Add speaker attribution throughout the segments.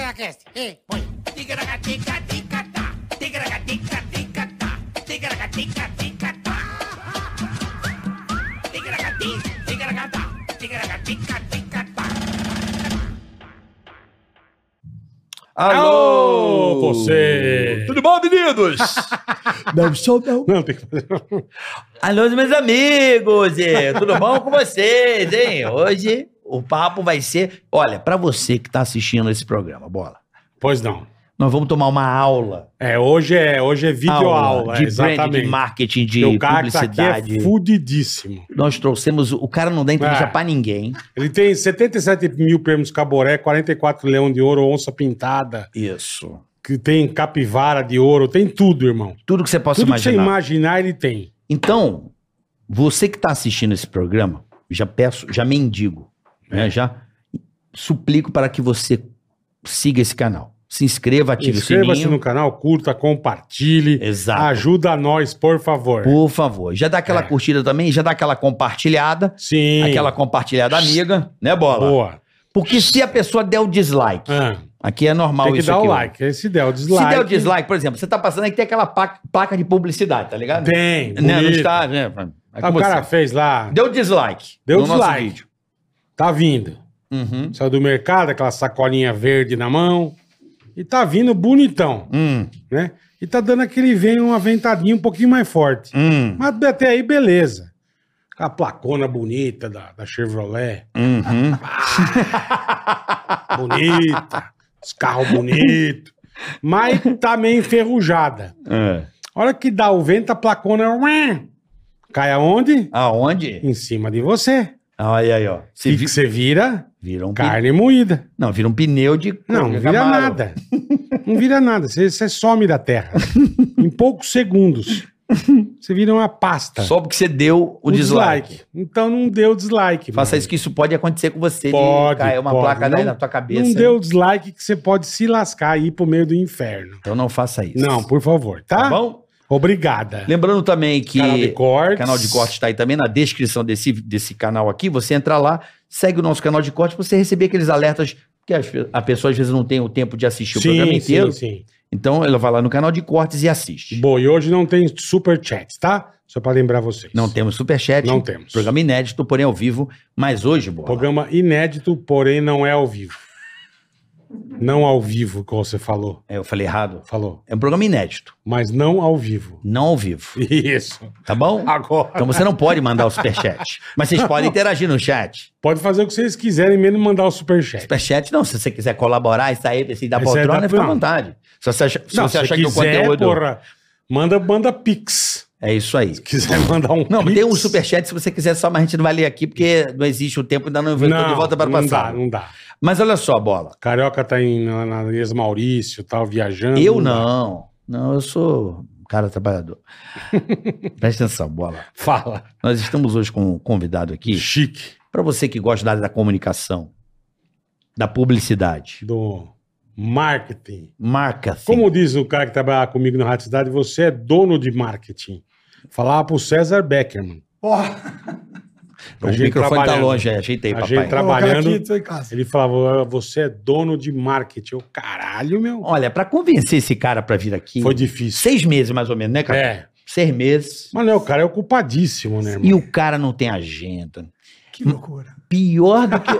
Speaker 1: podcast. Ei, põe. Tigaragatica-ticatá. Tigaragatica-ticatá. Tigaragatica-ticatá. Tigaragati, tigaragatá. Tigaragatica-ticatá.
Speaker 2: Alô,
Speaker 3: Alô, você!
Speaker 2: Tudo bom, meninos?
Speaker 3: Não sou não.
Speaker 2: Não, tem que fazer. um-
Speaker 3: Alô, meus amigos! e Tudo bom com vocês, hein? Hoje o papo vai ser... Olha, pra você que tá assistindo esse programa, bola,
Speaker 2: Pois não.
Speaker 3: nós vamos tomar uma aula.
Speaker 2: É, hoje é, hoje é
Speaker 3: Tá
Speaker 2: videoaula,
Speaker 3: de brand,
Speaker 2: exatamente.
Speaker 3: de marketing, de
Speaker 2: o cara que tá aqui
Speaker 3: publicidade.
Speaker 2: é fudidíssimo.
Speaker 3: Nós trouxemos... O cara não dá entrevista
Speaker 2: É.
Speaker 3: pra ninguém.
Speaker 2: Ele tem 77 mil prêmios Caboré, 44 leão de ouro, onça pintada,
Speaker 3: Isso.
Speaker 2: que tem capivara de ouro, tem tudo, irmão.
Speaker 3: Tudo que você possa
Speaker 2: tudo que
Speaker 3: imaginar.
Speaker 2: você imaginar, ele tem.
Speaker 3: Então, você que está assistindo esse programa, já peço, já mendigo,
Speaker 2: É.
Speaker 3: né? já suplico para que você siga esse canal. Se inscreva, ative o
Speaker 2: Inscreva-se
Speaker 3: sininho.
Speaker 2: no canal, curta, compartilhe.
Speaker 3: Exato.
Speaker 2: Ajuda nós, por favor.
Speaker 3: Por favor. Já dá aquela
Speaker 2: É.
Speaker 3: curtida também, já dá aquela compartilhada,
Speaker 2: Sim.
Speaker 3: aquela compartilhada amiga, né, bola?
Speaker 2: boa.
Speaker 3: Porque se a pessoa der o dislike,
Speaker 2: Ah,
Speaker 3: aqui é normal
Speaker 2: tem que
Speaker 3: isso
Speaker 2: dar
Speaker 3: aqui,
Speaker 2: o
Speaker 3: ó.
Speaker 2: like. Se der o
Speaker 3: Se
Speaker 2: dislike.
Speaker 3: der o dislike, por exemplo, você tá passando aí que tem aquela pa- placa de publicidade, tá ligado?
Speaker 2: Tem.
Speaker 3: Né, não
Speaker 2: bonito.
Speaker 3: está, né? É
Speaker 2: Ah,
Speaker 3: com
Speaker 2: o cara
Speaker 3: você.
Speaker 2: fez lá.
Speaker 3: Deu dislike.
Speaker 2: Deu
Speaker 3: no nosso
Speaker 2: dislike.
Speaker 3: vídeo.
Speaker 2: Tá vindo.
Speaker 3: Uhum.
Speaker 2: Saiu do mercado, aquela sacolinha verde na mão. E tá vindo bonitão,
Speaker 3: Hum,
Speaker 2: né? E tá dando aquele vem um aventadinho um pouquinho mais forte.
Speaker 3: hum,
Speaker 2: Mas até aí, beleza. A placona bonita da, da Chevrolet.
Speaker 3: uhum.
Speaker 2: Bonita. os carros bonitos. Mas tá meio enferrujada.
Speaker 3: É.
Speaker 2: A hora que dá o vento, a placona. ué, Cai aonde?
Speaker 3: Aonde?
Speaker 2: Em cima de você.
Speaker 3: Olha aí, ó.
Speaker 2: Se que você vira
Speaker 3: Vira um pneu.
Speaker 2: carne moída.
Speaker 3: Não, vira um pneu de.
Speaker 2: Não, não
Speaker 3: de
Speaker 2: vira
Speaker 3: Camaro.
Speaker 2: nada. Não vira nada. Você, você some da terra. em poucos segundos. Você vira uma pasta. Um
Speaker 3: Só porque você deu o, dislike.
Speaker 2: Então não deu dislike.
Speaker 3: Faça
Speaker 2: mano.
Speaker 3: isso que isso pode acontecer com você. de
Speaker 2: Pode,
Speaker 3: cair uma
Speaker 2: pode.
Speaker 3: placa daí
Speaker 2: Não-
Speaker 3: na tua cabeça.
Speaker 2: Não deu dislike que você pode se lascar e ir pro meio do inferno.
Speaker 3: Então não faça isso.
Speaker 2: Não, por favor, tá?
Speaker 3: Tá bom?
Speaker 2: Obrigada.
Speaker 3: Lembrando também que.
Speaker 2: Canal de
Speaker 3: O
Speaker 2: cortes.
Speaker 3: canal de corte está aí também na descrição desse, desse canal aqui. Você entra lá, segue o nosso canal de corte para você receber aqueles alertas, porque as pe- a pessoa às vezes não tem o tempo de assistir o programa
Speaker 2: Sim, sim,
Speaker 3: inteiro.
Speaker 2: sim.
Speaker 3: Então ela vai lá no canal de cortes e assiste.
Speaker 2: Bom, e hoje não tem super chat, tá? Só pra lembrar vocês.
Speaker 3: Não temos superchat.
Speaker 2: Não temos.
Speaker 3: Programa inédito, porém ao vivo. Mas hoje, bola.
Speaker 2: Programa inédito, porém não é ao vivo. Não ao vivo, como você falou.
Speaker 3: É, eu falei errado.
Speaker 2: Falou.
Speaker 3: É um programa inédito,
Speaker 2: Mas não ao vivo.
Speaker 3: não ao vivo.
Speaker 2: Isso.
Speaker 3: Tá bom?
Speaker 2: Agora.
Speaker 3: Então você não pode mandar o superchat. Mas vocês podem interagir no chat.
Speaker 2: Pode fazer o que vocês quiserem, mesmo mandar o superchat.
Speaker 3: Superchat, não. Se você quiser colaborar e sair desse da
Speaker 2: Esse é
Speaker 3: poltrona,
Speaker 2: da-
Speaker 3: fica à
Speaker 2: não.
Speaker 3: vontade. Se você acha, se
Speaker 2: Não,
Speaker 3: você achar que é o
Speaker 2: quiser,
Speaker 3: conteúdo.
Speaker 2: porra, manda, manda pix.
Speaker 3: É isso aí.
Speaker 2: Se quiser mandar um
Speaker 3: Não,
Speaker 2: pix.
Speaker 3: tem um superchat se você quiser só, mas a gente não vai ler aqui porque não existe o tempo, ainda não inventou
Speaker 2: Não,
Speaker 3: de volta para
Speaker 2: não dá,
Speaker 3: passar.
Speaker 2: não dá.
Speaker 3: Mas olha só, bola.
Speaker 2: Carioca tá em, na, na Ilhas Maurício, tal, viajando.
Speaker 3: Eu
Speaker 2: dá.
Speaker 3: não. Não, eu sou um cara trabalhador. Presta atenção, bola.
Speaker 2: Fala.
Speaker 3: Nós estamos hoje com um convidado aqui.
Speaker 2: Chique.
Speaker 3: Para você que gosta da área da comunicação, da publicidade,
Speaker 2: Do marketing.
Speaker 3: marca. assim.
Speaker 2: Como diz o cara que trabalhava comigo na Rádio Cidade, você é dono de marketing. Falava pro César Beckerman.
Speaker 3: o
Speaker 2: a gente
Speaker 3: microfone tá
Speaker 2: trabalhando.
Speaker 3: longe, é, ajeitei,
Speaker 2: A
Speaker 3: papai.
Speaker 2: gente tra- Trabalhando.
Speaker 4: Trabalhando. Aqui, tô em casa.
Speaker 2: Ele falava, você é dono de marketing. Eu, caralho, meu.
Speaker 3: Olha, para convencer esse cara para vir aqui,
Speaker 2: Foi difícil.
Speaker 3: seis meses mais ou menos, né, cara?
Speaker 2: É.
Speaker 3: Seis meses.
Speaker 2: Mas não, o cara é ocupadíssimo, né, irmão?
Speaker 3: E o cara não tem agenda.
Speaker 4: Que
Speaker 3: Hum.
Speaker 4: loucura.
Speaker 3: Pior do que.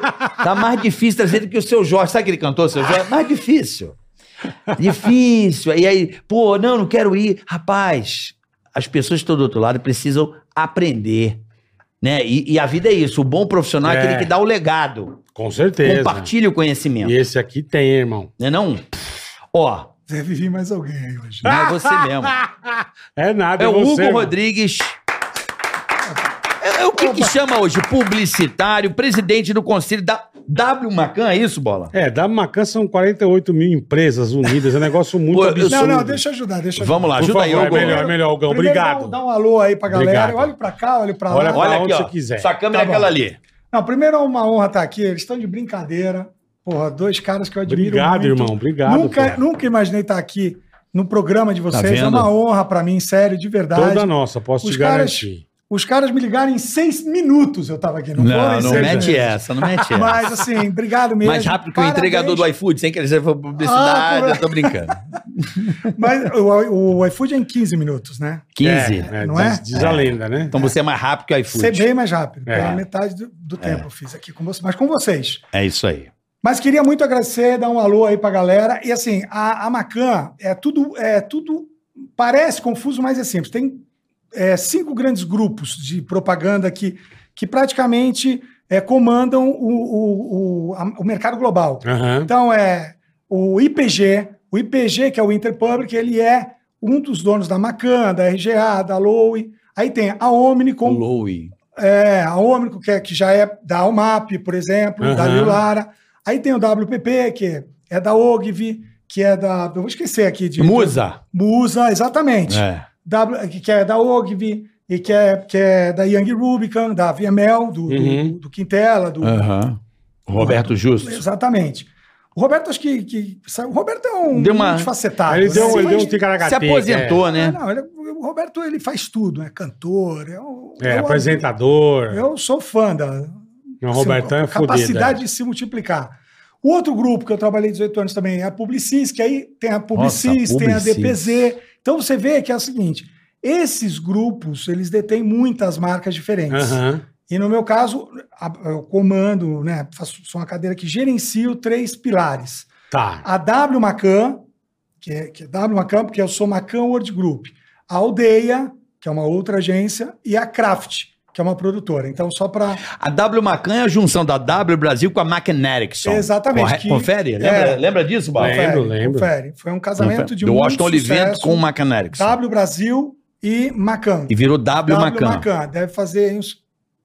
Speaker 3: tá mais difícil trazer do que o seu Jorge. Sabe aquele cantor, seu Jorge? Mais difícil. Difícil. E aí, pô, não, não quero ir. Rapaz, as pessoas que estão do outro lado precisam aprender. Né? E, e a vida é isso. O bom profissional é,
Speaker 2: É.
Speaker 3: aquele que dá o legado.
Speaker 2: Com certeza.
Speaker 3: Compartilha o
Speaker 2: E
Speaker 3: conhecimento.
Speaker 2: esse aqui tem, irmão.
Speaker 3: Né não? Ó,
Speaker 4: Deve vir mais alguém aí hoje.
Speaker 3: não é você mesmo.
Speaker 2: É nada,
Speaker 3: É o
Speaker 2: você,
Speaker 3: Hugo
Speaker 2: irmão.
Speaker 3: Rodrigues. É, é o que, que chama hoje? Publicitário, presidente do conselho da W Macan, é isso, Bola?
Speaker 2: É, da Macan são 48 mil empresas unidas. É um negócio muito
Speaker 3: Pô, eu
Speaker 2: absurdo.
Speaker 4: Não,
Speaker 3: sou-
Speaker 4: não, deixa eu ajudar, deixa eu
Speaker 3: Vamos lá,
Speaker 2: Por
Speaker 3: ajuda aí,
Speaker 2: favor,
Speaker 3: Hugo.
Speaker 2: é melhor, é melhor, Hugão.
Speaker 4: Primeiro dá um-
Speaker 2: Obrigado.
Speaker 4: Dá um alô aí pra galera.
Speaker 2: Obrigado.
Speaker 4: Olha pra cá, olha pra lá.
Speaker 2: Olha pra-
Speaker 3: Olha
Speaker 2: onde
Speaker 3: aqui,
Speaker 2: você
Speaker 3: ó.
Speaker 2: quiser.
Speaker 3: Sua câmera é
Speaker 4: Tá
Speaker 3: aquela
Speaker 4: bom.
Speaker 3: ali.
Speaker 4: Não, primeiro é uma honra estar aqui. Eles estão de brincadeira. Porra, dois caras
Speaker 3: um
Speaker 4: que eu admiro
Speaker 2: Obrigado,
Speaker 4: muito.
Speaker 2: irmão. Obrigado.
Speaker 4: nunca,
Speaker 2: pô.
Speaker 4: nunca imaginei estar aqui no programa de vocês.
Speaker 3: Tá vendo?
Speaker 4: é uma honra pra mim, sério, de verdade.
Speaker 2: Toda nossa, posso
Speaker 4: Os
Speaker 2: te
Speaker 4: caras-
Speaker 2: garantir.
Speaker 4: Os caras me ligaram em seis minutos, eu tava aqui. Não, foram
Speaker 3: Não,
Speaker 4: em
Speaker 3: não
Speaker 4: seis
Speaker 3: mete
Speaker 4: minutos.
Speaker 3: essa, não mete essa.
Speaker 4: Mas assim, obrigado mesmo.
Speaker 3: Mais rápido que o entregador do iFood, sem querer ser publicidade,
Speaker 4: Ah,
Speaker 3: eu tô brincando.
Speaker 4: Mas o, o iFood é em 15 minutos, né?
Speaker 3: 15.
Speaker 2: É, é,
Speaker 4: Não é?
Speaker 2: Diz, diz a lenda, né?
Speaker 3: Então você é mais rápido que o
Speaker 4: Ser
Speaker 3: iFood.
Speaker 4: bem mais rápido.
Speaker 2: É.
Speaker 4: Pela metade do, do tempo eu fiz aqui com vocês. Mas com vocês.
Speaker 3: É isso aí.
Speaker 4: Mas queria muito agradecer, dar um alô aí pra galera. E assim, a, a Macan é tudo, é tudo. Parece confuso, mas é simples. Tem é, cinco grandes grupos de propaganda que, que praticamente é, comandam o, o, o, a- o mercado global.
Speaker 3: Tá
Speaker 2: Aham.
Speaker 4: Então é o IPG, o IPG, que é o Interpublic, ele é um dos donos da Macan, da RGA, da Lowe. Aí tem a Omnicom,
Speaker 3: Lowe.
Speaker 4: é, a Ômnico, que, é- que já é da Almap, por exemplo, da
Speaker 2: Aham.
Speaker 4: Lilara. Aí tem o WPP, que é da Ogvi, que é da. Eu vou esquecer aqui de.
Speaker 3: Musa.
Speaker 4: Musa, exatamente.
Speaker 3: É.
Speaker 4: W, que que é da Ogvi, e que é, que é da Young Rubicon, da VML, do, do-
Speaker 2: Uhum. É,
Speaker 4: do, Quintela, do.
Speaker 3: Aham. Roberto Justo.
Speaker 4: Exatamente. O Roberto, acho que. que sabe, o Roberto é um
Speaker 3: Deu uma-
Speaker 4: multifacetado.
Speaker 2: Aí ele
Speaker 4: né?
Speaker 2: deu,
Speaker 4: Ele
Speaker 2: ele deu
Speaker 4: faz-
Speaker 2: um ticaracateca.
Speaker 3: Se aposentou,
Speaker 4: Ah,
Speaker 3: né?
Speaker 4: não, ele- o Roberto ele faz tudo, é cantor, é, um-
Speaker 2: É, é
Speaker 4: um-
Speaker 2: apresentador.
Speaker 4: Eu sou fã da,
Speaker 2: o Robertão é
Speaker 4: a
Speaker 2: fodido.
Speaker 4: capacidade de se multiplicar. O outro grupo que eu trabalhei 18 anos também é a Publicis, que aí tem a Publicis,
Speaker 3: Nossa,
Speaker 4: tem a
Speaker 3: Publicis.
Speaker 4: DPZ. Então você vê que é o seguinte, esses grupos, eles detêm muitas marcas
Speaker 2: é.
Speaker 4: diferentes.
Speaker 2: Aham.
Speaker 4: E no meu caso, a- eu comando, né, faço, sou uma cadeira que gerencio três pilares.
Speaker 2: Tá.
Speaker 4: A W Macan, que é, que é W Macan, porque eu sou Macan World Group. A Aldeia, que é uma outra agência, e a Craft, que é uma produtora. Então só para
Speaker 3: A W Macan é a junção da W Brasil com a Macaneticsson.
Speaker 4: Exatamente, que-
Speaker 3: Confere? Lembra,
Speaker 4: É.
Speaker 3: lembra disso, Bal?
Speaker 2: Lembro,
Speaker 4: Confere,
Speaker 2: lembro.
Speaker 4: confere. Foi um casamento de
Speaker 3: Do
Speaker 4: muito
Speaker 3: Washington Oliveto
Speaker 4: sucesso.
Speaker 3: com o Macaneticsson.
Speaker 4: W Brasil e Macan.
Speaker 3: E virou W, Macan.
Speaker 4: Deve fazer uns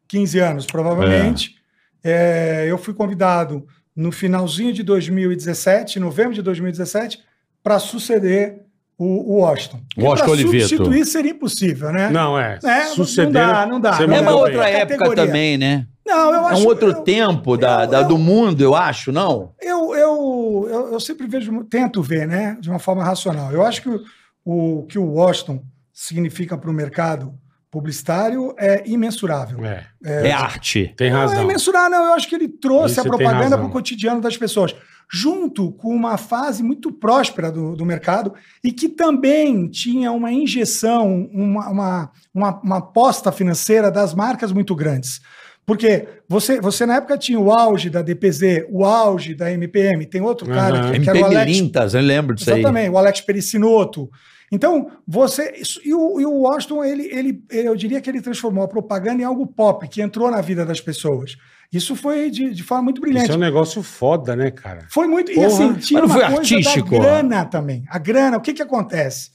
Speaker 4: 15 anos, provavelmente. É, eu fui convidado no finalzinho de 2017, novembro de 2017, para suceder o, o Washington. E pra
Speaker 3: Washington Oliveto.
Speaker 4: substituir seria impossível, né?
Speaker 2: Não, é.
Speaker 4: É, não
Speaker 2: Sucedeu.
Speaker 4: dá, não dá.
Speaker 2: Você
Speaker 4: É
Speaker 3: É uma
Speaker 2: mandou
Speaker 3: outra
Speaker 2: bem.
Speaker 3: época
Speaker 4: Categoria.
Speaker 3: também, né?
Speaker 4: Não, eu
Speaker 3: É
Speaker 4: acho
Speaker 3: um outro
Speaker 4: eu-
Speaker 3: tempo da,
Speaker 4: eu-
Speaker 3: da-
Speaker 4: eu-
Speaker 3: do mundo, eu acho, não?
Speaker 4: Eu, eu, eu, eu sempre vejo, tento ver, né, de uma forma racional. Eu acho que o, o que o Washington significa para o mercado publicitário é imensurável.
Speaker 2: É,
Speaker 3: É, arte.
Speaker 2: tem
Speaker 4: Não é
Speaker 2: razão.
Speaker 4: imensurável, não. Eu acho que ele trouxe
Speaker 2: Isso
Speaker 4: a
Speaker 2: tem
Speaker 4: propaganda
Speaker 2: razão.
Speaker 4: para o cotidiano das pessoas, junto com uma fase muito próspera do, do mercado e que também tinha uma injeção, uma, uma, uma, uma aposta financeira das marcas muito grandes. Porque você, você na época tinha o auge da DPZ, o auge da MPM, tem outro cara
Speaker 2: Aham.
Speaker 4: que, que era o
Speaker 3: MP
Speaker 4: Alex
Speaker 3: Milintas, eu lembro disso aí.
Speaker 4: Exatamente, o Alex Pericinoto. Então, você. isso- e, o, e o Washington, ele, ele, ele- eu diria que ele transformou a propaganda em algo pop, que entrou na vida das pessoas. Isso foi de, de forma muito brilhante.
Speaker 2: Isso é um negócio foda, né, cara?
Speaker 4: Foi muito. E
Speaker 2: Porra.
Speaker 4: assim, tinha
Speaker 3: Mas não
Speaker 4: uma
Speaker 3: foi
Speaker 4: coisa
Speaker 3: artístico?
Speaker 4: da grana também. A grana, o que que acontece?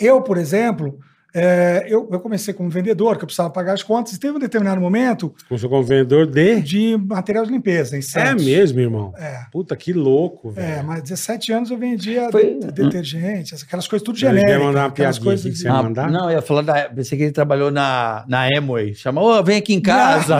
Speaker 4: Eu, por exemplo, eh, eu, eu comecei como vendedor, que eu precisava pagar as contas, e teve um determinado momento
Speaker 2: Com seu vendedor de.
Speaker 4: de material de limpeza, em
Speaker 2: É
Speaker 4: Santos.
Speaker 2: mesmo, irmão.
Speaker 4: É.
Speaker 2: Puta, que louco,
Speaker 4: É,
Speaker 2: velho.
Speaker 4: mas 17 anos eu vendia
Speaker 3: Foi-
Speaker 4: de- detergente, aquelas coisas tudo
Speaker 2: Você quer
Speaker 4: genéricas.
Speaker 2: mandar uma
Speaker 4: aquelas
Speaker 2: piadinha
Speaker 4: coisas
Speaker 2: aqui que
Speaker 4: de-
Speaker 2: você- Quer mandar?
Speaker 3: Ah, Não, eu ia falar da. Pensei que ele trabalhou na, na Amway. Chamou, ô, vem aqui em casa.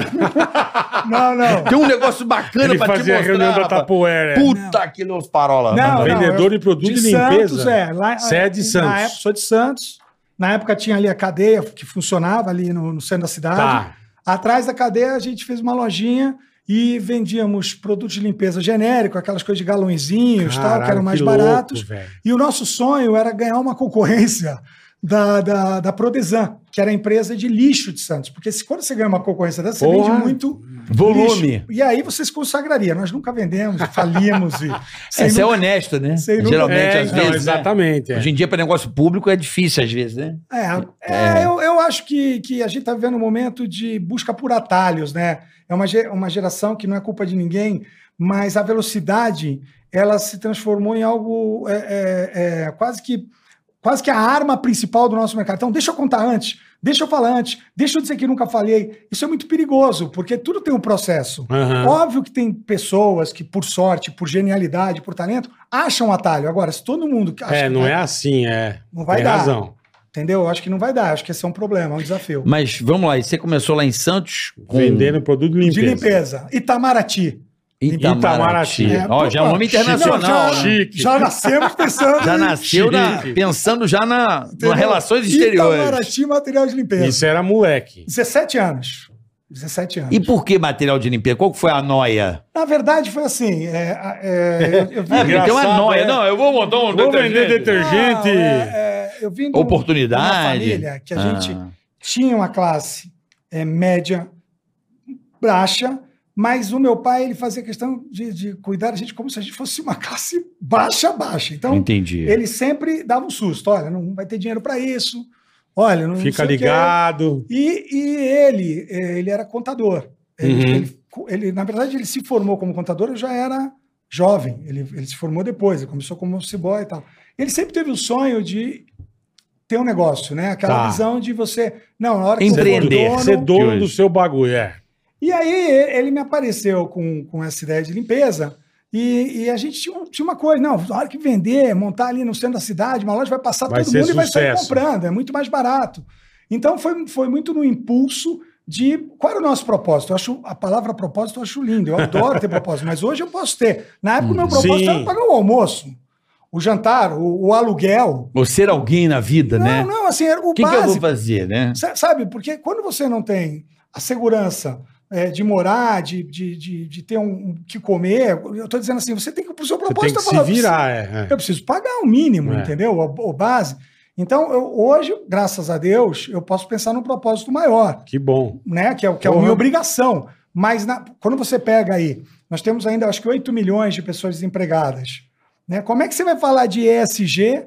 Speaker 4: Não, não.
Speaker 3: Tem um negócio bacana
Speaker 2: Ele
Speaker 3: pra te
Speaker 2: fazia
Speaker 3: mostrar.
Speaker 2: a reunião da né?
Speaker 3: rapaz.
Speaker 2: Tapoer.
Speaker 3: Puta que nos parola.
Speaker 4: Não, não.
Speaker 2: um Vendedor
Speaker 4: eu-
Speaker 2: de produto de,
Speaker 4: de
Speaker 2: limpeza.
Speaker 4: Santos, é. Lá,
Speaker 2: Você é de
Speaker 4: na
Speaker 2: Santos.
Speaker 4: época- sou de Santos. Na época tinha ali a cadeia que funcionava ali no, no centro da cidade.
Speaker 2: Tá.
Speaker 4: Atrás da cadeia a gente fez uma lojinha e vendíamos produtos de limpeza genérico, aquelas coisas de galõezinhos, tal, que
Speaker 2: Caralho,
Speaker 4: eram mais
Speaker 2: que louco,
Speaker 4: baratos.
Speaker 2: velho.
Speaker 4: E o nosso sonho era ganhar uma concorrência da, da, da Prodesan, que era a empresa de lixo de Santos. Porque se, quando você ganha uma concorrência dessa, você
Speaker 2: Porra.
Speaker 4: vende muito
Speaker 3: Volume.
Speaker 4: lixo. E aí você se consagraria. Nós nunca vendemos, falimos. e
Speaker 3: É,
Speaker 4: sem
Speaker 3: Isso é
Speaker 4: nunca-
Speaker 3: honesto, né?
Speaker 4: sem nunca-
Speaker 3: Geralmente,
Speaker 2: É,
Speaker 3: às
Speaker 4: né?
Speaker 2: então,
Speaker 3: vezes. né? Exatamente.
Speaker 2: exatamente. é.
Speaker 3: Hoje em dia, para negócio público, é difícil, às vezes, né?
Speaker 4: É, é, eu, eu acho que, que a gente está vivendo um momento de busca por atalhos, né? É uma, ge- uma geração que não é culpa de ninguém, mas a velocidade ela se transformou em algo é, é, é, quase que quase que a arma principal do nosso mercado. Então, deixa eu contar antes, deixa eu falar antes, deixa eu dizer que nunca falei. Isso é muito perigoso, porque tudo tem um processo.
Speaker 2: Aham.
Speaker 4: Óbvio que tem pessoas que, por sorte, por genialidade, por talento, acham atalho. Agora, se todo mundo que acha
Speaker 2: É,
Speaker 4: que
Speaker 2: não
Speaker 4: vai-
Speaker 2: é assim, é.
Speaker 4: Não vai
Speaker 2: Tem
Speaker 4: dar.
Speaker 2: razão.
Speaker 4: Entendeu? Eu acho que não vai dar, acho que esse é um problema, é um desafio.
Speaker 3: Mas vamos lá, e você começou lá em Santos com
Speaker 4: Hum.
Speaker 2: Vendendo produto de limpeza.
Speaker 4: De limpeza. Itamaraty.
Speaker 3: Itamaraty.
Speaker 4: É,
Speaker 3: Ó, já é um
Speaker 4: opa,
Speaker 3: nome
Speaker 4: chique.
Speaker 3: internacional.
Speaker 4: Não, já, é um
Speaker 3: né?
Speaker 2: Chique.
Speaker 4: já nascemos pensando.
Speaker 3: Já
Speaker 4: em-
Speaker 3: nasceu na-
Speaker 2: Chique.
Speaker 3: pensando já na,
Speaker 4: entendeu?
Speaker 3: nas relações exteriores.
Speaker 4: Itamaraty Material de Limpeza.
Speaker 2: Isso era moleque.
Speaker 4: 17 anos. 17 anos.
Speaker 3: E por que material de limpeza? Qual que foi a noia?
Speaker 4: Na verdade, foi assim. é, a- é, eu, eu vim-
Speaker 3: Ah, porque tem uma
Speaker 2: Engraçado,
Speaker 3: noia.
Speaker 2: é.
Speaker 3: Não, eu vou montar um
Speaker 2: Vou vender
Speaker 3: detergente.
Speaker 2: detergente.
Speaker 4: Não, é, é, eu vim de um-
Speaker 3: Oportunidade.
Speaker 4: de uma família que a
Speaker 3: Ah.
Speaker 4: gente Então, tinha uma classe é, média, baixa, mas o meu pai ele fazia questão de, de cuidar da gente como se a gente fosse uma classe baixa, baixa. Então,
Speaker 3: Entendi.
Speaker 4: ele sempre dava um susto. Olha, não vai ter dinheiro para isso. Olha, não
Speaker 2: Fica
Speaker 4: sei o quê.
Speaker 2: ligado.
Speaker 4: E, e ele, eh, ele era contador. Ele,
Speaker 2: Uhum.
Speaker 4: ele- ele- na verdade, ele se formou como contador, eu já era jovem. Ele, ele se formou depois, ele começou como office boy e tal. Ele sempre teve o sonho de ter um negócio, né? Aquela
Speaker 2: Tá.
Speaker 4: visão de você. Não, na hora que
Speaker 3: Empreender,
Speaker 4: você for
Speaker 2: Ser
Speaker 4: dono.
Speaker 2: é dono
Speaker 3: Que
Speaker 2: do
Speaker 3: hoje-
Speaker 2: seu bagulho, é.
Speaker 4: E aí e- ele me apareceu com, com essa ideia de limpeza. E, e a gente tinha, um- tinha uma coisa, não, na hora que vender, montar ali no centro da cidade, uma loja vai passar
Speaker 2: Vai
Speaker 4: todo
Speaker 2: ser
Speaker 4: mundo e vai sair
Speaker 2: sucesso.
Speaker 4: comprando, é muito mais barato. Então foi, foi muito no impulso de qual era o nosso propósito. Eu acho a palavra propósito eu acho lindo, eu adoro ter propósito, mas hoje eu posso ter. Na época o
Speaker 3: Hum,
Speaker 4: meu propósito
Speaker 2: Sim.
Speaker 4: era pagar o almoço, o jantar, o, o aluguel.
Speaker 3: Ou ser alguém na vida,
Speaker 4: não,
Speaker 3: né?
Speaker 4: não, assim, era o
Speaker 3: O que, que eu
Speaker 4: básico.
Speaker 3: vou fazer, né?
Speaker 4: Sa- Sabe, porque quando você não tem a segurança eh, de morar, de, de, de, de ter um, um que comer, eu estou dizendo assim, você tem que, para o seu
Speaker 2: Você tem
Speaker 4: propósito,
Speaker 2: que
Speaker 4: é
Speaker 2: se
Speaker 4: falar,
Speaker 2: virar, é.
Speaker 4: Eu preciso pagar o mínimo,
Speaker 2: É.
Speaker 4: entendeu? O, o base. Então, eu- hoje, graças a Deus, eu posso pensar num propósito maior,
Speaker 2: é. Que bom.
Speaker 4: né? Que é, o- que é a
Speaker 2: Porra.
Speaker 4: minha obrigação. Mas na- quando você pega aí, nós temos ainda, acho que 8 milhões de pessoas desempregadas. Né? Como é que você vai falar de ESG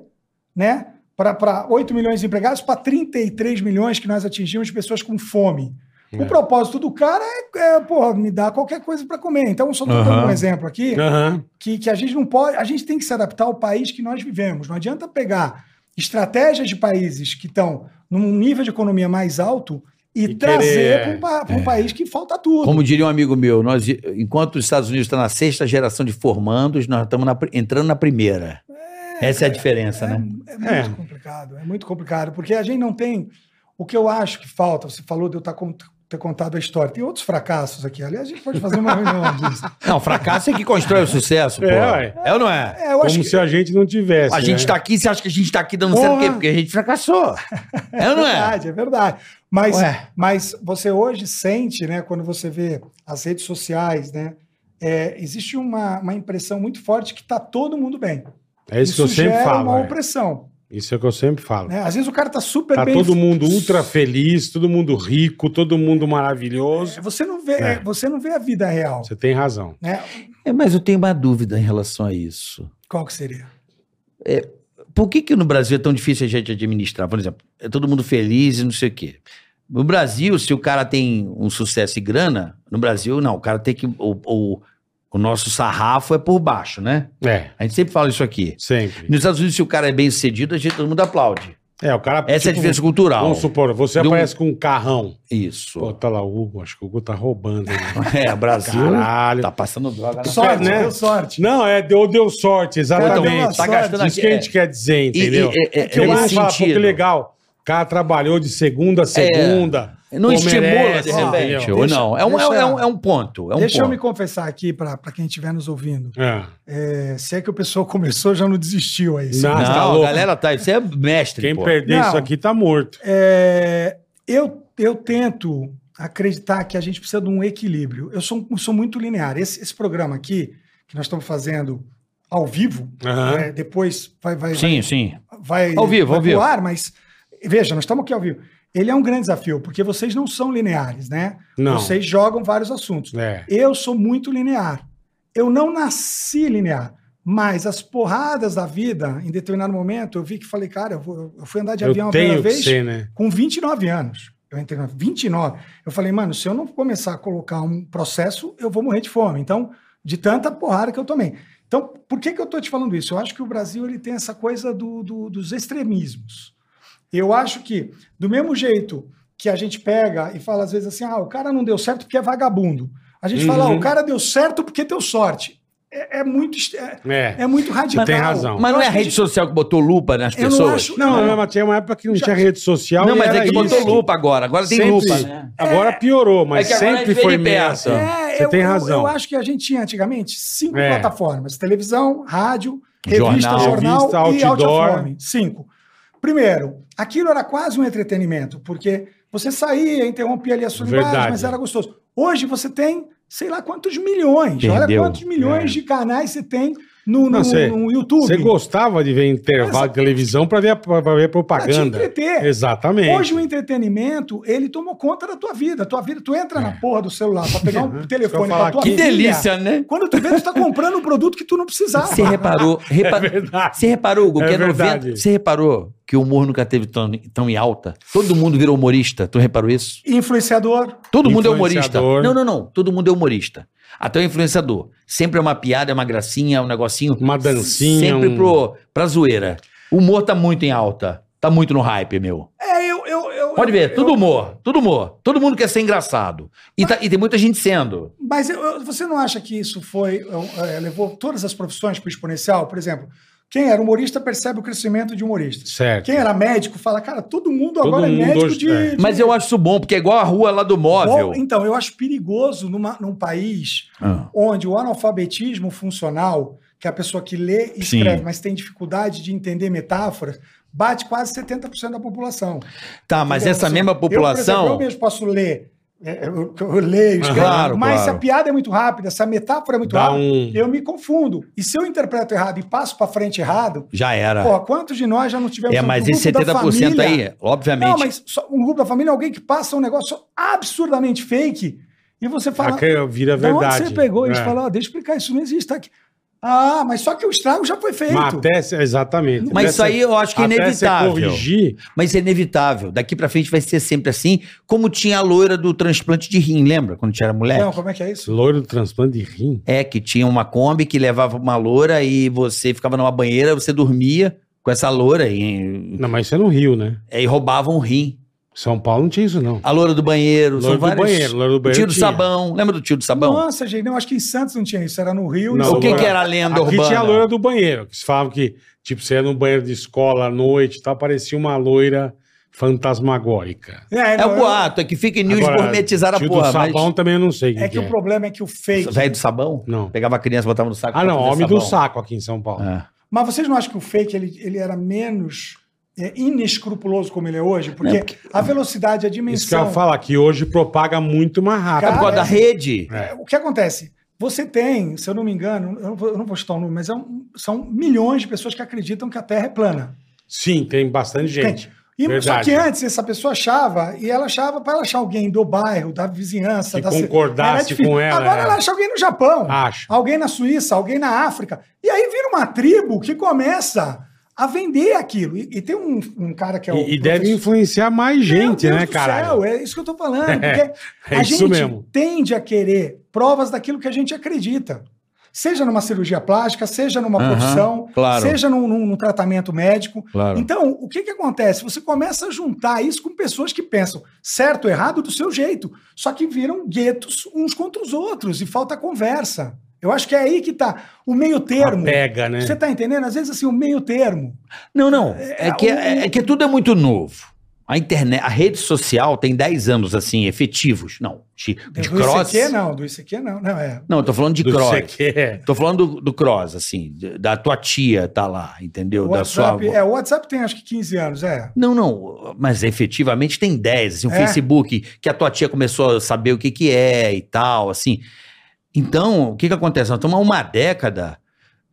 Speaker 4: né? Para 8 milhões de empregados, para 33 milhões que nós atingimos de pessoas com fome.
Speaker 2: É.
Speaker 4: O propósito do cara é, é, porra, me dar qualquer coisa para comer. Então, só estou dando
Speaker 3: Aham.
Speaker 4: um exemplo aqui,
Speaker 2: Aham.
Speaker 4: que, que a gente não pode. A gente tem que se adaptar ao país que nós vivemos. Não adianta pegar estratégias de países que estão num nível de economia mais alto e,
Speaker 2: E querer, é.
Speaker 4: trazer para um, pa- pra um país que falta tudo.
Speaker 3: Como diria um amigo meu, nós, enquanto os Estados Unidos estão na sexta geração de formandos, nós estamos na pri- entrando na primeira. Essa é a diferença, né?
Speaker 4: É
Speaker 2: É.
Speaker 4: muito complicado, é muito complicado, porque a gente não tem. O que eu acho que falta, você falou de eu tá con- ter contado a história. Tem outros fracassos aqui. Aliás, a gente pode fazer uma reunião disso.
Speaker 3: Não, fracasso é que constrói o sucesso, pô.
Speaker 2: É,
Speaker 3: É,
Speaker 2: ué.
Speaker 3: ou não é?
Speaker 4: É, eu
Speaker 2: Como
Speaker 4: acho que
Speaker 2: se a gente não tivesse.
Speaker 3: A gente
Speaker 2: né?
Speaker 3: tá aqui, você acha que a gente tá aqui dando
Speaker 4: Porra.
Speaker 3: certo o quê? Porque a gente fracassou. É ou não é?
Speaker 4: verdade, é verdade. Mas,
Speaker 3: Ué.
Speaker 4: mas você hoje sente, né, quando você vê as redes sociais, né? é, existe uma, uma impressão muito forte que está todo mundo bem.
Speaker 2: É isso, que eu sempre
Speaker 4: gera
Speaker 2: falo.
Speaker 4: uma
Speaker 2: é.
Speaker 4: opressão.
Speaker 2: Isso é o que eu sempre falo.
Speaker 4: né? Às vezes o cara está super
Speaker 2: Tá
Speaker 4: bem.
Speaker 2: todo mundo ultra feliz, todo mundo rico, todo mundo maravilhoso.
Speaker 4: Você não vê,
Speaker 2: É.
Speaker 4: você não vê a vida real.
Speaker 2: Você tem razão.
Speaker 4: Né?
Speaker 3: É, mas eu tenho uma dúvida em relação a isso.
Speaker 4: Qual que seria?
Speaker 3: Por que, que no Brasil é tão difícil a gente administrar? Por exemplo, é todo mundo feliz e não sei o quê. No Brasil, se o cara tem um sucesso e grana, no Brasil, não. O cara tem que. O, o, o nosso sarrafo é por baixo, né?
Speaker 2: É,
Speaker 3: A gente sempre fala isso aqui.
Speaker 2: sempre.
Speaker 3: Nos Estados Unidos, se o cara é bem sucedido, a gente todo mundo aplaude.
Speaker 2: É, o cara.
Speaker 3: Essa é a
Speaker 2: tipo,
Speaker 3: diferença cultural.
Speaker 2: Vamos supor, você
Speaker 3: Do-
Speaker 2: aparece com um carrão.
Speaker 3: Isso.
Speaker 2: Pô, tá lá, o Hugo, acho que o Hugo tá roubando. Né?
Speaker 3: É, o Brasil
Speaker 2: Caralho.
Speaker 3: tá passando droga. na-
Speaker 4: Sorte,
Speaker 2: né?
Speaker 4: deu sorte.
Speaker 2: Não, é, deu, deu sorte,
Speaker 4: Cara, deu
Speaker 2: exatamente.
Speaker 4: uma
Speaker 3: Tá gastando
Speaker 2: Isso que a gente quer dizer,
Speaker 3: E- e-
Speaker 2: entendeu?
Speaker 3: é- é-
Speaker 2: que eu
Speaker 3: nesse
Speaker 2: acho fala, pô, que
Speaker 3: sentido. É.
Speaker 2: legal. O cara trabalhou de segunda a segunda.
Speaker 3: Não
Speaker 2: Pô,
Speaker 3: estimula,
Speaker 2: merece,
Speaker 3: de repente.
Speaker 2: entendeu?
Speaker 3: Ou
Speaker 4: Deixa-
Speaker 3: não. É um, é, um-
Speaker 4: deixa-
Speaker 3: é um, é um ponto. É um
Speaker 4: Deixa eu me
Speaker 3: ponto.
Speaker 4: confessar aqui para quem estiver nos ouvindo.
Speaker 2: É.
Speaker 4: É, se é que o pessoal começou, já não desistiu aí.
Speaker 2: Não. Ah, tá
Speaker 3: não,
Speaker 2: louco.
Speaker 3: a galera tá. Isso é mestre.
Speaker 2: Quem
Speaker 3: pô.
Speaker 2: perder
Speaker 4: Não.
Speaker 2: isso aqui tá morto.
Speaker 4: É, eu, eu tento acreditar que a gente precisa de um equilíbrio. Eu sou, sou muito linear. Esse, esse programa aqui, que nós estamos fazendo ao vivo,
Speaker 2: Aham.
Speaker 4: é, depois vai, vai,
Speaker 3: Sim, sim.
Speaker 4: vai,
Speaker 3: Ao vivo,
Speaker 4: vai
Speaker 3: ao vivo.
Speaker 4: pro ar, mas veja, nós estamos aqui ao vivo. Ele é um grande desafio, porque vocês não são lineares, né?
Speaker 2: Não.
Speaker 4: Vocês jogam vários assuntos.
Speaker 2: É.
Speaker 4: Eu sou muito linear. Eu não nasci linear, mas as porradas da vida, em determinado momento, eu vi que falei, cara, eu, vou- eu fui andar de avião
Speaker 2: Eu
Speaker 4: a primeira
Speaker 2: tenho que
Speaker 4: vez
Speaker 2: ser, né?
Speaker 4: com 29 anos. Eu entrei na 29. Eu falei, mano, se eu não começar a colocar um processo, eu vou morrer de fome. Então, de tanta porrada que eu tomei. Então, por que, que eu tô te falando isso? Eu acho que o Brasil ele tem essa coisa do- do- dos extremismos. Eu acho que, do mesmo jeito que a gente pega e fala às vezes assim, ah, o cara não deu certo porque é vagabundo. A gente fala, ah,
Speaker 2: Uhum.
Speaker 4: o cara deu certo porque deu sorte. É, é muito, est- é,
Speaker 2: É.
Speaker 4: é muito radical.
Speaker 2: tem razão.
Speaker 3: Mas não é a
Speaker 4: Eu acho que
Speaker 3: rede social que botou lupa nas
Speaker 4: Eu não
Speaker 3: pessoas?
Speaker 4: acho-
Speaker 2: Não, não, mas tinha uma época que não
Speaker 4: Já-
Speaker 2: tinha rede social.
Speaker 3: Não,
Speaker 2: e
Speaker 3: mas
Speaker 2: era
Speaker 3: é que botou
Speaker 2: isso.
Speaker 3: lupa agora. Agora tem
Speaker 2: Sempre.
Speaker 3: lupa, né?
Speaker 2: Agora piorou, mas
Speaker 3: É que agora a
Speaker 2: sempre
Speaker 3: gente
Speaker 2: foi
Speaker 3: vê de perto.
Speaker 2: merda.
Speaker 4: É, É,
Speaker 2: Então, Você
Speaker 4: eu,
Speaker 2: tem
Speaker 4: eu-
Speaker 2: razão.
Speaker 4: Eu acho que a gente tinha antigamente cinco
Speaker 2: É.
Speaker 4: plataformas: televisão, rádio, revista,
Speaker 3: Jornal.
Speaker 4: jornal,
Speaker 2: Revista,
Speaker 4: e
Speaker 2: outdoor.
Speaker 4: outdoor. Cinco. Primeiro, aquilo era quase um entretenimento, porque você saía, interrompia ali a sua imagem,
Speaker 2: Verdade.
Speaker 4: mas era gostoso. Hoje você tem sei lá quantos milhões. Olha
Speaker 3: Perdeu.
Speaker 4: quantos milhões
Speaker 2: É.
Speaker 4: de canais você tem no,
Speaker 2: Não,
Speaker 4: no-
Speaker 2: você-
Speaker 4: no YouTube.
Speaker 2: Você gostava de ver
Speaker 4: é
Speaker 2: intervalo de televisão pra ver, a- pra ver a
Speaker 4: Pra te
Speaker 2: propaganda.
Speaker 4: entreter.
Speaker 2: Exatamente.
Speaker 4: Hoje o entretenimento, ele tomou conta da tua vida. Tua vida, tu entra na porra do celular pra pegar um telefone
Speaker 2: É. Uhum. falar
Speaker 4: pra tua
Speaker 3: Que
Speaker 4: filha. Tá.
Speaker 3: delícia, né?
Speaker 4: Quando tu vê, tu tá comprando um produto que tu não precisava.
Speaker 3: Você reparou, repa...
Speaker 2: verdade.
Speaker 3: Você reparou, Hugo,
Speaker 2: É
Speaker 3: que é
Speaker 2: verdade.
Speaker 3: 90... Você reparou que o humor nunca teve tão, tão em alta? Todo mundo virou humorista. Tu reparou isso?
Speaker 4: Influenciador.
Speaker 3: Todo mundo é humorista.
Speaker 2: Influenciador.
Speaker 3: Não, não, não. Todo mundo é humorista. Até o influenciador. Sempre é uma piada, é uma gracinha, é um negocinho.
Speaker 2: Uma dancinha,
Speaker 3: Sempre
Speaker 2: um-
Speaker 3: pro, pra zoeira. O humor tá muito em alta. Tá muito no hype, meu.
Speaker 4: É, eu... eu, eu
Speaker 3: Pode ver,
Speaker 4: eu-
Speaker 3: tudo humor, tudo humor. Todo mundo quer ser engraçado. E, tá- e tem muita gente sendo.
Speaker 4: Mas eu- eu- você não acha que isso foi... eu- é, levou todas as profissões pro exponencial? Por exemplo, quem era humorista percebe o crescimento de humoristas.
Speaker 2: Certo.
Speaker 4: Quem é? era médico fala, cara, todo mundo
Speaker 2: Todo
Speaker 4: agora
Speaker 2: mundo
Speaker 4: é médico
Speaker 2: hoje-
Speaker 4: de,
Speaker 2: é.
Speaker 4: de-
Speaker 3: Mas eu acho isso bom, porque é igual a rua lá do móvel.
Speaker 4: Bom, Então, eu acho perigoso numa- num país
Speaker 3: Ah.
Speaker 4: onde o analfabetismo funcional, que é a pessoa que lê e
Speaker 3: Sim.
Speaker 4: escreve, mas tem dificuldade de entender metáforas, bate quase 70% da população.
Speaker 3: Tá, mas
Speaker 4: Entendeu?
Speaker 3: essa
Speaker 4: Assim,
Speaker 3: mesma
Speaker 4: Eu, por exemplo, eu
Speaker 3: população.
Speaker 4: mesmo posso ler. é, Eu, eu leio, escrevo,
Speaker 3: Claro,
Speaker 4: mas se a
Speaker 3: claro.
Speaker 4: piada é muito rápida, se a metáfora é muito
Speaker 2: Dá
Speaker 4: rápida,
Speaker 2: um-
Speaker 4: eu me confundo. E se eu interpreto errado e passo para frente errado,
Speaker 3: Já era.
Speaker 4: pô, quantos de nós já não tivemos
Speaker 3: Tá. é,
Speaker 4: um
Speaker 3: mas
Speaker 4: grupo
Speaker 3: esse
Speaker 4: da
Speaker 3: 70%
Speaker 4: família-
Speaker 3: aí, obviamente.
Speaker 4: não, mas só um grupo da família, alguém que passa um negócio absurdamente fake e você fala.
Speaker 2: Aquela
Speaker 3: é
Speaker 2: vira
Speaker 4: "Da onde
Speaker 2: verdade.
Speaker 4: você pegou? Eles
Speaker 2: É.
Speaker 4: falam, ó, deixa eu explicar, isso não existe, tá aqui. Ah, mas só que o estrago já foi feito.
Speaker 2: Mas até, se- exatamente.
Speaker 3: Mas
Speaker 2: Até
Speaker 3: isso aí eu acho que é
Speaker 2: até você
Speaker 3: inevitável.
Speaker 2: corrigir,
Speaker 3: Mas isso é inevitável. Daqui pra frente vai ser sempre assim, como tinha a loira do transplante de rim, lembra? Quando tinha era mulher?
Speaker 4: Não, como é que é isso?
Speaker 2: loiro do transplante de rim.
Speaker 3: É, que tinha uma Kombi que levava uma loira e você ficava numa banheira, você dormia com essa loira e,
Speaker 2: Não, mas isso é no Rio, né?
Speaker 3: e roubava um rim.
Speaker 2: São Paulo não tinha isso, não.
Speaker 3: A loira do banheiro,
Speaker 2: Loiro
Speaker 3: são
Speaker 2: do
Speaker 3: vários.
Speaker 2: banheiro, loiro do
Speaker 3: o
Speaker 2: banheiro.
Speaker 3: tio do
Speaker 2: tinha.
Speaker 3: sabão, lembra do tio do sabão?
Speaker 4: Nossa, gente, não, acho que em Santos não tinha isso, era no Rio.
Speaker 2: Não,
Speaker 4: isso
Speaker 3: o que,
Speaker 2: agora-
Speaker 3: que era a lenda
Speaker 2: Aqui
Speaker 3: urbana?
Speaker 2: tinha a loira do banheiro, que se falava que, tipo, você ia no banheiro de escola à noite e tal, parecia uma loira fantasmagórica.
Speaker 4: É,
Speaker 3: É
Speaker 4: não,
Speaker 3: o
Speaker 4: eu-
Speaker 3: boato, é que fake news
Speaker 2: Agora,
Speaker 3: gourmetizaram a
Speaker 2: tio
Speaker 3: porra,
Speaker 2: do
Speaker 3: mas...
Speaker 2: sabão também eu não sei o que,
Speaker 4: É que o problema é que o fake.
Speaker 3: Velho do sabão?
Speaker 2: Não.
Speaker 3: Pegava a criança, botava no saco.
Speaker 2: Ah,
Speaker 3: pra
Speaker 2: não,
Speaker 3: fazer
Speaker 2: homem do
Speaker 3: sabão.
Speaker 2: saco aqui em São Paulo.
Speaker 3: É.
Speaker 4: Mas vocês não acham que o fake ele, ele era menos é, inescrupuloso como ele é hoje? Porque,
Speaker 3: É, porque-
Speaker 4: a velocidade, a dimensão.
Speaker 2: Isso que eu ia falar, que hoje propaga muito mais rápido.
Speaker 3: É por causa
Speaker 4: Cara,
Speaker 3: da rede.
Speaker 2: É.
Speaker 4: O que acontece? Você tem, se eu não me engano, eu não vou, eu não vou chutar o número, mas é um- são milhões de pessoas que acreditam que a Terra é plana.
Speaker 2: Sim, tem bastante gente.
Speaker 4: E, só
Speaker 2: Verdade.
Speaker 4: que antes essa pessoa achava, e ela achava para ela achar alguém do bairro, da vizinhança,
Speaker 2: Que
Speaker 4: da ci-
Speaker 2: concordasse
Speaker 4: era difícil.
Speaker 2: com ela,
Speaker 4: Agora
Speaker 2: é.
Speaker 4: ela acha alguém no Japão,
Speaker 2: Acha.
Speaker 4: alguém na Suíça, alguém na África. E aí vira uma tribo que começa a vender aquilo. E, e tem um, um cara que é o.
Speaker 2: E, e deve
Speaker 4: professor-
Speaker 2: influenciar mais gente,
Speaker 4: Meu Deus
Speaker 2: né,
Speaker 4: do
Speaker 2: cara?
Speaker 4: céu, é isso que eu tô falando. Porque
Speaker 2: É, é
Speaker 4: a
Speaker 2: isso
Speaker 4: gente
Speaker 2: mesmo.
Speaker 4: tende a querer provas daquilo que a gente acredita. Seja numa cirurgia plástica, seja numa
Speaker 3: Aham,
Speaker 4: profissão,
Speaker 3: claro.
Speaker 4: seja num, num- num tratamento médico.
Speaker 3: Claro.
Speaker 4: Então, o que, que acontece? Você começa a juntar isso com pessoas que pensam certo, errado, do seu jeito. Só que viram guetos uns contra os outros e falta conversa. Eu acho que é aí que tá o meio termo.
Speaker 2: Pega, né?
Speaker 4: Você tá entendendo? Às vezes, assim, o meio termo.
Speaker 3: Não, não. É que, é, é que tudo é muito novo. A internet, a rede social tem 10 anos, assim, efetivos. Não, de, de
Speaker 4: Do
Speaker 3: cross.
Speaker 4: ICQ, não. Do ICQ, não. Não, é.
Speaker 3: Não, eu tô falando de
Speaker 2: Do
Speaker 3: cross.
Speaker 2: que você quer.
Speaker 3: Tô falando do, do cross, assim, de- da tua tia tá lá, entendeu?
Speaker 4: O
Speaker 3: da sua
Speaker 4: WhatsApp,
Speaker 3: avó.
Speaker 4: é, o WhatsApp tem acho que 15 anos, é.
Speaker 3: Não, não, mas efetivamente tem 10, assim, o
Speaker 4: É.
Speaker 3: Facebook, que a tua tia começou a saber o que que é e tal, assim. Então, o que que acontece? Nós estamos há uma década,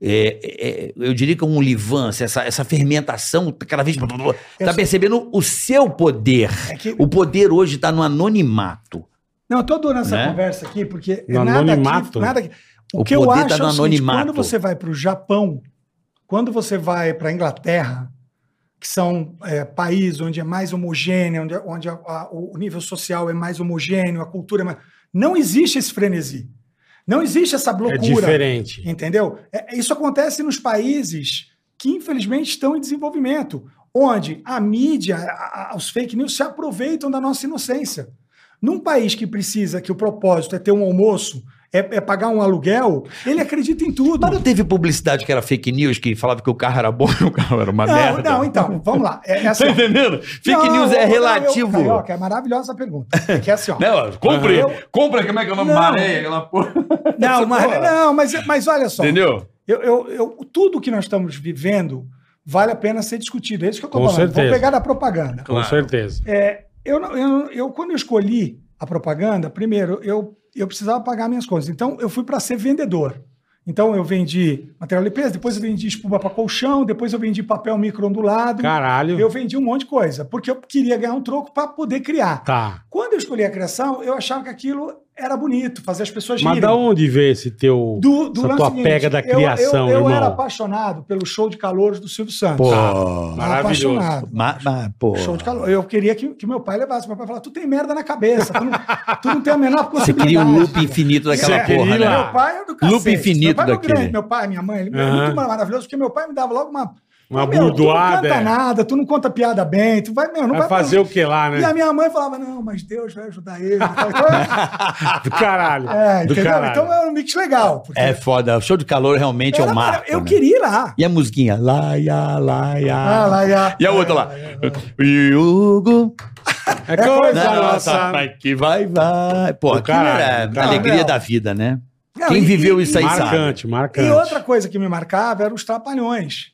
Speaker 3: é, é, eu diria que é um livance, essa, essa fermentação, tá cada vez...
Speaker 4: Eu
Speaker 3: Tá
Speaker 4: sei.
Speaker 3: percebendo o seu poder.
Speaker 4: É que,
Speaker 3: O poder hoje tá no anonimato.
Speaker 4: não, eu tô adorando essa
Speaker 3: Né? Um
Speaker 4: conversa aqui, porque
Speaker 2: No
Speaker 4: nada aqui,
Speaker 2: anonimato?
Speaker 4: nada aqui. O,
Speaker 3: O
Speaker 4: que eu
Speaker 3: poder
Speaker 4: acho
Speaker 3: tá no
Speaker 4: é o seguinte,
Speaker 3: anonimato.
Speaker 4: quando você vai para o Japão, quando você vai para a Inglaterra, que são é, países onde é mais homogêneo, onde, onde a- a- o nível social é mais homogêneo, a cultura é mais... Não existe esse frenesi. Não existe essa
Speaker 2: É
Speaker 4: loucura.
Speaker 2: diferente.
Speaker 4: Entendeu? É, isso acontece nos países que, infelizmente, estão em desenvolvimento, onde a mídia, a- a- os fake news se aproveitam da nossa inocência. Num país que precisa, que o propósito é ter um almoço, é, é pagar um aluguel, ele acredita em tudo.
Speaker 3: Mas não teve publicidade que era fake news, que falava que o carro era bom e o carro era uma
Speaker 4: não,
Speaker 3: merda.
Speaker 4: não, então, vamos lá. É, é assim,
Speaker 3: Tá
Speaker 4: ó.
Speaker 3: entendendo? Fake
Speaker 4: Não,
Speaker 3: news é
Speaker 4: eu-
Speaker 3: relativo.
Speaker 4: eu- Carioca, é maravilhosa a pergunta. É que é assim, ó.
Speaker 3: Não, compre,
Speaker 4: Eu-
Speaker 3: compre, como é que é o nome?
Speaker 4: Não.
Speaker 3: Maré, aquela porra.
Speaker 4: Não, mas, não mas, mas olha só.
Speaker 3: é Entendeu?
Speaker 4: Eu, eu, eu- tudo que nós estamos vivendo vale a pena ser discutido. É isso que eu estou
Speaker 2: Com
Speaker 4: falando.
Speaker 2: certeza.
Speaker 4: Vou pegar da propaganda.
Speaker 2: Com certeza.
Speaker 4: É, eu, não- eu, não- eu, quando eu escolhi a propaganda, primeiro, eu, eu precisava pagar minhas coisas. Então, eu fui para ser vendedor. Então, eu vendi material de limpeza, depois eu vendi espuma para colchão, depois eu vendi papel microondulado.
Speaker 2: Caralho.
Speaker 4: Eu vendi um monte de coisa, porque eu queria ganhar um troco para poder criar.
Speaker 2: Tá.
Speaker 4: Quando eu escolhi a criação, eu achava que aquilo era bonito, fazer as pessoas
Speaker 2: Mas
Speaker 4: rirem.
Speaker 2: da onde veio esse teu.
Speaker 4: Do, do
Speaker 2: essa
Speaker 4: lance
Speaker 2: tua
Speaker 4: seguinte,
Speaker 2: pega da
Speaker 4: eu- eu-
Speaker 2: criação,
Speaker 4: eu,
Speaker 2: irmão?
Speaker 4: era apaixonado pelo show de calores do Silvio Santos.
Speaker 3: Pô. Tá.
Speaker 2: maravilhoso.
Speaker 4: Apaixonado.
Speaker 3: Mas, mas, pô.
Speaker 4: Show de calor. Eu queria que, que meu pai levasse. Meu pai falava, tu tem merda na cabeça, tu não, tu não tem a menor
Speaker 3: Você
Speaker 4: possibilidade.
Speaker 3: queria um loop infinito daquela
Speaker 2: Você queria
Speaker 3: porra,
Speaker 2: ir lá.
Speaker 3: né?
Speaker 4: Meu pai é do cacete.
Speaker 3: Loop infinito
Speaker 4: meu pai é meu
Speaker 3: daquele.
Speaker 4: grande, meu pai, minha mãe, ele é
Speaker 2: Aham.
Speaker 4: muito maravilhoso, porque meu pai me dava logo uma...
Speaker 2: Uma
Speaker 4: Meu,
Speaker 2: burdoada,
Speaker 4: Tu não
Speaker 2: é.
Speaker 4: canta nada, tu não conta piada bem, tu vai, meu, não
Speaker 2: Vai
Speaker 4: vai...
Speaker 2: fazer o que lá,
Speaker 4: E a
Speaker 2: né?
Speaker 4: minha mãe falava, não, mas Deus vai ajudar ele. Então,
Speaker 2: Do caralho.
Speaker 4: é,
Speaker 2: do
Speaker 4: entendeu?
Speaker 2: caralho.
Speaker 4: Então era um mix legal. porque
Speaker 3: É foda. Show de calor realmente é
Speaker 4: era-
Speaker 3: o marco.
Speaker 4: Eu
Speaker 3: né?
Speaker 4: queria ir lá.
Speaker 3: E a musiquinha? Lá, ia, lá, ia.
Speaker 4: Ah, lá, ia.
Speaker 3: E a outra lá? E o Hugo.
Speaker 2: É coisa
Speaker 3: na
Speaker 2: nossa.
Speaker 3: mas que vai, vai. Pô,
Speaker 2: Do
Speaker 3: aquilo
Speaker 2: caralho,
Speaker 3: era
Speaker 2: do
Speaker 3: a
Speaker 2: caralho.
Speaker 3: alegria
Speaker 4: Não.
Speaker 3: da vida, né?
Speaker 4: Não,
Speaker 3: Quem
Speaker 4: e-
Speaker 3: viveu
Speaker 4: e-
Speaker 3: isso aí tá, sabe.
Speaker 2: Marcante, marcante.
Speaker 4: E outra coisa que me marcava eram os trapalhões.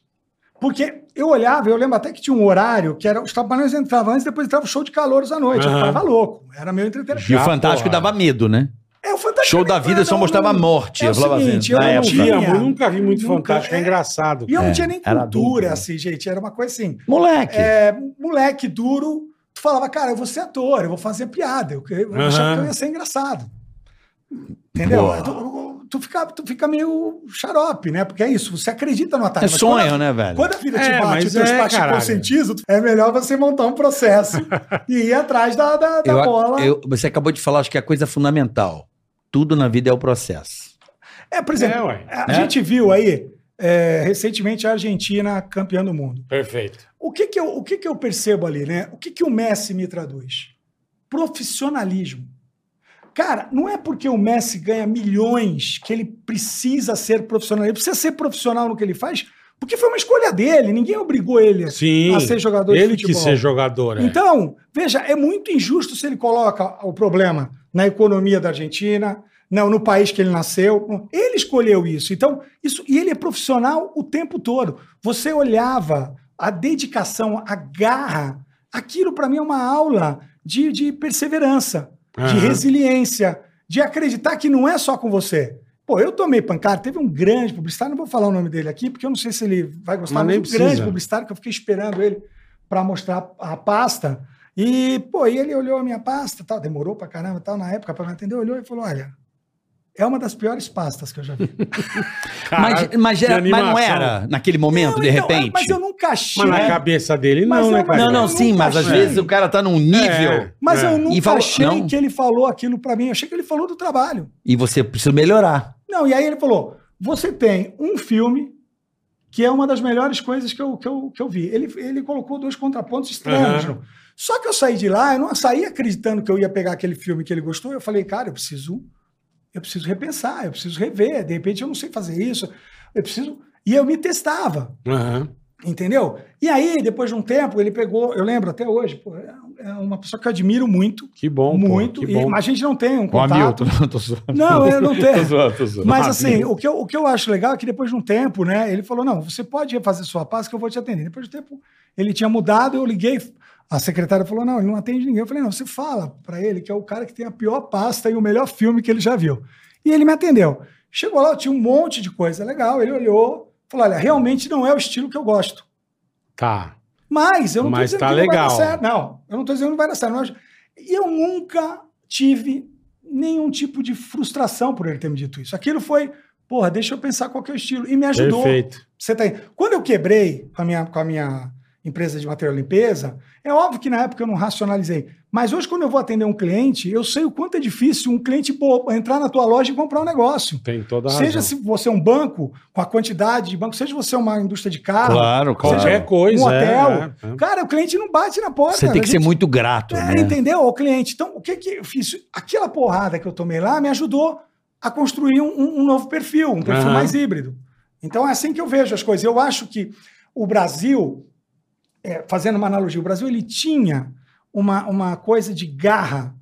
Speaker 4: Porque eu olhava, eu lembro até que tinha um horário que era os trapalhões entravam antes, depois entrava o show de calouros à noite. Eu
Speaker 2: Aham.
Speaker 4: tava louco, era meu entretenimento.
Speaker 3: E o
Speaker 2: Já,
Speaker 3: Fantástico
Speaker 2: porra.
Speaker 3: dava medo, né?
Speaker 4: É o fantástico.
Speaker 3: Show da vida só
Speaker 4: eu não-
Speaker 3: mostrava a morte.
Speaker 4: É
Speaker 3: eu
Speaker 4: o
Speaker 3: falava assim,
Speaker 4: seguinte, eu
Speaker 3: na
Speaker 4: não
Speaker 3: época.
Speaker 2: Tia,
Speaker 4: tinha.
Speaker 2: eu nunca vi muito
Speaker 4: Nunca,
Speaker 2: fantástico, é
Speaker 4: é.
Speaker 2: engraçado.
Speaker 4: E eu
Speaker 3: É,
Speaker 4: não tinha nem
Speaker 3: era adulto, né?
Speaker 4: cultura, assim, gente. Era uma coisa assim.
Speaker 3: Moleque.
Speaker 4: é, moleque duro, tu falava, cara, eu vou ser ator, eu vou fazer piada, eu, eu
Speaker 2: Aham.
Speaker 4: achava que eu ia ser engraçado. Entendeu?
Speaker 3: Boa.
Speaker 4: Tu, tu, fica, tu fica meio xarope, né? Porque é isso, você acredita no ataque.
Speaker 3: É
Speaker 4: mas
Speaker 3: sonho,
Speaker 4: quando a-
Speaker 3: né, velho?
Speaker 4: Quando a vida
Speaker 2: É,
Speaker 4: te bate,
Speaker 2: mas
Speaker 4: os teus
Speaker 2: é,
Speaker 4: pais te
Speaker 2: caralho.
Speaker 4: conscientizam, é melhor você montar um processo e ir atrás da, da, da
Speaker 3: Eu-
Speaker 4: bola.
Speaker 3: eu- você acabou de falar, acho que é a coisa fundamental. Tudo na vida é o processo.
Speaker 4: É, por exemplo,
Speaker 2: É, ué.
Speaker 4: a
Speaker 3: Né?
Speaker 4: gente viu aí, é, recentemente, a Argentina campeã do mundo.
Speaker 2: Perfeito.
Speaker 4: O que que eu, o que que eu percebo ali, né? O que que o Messi me traduz? Profissionalismo. Cara, não é porque o Messi ganha milhões que ele precisa ser profissional. Ele precisa ser profissional no que ele faz, porque foi uma escolha dele. Ninguém obrigou ele a-
Speaker 2: Sim.
Speaker 4: a ser jogador
Speaker 2: Ele
Speaker 4: de
Speaker 2: que
Speaker 4: futebol.
Speaker 2: ser jogador. é.
Speaker 4: Então, veja, é muito injusto se ele coloca o problema na economia da Argentina, não no país que ele nasceu. Ele escolheu isso. Então, isso e ele é profissional o tempo todo. Você olhava a dedicação, a garra. Aquilo para mim é uma aula de, de perseverança, de
Speaker 2: Aham.
Speaker 4: resiliência, de acreditar que não é só com você. Pô, eu tomei pancada, teve um grande publicitário, não vou falar o nome dele aqui, porque eu não sei se ele vai gostar,
Speaker 2: Mas
Speaker 4: mas
Speaker 2: nem
Speaker 4: um grande
Speaker 2: precisa.
Speaker 4: publicitário que eu fiquei esperando ele para mostrar a pasta. E, pô, e ele olhou a minha pasta, tal, demorou pra caramba, tal, na época para me atender, olhou e falou: "Olha, é uma das piores pastas que eu já vi".
Speaker 3: Mas,
Speaker 2: Caralho,
Speaker 3: mas,
Speaker 2: que
Speaker 3: era- mas não
Speaker 2: animação.
Speaker 3: era naquele momento,
Speaker 4: Não,
Speaker 3: de
Speaker 4: então,
Speaker 3: repente?
Speaker 4: Mas eu nunca achei.
Speaker 2: Mas na cabeça dele
Speaker 4: Mas é
Speaker 2: não,
Speaker 4: eu
Speaker 2: né,
Speaker 4: não-
Speaker 2: cara?
Speaker 3: Não, não,
Speaker 4: eu
Speaker 3: sim,
Speaker 4: nunca
Speaker 3: mas às
Speaker 4: achei.
Speaker 3: vezes o cara tá num nível
Speaker 2: É.
Speaker 4: Mas eu
Speaker 2: É.
Speaker 4: nunca
Speaker 3: E falou-
Speaker 4: achei
Speaker 3: não.
Speaker 4: que ele falou aquilo pra mim. Eu achei que ele falou do trabalho.
Speaker 3: e você precisa melhorar.
Speaker 4: Não, e aí ele falou: você tem um filme que é uma das melhores coisas que eu, que eu, que eu vi. Ele, ele colocou dois contrapontos estranhos.
Speaker 2: Aham.
Speaker 4: não? Só que eu saí de lá, eu não saí acreditando que eu ia pegar aquele filme que ele gostou. Eu falei, cara, eu preciso, eu preciso repensar, eu preciso rever. De repente eu não sei fazer isso. Eu preciso. E eu me testava.
Speaker 2: Aham.
Speaker 4: Entendeu? E aí, depois de um tempo, ele pegou, eu lembro até hoje, pô, é é uma pessoa que eu admiro muito,
Speaker 2: Que bom, pô,
Speaker 4: muito,
Speaker 2: que
Speaker 4: e-
Speaker 2: bom.
Speaker 4: mas a gente não tem um
Speaker 3: Com a
Speaker 4: contato.
Speaker 3: Milton. Tô zoando.
Speaker 4: Não, é. eu não tenho.
Speaker 3: Tô zoando, tô zoando.
Speaker 2: Ah,
Speaker 4: Mas assim, o que, eu, o que eu acho legal é que depois de um tempo, né, ele falou: não, você pode fazer sua paz que eu vou te atender. Depois de um tempo, ele tinha mudado, eu liguei. A secretária falou: não, ele não atende ninguém. Eu falei: não, você fala pra ele que é o cara que tem a pior pasta e o melhor filme que ele já viu. E ele me atendeu. Chegou lá, tinha um monte de coisa legal. Ele olhou, falou: olha, realmente não é o estilo que eu gosto.
Speaker 2: Tá.
Speaker 4: Mas eu não
Speaker 2: Mas
Speaker 4: tô dizendo
Speaker 2: tá
Speaker 4: que
Speaker 2: legal.
Speaker 4: não vai dar certo. Não, eu não tô dizendo que não vai dar certo. não acho- E eu nunca tive nenhum tipo de frustração por ele ter me dito isso. Aquilo foi, porra, deixa eu pensar qual que é o estilo. E me ajudou.
Speaker 2: Perfeito.
Speaker 4: Você tá aí. Quando eu quebrei com a, minha, com a minha empresa de material limpeza, é óbvio que na época eu não racionalizei. Mas hoje, quando eu vou atender um cliente, eu sei o quanto é difícil um cliente bobo entrar na tua loja e comprar um negócio.
Speaker 2: Tem toda a
Speaker 4: Seja
Speaker 2: razão.
Speaker 4: se você é um banco, com a quantidade de banco, seja você é uma indústria de carro,
Speaker 3: Claro, claro.
Speaker 2: Qualquer coisa.
Speaker 4: um hotel.
Speaker 2: é, é.
Speaker 4: Cara, o cliente não bate na porta.
Speaker 3: Você tem que
Speaker 4: A
Speaker 3: ser
Speaker 4: gente-
Speaker 3: muito grato,
Speaker 4: É,
Speaker 3: né?
Speaker 4: Entendeu? O cliente. Então, o que que eu fiz? Aquela porrada que eu tomei lá me ajudou a construir um, um- um novo perfil, um perfil
Speaker 2: Aham.
Speaker 4: mais híbrido. Então é assim que eu vejo as coisas. Eu acho que o Brasil, é, fazendo uma analogia, o Brasil ele tinha uma, uma coisa de garra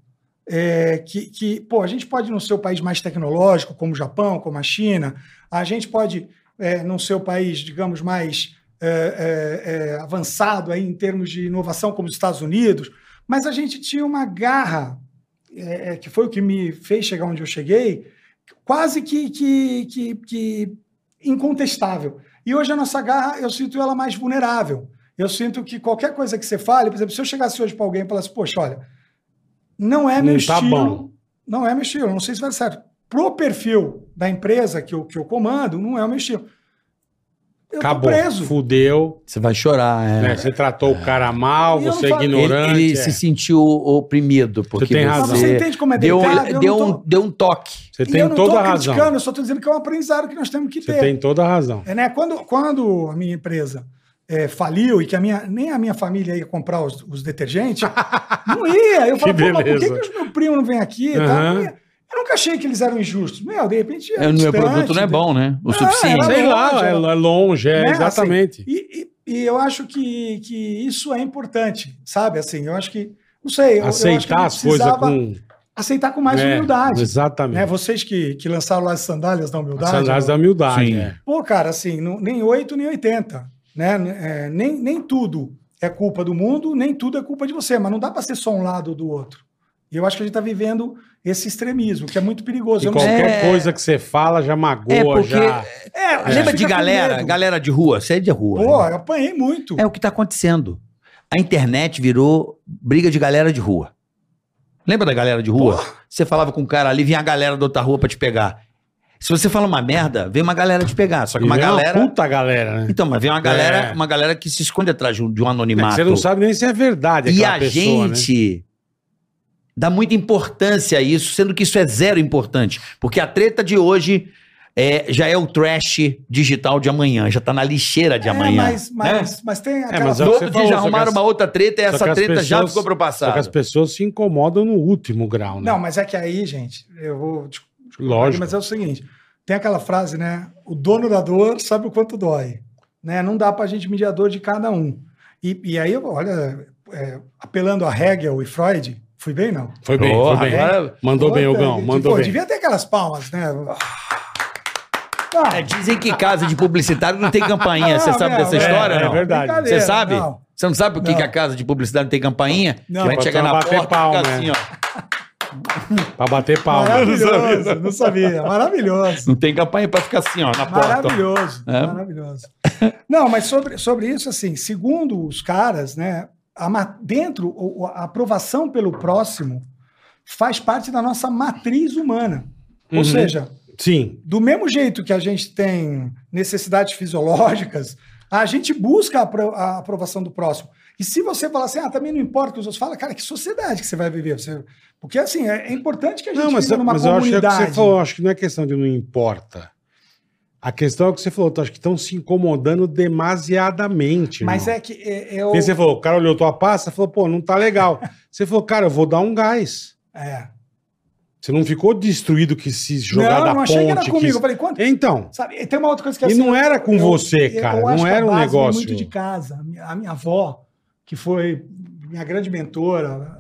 Speaker 4: é, que, que, pô, a gente pode não ser o país mais tecnológico, como o Japão, como a China, a gente pode é, não ser o país, digamos, mais é, é, é, avançado aí em termos de inovação, como os Estados Unidos, mas a gente tinha uma garra, é, é, que foi o que me fez chegar onde eu cheguei, quase que, que, que, que incontestável. E hoje a nossa garra, eu sinto ela mais vulnerável. Eu sinto que qualquer coisa que você fale, por exemplo, se eu chegasse hoje para alguém e falasse, poxa, olha, não é
Speaker 2: Não
Speaker 4: meu
Speaker 2: tá
Speaker 4: estilo,
Speaker 2: bom.
Speaker 4: não é meu estilo, não sei se vai dar certo. Pro perfil da empresa que eu, que eu comando, não é o meu estilo. Eu
Speaker 2: Acabou.
Speaker 4: tô preso.
Speaker 2: Fudeu.
Speaker 3: Você vai chorar, é.
Speaker 2: né? Você tratou o cara mal,
Speaker 4: E eu
Speaker 2: você é
Speaker 4: não falei-
Speaker 2: ignorante.
Speaker 3: Ele, ele
Speaker 2: é.
Speaker 3: se sentiu oprimido, porque
Speaker 2: Você tem
Speaker 4: Mas
Speaker 2: razão.
Speaker 4: você
Speaker 3: você
Speaker 4: entende como é
Speaker 3: deu,
Speaker 4: delicado?
Speaker 3: um, deu,
Speaker 4: eu não
Speaker 3: um,
Speaker 4: tô,
Speaker 3: deu um toque.
Speaker 2: Você
Speaker 4: e
Speaker 2: tem
Speaker 4: eu não tô
Speaker 2: toda a
Speaker 4: criticando,
Speaker 2: razão.
Speaker 4: eu só estou dizendo que é um aprendizado que nós temos que
Speaker 2: Você
Speaker 4: ter.
Speaker 2: tem toda a razão.
Speaker 4: É, né? quando, quando a minha empresa eh, faliu e que a minha, nem a minha família ia comprar os, os detergentes, não ia. Eu
Speaker 2: Que
Speaker 4: falei, pô, mas por que,
Speaker 2: beleza.
Speaker 4: que os meu primo não vem aqui? e tal?
Speaker 2: Aham.
Speaker 4: Não ia. Eu nunca achei que eles eram injustos. Meu, de repente.
Speaker 3: É,
Speaker 4: era
Speaker 3: O meu
Speaker 4: distante,
Speaker 3: produto não é bom, né? O
Speaker 4: Ah,
Speaker 3: suficiente.
Speaker 4: era
Speaker 2: Sei
Speaker 4: longe,
Speaker 2: lá, é,
Speaker 4: ela-
Speaker 2: é longe, é,
Speaker 4: né?
Speaker 2: exatamente.
Speaker 4: Assim, e, e- e eu acho que, que isso é importante, sabe? Assim, eu acho que. Não sei, eu, eu acho que a
Speaker 2: Aceitar
Speaker 4: gente
Speaker 2: as coisas
Speaker 4: precisava
Speaker 2: com.
Speaker 4: Aceitar com mais
Speaker 2: é,
Speaker 4: humildade.
Speaker 2: Exatamente.
Speaker 4: Né? Vocês que, que lançaram lá as sandálias da
Speaker 2: As
Speaker 4: humildade.
Speaker 2: sandálias
Speaker 4: né?
Speaker 2: da humildade.
Speaker 3: Sim.
Speaker 2: é.
Speaker 4: Pô, cara, assim, não- nem 8, nem 80. Né? É, nem, nem tudo é culpa do mundo, nem tudo é culpa de você, mas não dá para ser só um lado ou do outro. E eu acho que a gente está vivendo esse extremismo, que é muito perigoso.
Speaker 2: E
Speaker 4: Eu não sei-
Speaker 2: qualquer
Speaker 3: É.
Speaker 2: coisa que você fala já magoa,
Speaker 3: É, porque-
Speaker 2: já.
Speaker 4: É, a gente
Speaker 3: Lembra
Speaker 4: fica
Speaker 3: de
Speaker 4: com
Speaker 3: galera,
Speaker 4: medo.
Speaker 3: galera de rua, você é de rua.
Speaker 4: Pô,
Speaker 3: né?
Speaker 4: eu apanhei muito.
Speaker 3: É o que tá acontecendo. A internet virou briga de galera de rua. Lembra da galera de rua? Você falava com um cara ali, vinha a galera da outra rua pra te pegar. Se você fala uma merda, vem uma galera te pegar. Só que
Speaker 2: E
Speaker 3: uma
Speaker 2: vem
Speaker 3: galera.
Speaker 2: Uma puta galera, né?
Speaker 3: Então, mas vem uma galera,
Speaker 2: É.
Speaker 3: uma galera que se esconde atrás de um, de um
Speaker 2: É que
Speaker 3: anonimato.
Speaker 2: Você não sabe nem se é verdade
Speaker 3: e
Speaker 2: aquela
Speaker 3: a
Speaker 2: pessoa, né?
Speaker 3: gente dá muita importância a isso, sendo que isso é zero importante. Porque a treta de hoje é, já é o trash digital de amanhã, já tá na lixeira de
Speaker 4: É,
Speaker 3: amanhã.
Speaker 4: mas, mas, mas tem aquela
Speaker 2: mas
Speaker 3: No
Speaker 2: é o que
Speaker 3: outro dia
Speaker 2: Né? você falou,
Speaker 3: já
Speaker 2: só que
Speaker 3: arrumaram
Speaker 2: as-
Speaker 3: uma outra treta e
Speaker 2: só que
Speaker 3: essa
Speaker 2: as
Speaker 3: treta já
Speaker 2: pessoas-
Speaker 3: ficou pro
Speaker 2: Só que as
Speaker 3: passado.
Speaker 2: pessoas se incomodam no último grau, né?
Speaker 4: Não, mas é que aí, gente, eu vou. desculpa,
Speaker 2: Lógico.
Speaker 4: Mas é o seguinte: tem aquela frase, né? O dono da dor sabe o quanto dói. Né? Não dá pra gente medir a dor de cada um. E, e aí, olha, é, apelando a Hegel e Freud, fui bem, não?
Speaker 2: Foi bem,
Speaker 3: Porra,
Speaker 2: foi bem.
Speaker 3: agora-
Speaker 2: Mandou bem,
Speaker 4: Puta,
Speaker 2: Ogão,
Speaker 4: É. gente,
Speaker 2: mandou
Speaker 4: pô,
Speaker 2: bem.
Speaker 4: Devia ter aquelas palmas, né?
Speaker 3: É,
Speaker 4: Ah,
Speaker 3: dizem que casa de publicitário não tem campainha.
Speaker 4: Ah,
Speaker 3: Você sabe
Speaker 4: meu,
Speaker 3: dessa
Speaker 4: é,
Speaker 3: história?
Speaker 2: é
Speaker 3: não?
Speaker 2: verdade.
Speaker 3: Você
Speaker 4: brincadeira,
Speaker 3: sabe?
Speaker 4: não.
Speaker 3: Você não sabe por que
Speaker 4: Não.
Speaker 3: que a casa de publicidade não tem campainha?
Speaker 4: Não.
Speaker 3: que vai
Speaker 2: Pra
Speaker 3: chegar na
Speaker 2: bater
Speaker 3: porta
Speaker 2: palma,
Speaker 3: e fica assim,
Speaker 2: é.
Speaker 3: ó.
Speaker 2: Pra bater palma.
Speaker 4: Maravilhoso, não sabia. Maravilhoso.
Speaker 3: Não tem campainha pra ficar assim, ó, na porta. ó.
Speaker 4: Maravilhoso,
Speaker 3: É.
Speaker 4: maravilhoso. Não, mas sobre, sobre isso, assim, segundo os caras, né, a, ma- dentro, o- o- a aprovação pelo próximo faz parte da nossa matriz humana. Ou
Speaker 2: Uhum.
Speaker 4: seja,
Speaker 2: Sim.
Speaker 4: do mesmo jeito que a gente tem necessidades fisiológicas, a gente busca a, apro- a aprovação do próximo. E se você falar assim, ah, também não importa o que os outros falam, cara, que sociedade que você vai viver? Você... Porque, assim, é, é importante que a gente
Speaker 2: Não, mas,
Speaker 4: viva numa
Speaker 2: mas eu acho que é o
Speaker 4: comunidade.
Speaker 2: que você falou, acho que não é questão de não importa. A questão é o que você falou, acho que estão se incomodando demasiadamente.
Speaker 4: mas
Speaker 2: irmão.
Speaker 4: é que é, é o...
Speaker 2: Porque você falou, o cara olhou tua pasta e falou, pô, não tá legal. você falou, cara, eu vou dar um gás.
Speaker 4: É.
Speaker 2: Você não ficou destruído que se jogar da
Speaker 4: não, não
Speaker 2: ponte.
Speaker 4: achei que era
Speaker 2: que-
Speaker 4: comigo. Eu falei, quanto?
Speaker 2: Então,
Speaker 4: Sabe, e tem uma outra coisa que é assim,
Speaker 2: E não era com você, cara, não
Speaker 4: acho que
Speaker 2: era
Speaker 4: a
Speaker 2: um
Speaker 4: base vem
Speaker 2: negócio.
Speaker 4: muito de casa. A minha- A minha avó, que foi minha grande mentora,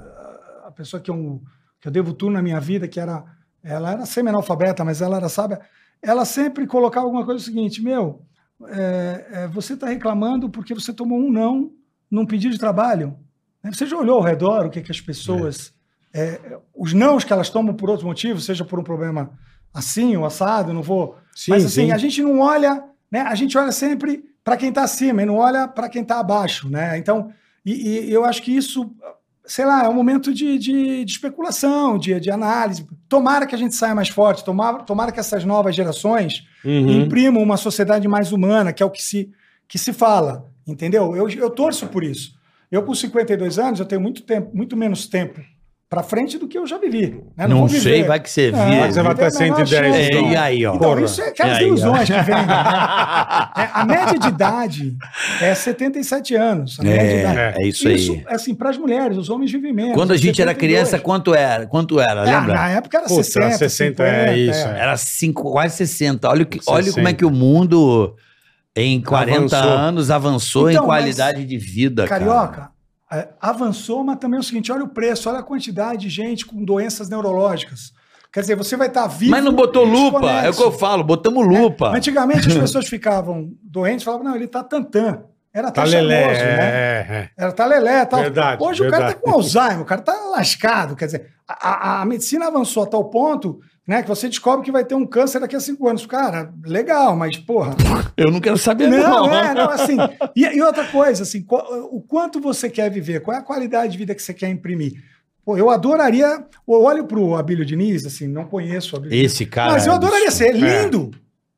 Speaker 4: a pessoa que eu, que eu devo tudo na minha vida, que era. Ela era semi-analfabeta, mas ela era sábia. Ela sempre colocava alguma coisa o seguinte: meu, é, é, você está reclamando porque você tomou um não num pedido de trabalho. né? Você já olhou ao redor o que, que as pessoas. é, os nãos que elas tomam por outros motivos, seja por um problema assim ou assado, não vou
Speaker 2: sim,
Speaker 4: mas assim,
Speaker 2: sim.
Speaker 4: a gente não olha, né? A gente olha sempre para quem está acima e não olha para quem está abaixo, né? Então, e, e eu acho que isso, sei lá, é um momento de, de, de especulação, de, de análise. Tomara que a gente saia mais forte, tomara, tomara que essas novas gerações
Speaker 2: Uhum.
Speaker 4: imprimam uma sociedade mais humana, que é o que se, que se fala, entendeu? Eu, eu torço por isso. Eu, com 52 anos, eu tenho muito tempo, muito menos tempo pra frente do que eu já vivi. né?
Speaker 3: Não,
Speaker 4: vou viver.
Speaker 3: sei, vai que você
Speaker 4: Ah,
Speaker 2: Vai que você
Speaker 3: vira.
Speaker 2: vai até
Speaker 4: Tem a menor
Speaker 2: 110,
Speaker 4: chance.
Speaker 3: É, e aí, ó.
Speaker 4: Então,
Speaker 2: Porra.
Speaker 4: isso é aquelas
Speaker 3: E aí, ó.
Speaker 4: ilusões que vendem. É, a média de idade é 77 anos. A média de idade.
Speaker 3: É, é isso aí.
Speaker 4: assim, para as mulheres, os homens vivem menos.
Speaker 3: Quando a gente era
Speaker 4: 72.
Speaker 3: criança, quanto era? Quanto era,
Speaker 4: Ah,
Speaker 3: lembra?
Speaker 4: Na época era
Speaker 2: Puta,
Speaker 4: 60.
Speaker 2: 60, é
Speaker 4: 50,
Speaker 2: isso, é.
Speaker 3: Era cinco, quase 60. Olha, o que, olha
Speaker 2: 60.
Speaker 3: como é que o mundo em 40
Speaker 2: Avançou.
Speaker 3: anos avançou
Speaker 4: Então,
Speaker 3: em
Speaker 4: mas-
Speaker 3: qualidade de vida. cara.
Speaker 4: Carioca, é, avançou, mas também é o seguinte: olha o preço, olha a quantidade de gente com doenças neurológicas. Quer dizer, você vai estar vivo. É,
Speaker 3: Mas não botou lupa.
Speaker 4: desconexo.
Speaker 3: É o que eu falo, botamos lupa.
Speaker 4: Antigamente as pessoas ficavam doentes, falavam, não, ele tá tantã. Era até
Speaker 2: Tá lelé.
Speaker 4: charmoso, né?
Speaker 2: é, é.
Speaker 4: Era talelé tal.
Speaker 2: Verdade,
Speaker 4: Hoje o cara tá
Speaker 2: verdade.
Speaker 4: com Alzheimer, o cara tá lascado. Quer dizer, a, a- a medicina avançou a tal ponto né, que você descobre que vai ter um câncer daqui a cinco anos. Cara, legal, mas porra.
Speaker 3: Eu não quero saber,
Speaker 4: Não,
Speaker 3: não.
Speaker 4: é, não, assim. E, e outra coisa, assim, qual- o quanto você quer viver, qual é a qualidade de vida que você quer imprimir? Pô, eu adoraria. Eu olho pro Abílio Diniz, assim, não conheço o Abílio Diniz.
Speaker 3: Esse cara. um
Speaker 4: Mas eu adoraria ser
Speaker 2: É.
Speaker 4: lindo,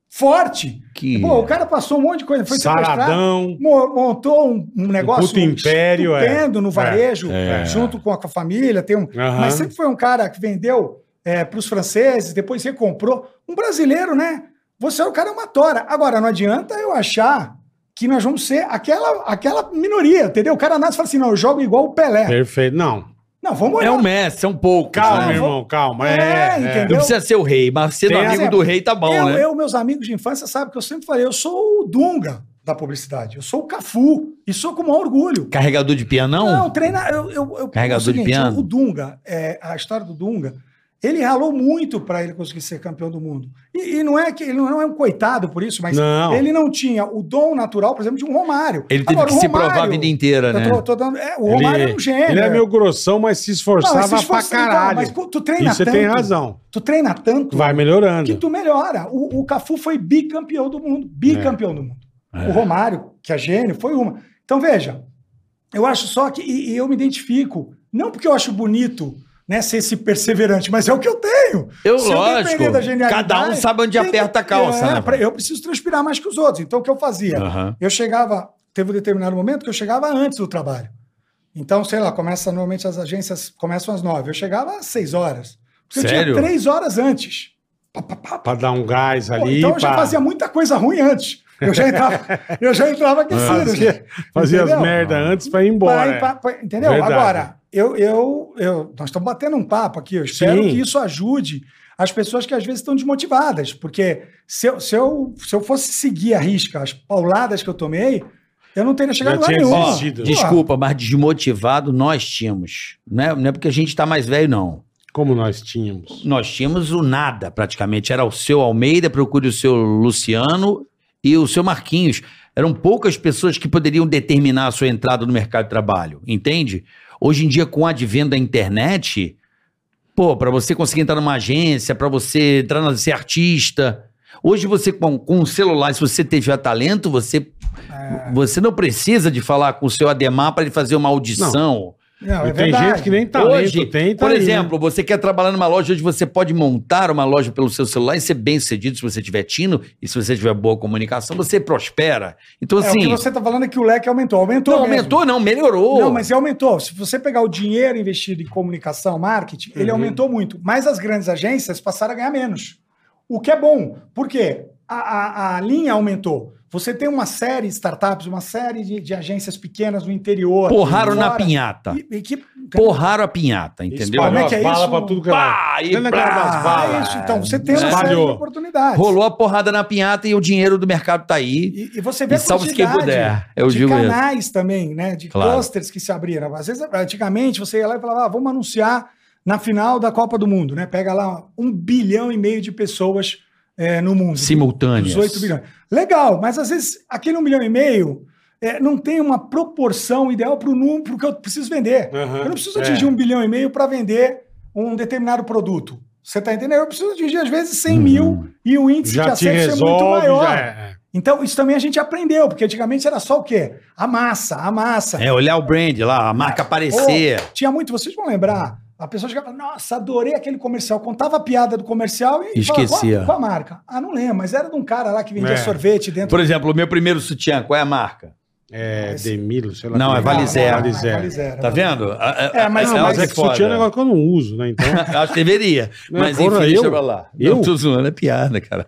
Speaker 4: forte.
Speaker 3: Que...
Speaker 4: Pô, o cara passou um monte de coisa, foi sequestrado,
Speaker 2: Saradão.
Speaker 4: mo- montou um, um negócio
Speaker 2: puto império, é.
Speaker 4: estupendo no varejo,
Speaker 3: É.
Speaker 4: junto com a, com a família. Tem um,
Speaker 2: Aham.
Speaker 4: Mas sempre foi um cara que vendeu para os franceses, depois você comprou. Um brasileiro, né? Você é o cara é uma tora. Agora, não adianta eu achar que nós vamos ser aquela, aquela minoria, entendeu? O cara nasce e fala assim, não, eu jogo igual o Pelé.
Speaker 2: Perfeito. Não.
Speaker 4: Não, vamos
Speaker 3: É
Speaker 4: olhar.
Speaker 3: um mestre, são poucos.
Speaker 2: Calma,
Speaker 3: né?
Speaker 4: vou-
Speaker 2: irmão, calma. É,
Speaker 4: É,
Speaker 2: é.
Speaker 4: entendeu?
Speaker 3: Não precisa ser o rei, mas sendo
Speaker 2: Tem
Speaker 3: amigo
Speaker 4: exemplo.
Speaker 3: do rei tá bom,
Speaker 4: eu,
Speaker 3: né?
Speaker 4: eu, meus amigos de infância, sabem que eu sempre falei, eu sou o Dunga da publicidade, eu sou o Cafu, e sou com o maior orgulho.
Speaker 3: Carregador de pianão?
Speaker 4: Não, treinar. Eu, eu, eu-
Speaker 3: Carregador
Speaker 4: é o seguinte,
Speaker 3: de piano?
Speaker 4: O Dunga, é, a história do Dunga, ele ralou muito para ele conseguir ser campeão do mundo. E, e não é que ele não é um coitado por isso, mas
Speaker 2: Não.
Speaker 4: ele não tinha o dom natural, por exemplo, de um Romário.
Speaker 3: Ele teve
Speaker 4: Agora,
Speaker 3: que
Speaker 4: o
Speaker 3: se
Speaker 4: Romário-
Speaker 3: provar a vida inteira, né?
Speaker 4: Eu tô- tô dando- é, o Romário é um gênio.
Speaker 2: Ele é
Speaker 4: é.
Speaker 2: meio grossão, mas se
Speaker 4: Não,
Speaker 2: esforçava
Speaker 4: mas se esforça-
Speaker 2: pra
Speaker 4: então,
Speaker 2: caralho.
Speaker 4: mas tu treina
Speaker 2: Isso você
Speaker 4: tanto.
Speaker 2: tem razão.
Speaker 4: Tu treina tanto
Speaker 2: Vai melhorando.
Speaker 4: que tu melhora. O, o Cafu foi bicampeão do mundo. Bicampeão do mundo. O Romário, que é gênio, foi uma. Então, veja, eu acho só que. E, e eu me identifico. Não porque eu acho bonito né, ser esse perseverante, mas é o que eu tenho.
Speaker 3: Eu,
Speaker 4: Se depender
Speaker 3: lógico.
Speaker 4: da genialidade,
Speaker 3: Cada um sabe onde
Speaker 4: tem-
Speaker 3: aperta a calça,
Speaker 4: É,
Speaker 3: né?
Speaker 4: pra- Eu preciso transpirar mais que os outros. Então, o que eu fazia?
Speaker 3: Aham.
Speaker 4: Eu chegava. Teve um determinado momento que eu chegava antes do trabalho. Então, sei lá, começa normalmente as agências começam às nove. Eu chegava às seis horas. Porque
Speaker 3: Sério?
Speaker 4: eu tinha três horas antes. Pá, pá, pá,
Speaker 2: Pra dar um gás
Speaker 4: Pô,
Speaker 2: ali.
Speaker 4: então eu já
Speaker 2: pra-
Speaker 4: fazia muita coisa ruim antes. Eu já entrava, eu já entrava aquecido.
Speaker 2: Fazia,
Speaker 4: gente.
Speaker 2: Ah, fazia as
Speaker 4: né? Entendeu?
Speaker 2: merda antes pra ir embora.
Speaker 4: Pra- pra- pra- entendeu?
Speaker 2: Verdade.
Speaker 4: Agora, eu, eu, eu, nós estamos batendo um papo aqui. Eu espero
Speaker 2: Sim.
Speaker 4: que isso ajude as pessoas que às vezes estão desmotivadas. Porque se eu, se eu, se eu fosse seguir a risca, as pauladas que eu tomei, eu não teria chegado
Speaker 2: Já
Speaker 4: lá
Speaker 2: tinha
Speaker 4: nenhum.
Speaker 2: desistido.
Speaker 4: Pô,
Speaker 3: Desculpa, mas desmotivado nós tínhamos. Não é, não é porque a gente tá mais velho, não.
Speaker 2: Como nós tínhamos.
Speaker 3: Nós tínhamos o nada, praticamente. Era o seu Almeida, procure o seu Luciano e o seu Marquinhos. Eram poucas pessoas que poderiam determinar a sua entrada no mercado de trabalho, entende? Hoje em dia, com o advento da internet, pô, pra você conseguir entrar numa agência, pra você entrar na ser artista. Hoje você, com, com um celular, se você tiver talento, você, você não precisa de falar com o seu Ademar pra ele fazer uma audição.
Speaker 4: Não, é
Speaker 2: E tem
Speaker 4: verdade.
Speaker 2: gente que nem talento
Speaker 3: Hoje,
Speaker 2: tem, tá
Speaker 4: Então
Speaker 3: por
Speaker 2: aí, né?
Speaker 3: exemplo, você quer trabalhar numa loja onde você pode montar uma loja pelo seu celular e ser bem sucedido se você tiver tino e se você tiver boa comunicação, você prospera. Então,
Speaker 4: É, o que
Speaker 3: assim,
Speaker 4: você está falando é que o leque aumentou. Aumentou.
Speaker 3: não
Speaker 4: mesmo.
Speaker 3: aumentou, não, melhorou.
Speaker 4: Não, mas aumentou. Se você pegar o dinheiro investido em comunicação, marketing,
Speaker 3: Uhum.
Speaker 4: ele aumentou muito. Mas as grandes agências passaram a ganhar menos. O que é bom, porque a, a- a linha aumentou. Você tem uma série de startups, uma série de, de agências pequenas no interior.
Speaker 3: Porraram na
Speaker 4: fora,
Speaker 3: pinhata.
Speaker 4: E, e que,
Speaker 3: Porraram a pinhata, entendeu?
Speaker 2: Espalhou
Speaker 4: Como é
Speaker 2: as
Speaker 4: que é
Speaker 2: balas
Speaker 4: isso?
Speaker 2: pra tudo que
Speaker 3: Pá, e
Speaker 2: Você não quer
Speaker 3: pá. Né?
Speaker 2: das
Speaker 4: Tá Ah, é
Speaker 2: balas.
Speaker 4: isso. Então, você tem uma série de
Speaker 2: Espalhou.
Speaker 4: oportunidades.
Speaker 3: Rolou a porrada na pinhata e o dinheiro do mercado tá aí.
Speaker 4: E, e você vê
Speaker 3: E salve-se quem puder, É, eu
Speaker 4: de
Speaker 3: digo isso.
Speaker 4: canais também, né? De
Speaker 3: Claro.
Speaker 4: clusters que se abriram. Às vezes, antigamente, você ia lá e falava, ah, vamos anunciar na final da Copa do Mundo, né? Pega lá um bilhão e meio de pessoas eh, no mundo.
Speaker 3: Simultâneas.
Speaker 4: 18 bilhões. Legal, mas às vezes aquele um milhão e meio eh, não tem uma proporção ideal para o número que eu preciso vender.
Speaker 2: Aham,
Speaker 4: eu não preciso
Speaker 2: é.
Speaker 4: atingir um bilhão e meio para vender um determinado produto. Você está entendendo? Eu preciso atingir, às vezes, 100
Speaker 3: Uhum.
Speaker 4: mil e o índice de
Speaker 2: Já te
Speaker 4: acesso é muito
Speaker 2: resolve,
Speaker 4: maior.
Speaker 2: já é.
Speaker 4: Então, isso também a gente aprendeu, porque antigamente era só o quê? A massa, a massa.
Speaker 3: É, olhar o brand lá, a marca aparecer.
Speaker 4: Ou, tinha muito, vocês vão lembrar. A pessoa chegava, nossa, adorei aquele comercial. Contava a piada do comercial e falava,
Speaker 3: Esquecia.
Speaker 4: Qual, qual a marca? Ah, não lembro, mas era de um cara lá que vendia
Speaker 2: É.
Speaker 4: sorvete dentro.
Speaker 3: Por exemplo, o meu primeiro sutiã, qual é a marca?
Speaker 2: É,
Speaker 4: Mas-
Speaker 2: Demilo, sei lá.
Speaker 3: Não,
Speaker 2: como
Speaker 3: é Vale Zero.
Speaker 2: Vale
Speaker 4: Não, não, é
Speaker 2: Zero.
Speaker 4: Vale Zero.
Speaker 3: Tá vendo?
Speaker 4: É, mas-
Speaker 2: Não,
Speaker 4: Não,
Speaker 2: mas
Speaker 4: mas
Speaker 2: um é que sutiã é um negócio que eu não uso, né? Então.
Speaker 3: Eu acho que deveria.
Speaker 2: Não,
Speaker 3: mas
Speaker 2: porra,
Speaker 3: enfim,
Speaker 2: eu?
Speaker 3: deixa pra lá.
Speaker 2: Eu?
Speaker 3: Não, tô zoando, é piada, cara.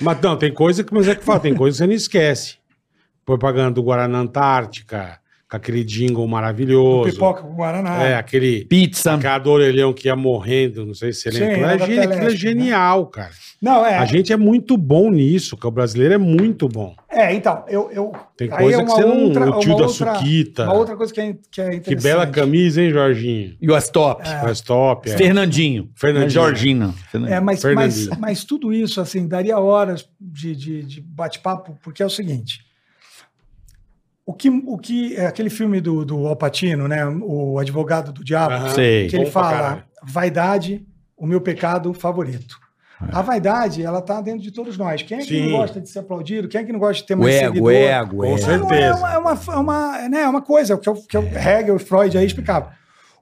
Speaker 2: Mas não, tem coisa que, mas é que fala, tem coisa que você não esquece. Propaganda do Guaraná Antártica, com aquele jingle maravilhoso.
Speaker 4: Pipoca com Guaraná.
Speaker 2: É, aquele
Speaker 3: Pizza.
Speaker 2: cada orelhão que ia morrendo, não sei se você
Speaker 4: Sim,
Speaker 2: lembra.
Speaker 4: era
Speaker 2: É
Speaker 4: da
Speaker 2: gen- Aquilo é
Speaker 4: Telesp,
Speaker 2: genial, cara.
Speaker 4: Não, é.
Speaker 2: A gente é muito bom nisso, cara. O brasileiro é muito bom.
Speaker 4: É, então, eu. eu
Speaker 2: Tem
Speaker 4: aí
Speaker 2: coisa
Speaker 4: é
Speaker 2: que
Speaker 4: uma
Speaker 2: você não. o tio
Speaker 4: uma
Speaker 2: da
Speaker 4: outra-
Speaker 2: Suquita.
Speaker 4: Uma outra coisa que é, que é interessante.
Speaker 2: Tá. Que bela camisa, hein, Jorginho?
Speaker 3: E o Astop.
Speaker 2: Faz top. é.
Speaker 3: Fernandinho.
Speaker 2: Fernandinho.
Speaker 3: Jorginho.
Speaker 4: É, mas, mas,
Speaker 2: Fernandinho.
Speaker 4: mas tudo isso, assim, daria horas de, de, de bate-papo, porque é o seguinte. O que, o que é aquele filme do, do Alpatino, né? O Advogado do Diabo,
Speaker 2: Aham.
Speaker 3: Sei.
Speaker 4: que ele
Speaker 2: Bom pra
Speaker 4: fala:
Speaker 2: caralho.
Speaker 4: vaidade, o meu pecado favorito. A vaidade, ela tá dentro de todos nós. Quem é que
Speaker 2: Sim.
Speaker 4: não gosta de ser aplaudido? Quem é que não gosta de ter
Speaker 3: O
Speaker 4: mais
Speaker 3: ego,
Speaker 4: seguidor?
Speaker 3: o ego,
Speaker 2: Com
Speaker 3: o ego.
Speaker 2: certeza. É.
Speaker 4: É uma, é uma, é uma, né, é uma coisa que, eu, que eu, Hegel e Freud aí explicavam.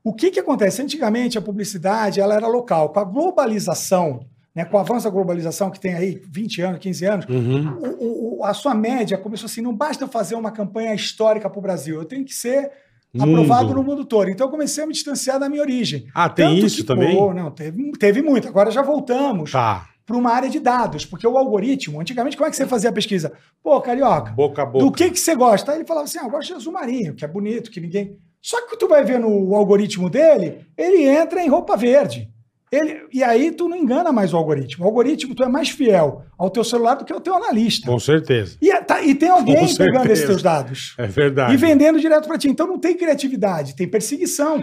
Speaker 4: O que, que acontece? Antigamente, a publicidade ela era local. Com a globalização, né, com o avanço da globalização que tem aí 20 anos, 15 anos,
Speaker 2: Uhum.
Speaker 4: o- o- o- a sua média começou assim, não basta eu fazer uma campanha histórica para o Brasil, eu tenho que ser
Speaker 2: Mundo.
Speaker 4: aprovado no mundo todo. Então, eu comecei a me distanciar da minha origem.
Speaker 2: Ah, tem
Speaker 4: Tanto
Speaker 2: isso
Speaker 4: que-
Speaker 2: também?
Speaker 4: Pô, não, teve, teve muito. Agora já voltamos
Speaker 2: Tá.
Speaker 4: para uma área de dados, porque o algoritmo, antigamente, como é que você fazia a pesquisa? Pô, carioca,
Speaker 2: Boca a boca.
Speaker 4: do que que você gosta? Aí ele falava assim, ah, eu gosto de azul marinho, que é bonito, que ninguém... Só que tu vai ver no algoritmo dele, ele entra em roupa verde. Ele... E aí tu não engana mais o algoritmo. O algoritmo, tu é mais fiel ao teu celular do que ao teu analista.
Speaker 2: Com certeza.
Speaker 4: E, a- tá- e tem alguém
Speaker 2: Com
Speaker 4: pegando
Speaker 2: certeza.
Speaker 4: esses teus dados.
Speaker 2: É verdade.
Speaker 4: E vendendo direto pra ti. Então não tem criatividade, tem perseguição.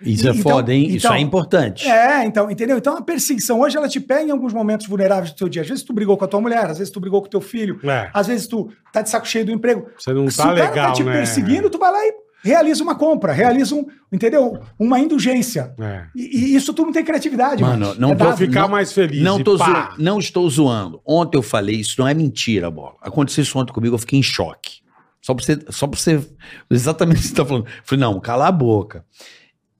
Speaker 3: Isso é
Speaker 4: Então-
Speaker 3: foda, hein? Isso
Speaker 4: então-
Speaker 3: é importante.
Speaker 4: É, então, entendeu? Então a perseguição hoje ela te pega em alguns momentos vulneráveis do teu dia. Às vezes tu brigou com a tua mulher, às vezes tu brigou com o teu filho,
Speaker 2: É,
Speaker 4: às vezes tu tá de saco cheio do emprego.
Speaker 2: você não
Speaker 4: Se
Speaker 2: tá
Speaker 4: o cara
Speaker 2: legal,
Speaker 4: tá te
Speaker 2: né?
Speaker 4: perseguindo, tu vai lá e realiza uma compra, realiza um, entendeu? Uma indulgência.
Speaker 2: É.
Speaker 4: E, e isso tu não tem criatividade,
Speaker 3: Mano,
Speaker 4: macho.
Speaker 3: não
Speaker 4: é
Speaker 3: tô
Speaker 2: Pra
Speaker 4: dado.
Speaker 2: ficar
Speaker 3: não-
Speaker 2: mais feliz.
Speaker 3: Não,
Speaker 2: e
Speaker 3: tô
Speaker 2: pá.
Speaker 3: zo- não estou zoando. Ontem eu falei, isso não é mentira, bola. Aconteceu isso ontem comigo, eu fiquei em choque. Só pra você. Só pra você exatamente o que você tá falando. Eu Falei, não, cala a boca.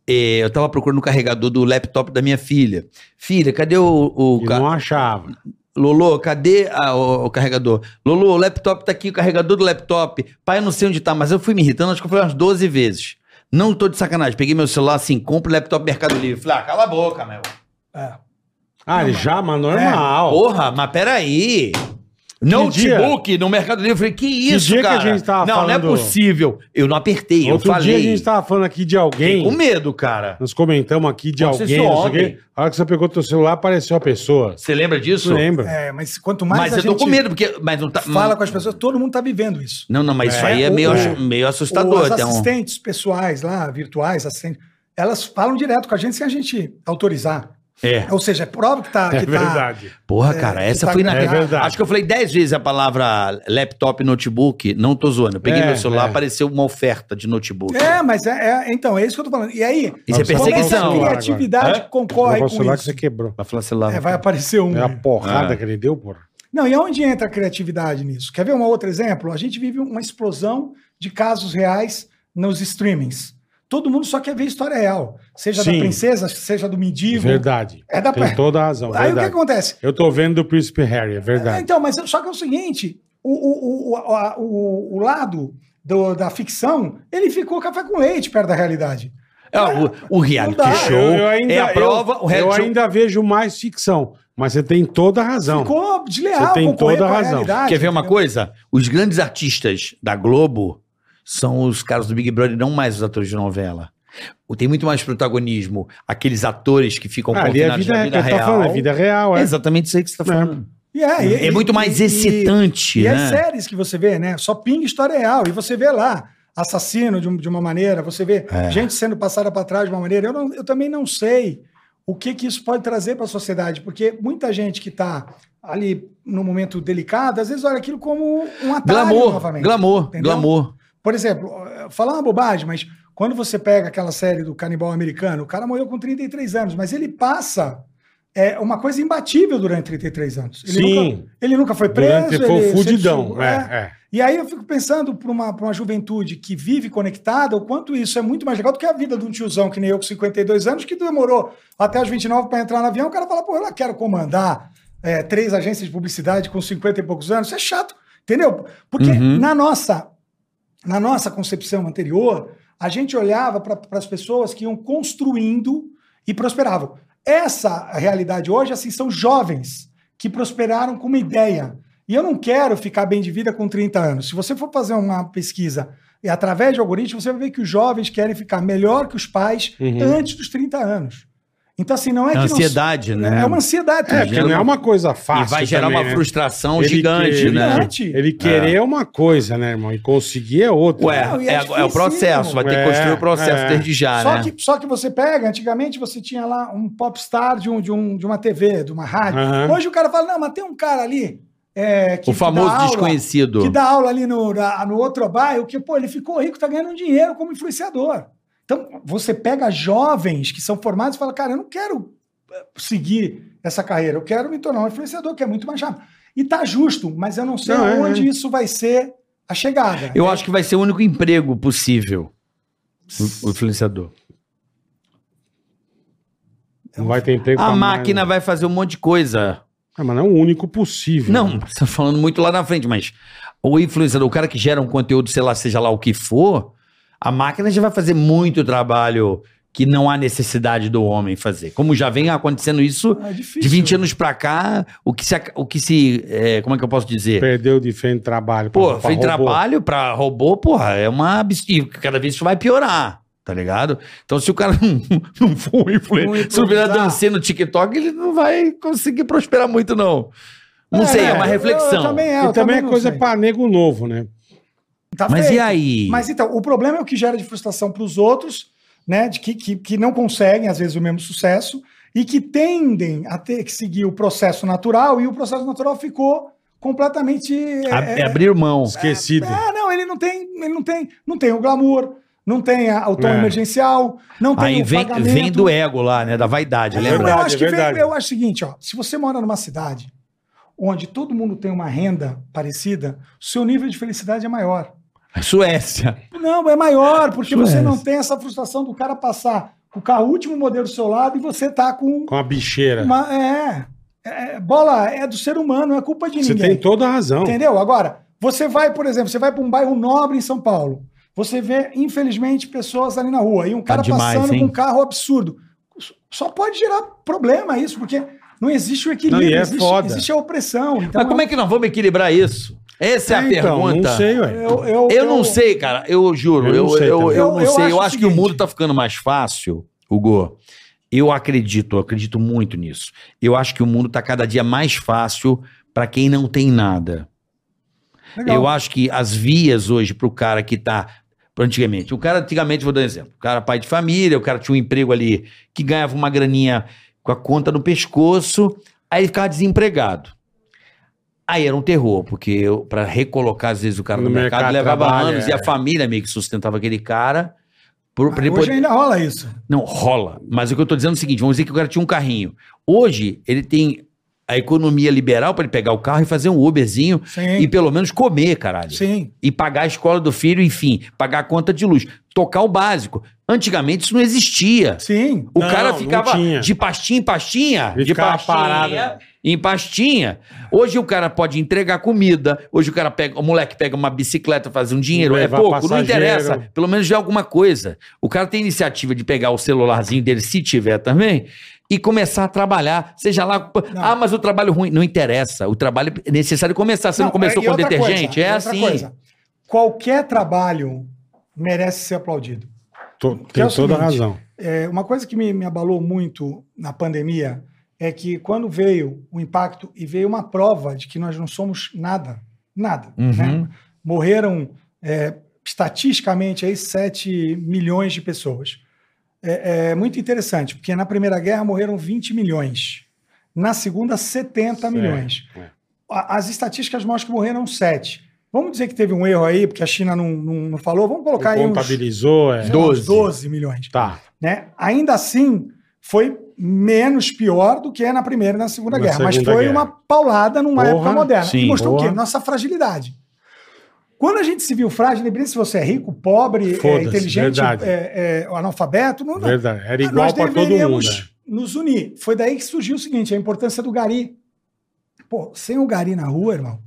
Speaker 3: É, eu tava procurando o carregador do laptop da minha filha. Filha, cadê o. o
Speaker 2: E
Speaker 3: ca-
Speaker 2: não achava.
Speaker 3: Lolo, cadê a- o, o carregador? Lolo, o laptop tá aqui, o carregador do laptop. Pai, eu não sei onde tá, mas eu fui me irritando, acho que eu falei umas 12 vezes. Não tô de sacanagem. Peguei meu celular assim, compro o laptop Mercado Livre. Falei, ah, cala a boca, meu.
Speaker 4: É.
Speaker 2: Ah, ele já, mas normal.
Speaker 3: Porra, mas peraí. Notebook no Mercado Livre. Eu falei, que isso,
Speaker 2: dia que
Speaker 3: cara?
Speaker 2: a gente tava
Speaker 3: não,
Speaker 2: falando-
Speaker 3: não é possível. Eu não apertei,
Speaker 2: Outro
Speaker 3: eu falei.
Speaker 2: dia a gente tava assim. falando aqui de alguém.
Speaker 3: Fiquei com medo, cara.
Speaker 2: Nós comentamos aqui de
Speaker 3: Aconteceu
Speaker 2: alguém, não sei o
Speaker 3: ontem.
Speaker 2: quê. A hora que você pegou teu celular, apareceu a pessoa.
Speaker 3: Você lembra disso?
Speaker 2: Você lembra?
Speaker 4: É, mas quanto
Speaker 3: Mas,
Speaker 4: mais a
Speaker 3: eu tô
Speaker 4: gente
Speaker 3: com medo, porque... Mas não tá...
Speaker 4: fala com as pessoas, todo mundo tá vivendo isso.
Speaker 3: Não, não, mas isso
Speaker 4: É,
Speaker 3: aí é
Speaker 4: o-
Speaker 3: meio,
Speaker 4: o-
Speaker 3: ass- meio assustador.
Speaker 4: Os
Speaker 3: tem um-
Speaker 4: assistentes pessoais lá, virtuais, assistentes, elas falam direto com a gente sem a gente autorizar.
Speaker 3: É.
Speaker 4: Ou seja, é prova que tá...
Speaker 2: É
Speaker 4: que tá-
Speaker 2: verdade.
Speaker 3: Porra, cara, essa
Speaker 4: tá
Speaker 3: foi na
Speaker 4: gravado.
Speaker 2: É verdade.
Speaker 3: Acho que eu falei 10 vezes a palavra laptop, notebook. Não tô zoando. Eu peguei
Speaker 2: É,
Speaker 3: meu celular,
Speaker 2: é.
Speaker 3: apareceu uma oferta de notebook.
Speaker 4: É, mas é, é- Então, é isso que eu tô falando. E aí...
Speaker 3: Isso é
Speaker 2: Você
Speaker 4: como que a
Speaker 3: perseguição.
Speaker 2: agora.
Speaker 4: criatividade
Speaker 2: Corre
Speaker 4: concorre
Speaker 2: o
Speaker 4: com
Speaker 2: celular que
Speaker 4: isso?
Speaker 2: você quebrou.
Speaker 3: Vai falar celular.
Speaker 4: É, vai aparecer um...
Speaker 2: É a porrada
Speaker 3: Ah.
Speaker 2: que ele deu, porra.
Speaker 4: Não, e onde entra a criatividade nisso? Quer ver um outro exemplo? A gente vive uma explosão de casos reais nos streamings. Todo mundo só quer ver história real. Seja
Speaker 2: Sim.
Speaker 4: da princesa, seja do mendigo.
Speaker 2: Verdade.
Speaker 4: É da
Speaker 2: Tem
Speaker 4: pra...
Speaker 2: toda a razão,
Speaker 4: Aí o que
Speaker 2: verdade.
Speaker 4: acontece?
Speaker 2: Eu tô vendo do Príncipe Harry, é verdade.
Speaker 4: Então, mas só que é o seguinte: o, o, o, o- a- o, o lado do- da ficção, ele ficou café com leite perto da realidade.
Speaker 3: É, o, o reality
Speaker 4: Não dá.
Speaker 3: show
Speaker 2: Eu- eu ainda-
Speaker 3: é a prova,
Speaker 2: eu-
Speaker 3: o
Speaker 2: Eu
Speaker 3: reality show.
Speaker 2: ainda vejo mais ficção, mas você tem toda a razão.
Speaker 4: Ficou desleal.
Speaker 2: Você tem
Speaker 4: concorrer
Speaker 2: toda a
Speaker 4: com
Speaker 2: razão.
Speaker 4: realidade,
Speaker 3: Quer ver uma
Speaker 4: entendeu?
Speaker 3: coisa? Os grandes artistas da Globo são os caras do Big Brother, não mais os atores de novela. Tem muito mais protagonismo aqueles atores que ficam
Speaker 2: Ah, ali é vida,
Speaker 3: na
Speaker 2: é, que eu tava falando, é vida real,
Speaker 3: É
Speaker 2: é.
Speaker 3: exatamente isso aí que você está
Speaker 2: É.
Speaker 3: falando.
Speaker 4: E é, e-
Speaker 3: É, muito mais
Speaker 4: e- e-
Speaker 3: excitante,
Speaker 4: E é
Speaker 3: né?
Speaker 4: as séries que você vê, né? Só pinga história real. E você vê lá assassino de, um- de uma maneira, você vê
Speaker 3: É.
Speaker 4: gente sendo passada para trás de uma maneira. Eu, não- eu também não sei o que, que isso pode trazer para a sociedade, porque muita gente que está ali num momento delicado, às vezes olha aquilo como um atalho
Speaker 3: Glamour,
Speaker 4: novamente.
Speaker 3: glamour,
Speaker 4: entendeu?
Speaker 3: glamour. É
Speaker 4: Por exemplo, eh, falar uma bobagem, mas quando você pega aquela série do canibal americano, o cara morreu com 33 anos, mas ele passa é, uma coisa imbatível durante 33 anos. Ele
Speaker 2: Sim.
Speaker 4: Nunca, ele nunca foi preso.
Speaker 2: Durante foi o
Speaker 4: ele
Speaker 2: fudidão.
Speaker 4: sempre-
Speaker 2: É, é.
Speaker 4: E aí eu fico pensando para uma, pra uma juventude que vive conectada, o quanto isso é muito mais legal do que a vida de um tiozão que nem eu com 52 anos, que demorou até os 29 para entrar no avião, o cara fala, pô, eu não quero comandar é, três agências de publicidade com 50 e poucos anos, isso é chato, entendeu? Porque
Speaker 3: Uhum.
Speaker 4: na nossa na nossa concepção anterior, a gente olhava para as pessoas que iam construindo e prosperavam. Essa realidade hoje, assim, são jovens que prosperaram com uma ideia. E eu não quero ficar bem de vida com 30 anos. Se você for fazer uma pesquisa e através de algoritmo, você vai ver que os jovens querem ficar melhor que os pais
Speaker 2: Uhum.
Speaker 4: antes dos 30 anos. Então, assim, não
Speaker 3: É
Speaker 4: é, que
Speaker 3: uma
Speaker 4: não-
Speaker 3: ansiedade, né?
Speaker 4: É uma ansiedade.
Speaker 2: É, porque não é uma coisa fácil.
Speaker 3: E vai gerar
Speaker 2: também,
Speaker 3: uma
Speaker 2: né?
Speaker 3: frustração
Speaker 2: Ele
Speaker 3: gigante,
Speaker 2: que-
Speaker 3: né?
Speaker 4: Gigante.
Speaker 2: Ele querer é. uma coisa, né, irmão? E conseguir é outra.
Speaker 3: Ué,
Speaker 4: Não, e é
Speaker 3: é, é o processo, vai ter que
Speaker 2: É,
Speaker 3: construir o processo
Speaker 2: é.
Speaker 3: desde já,
Speaker 4: só,
Speaker 3: né?
Speaker 4: que, só que você pega, antigamente você tinha lá um popstar de, um, de, um, de uma TV, de uma rádio.
Speaker 2: Aham.
Speaker 4: Hoje o cara fala, não, mas tem um cara ali é, que
Speaker 3: o
Speaker 4: que
Speaker 3: famoso
Speaker 4: dá aula,
Speaker 3: desconhecido.
Speaker 4: Que dá aula ali no, na- no outro bairro, que, pô, ele ficou rico, tá ganhando dinheiro como influenciador. Então, você pega jovens que são formados e fala, cara, eu não quero eh, seguir essa carreira, eu quero me tornar um influenciador, que é muito mais rápido. E tá justo, mas eu não sei
Speaker 2: Não, é,
Speaker 4: onde isso vai ser a chegada.
Speaker 3: Eu acho que vai ser o único emprego possível. O, o influenciador.
Speaker 2: Não vai ter emprego
Speaker 3: A
Speaker 2: pra mais,
Speaker 3: máquina
Speaker 2: né?
Speaker 3: vai fazer um monte de coisa.
Speaker 2: Ah, mas não é o único possível. né?
Speaker 3: Não, você tá falando muito lá na frente, mas o influenciador, o cara que gera um conteúdo, sei lá, seja lá o que for, a máquina já vai fazer muito trabalho que não há necessidade do homem fazer. Como já vem acontecendo isso
Speaker 4: É difícil.
Speaker 3: de 20 anos pra cá, o que se. ac- O que se é, como é que eu posso dizer?
Speaker 2: Perdeu de frente de trabalho. pra-
Speaker 3: Pô,
Speaker 2: pra
Speaker 3: fez
Speaker 2: robô.
Speaker 3: trabalho pra robô, porra, é uma abs- E cada vez isso vai piorar, tá ligado? Então, se o cara não, não for um
Speaker 4: Não
Speaker 3: influencer, se não virar
Speaker 4: improvisar.
Speaker 3: dançando no TikTok, ele não vai conseguir prosperar muito, não. Não
Speaker 4: É,
Speaker 3: sei, é
Speaker 4: eu-
Speaker 3: uma
Speaker 4: eu
Speaker 3: reflexão.
Speaker 4: também é, eu
Speaker 2: E também é
Speaker 4: não
Speaker 2: coisa
Speaker 4: sei.
Speaker 2: pra nego novo, né?
Speaker 4: Tá
Speaker 3: Mas
Speaker 4: feito.
Speaker 3: e aí?
Speaker 4: Mas então, o problema é o que gera de frustração para os outros, né? De que, que, que não conseguem, às vezes, o mesmo sucesso e que tendem a ter que seguir o processo natural e o processo natural ficou completamente. é,
Speaker 3: A-
Speaker 4: é,
Speaker 3: é abrir mão.
Speaker 2: Esquecido.
Speaker 4: ah, não, ele não tem, ele não tem, não tem o glamour, não tem a- o tom
Speaker 2: É.
Speaker 4: emergencial, não tem
Speaker 3: Aí
Speaker 4: o
Speaker 3: vem,
Speaker 4: pagamento.
Speaker 3: vem do ego lá, né? Da vaidade,
Speaker 4: Eu-
Speaker 3: lembra?
Speaker 4: eu
Speaker 2: Verdade,
Speaker 4: acho
Speaker 2: é
Speaker 4: que vem-
Speaker 2: verdade.
Speaker 4: eu acho o seguinte, ó, se você mora numa cidade onde todo mundo tem uma renda parecida, seu nível de felicidade é maior.
Speaker 3: Suécia.
Speaker 4: Não, é maior, porque
Speaker 3: Isso
Speaker 4: você
Speaker 3: é.
Speaker 4: não tem essa frustração do cara passar com o carro o último modelo do seu lado e você tá com
Speaker 2: Com a bicheira.
Speaker 4: uma. É, é, bola é do ser humano, não é culpa de
Speaker 2: Você
Speaker 4: ninguém.
Speaker 2: tem toda a razão.
Speaker 4: Entendeu? Agora, você vai, por exemplo, você vai para um bairro nobre em São Paulo. Você vê, infelizmente, pessoas ali na rua e um cara
Speaker 3: Tá demais,
Speaker 4: passando
Speaker 3: hein?
Speaker 4: com um carro absurdo. Só pode gerar problema isso, porque não existe o equilíbrio,
Speaker 2: Não, e é
Speaker 4: existe,
Speaker 2: foda.
Speaker 4: existe a opressão. Então,
Speaker 3: Mas como é que nós vamos equilibrar isso? Essa é a pergunta.
Speaker 2: então, Não sei, ué.
Speaker 4: eu, eu,
Speaker 3: Eu não sei, cara. Eu juro.
Speaker 2: Eu
Speaker 3: Eu,
Speaker 2: não sei
Speaker 3: eu-
Speaker 2: também.
Speaker 3: eu
Speaker 4: Eu-
Speaker 3: não
Speaker 4: eu
Speaker 3: sei.
Speaker 4: acho
Speaker 3: eu
Speaker 4: o
Speaker 3: acho que o
Speaker 4: seguinte.
Speaker 3: mundo tá ficando mais fácil, Hugo. Eu acredito, eu acredito muito nisso. Eu acho que o mundo tá cada dia mais fácil para quem não tem nada.
Speaker 4: Legal.
Speaker 3: Eu acho que as vias hoje pro cara que tá. Antigamente, o cara, antigamente, vou dar um exemplo. O cara, pai de família, o cara tinha um emprego ali que ganhava uma graninha com a conta no pescoço, aí ele ficava desempregado. Aí era um terror, porque para recolocar, às vezes, o cara no,
Speaker 2: No
Speaker 3: mercado,
Speaker 2: mercado de
Speaker 3: levava
Speaker 2: trabalho,
Speaker 3: anos
Speaker 2: é.
Speaker 3: e a família meio que sustentava aquele cara. Por,
Speaker 4: Ah,
Speaker 3: pra ele
Speaker 4: Hoje é-
Speaker 3: poder-
Speaker 4: ainda rola isso.
Speaker 3: Não, rola. Mas o que eu tô dizendo é o seguinte: vamos dizer que o cara tinha um carrinho. Hoje, ele tem a economia liberal para ele pegar o carro e fazer um Uberzinho
Speaker 4: Sim,
Speaker 3: e pelo menos comer, caralho.
Speaker 4: sim.
Speaker 3: E pagar a escola do filho, enfim, pagar a conta de luz, tocar o básico. Antigamente isso não existia.
Speaker 4: Sim.
Speaker 3: O
Speaker 2: Não,
Speaker 3: cara
Speaker 2: não
Speaker 3: ficava
Speaker 2: tinha.
Speaker 3: de pastinha em pastinha,
Speaker 2: Ele
Speaker 3: de
Speaker 2: ficava
Speaker 3: pastinha
Speaker 2: parado. né?
Speaker 3: em pastinha. Hoje o cara pode entregar comida, hoje o cara pega, o moleque pega uma bicicleta, faz um dinheiro, é
Speaker 2: Levar
Speaker 3: pouco, não
Speaker 2: passageiro.
Speaker 3: interessa, pelo menos já é alguma coisa. O cara tem iniciativa de pegar o celularzinho dele, se tiver também, e começar a trabalhar, seja lá,
Speaker 4: Não.
Speaker 3: ah, mas o trabalho ruim, não interessa, o trabalho é necessário começar, você não, começou
Speaker 4: e
Speaker 3: com
Speaker 4: outra
Speaker 3: detergente,
Speaker 4: coisa, e
Speaker 3: é
Speaker 4: outra
Speaker 3: assim.
Speaker 4: coisa. Qualquer trabalho merece ser aplaudido.
Speaker 2: Tô-
Speaker 4: Que
Speaker 2: tem
Speaker 4: é o
Speaker 2: toda a
Speaker 4: seguinte,
Speaker 2: razão.
Speaker 4: É, uma coisa que me, me abalou muito na pandemia é que quando veio o impacto e veio uma prova de que nós não somos nada, nada,
Speaker 3: Uhum.
Speaker 4: né? Morreram é, estatisticamente aí 7 milhões de pessoas. É, é muito interessante, porque na Primeira Guerra morreram 20 milhões, na Segunda 70
Speaker 2: Certo.
Speaker 4: milhões.
Speaker 2: É.
Speaker 4: A- As estatísticas mostram que morreram 7. Vamos dizer que teve um erro aí, porque a China não, não, não falou, vamos colocar aí uns, sei
Speaker 2: Contabilizou, é.
Speaker 4: lá, uns
Speaker 3: 12.
Speaker 4: 12 milhões
Speaker 2: Tá.
Speaker 4: né? Ainda assim, foi menos pior do que é na Primeira e na Segunda
Speaker 2: Na
Speaker 4: Guerra, mas
Speaker 2: Segunda
Speaker 4: foi
Speaker 2: Guerra.
Speaker 4: uma paulada numa
Speaker 2: Porra,
Speaker 4: época moderna.
Speaker 3: sim,
Speaker 4: e mostrou
Speaker 2: porra.
Speaker 4: o quê? Nossa fragilidade. Quando a gente se viu frágil, lembrando se você é rico, pobre, é
Speaker 2: Foda-se,
Speaker 4: inteligente,
Speaker 2: verdade.
Speaker 4: é, é, analfabeto, não, não,
Speaker 2: Verdade. Era
Speaker 4: nós
Speaker 2: igual pra todo mundo.
Speaker 4: deveríamos
Speaker 2: né?
Speaker 4: nos unir. Foi daí que surgiu o seguinte, a importância do gari. Pô, sem o gari na rua, irmão,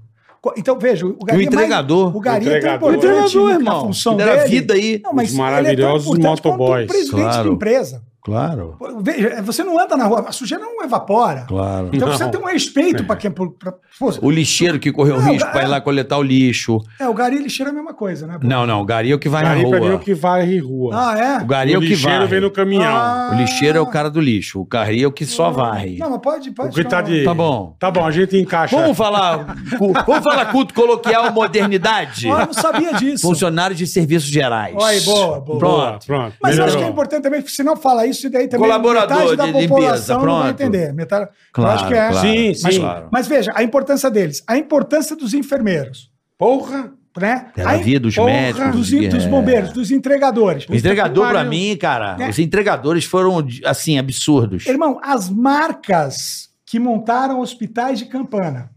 Speaker 4: Co- Então, veja, o Gari.
Speaker 3: E o
Speaker 4: é mais-
Speaker 3: entregador.
Speaker 4: o Gari é tão
Speaker 2: Entregador.
Speaker 4: importante
Speaker 3: Entregador,
Speaker 4: na
Speaker 3: irmão.
Speaker 4: função
Speaker 3: Que deram
Speaker 4: dele.
Speaker 3: vida aí.
Speaker 4: Não, mas
Speaker 2: Os
Speaker 4: ele é tão
Speaker 2: maravilhosos
Speaker 4: importante quanto
Speaker 2: motoboys,
Speaker 4: O presidente
Speaker 3: claro.
Speaker 4: de empresa.
Speaker 3: Claro,
Speaker 4: Veja, é, você não anda na rua, a sujeira não evapora.
Speaker 3: claro. É.
Speaker 4: Então
Speaker 2: Não.
Speaker 4: você tem um respeito para quem. Pra, pra, pô,
Speaker 3: O lixeiro que correu
Speaker 4: Não,
Speaker 3: risco para ir lá coletar o lixo.
Speaker 4: é, o Gari e lixeiro é a mesma coisa, né? pô?
Speaker 3: Não, não, o gari é o que vai
Speaker 2: Gari
Speaker 3: na
Speaker 2: pra mim é o
Speaker 3: rua.
Speaker 2: que varre rua.
Speaker 4: Ah, é?
Speaker 3: O gari é o
Speaker 2: o
Speaker 3: que
Speaker 2: lixeiro
Speaker 3: varre.
Speaker 2: vem no caminhão.
Speaker 4: Ah.
Speaker 3: O lixeiro é o cara do lixo. O gari é o que só varre.
Speaker 4: Não, mas pode. pode
Speaker 2: o que tá
Speaker 4: chamar. um
Speaker 2: de...
Speaker 3: Tá bom.
Speaker 2: Tá bom, a gente encaixa.
Speaker 3: Vamos falar, cu- vamos falar culto coloquial modernidade?
Speaker 4: Ó, Ah, eu não sabia disso.
Speaker 3: Funcionários de serviços gerais.
Speaker 4: Olha aí, boa, boa.
Speaker 2: Boa,
Speaker 3: Pronto.
Speaker 2: Tá, pronto.
Speaker 4: Mas eu acho
Speaker 2: melhorou.
Speaker 4: que é importante também, se não fala isso, e daí também é
Speaker 3: Colaborador
Speaker 4: metade da
Speaker 3: de limpeza,
Speaker 4: população não vai
Speaker 3: pronto.
Speaker 4: entender. Metade,
Speaker 3: Claro,
Speaker 4: eu acho que é.
Speaker 3: claro.
Speaker 2: Sim,
Speaker 4: Mas,
Speaker 2: sim.
Speaker 3: claro.
Speaker 4: mas veja, a importância deles, a importância dos enfermeiros,
Speaker 2: Porra!
Speaker 4: né?
Speaker 3: Pela
Speaker 4: A-
Speaker 3: vida dos
Speaker 2: porra,
Speaker 3: médicos.
Speaker 4: dos, in- dos
Speaker 3: é.
Speaker 4: bombeiros, dos entregadores.
Speaker 3: Entregador
Speaker 2: que
Speaker 3: pra
Speaker 2: pariu.
Speaker 3: mim, cara.
Speaker 4: É.
Speaker 3: Os entregadores foram, assim, absurdos.
Speaker 4: Irmão, as marcas que montaram hospitais de campana.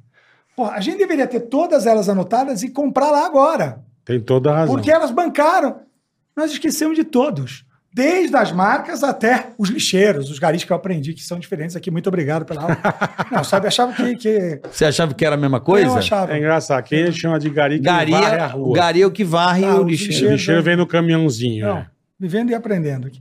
Speaker 4: Porra, a gente deveria ter todas elas anotadas e comprar lá agora.
Speaker 2: Tem toda a razão.
Speaker 4: Porque elas bancaram. Nós esquecemos de todos. Desde as marcas até os lixeiros, os garis que eu aprendi, que são diferentes aqui. Muito obrigado pela aula. Não, sabe, achava que. que...
Speaker 3: Você achava que era a mesma coisa?
Speaker 4: Eu achava.
Speaker 2: É engraçado. Aqui ele chama de gari que
Speaker 3: Gari,
Speaker 2: varre a
Speaker 3: é- o
Speaker 2: rua.
Speaker 3: gari é o que varre
Speaker 4: Ah,
Speaker 3: o
Speaker 4: os
Speaker 3: lixeiro.
Speaker 2: O lixeiro vem no caminhãozinho.
Speaker 4: Não,
Speaker 2: é.
Speaker 4: vivendo e aprendendo aqui.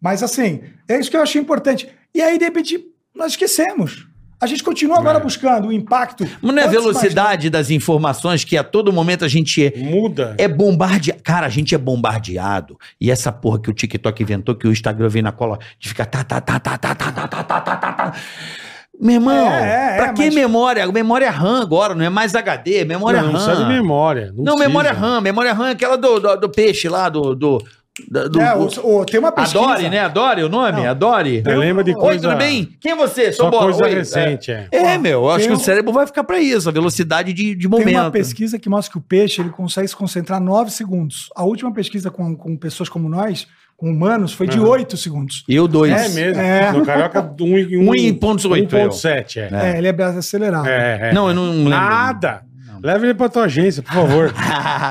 Speaker 4: Mas assim, é isso que eu achei importante. E aí, de repente, nós esquecemos. A gente continua agora
Speaker 2: É.
Speaker 4: buscando o impacto.
Speaker 3: Mas não é a
Speaker 4: Antes,
Speaker 3: velocidade das informações que a todo momento a gente é,
Speaker 2: Muda.
Speaker 3: é bombardeado. Cara, a gente é bombardeado. E essa porra que o TikTok inventou, que o Instagram vem na cola de ficar tá, tá, tá, tá, tá, tá, tá, tá, tá, tá, tá, tá. Meu irmão,
Speaker 4: É, é,
Speaker 3: pra
Speaker 4: é,
Speaker 3: que
Speaker 4: mas-
Speaker 3: memória? Memória RAM agora, não é mais HD, é memória
Speaker 2: não,
Speaker 3: RAM.
Speaker 2: não precisa de memória. Não,
Speaker 3: Não,
Speaker 2: precisa.
Speaker 3: memória RAM. Memória RAM é aquela do, do, do peixe lá, do. do, da- do-
Speaker 4: É, o- o- tem uma pesquisa.
Speaker 3: Adore, né? Adore o nome?
Speaker 4: Não.
Speaker 3: Adore.
Speaker 2: Você lembra de
Speaker 3: Oi,
Speaker 2: coisa...
Speaker 3: tudo bem? Quem é você? Sou
Speaker 2: Só
Speaker 3: Bola.
Speaker 2: coisa
Speaker 3: Oi, é.
Speaker 2: recente, é.
Speaker 3: É, meu, eu acho
Speaker 4: Tem
Speaker 3: que o
Speaker 4: um-
Speaker 3: cérebro vai ficar pra isso, a velocidade de, de momento.
Speaker 4: Tem uma pesquisa que mostra que o peixe ele consegue se concentrar 9 segundos. A última pesquisa com, com pessoas como nós, com humanos, foi de
Speaker 3: Uhum.
Speaker 2: Aham.
Speaker 4: 8 segundos.
Speaker 3: Eu dois.
Speaker 2: É mesmo.
Speaker 4: É.
Speaker 2: No Carioca,
Speaker 3: 1,8,
Speaker 2: 1,7. É.
Speaker 4: É, ele é acelerado.
Speaker 2: É, é.
Speaker 3: Não, eu não lembro.
Speaker 2: Nada. Leva ele pra tua agência, por favor.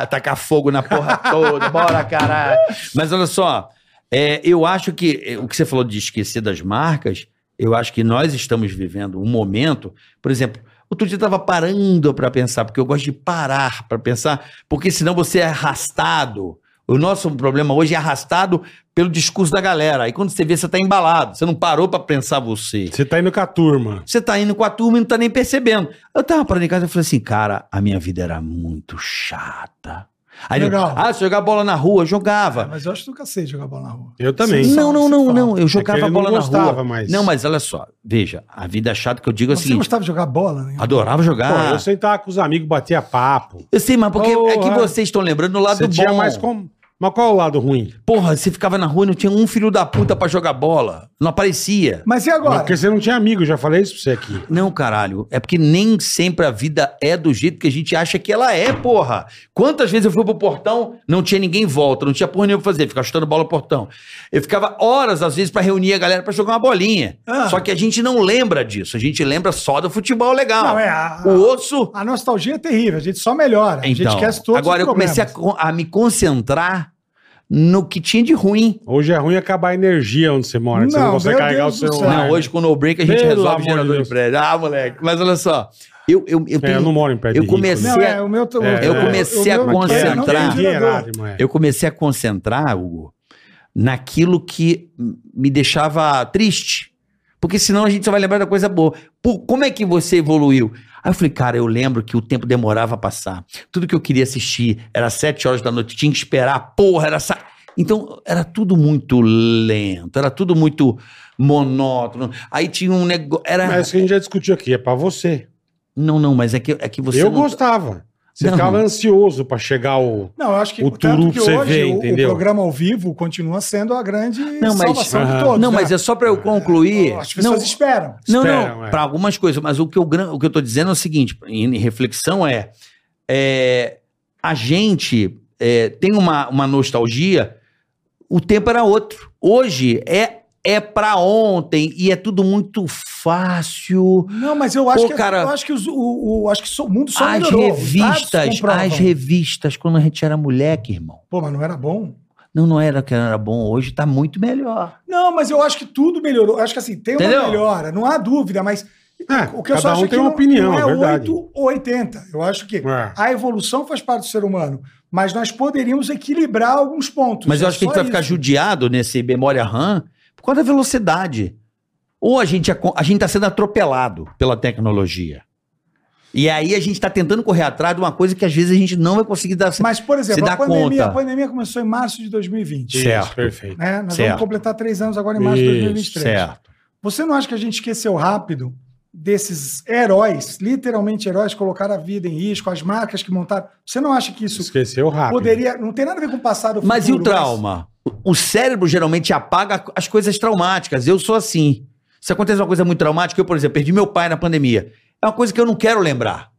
Speaker 3: Tacar fogo na porra toda, bora caralho. Mas olha só, é, eu acho que é, o que você falou de esquecer das marcas, eu acho que nós estamos vivendo um momento, por exemplo, outro dia eu tava parando pra pensar, porque eu gosto de parar pra pensar, porque senão você é arrastado. O nosso problema hoje é arrastado pelo discurso da galera. Aí quando você vê, você tá embalado, você não parou pra pensar você.
Speaker 2: Você tá indo com a turma.
Speaker 3: Você tá indo com a turma e não tá nem percebendo. Eu tava parando em casa e falei assim, cara, a minha vida era muito chata. Aí
Speaker 4: Legal.
Speaker 3: Eu, ah, você jogava bola na rua, eu jogava.
Speaker 4: Mas eu acho do cacete jogar bola na rua.
Speaker 2: Eu também.
Speaker 4: Sim.
Speaker 3: não, não, não,
Speaker 4: Fala.
Speaker 3: não. Eu
Speaker 2: É
Speaker 3: jogava
Speaker 2: que ele
Speaker 3: bola
Speaker 2: não
Speaker 3: na
Speaker 2: gostava,
Speaker 3: rua.
Speaker 2: mas-
Speaker 3: Não, mas olha só, veja, a vida chata que eu digo é o
Speaker 4: Você
Speaker 3: seguinte:
Speaker 4: gostava de jogar bola? Né?
Speaker 3: adorava jogar.
Speaker 2: Pô,
Speaker 3: eu,
Speaker 2: eu
Speaker 3: sei.
Speaker 2: sentava com os amigos, batia papo.
Speaker 3: mas porque é que
Speaker 2: Porra.
Speaker 3: vocês estão lembrando do lado
Speaker 2: Você
Speaker 3: bom.
Speaker 2: tinha mais como. Mas qual é o lado ruim?
Speaker 3: Porra, você ficava na rua e não tinha um filho da puta pra jogar bola. Não aparecia.
Speaker 4: Mas e agora?
Speaker 2: Porque você não tinha amigo, eu já falei isso pra você aqui.
Speaker 3: Não, caralho. É porque nem sempre a vida é do jeito que a gente acha que ela é, porra. Quantas vezes eu fui pro portão, não tinha ninguém em volta, não tinha porra nenhuma pra fazer, ficava chutando bola no portão. Eu ficava horas, às vezes, pra reunir a galera pra jogar uma bolinha.
Speaker 4: Ah.
Speaker 3: Só que a gente não lembra disso, a gente lembra só do futebol legal.
Speaker 4: Não, é, a-
Speaker 3: O osso.
Speaker 4: A nostalgia é terrível, a gente só melhora. a gente
Speaker 3: Então,
Speaker 4: esquece todos
Speaker 3: agora
Speaker 4: os
Speaker 3: eu comecei a,
Speaker 4: problemas.
Speaker 3: con- a me concentrar no que tinha de ruim.
Speaker 2: Hoje é ruim acabar a energia onde você mora, que você não
Speaker 4: Não,
Speaker 2: consegue
Speaker 4: meu
Speaker 2: carregar
Speaker 4: Deus
Speaker 2: o
Speaker 4: do
Speaker 2: celular.
Speaker 4: céu.
Speaker 3: Não, hoje com o no break a gente
Speaker 2: Pelo amor
Speaker 3: resolve o
Speaker 2: de
Speaker 3: gerador de
Speaker 2: Deus.
Speaker 3: prédio. Ah, moleque, mas olha só. Eu, eu, eu
Speaker 2: É, eu
Speaker 3: tenho-
Speaker 2: não moro em prédio
Speaker 3: Eu
Speaker 2: rico, né?
Speaker 3: comecei
Speaker 4: Não,
Speaker 3: a-
Speaker 4: é, o meu, o-
Speaker 2: É,
Speaker 3: eu
Speaker 4: o-
Speaker 3: comecei
Speaker 4: o
Speaker 3: a
Speaker 4: meu- é,
Speaker 2: Mas que- não
Speaker 3: concentrar.
Speaker 2: tem
Speaker 4: não tem gerador.
Speaker 2: dinheirado, mas-
Speaker 3: É. Eu comecei a concentrar, Hugo, naquilo que me deixava triste. Porque senão a gente só vai lembrar da coisa boa. Pô, como é que você evoluiu? Aí eu falei, cara, eu lembro que o tempo demorava a passar. Tudo que eu queria assistir era sete horas da noite, tinha que esperar, porra, era. Sa... Então, era tudo muito lento, era tudo muito monótono. Aí tinha um negócio. Era...
Speaker 2: Mas isso que a gente já discutiu aqui, é pra você.
Speaker 3: Não, não, mas é que, é que você.
Speaker 2: eu
Speaker 3: não-
Speaker 2: gostava. Você
Speaker 3: Não.
Speaker 2: ficava ansioso pra chegar o.
Speaker 4: Não, eu acho que
Speaker 2: O
Speaker 4: tanto
Speaker 2: turu
Speaker 4: que
Speaker 2: que você
Speaker 4: hoje
Speaker 2: vê,
Speaker 4: o-
Speaker 2: entendeu?
Speaker 4: O programa ao vivo continua sendo a grande
Speaker 3: Não, mas-
Speaker 4: salvação
Speaker 2: Aham.
Speaker 4: de todos.
Speaker 3: Não,
Speaker 4: né?
Speaker 3: mas é só pra eu concluir.
Speaker 4: As pessoas
Speaker 3: não,
Speaker 4: esperam.
Speaker 3: Não,
Speaker 2: Esperam,
Speaker 3: não,
Speaker 2: é.
Speaker 3: para algumas coisas, mas o que, eu, gran- o que eu tô dizendo é o seguinte, em reflexão é, é, a gente é, tem uma, uma nostalgia, o tempo era outro. Hoje é é para ontem e é tudo muito fácil.
Speaker 4: Não, mas eu acho
Speaker 3: Pô,
Speaker 4: que
Speaker 3: cara-
Speaker 4: eu acho que os- o, o- acho que so- o mundo só
Speaker 3: as
Speaker 4: melhorou. Os dados
Speaker 3: revistas,
Speaker 4: comprovam.
Speaker 3: as revistas quando a gente era moleque, irmão.
Speaker 4: Pô, mas não era bom.
Speaker 3: Não, não era que era bom, hoje tá muito melhor.
Speaker 4: Não, mas eu acho que tudo melhorou. Eu acho que assim, tem
Speaker 3: Entendeu?
Speaker 4: uma melhora, não há dúvida, mas
Speaker 2: É,
Speaker 4: O que eu
Speaker 2: cada
Speaker 4: só acho
Speaker 2: um
Speaker 4: é que
Speaker 2: tem uma
Speaker 4: não-
Speaker 2: opinião,
Speaker 4: não é
Speaker 2: é verdade.
Speaker 4: 8 ou 80. Eu acho que
Speaker 2: É.
Speaker 4: a evolução faz parte do ser humano, mas nós poderíamos equilibrar alguns pontos.
Speaker 3: Mas eu
Speaker 4: É
Speaker 3: acho que a gente
Speaker 4: só
Speaker 3: vai ficar
Speaker 4: isso.
Speaker 3: judiado nesse memória RAM por causa da velocidade. Ou a gente está a gente tá sendo atropelado pela tecnologia. E aí a gente está tentando correr atrás de uma coisa que às vezes a gente não vai conseguir dar.
Speaker 4: Mas, é por exemplo,
Speaker 3: dá
Speaker 4: a pandemia,
Speaker 3: conta.
Speaker 4: a pandemia começou em março de 2020.
Speaker 3: Sim. Certo.
Speaker 2: perfeito.
Speaker 4: Né? Nós
Speaker 3: Certo.
Speaker 4: vamos completar três anos agora em março de
Speaker 2: Isso,
Speaker 4: 2023. Você não acha que a gente esqueceu rápido desses heróis, literalmente heróis, colocaram a vida em risco, as marcas que montaram? Você não acha que isso
Speaker 2: Esqueceu rápido.
Speaker 4: poderia. Não tem nada a ver com o passado.
Speaker 3: Mas e
Speaker 4: futuro,
Speaker 3: o trauma? O- O cérebro geralmente apaga as coisas traumáticas. Eu sou assim. Se acontece uma coisa muito traumática, eu, por exemplo, perdi meu pai na pandemia. É uma coisa que eu não quero lembrar.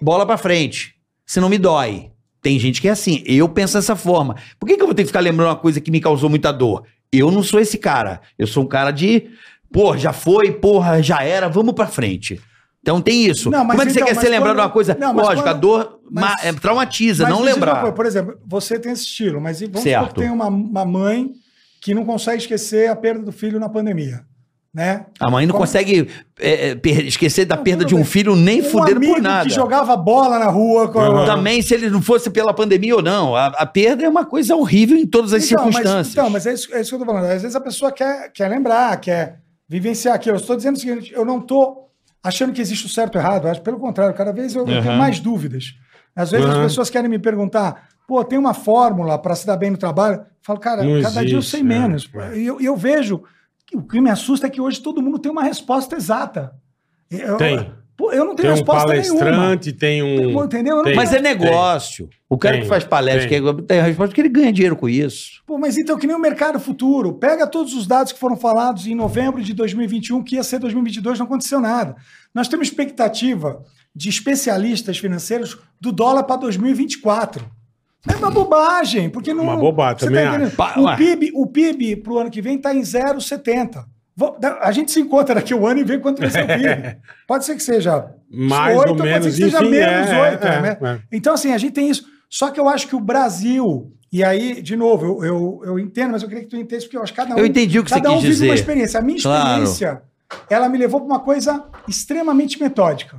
Speaker 3: Bola pra frente. Se não me dói. Tem gente que é assim. Eu penso dessa forma. Por que, que eu vou ter que ficar lembrando uma coisa que me causou muita dor? Eu não sou esse cara. Eu sou um cara de. Porra, já foi, porra, já era, vamos pra frente. Então tem isso.
Speaker 4: Não, mas
Speaker 3: Como é que
Speaker 4: então,
Speaker 3: você quer
Speaker 4: mas
Speaker 3: ser lembrado de
Speaker 4: quando-
Speaker 3: uma coisa?
Speaker 4: Não, mas
Speaker 3: Lógico, a
Speaker 4: quando-
Speaker 3: dor
Speaker 4: mas-
Speaker 3: ma- é, traumatiza,
Speaker 4: Mas
Speaker 3: não
Speaker 4: me diz uma
Speaker 3: lembrar.
Speaker 4: coisa, por exemplo, você tem esse estilo, mas e vamos supor
Speaker 3: Certo.
Speaker 4: que tem uma, uma mãe que não consegue esquecer a perda do filho na pandemia. Né?
Speaker 3: A mãe não
Speaker 4: Como-
Speaker 3: consegue é, é, per- esquecer da
Speaker 4: Não,
Speaker 3: perda
Speaker 4: tudo
Speaker 3: de um
Speaker 4: bem.
Speaker 3: filho nem
Speaker 4: um
Speaker 3: fudendo
Speaker 4: amigo
Speaker 3: por nada. Tá
Speaker 4: que jogava bola na rua com
Speaker 2: Uhum.
Speaker 3: Também se ele não fosse pela pandemia ou não. A, a perda é uma coisa horrível em todas as
Speaker 4: Então, mas-
Speaker 3: circunstâncias.
Speaker 4: então, mas é isso, é isso que eu tô falando. Às vezes a pessoa quer, quer lembrar, quer vivenciar aquilo. Eu estou dizendo o seguinte, eu não estou achando que existe o certo e o errado. Eu acho, pelo contrário, cada vez eu tenho mais dúvidas. Às vezes as
Speaker 2: Uhum.
Speaker 4: pessoas querem me perguntar, pô, tem uma fórmula para se dar bem no trabalho? Eu falo, cara,
Speaker 2: Não
Speaker 4: cada dia eu
Speaker 2: existe,
Speaker 4: sei
Speaker 2: né?
Speaker 4: menos. pô.
Speaker 2: É.
Speaker 4: E eu, e eu vejo, que o que me assusta é que hoje todo mundo tem uma resposta exata. Eu,
Speaker 2: Tem.
Speaker 4: Pô, eu não tenho
Speaker 2: Tem um
Speaker 4: resposta nenhuma.
Speaker 2: palestrante, tem um.
Speaker 4: Entendeu? Eu não
Speaker 2: Tem.
Speaker 3: Mas é negócio. O cara
Speaker 2: Tem,
Speaker 3: que faz palestra,
Speaker 2: tem.
Speaker 3: que é- tem a resposta porque ele ganha dinheiro com isso.
Speaker 4: Pô, mas então que nem o mercado futuro. Pega todos os dados que foram falados em novembro de 2021, que ia ser 2022, não aconteceu nada. Nós temos expectativa de especialistas financeiros do dólar para 2024. É uma bobagem, porque não.
Speaker 2: Uma bobagem,
Speaker 4: você tá
Speaker 2: também
Speaker 4: entendendo?
Speaker 2: acho.
Speaker 3: Pa- ué.
Speaker 4: O PIB, o PIB para o ano que vem está em 0,70. Vo- da- A gente se encontra daqui o ano e vê quanto vai ser o PIB. Pode ser que seja
Speaker 2: Mais
Speaker 4: oito,
Speaker 2: ou menos,
Speaker 4: pode ser que seja
Speaker 2: enfim,
Speaker 4: menos
Speaker 2: é,
Speaker 4: 8,
Speaker 2: é,
Speaker 4: né?
Speaker 2: é.
Speaker 4: Então, assim, a gente tem isso. Só que eu acho que o Brasil, e aí, de novo, eu, eu, eu entendo, mas eu queria que tu entendesse, porque eu acho que cada um,
Speaker 3: Eu entendi o que você
Speaker 4: cada um
Speaker 3: quis
Speaker 4: vive
Speaker 3: dizer.
Speaker 4: uma experiência. A minha
Speaker 3: Claro.
Speaker 4: experiência, ela me levou para uma coisa extremamente metódica,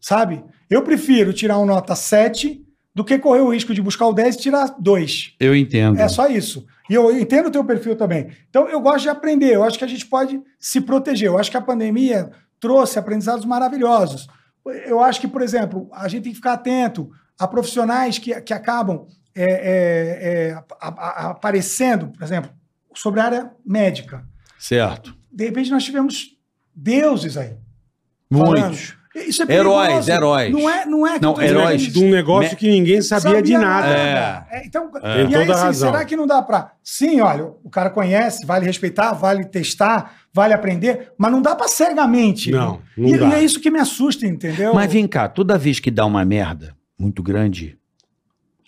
Speaker 4: sabe? Eu prefiro tirar uma nota 7 do que correr o risco de buscar o 10 e tirar 2.
Speaker 3: Eu entendo.
Speaker 4: É só isso. E eu entendo o teu perfil também. Então, eu gosto de aprender. Eu acho que a gente pode se proteger. Eu acho que a pandemia trouxe aprendizados maravilhosos. Eu acho que, por exemplo, a gente tem que ficar atento a profissionais que, que acabam é, é, é, a- a- a- aparecendo, por exemplo, sobre a área médica.
Speaker 3: Certo.
Speaker 4: De repente, nós tivemos deuses aí. falando.
Speaker 3: Muitos.
Speaker 4: Isso é
Speaker 3: Heróis,
Speaker 4: perigoso.
Speaker 3: heróis.
Speaker 4: Não é, não é que
Speaker 3: Não,
Speaker 4: eu tô dizendo
Speaker 3: heróis
Speaker 4: que
Speaker 2: De um negócio que ninguém sabia, de nada.
Speaker 4: É, então,
Speaker 2: É. Tem
Speaker 4: E aí,
Speaker 2: toda a
Speaker 4: assim,
Speaker 2: razão.
Speaker 4: será que não dá pra. Sim, olha, o cara conhece, vale respeitar, vale testar, vale aprender, mas não dá pra cegamente.
Speaker 2: Não, não
Speaker 4: e,
Speaker 2: dá.
Speaker 4: e é isso que me assusta, entendeu?
Speaker 3: Mas vem cá, toda vez que dá uma merda muito grande,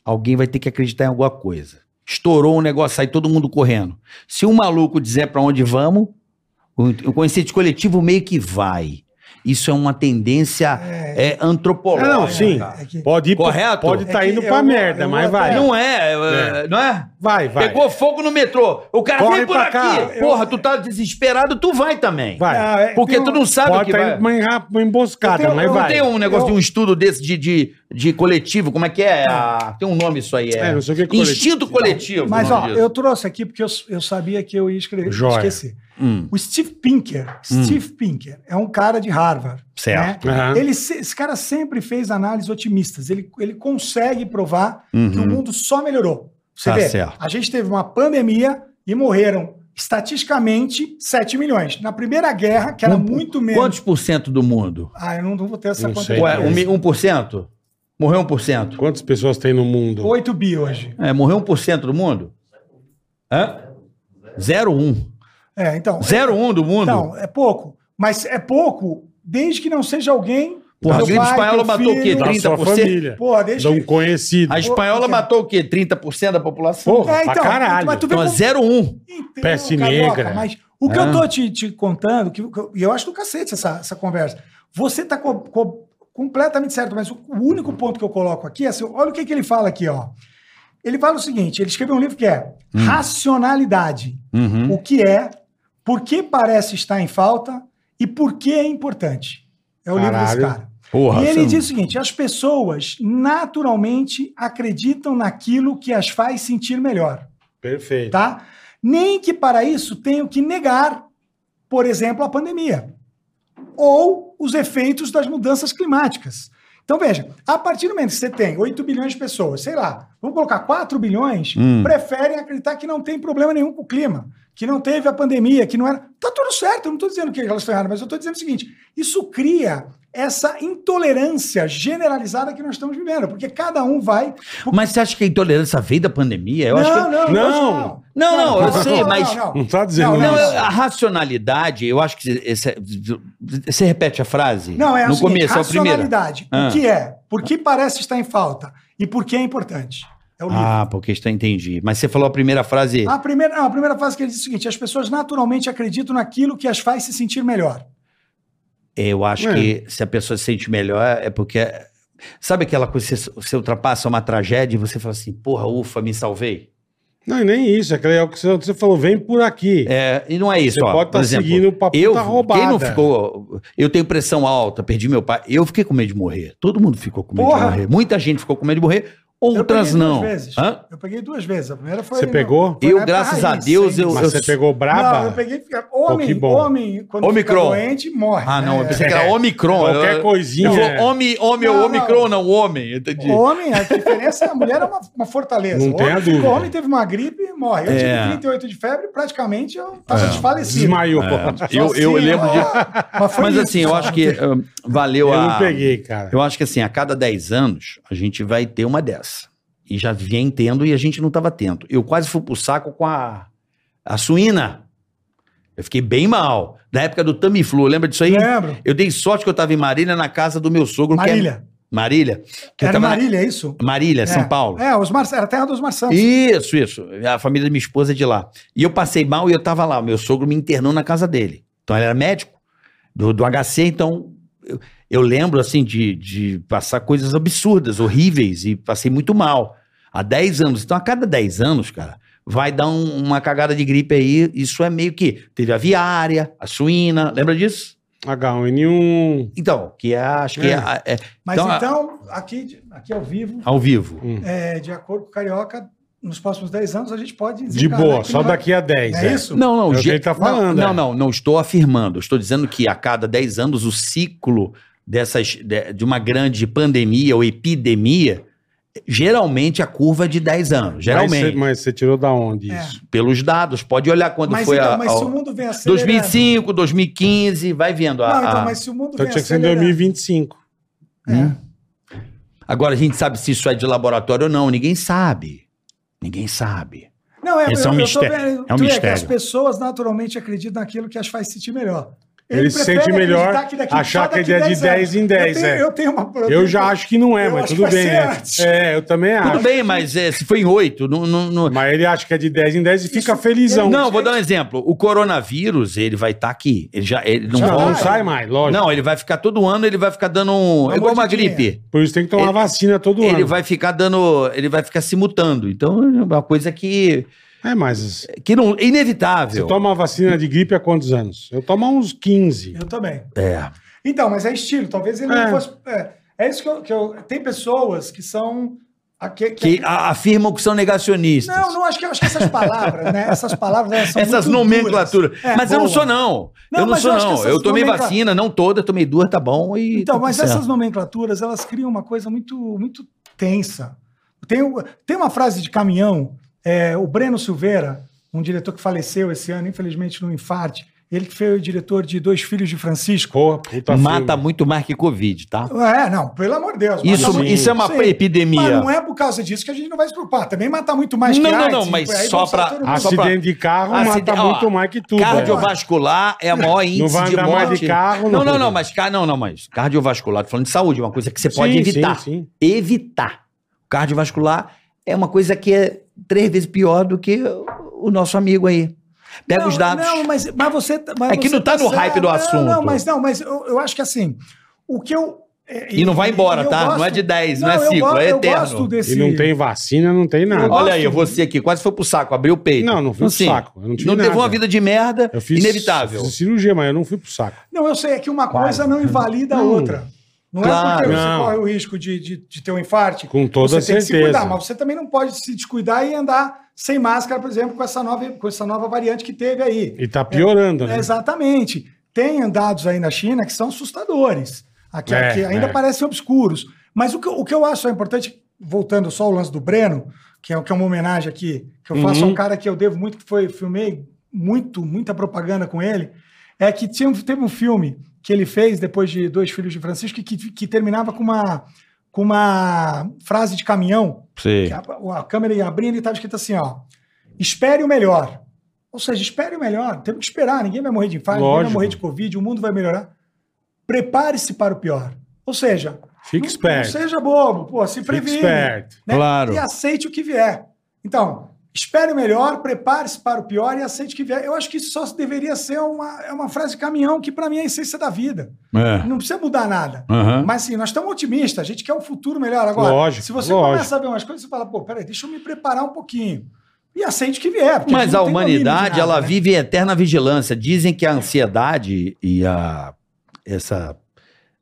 Speaker 3: alguém vai ter que acreditar em alguma coisa. Estourou um negócio, sai todo mundo correndo. Se um maluco dizer pra onde vamos, o o consciente coletivo meio que vai. Isso é uma tendência é, antropológica.
Speaker 2: É, não, sim.
Speaker 4: É que-
Speaker 2: Pode ir, pro-
Speaker 3: Correto?
Speaker 2: pode estar
Speaker 4: É que
Speaker 2: indo
Speaker 4: eu
Speaker 2: pra
Speaker 4: vou-
Speaker 2: merda,
Speaker 4: eu vou
Speaker 2: mas
Speaker 4: até-
Speaker 2: vai.
Speaker 3: Não é, é, não é?
Speaker 2: Vai, vai.
Speaker 3: Pegou fogo no metrô. O cara
Speaker 2: Corre
Speaker 3: vem por
Speaker 2: pra
Speaker 3: aqui.
Speaker 2: cá.
Speaker 3: Porra, tu tá desesperado, tu vai também.
Speaker 2: Vai.
Speaker 4: Não, é-
Speaker 3: Porque
Speaker 4: tem um-
Speaker 3: tu não sabe o
Speaker 2: Pode
Speaker 3: que
Speaker 2: estar
Speaker 3: vai.
Speaker 2: indo pra enra- pra emboscada,
Speaker 4: Eu tenho-
Speaker 2: mas
Speaker 4: eu
Speaker 2: vai.
Speaker 3: Tem um negócio
Speaker 4: Eu- Tá.
Speaker 3: de um estudo desse de, de, de coletivo, como é que é? Ah, tem um nome isso aí. É,
Speaker 2: É, não sei o que é coletivo.
Speaker 3: Instinto coletivo.
Speaker 4: Mas,
Speaker 3: o nome
Speaker 4: ó,
Speaker 3: disso.
Speaker 4: eu trouxe aqui porque eu, eu sabia que eu ia escrever.
Speaker 2: Joia. Hum.
Speaker 4: Esqueci.
Speaker 3: Hum.
Speaker 4: O Steve Pinker. Steve Pinker é um cara de Harvard.
Speaker 3: Certo.
Speaker 4: né?
Speaker 2: Aham.
Speaker 4: Ele se- esse cara sempre fez análises otimistas. Ele, ele consegue provar
Speaker 3: Uhum.
Speaker 4: que o mundo só melhorou. Você
Speaker 3: Tá
Speaker 4: vê,
Speaker 3: certo.
Speaker 4: a gente teve uma pandemia e morreram estatisticamente 7 milhões. Na primeira guerra, que era
Speaker 3: Um-
Speaker 4: muito menos.
Speaker 3: Quantos por cento do mundo?
Speaker 4: Ah, eu não, não vou ter essa
Speaker 2: Não
Speaker 4: quantidade.
Speaker 2: sei.
Speaker 3: Ué, um, mi- um por cento? Morreu um por cento?
Speaker 2: Quantas pessoas tem no mundo?
Speaker 4: 8 bi hoje.
Speaker 3: É, morreu um por cento do mundo? Hã? Zero um.
Speaker 4: É, então.
Speaker 3: Zero um do mundo?
Speaker 4: Então, é pouco. Mas é pouco desde que não seja alguém.
Speaker 3: Porra, a
Speaker 4: teu
Speaker 3: gripe
Speaker 4: pai,
Speaker 3: espanhola
Speaker 4: teu
Speaker 3: matou o quê?
Speaker 4: filho.
Speaker 2: da Tá, sua
Speaker 3: 30%?
Speaker 2: família.
Speaker 4: Porra,
Speaker 2: De
Speaker 4: desde
Speaker 2: um
Speaker 4: que.
Speaker 2: conhecido.
Speaker 3: A espanhola
Speaker 4: Porque-
Speaker 3: matou o quê? 30% da população?
Speaker 2: Porra,
Speaker 4: É,
Speaker 2: pra
Speaker 4: então,
Speaker 2: caralho.
Speaker 4: mas tu vê
Speaker 3: Então é
Speaker 4: como-
Speaker 3: zero um.
Speaker 4: Entendo,
Speaker 2: Peste negra.
Speaker 4: Então, Mas o que
Speaker 3: Ah.
Speaker 4: eu tô te, te contando, que, que eu- e eu acho do cacete essa, essa conversa. Você tá co- co- completamente certo, mas o, o único ponto que eu coloco aqui é assim, olha o que, que ele fala aqui, ó. Ele fala o seguinte: ele escreveu um livro que é
Speaker 2: Hum.
Speaker 4: Racionalidade.
Speaker 3: Uhum.
Speaker 4: O que é, por que parece estar em falta e por que é importante. É o livro
Speaker 2: Caralho.
Speaker 4: desse cara.
Speaker 3: Porra.
Speaker 4: E ele
Speaker 3: você
Speaker 4: diz o seguinte: as pessoas naturalmente acreditam naquilo que as faz sentir melhor,
Speaker 2: Perfeito.
Speaker 4: tá? Nem que para isso tenham que negar, por exemplo, a pandemia ou os efeitos das mudanças climáticas. Então veja, a partir do momento que você tem 8 bilhões de pessoas, sei lá, vamos colocar 4 bilhões,
Speaker 3: Hum.
Speaker 4: preferem acreditar que não tem problema nenhum com o clima, que não teve a pandemia, que não era. Tá tudo certo, eu não estou dizendo que elas estão erradas, mas eu estou dizendo o seguinte: isso cria essa intolerância generalizada que nós estamos vivendo, porque cada um vai.
Speaker 3: não- Mas você acha que a intolerância veio da pandemia? Eu acho que.
Speaker 4: não,
Speaker 2: que- Não.
Speaker 3: Não, não, eu sei, mas-
Speaker 2: Não tá dizendo
Speaker 4: Não,
Speaker 3: Não,
Speaker 2: isso.
Speaker 3: eu- a racionalidade, eu acho que. esse- você repete a frase?
Speaker 4: Não, é a
Speaker 3: No
Speaker 4: seguinte,
Speaker 3: começo, é o primeiro.
Speaker 4: racionalidade.
Speaker 3: Ah.
Speaker 4: O que é? Por que parece estar em falta? E por que é importante? É o livro. Ah.
Speaker 3: Ah, porque está entendi. Mas você falou a primeira frase.
Speaker 4: A primeira, não, a primeira frase que ele diz é o seguinte: as pessoas naturalmente acreditam naquilo que as faz se sentir melhor.
Speaker 3: Eu acho
Speaker 2: É.
Speaker 3: que se a pessoa se sente melhor, é porque. Sabe aquela coisa que você, você ultrapassa uma tragédia e você fala assim, porra, ufa, me salvei?
Speaker 2: Não, e nem isso. É que é o que você- você falou, vem por aqui.
Speaker 3: É, e não é isso,
Speaker 2: Você
Speaker 3: ó.
Speaker 2: pode
Speaker 3: Por
Speaker 2: tá
Speaker 3: exemplo,
Speaker 2: seguindo o papo
Speaker 3: eu,
Speaker 2: da roubada.
Speaker 3: Quem não ficou. Eu tenho pressão alta, perdi meu pai. Eu fiquei com medo de morrer. Todo mundo ficou com medo de
Speaker 4: Porra!
Speaker 3: morrer. Muita gente ficou com medo de morrer,
Speaker 4: Eu
Speaker 3: outras
Speaker 4: peguei
Speaker 3: não.
Speaker 4: Duas vezes.
Speaker 3: Hã?
Speaker 4: Eu peguei duas vezes. A primeira foi.
Speaker 2: Você
Speaker 4: no-
Speaker 2: pegou?
Speaker 4: foi na
Speaker 3: Eu,
Speaker 4: época
Speaker 3: graças a
Speaker 4: raiz,
Speaker 3: Deus,
Speaker 4: sem-
Speaker 3: eu-
Speaker 2: Mas você pegou braba?
Speaker 4: Não, eu peguei. Homem,
Speaker 2: que bom.
Speaker 4: homem, quando
Speaker 3: Omicron.
Speaker 4: fica doente, morre.
Speaker 3: Ah, não, eu
Speaker 4: né?
Speaker 3: pensei que era Omicron.
Speaker 2: Qualquer
Speaker 3: Eu-
Speaker 2: coisinha.
Speaker 3: Eu vou,
Speaker 2: é.
Speaker 3: homem, homem,
Speaker 4: Não,
Speaker 3: ou
Speaker 4: não.
Speaker 3: Omicron, não, homem. eu Entendi.
Speaker 4: Homem, a diferença é a mulher é uma, uma fortaleza.
Speaker 2: Não
Speaker 4: o
Speaker 2: tem
Speaker 4: homem,
Speaker 2: a
Speaker 4: ficou
Speaker 2: dúvida.
Speaker 4: homem teve uma gripe, morre. Eu
Speaker 3: É.
Speaker 4: tive 38 de febre, praticamente eu estava desfalecido.
Speaker 2: Desmaiou.
Speaker 3: É. Eu, eu
Speaker 4: Assim,
Speaker 3: lembro de.
Speaker 4: Mas, foi
Speaker 3: Mas
Speaker 4: isso,
Speaker 3: assim, eu
Speaker 4: sabe?
Speaker 3: acho que hum, valeu
Speaker 2: Eu
Speaker 3: a.
Speaker 2: não peguei, cara.
Speaker 3: Eu acho que assim, a cada 10 anos, a gente vai ter uma dessa. E já vem tendo e a gente não estava atento. Eu quase fui pro saco com a, a suína. Eu fiquei bem mal. Na época do Tamiflu, lembra disso aí?
Speaker 4: Lembro.
Speaker 3: Eu dei sorte que eu estava em Marília, na casa do meu sogro. que é-
Speaker 4: Marília.
Speaker 3: Marília. Que eu
Speaker 4: Era
Speaker 3: tava na-
Speaker 4: Marília, é isso?
Speaker 3: Marília, São Paulo.
Speaker 4: É, os Mar... era a terra dos Marçantes.
Speaker 3: Isso, isso. A família da minha esposa é de lá. E eu passei mal e eu tava lá. O Meu sogro me internou na casa dele. Então ele era médico do, do HC, então eu, eu lembro assim de, de passar coisas absurdas, horríveis, e passei muito mal. Há 10 anos. Então, a cada 10 anos, cara, vai dar um- uma cagada de gripe aí. Isso é meio que. Teve a viária, a suína, lembra disso?
Speaker 2: H1N1.
Speaker 3: Então, que é, acho que é,
Speaker 2: É.
Speaker 3: a- é
Speaker 4: Mas
Speaker 3: Então, a-
Speaker 4: então, aqui, aqui ao vivo,
Speaker 3: ao vivo.
Speaker 2: Hum.
Speaker 4: é, de acordo com o Carioca, nos próximos 10 anos a gente pode
Speaker 2: De
Speaker 4: desencarnar
Speaker 2: boa,
Speaker 4: aqui
Speaker 2: só
Speaker 4: no-
Speaker 2: daqui a 10.
Speaker 4: É isso?
Speaker 3: Não, não,
Speaker 2: É o que
Speaker 3: ge-
Speaker 2: ele tá
Speaker 3: não,
Speaker 2: falando,
Speaker 3: Não,
Speaker 2: é.
Speaker 3: não, não estou afirmando. Estou dizendo que a cada 10 anos o ciclo dessas de, de uma grande pandemia ou epidemia, geralmente a curva é de 10 anos, geralmente.
Speaker 2: Mas você, mas você tirou da onde
Speaker 4: É.
Speaker 2: isso?
Speaker 3: Pelos dados, pode olhar quando
Speaker 4: Mas,
Speaker 3: foi
Speaker 4: então,
Speaker 3: a,
Speaker 4: mas
Speaker 3: a-
Speaker 4: se o mundo vem acelerando...
Speaker 3: 2005, 2015, vai vendo. a-
Speaker 4: Não, então,
Speaker 3: a-
Speaker 4: mas se o mundo
Speaker 2: Então
Speaker 4: vem
Speaker 2: tinha que ser em
Speaker 4: acelerando- É.
Speaker 2: 2025.
Speaker 3: Hum. Agora a gente sabe se isso é de laboratório ou não, ninguém sabe. Ninguém sabe.
Speaker 4: Não, é,
Speaker 3: Esse
Speaker 4: eu-
Speaker 3: é um
Speaker 4: eu tô
Speaker 3: mistério.
Speaker 4: vendo-
Speaker 3: É um
Speaker 4: tu que
Speaker 3: mistério.
Speaker 4: as pessoas naturalmente acreditam naquilo que as faz sentir melhor.
Speaker 2: Ele se
Speaker 4: prefere
Speaker 2: sente melhor,
Speaker 4: acreditar daqui-
Speaker 2: achar
Speaker 4: só
Speaker 2: que é
Speaker 4: daqui
Speaker 2: dia de 10 em 10,
Speaker 4: eu tenho,
Speaker 2: é.
Speaker 4: Eu tenho uma...
Speaker 2: Eu já acho que não é,
Speaker 4: eu
Speaker 2: mas tudo
Speaker 4: acho que vai
Speaker 2: bem.
Speaker 4: ser
Speaker 2: é.
Speaker 4: antes.
Speaker 2: É, eu também acho.
Speaker 3: Tudo bem, mas é, se foi em 8, não- não- não,
Speaker 2: Mas ele acha que é de 10 em 10 e fica
Speaker 4: Isso-
Speaker 2: felizão.
Speaker 3: Não, vou dar um exemplo. O coronavírus, ele vai estar aqui. Ele já ele não
Speaker 2: não,
Speaker 3: volta.
Speaker 2: não sai mais, lógico.
Speaker 3: Não, ele vai ficar todo ano, ele vai ficar dando um,
Speaker 4: Uma
Speaker 3: é igual uma
Speaker 4: mordidinha.
Speaker 3: gripe.
Speaker 2: Por isso tem que tomar
Speaker 3: Ele-
Speaker 2: vacina todo
Speaker 3: Ele
Speaker 2: ano.
Speaker 3: vai ficar dando, ele vai ficar se mutando. Então é uma coisa que
Speaker 2: É, mas
Speaker 3: que não é inevitável.
Speaker 2: você toma a vacina de gripe há quantos anos? Eu tomo há uns 15.
Speaker 4: Eu também.
Speaker 3: É.
Speaker 4: Então, mas é estilo. Talvez ele
Speaker 2: É.
Speaker 4: não fosse... É, é isso que eu, que eu... Tem pessoas que são... a que- que-
Speaker 3: Que a- afirmam que são negacionistas.
Speaker 4: Não, não, acho que, acho que essas palavras, né? Essas palavras elas são
Speaker 3: Essas
Speaker 4: muito
Speaker 3: nomenclaturas.
Speaker 4: duras. É,
Speaker 3: mas eu não
Speaker 4: boa.
Speaker 3: sou não.
Speaker 4: Não,
Speaker 3: eu não
Speaker 4: mas
Speaker 3: sou
Speaker 4: eu acho que
Speaker 3: não.
Speaker 4: essas
Speaker 3: Eu tomei
Speaker 4: nomencla-
Speaker 3: vacina, não toda, tomei duas, tá bom e
Speaker 4: Então,
Speaker 3: tá
Speaker 4: mas
Speaker 3: tudo certo.
Speaker 4: essas nomenclaturas, elas criam uma coisa muito, muito tensa. Tem, o- tem uma frase de caminhão, é, o Breno Silveira, um diretor que faleceu esse ano, infelizmente num infarte, ele que foi o diretor de Dois Filhos de Francisco.
Speaker 2: Porra,
Speaker 4: Tá
Speaker 2: puta
Speaker 3: mata
Speaker 2: filme.
Speaker 3: muito mais que covid, tá?
Speaker 4: É, não, pelo amor de Deus. mata
Speaker 3: Isso,
Speaker 2: muito,
Speaker 4: muito,
Speaker 3: isso é uma
Speaker 4: sim.
Speaker 3: epidemia.
Speaker 4: Mas não é por causa disso que a gente não vai se preocupar. Também matar muito mais
Speaker 3: Não,
Speaker 4: que
Speaker 3: não,
Speaker 4: AIDS,
Speaker 3: não, mas
Speaker 4: e aí
Speaker 3: só
Speaker 4: vamos
Speaker 3: pra-
Speaker 4: todo mundo-
Speaker 3: só
Speaker 2: Acidente de carro
Speaker 3: Acide-
Speaker 2: mata
Speaker 3: ó,
Speaker 2: muito mais que tudo. velho.
Speaker 3: Cardiovascular é a maior índice
Speaker 2: vai
Speaker 3: de
Speaker 2: andar
Speaker 3: morte.
Speaker 2: mais de carro,
Speaker 3: não,
Speaker 2: não.
Speaker 3: não, não, mas, ca- não, não, mas cardiovascular, tô falando de saúde, é uma coisa que você pode
Speaker 2: Sim,
Speaker 3: evitar.
Speaker 2: Sim, sim.
Speaker 3: Evitar. Cardiovascular é uma coisa que é três vezes pior do que o nosso amigo aí. Pega
Speaker 4: Não,
Speaker 3: os dados.
Speaker 4: Não, mas, mas você. mas
Speaker 3: É que
Speaker 4: você
Speaker 3: não tá no hype do
Speaker 4: certo.
Speaker 3: assunto.
Speaker 4: Não, não, mas não, mas eu, eu acho que assim, o que eu.
Speaker 3: E não vai embora,
Speaker 4: eu
Speaker 3: tá? Não é de 10, não é
Speaker 4: eu
Speaker 3: 5,
Speaker 4: gosto-
Speaker 3: é eterno.
Speaker 4: Eu gosto desse...
Speaker 2: E não tem vacina, não tem nada.
Speaker 3: Olha aí,
Speaker 4: gosto-
Speaker 3: você aqui, quase foi pro saco, abriu o peito.
Speaker 2: Não, não fui pro
Speaker 3: Assim,
Speaker 2: saco, eu não tive
Speaker 3: não teve
Speaker 2: nada.
Speaker 3: uma vida de merda,
Speaker 2: Eu fiz,
Speaker 3: inevitável.
Speaker 2: fiz cirurgia, mas eu não fui pro saco.
Speaker 4: Não, eu sei, é que uma
Speaker 3: Quase.
Speaker 4: coisa não invalida a
Speaker 2: Não.
Speaker 4: outra. Não
Speaker 3: Claro.
Speaker 4: é porque você
Speaker 2: Não.
Speaker 4: corre o risco de, de, de ter um infarte.
Speaker 2: Com toda
Speaker 4: você tem que se
Speaker 2: certeza.
Speaker 4: cuidar, mas você também não pode se descuidar e andar sem máscara, por exemplo, com essa nova, com essa nova variante que teve aí.
Speaker 2: E tá piorando,
Speaker 3: É,
Speaker 2: né?
Speaker 4: Exatamente. Tem dados aí na China que são assustadores, aqui,
Speaker 2: É,
Speaker 4: que ainda
Speaker 2: é.
Speaker 4: parecem obscuros. Mas o que, eu- o que eu acho é importante, voltando só ao lance do Breno, que é, que é uma homenagem aqui, que eu faço a
Speaker 2: Uhum.
Speaker 4: um cara que eu devo muito, que foi, filmei muito, muita propaganda com ele, é que tinha, um- teve um filme que ele fez depois de Dois Filhos de Francisco que, que terminava com uma, com uma frase de caminhão
Speaker 3: Sim.
Speaker 4: que a, a câmera ia abrindo e estava escrito assim, ó. Espere o melhor. Ou seja, espere o melhor. Temos que esperar. Ninguém vai morrer de infarto, ninguém vai
Speaker 2: Lógico.
Speaker 4: morrer de Covid, o mundo vai melhorar. Prepare-se para o pior. Ou seja,
Speaker 2: Fique
Speaker 4: não,
Speaker 2: esperto.
Speaker 4: não seja bobo. Pô, se
Speaker 2: Fique
Speaker 4: previne.
Speaker 2: esperto.
Speaker 4: né?
Speaker 3: Claro.
Speaker 4: E aceite o que vier. Então, espere o melhor, prepare-se para o pior e aceite o que vier. Eu acho que isso só deveria ser uma, é uma frase de caminhão que, para mim, é a essência da vida. Não precisa mudar nada.
Speaker 3: É, Aham.
Speaker 4: Mas sim, nós estamos otimistas, a gente quer um futuro melhor. Agora,
Speaker 2: Lógico,
Speaker 4: se você
Speaker 2: lógico.
Speaker 4: começa a ver umas coisas, você fala, pô, peraí, deixa eu me preparar um pouquinho. E aceite o que vier. porque
Speaker 3: Mas
Speaker 4: gente
Speaker 3: a
Speaker 4: não tem domínio de
Speaker 3: humanidade,
Speaker 4: nada,
Speaker 3: ela
Speaker 4: né?
Speaker 3: vive em eterna vigilância. Dizem que a ansiedade e a essa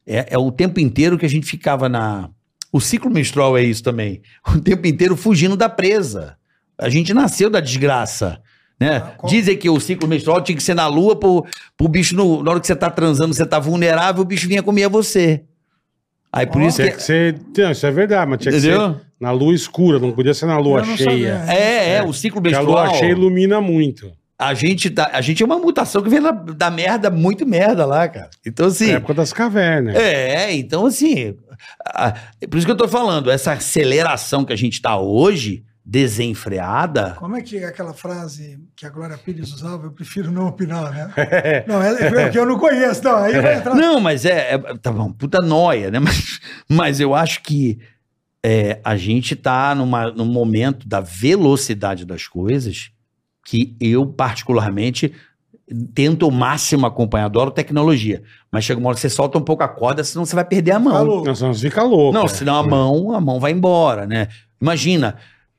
Speaker 3: é, é o tempo inteiro que a gente ficava na o ciclo menstrual é isso também. O tempo inteiro fugindo da presa. A gente nasceu da desgraça, né?
Speaker 4: Ah, com-
Speaker 3: Dizem que o ciclo menstrual tinha que ser na lua pro, pro bicho no, na hora que você tá transando, você tá vulnerável, o bicho vinha comer você. Aí por
Speaker 4: Ó.
Speaker 3: isso
Speaker 2: Tinha
Speaker 3: que
Speaker 2: que ser. Não, isso é verdade, mas tinha que ser
Speaker 3: entendeu?
Speaker 2: na lua escura, não podia ser na lua
Speaker 4: Eu não
Speaker 2: cheia.
Speaker 4: sabia.
Speaker 3: É, é, o ciclo
Speaker 2: Porque a
Speaker 3: menstrual.
Speaker 2: lua cheia ilumina muito.
Speaker 3: A gente, tá, a gente é uma mutação que vem da, da merda, muito merda lá, cara. Então, assim.
Speaker 2: Na É época das cavernas.
Speaker 3: É, então, assim. a- por isso que eu tô falando, essa aceleração que a gente tá hoje, desenfreada.
Speaker 4: Como é que é aquela frase que a Glória Pires usava? Eu prefiro não opinar, né? não, é, é que eu não conheço, não. Aí vai entrar.
Speaker 3: Não, mas é, é- Tá bom, puta noia, né? Mas, mas eu acho que é, a gente tá numa, num momento da velocidade das coisas que eu, particularmente. Tento ao máximo acompanhar, adoro tecnologia. Mas chega uma hora que você solta um pouco a corda, senão você vai perder a mão.
Speaker 4: Falou.
Speaker 2: Nós vamos ficar louco.
Speaker 3: Não,
Speaker 2: né?
Speaker 3: senão a mão, a mão vai embora, né? Imagina,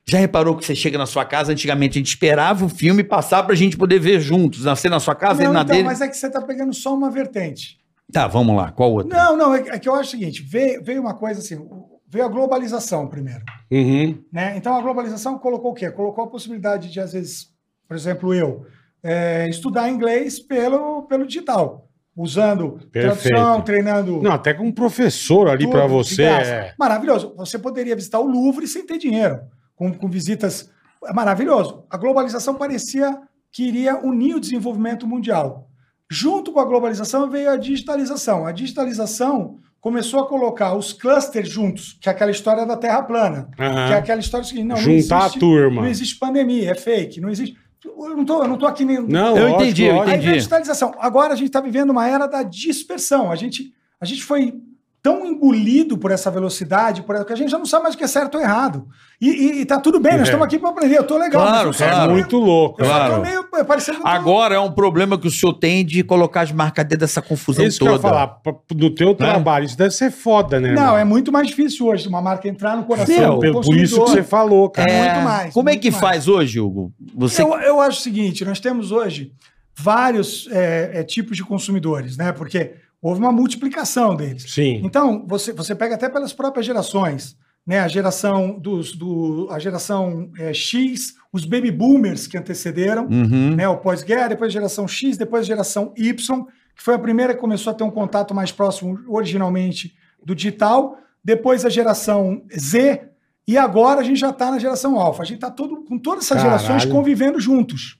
Speaker 3: já reparou que você chega na sua casa, antigamente a gente esperava o filme passar pra gente poder ver juntos, nascer na sua casa, ele
Speaker 4: Não,
Speaker 3: na
Speaker 4: então,
Speaker 3: dele.
Speaker 4: mas é que você está pegando só uma vertente.
Speaker 3: Tá, vamos lá, qual outra?
Speaker 4: Não, não, é, que- é que eu acho o seguinte: veio, veio uma coisa assim, o- veio a globalização primeiro.
Speaker 2: Uhum.
Speaker 4: né? Então a globalização colocou o quê? Colocou a possibilidade de, às vezes, por exemplo, eu eh, estudar inglês pelo, pelo digital, usando tradução,
Speaker 2: Perfeito.
Speaker 4: treinando.
Speaker 2: Não, até com um professor ali
Speaker 4: tudo
Speaker 2: pra
Speaker 4: de
Speaker 2: você.
Speaker 4: graça.
Speaker 2: é-
Speaker 4: Maravilhoso. Você poderia visitar o Louvre sem ter dinheiro, com, com visitas. É maravilhoso. A globalização parecia que iria unir o desenvolvimento mundial. Junto com a globalização veio a digitalização. A digitalização começou a colocar os clusters juntos, que é aquela história da Terra plana.
Speaker 2: Aham.
Speaker 4: Que é aquela história seguinte, não,
Speaker 2: Juntar
Speaker 4: não
Speaker 2: a
Speaker 4: existe,
Speaker 2: turma.
Speaker 4: Não existe pandemia, é fake, não existe. Eu não tô, eu não tô aqui nem.
Speaker 2: Não,
Speaker 3: Eu
Speaker 2: lógico,
Speaker 3: entendi, eu
Speaker 2: lógico.
Speaker 4: Aí
Speaker 3: entendi.
Speaker 4: veio a digitalização. Agora a gente está vivendo uma era da dispersão. A gente, a gente foi tão engolido por essa velocidade, por essa, que a gente já não sabe mais o que é certo ou errado. E, e, e tá tudo bem,
Speaker 2: É.
Speaker 4: nós estamos aqui para aprender. Eu tô legal.
Speaker 3: Claro,
Speaker 4: mas eu
Speaker 2: É
Speaker 4: só
Speaker 3: claro.
Speaker 4: tô meio-
Speaker 2: muito louco.
Speaker 4: Eu só
Speaker 3: Claro.
Speaker 4: tô meio parecendo. que eu tô-
Speaker 3: Agora é um problema que o senhor tem de colocar as marcas dentro dessa confusão
Speaker 2: Isso
Speaker 3: toda.
Speaker 2: que eu ia falar, pra- do teu trabalho, isso deve ser foda, né?
Speaker 4: Né? Não,
Speaker 2: irmão?
Speaker 4: é muito mais difícil hoje uma marca entrar no coração
Speaker 3: Meu,
Speaker 4: do
Speaker 2: Pelo- Por isso
Speaker 4: consumidor.
Speaker 2: que você falou, cara.
Speaker 3: É,
Speaker 4: muito mais,
Speaker 3: Como é
Speaker 4: muito
Speaker 3: que
Speaker 4: mais.
Speaker 3: faz hoje, Hugo? Você
Speaker 4: Eu, eu acho o seguinte: nós temos hoje vários é, é, tipos de consumidores, né? Porque houve uma multiplicação deles.
Speaker 2: Sim.
Speaker 4: Então, você, você pega até pelas próprias gerações, né? A geração dos do, a geração é, X, os baby boomers que antecederam,
Speaker 3: Uhum.
Speaker 4: né? O pós-guerra, depois a geração X, depois a geração Y, que foi a primeira que começou a ter um contato mais próximo originalmente do digital, depois a geração Z, e agora a gente já está na geração alfa. A gente está todo, com todas essas
Speaker 2: Caralho.
Speaker 4: gerações convivendo juntos.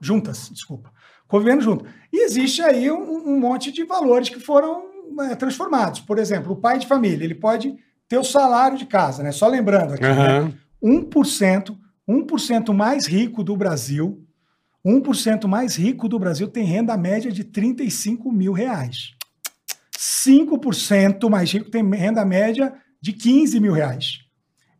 Speaker 4: Juntas, desculpa. Convivendo junto. E existe aí um, um monte de valores que foram é, transformados. Por exemplo, o pai de família, ele pode ter o salário de casa, né? Só lembrando aqui, né?
Speaker 2: Aham.
Speaker 4: 1%, 1% mais rico do Brasil, 1% mais rico do Brasil tem renda média de 35 mil reais. 5% mais rico tem renda média de 15 mil reais.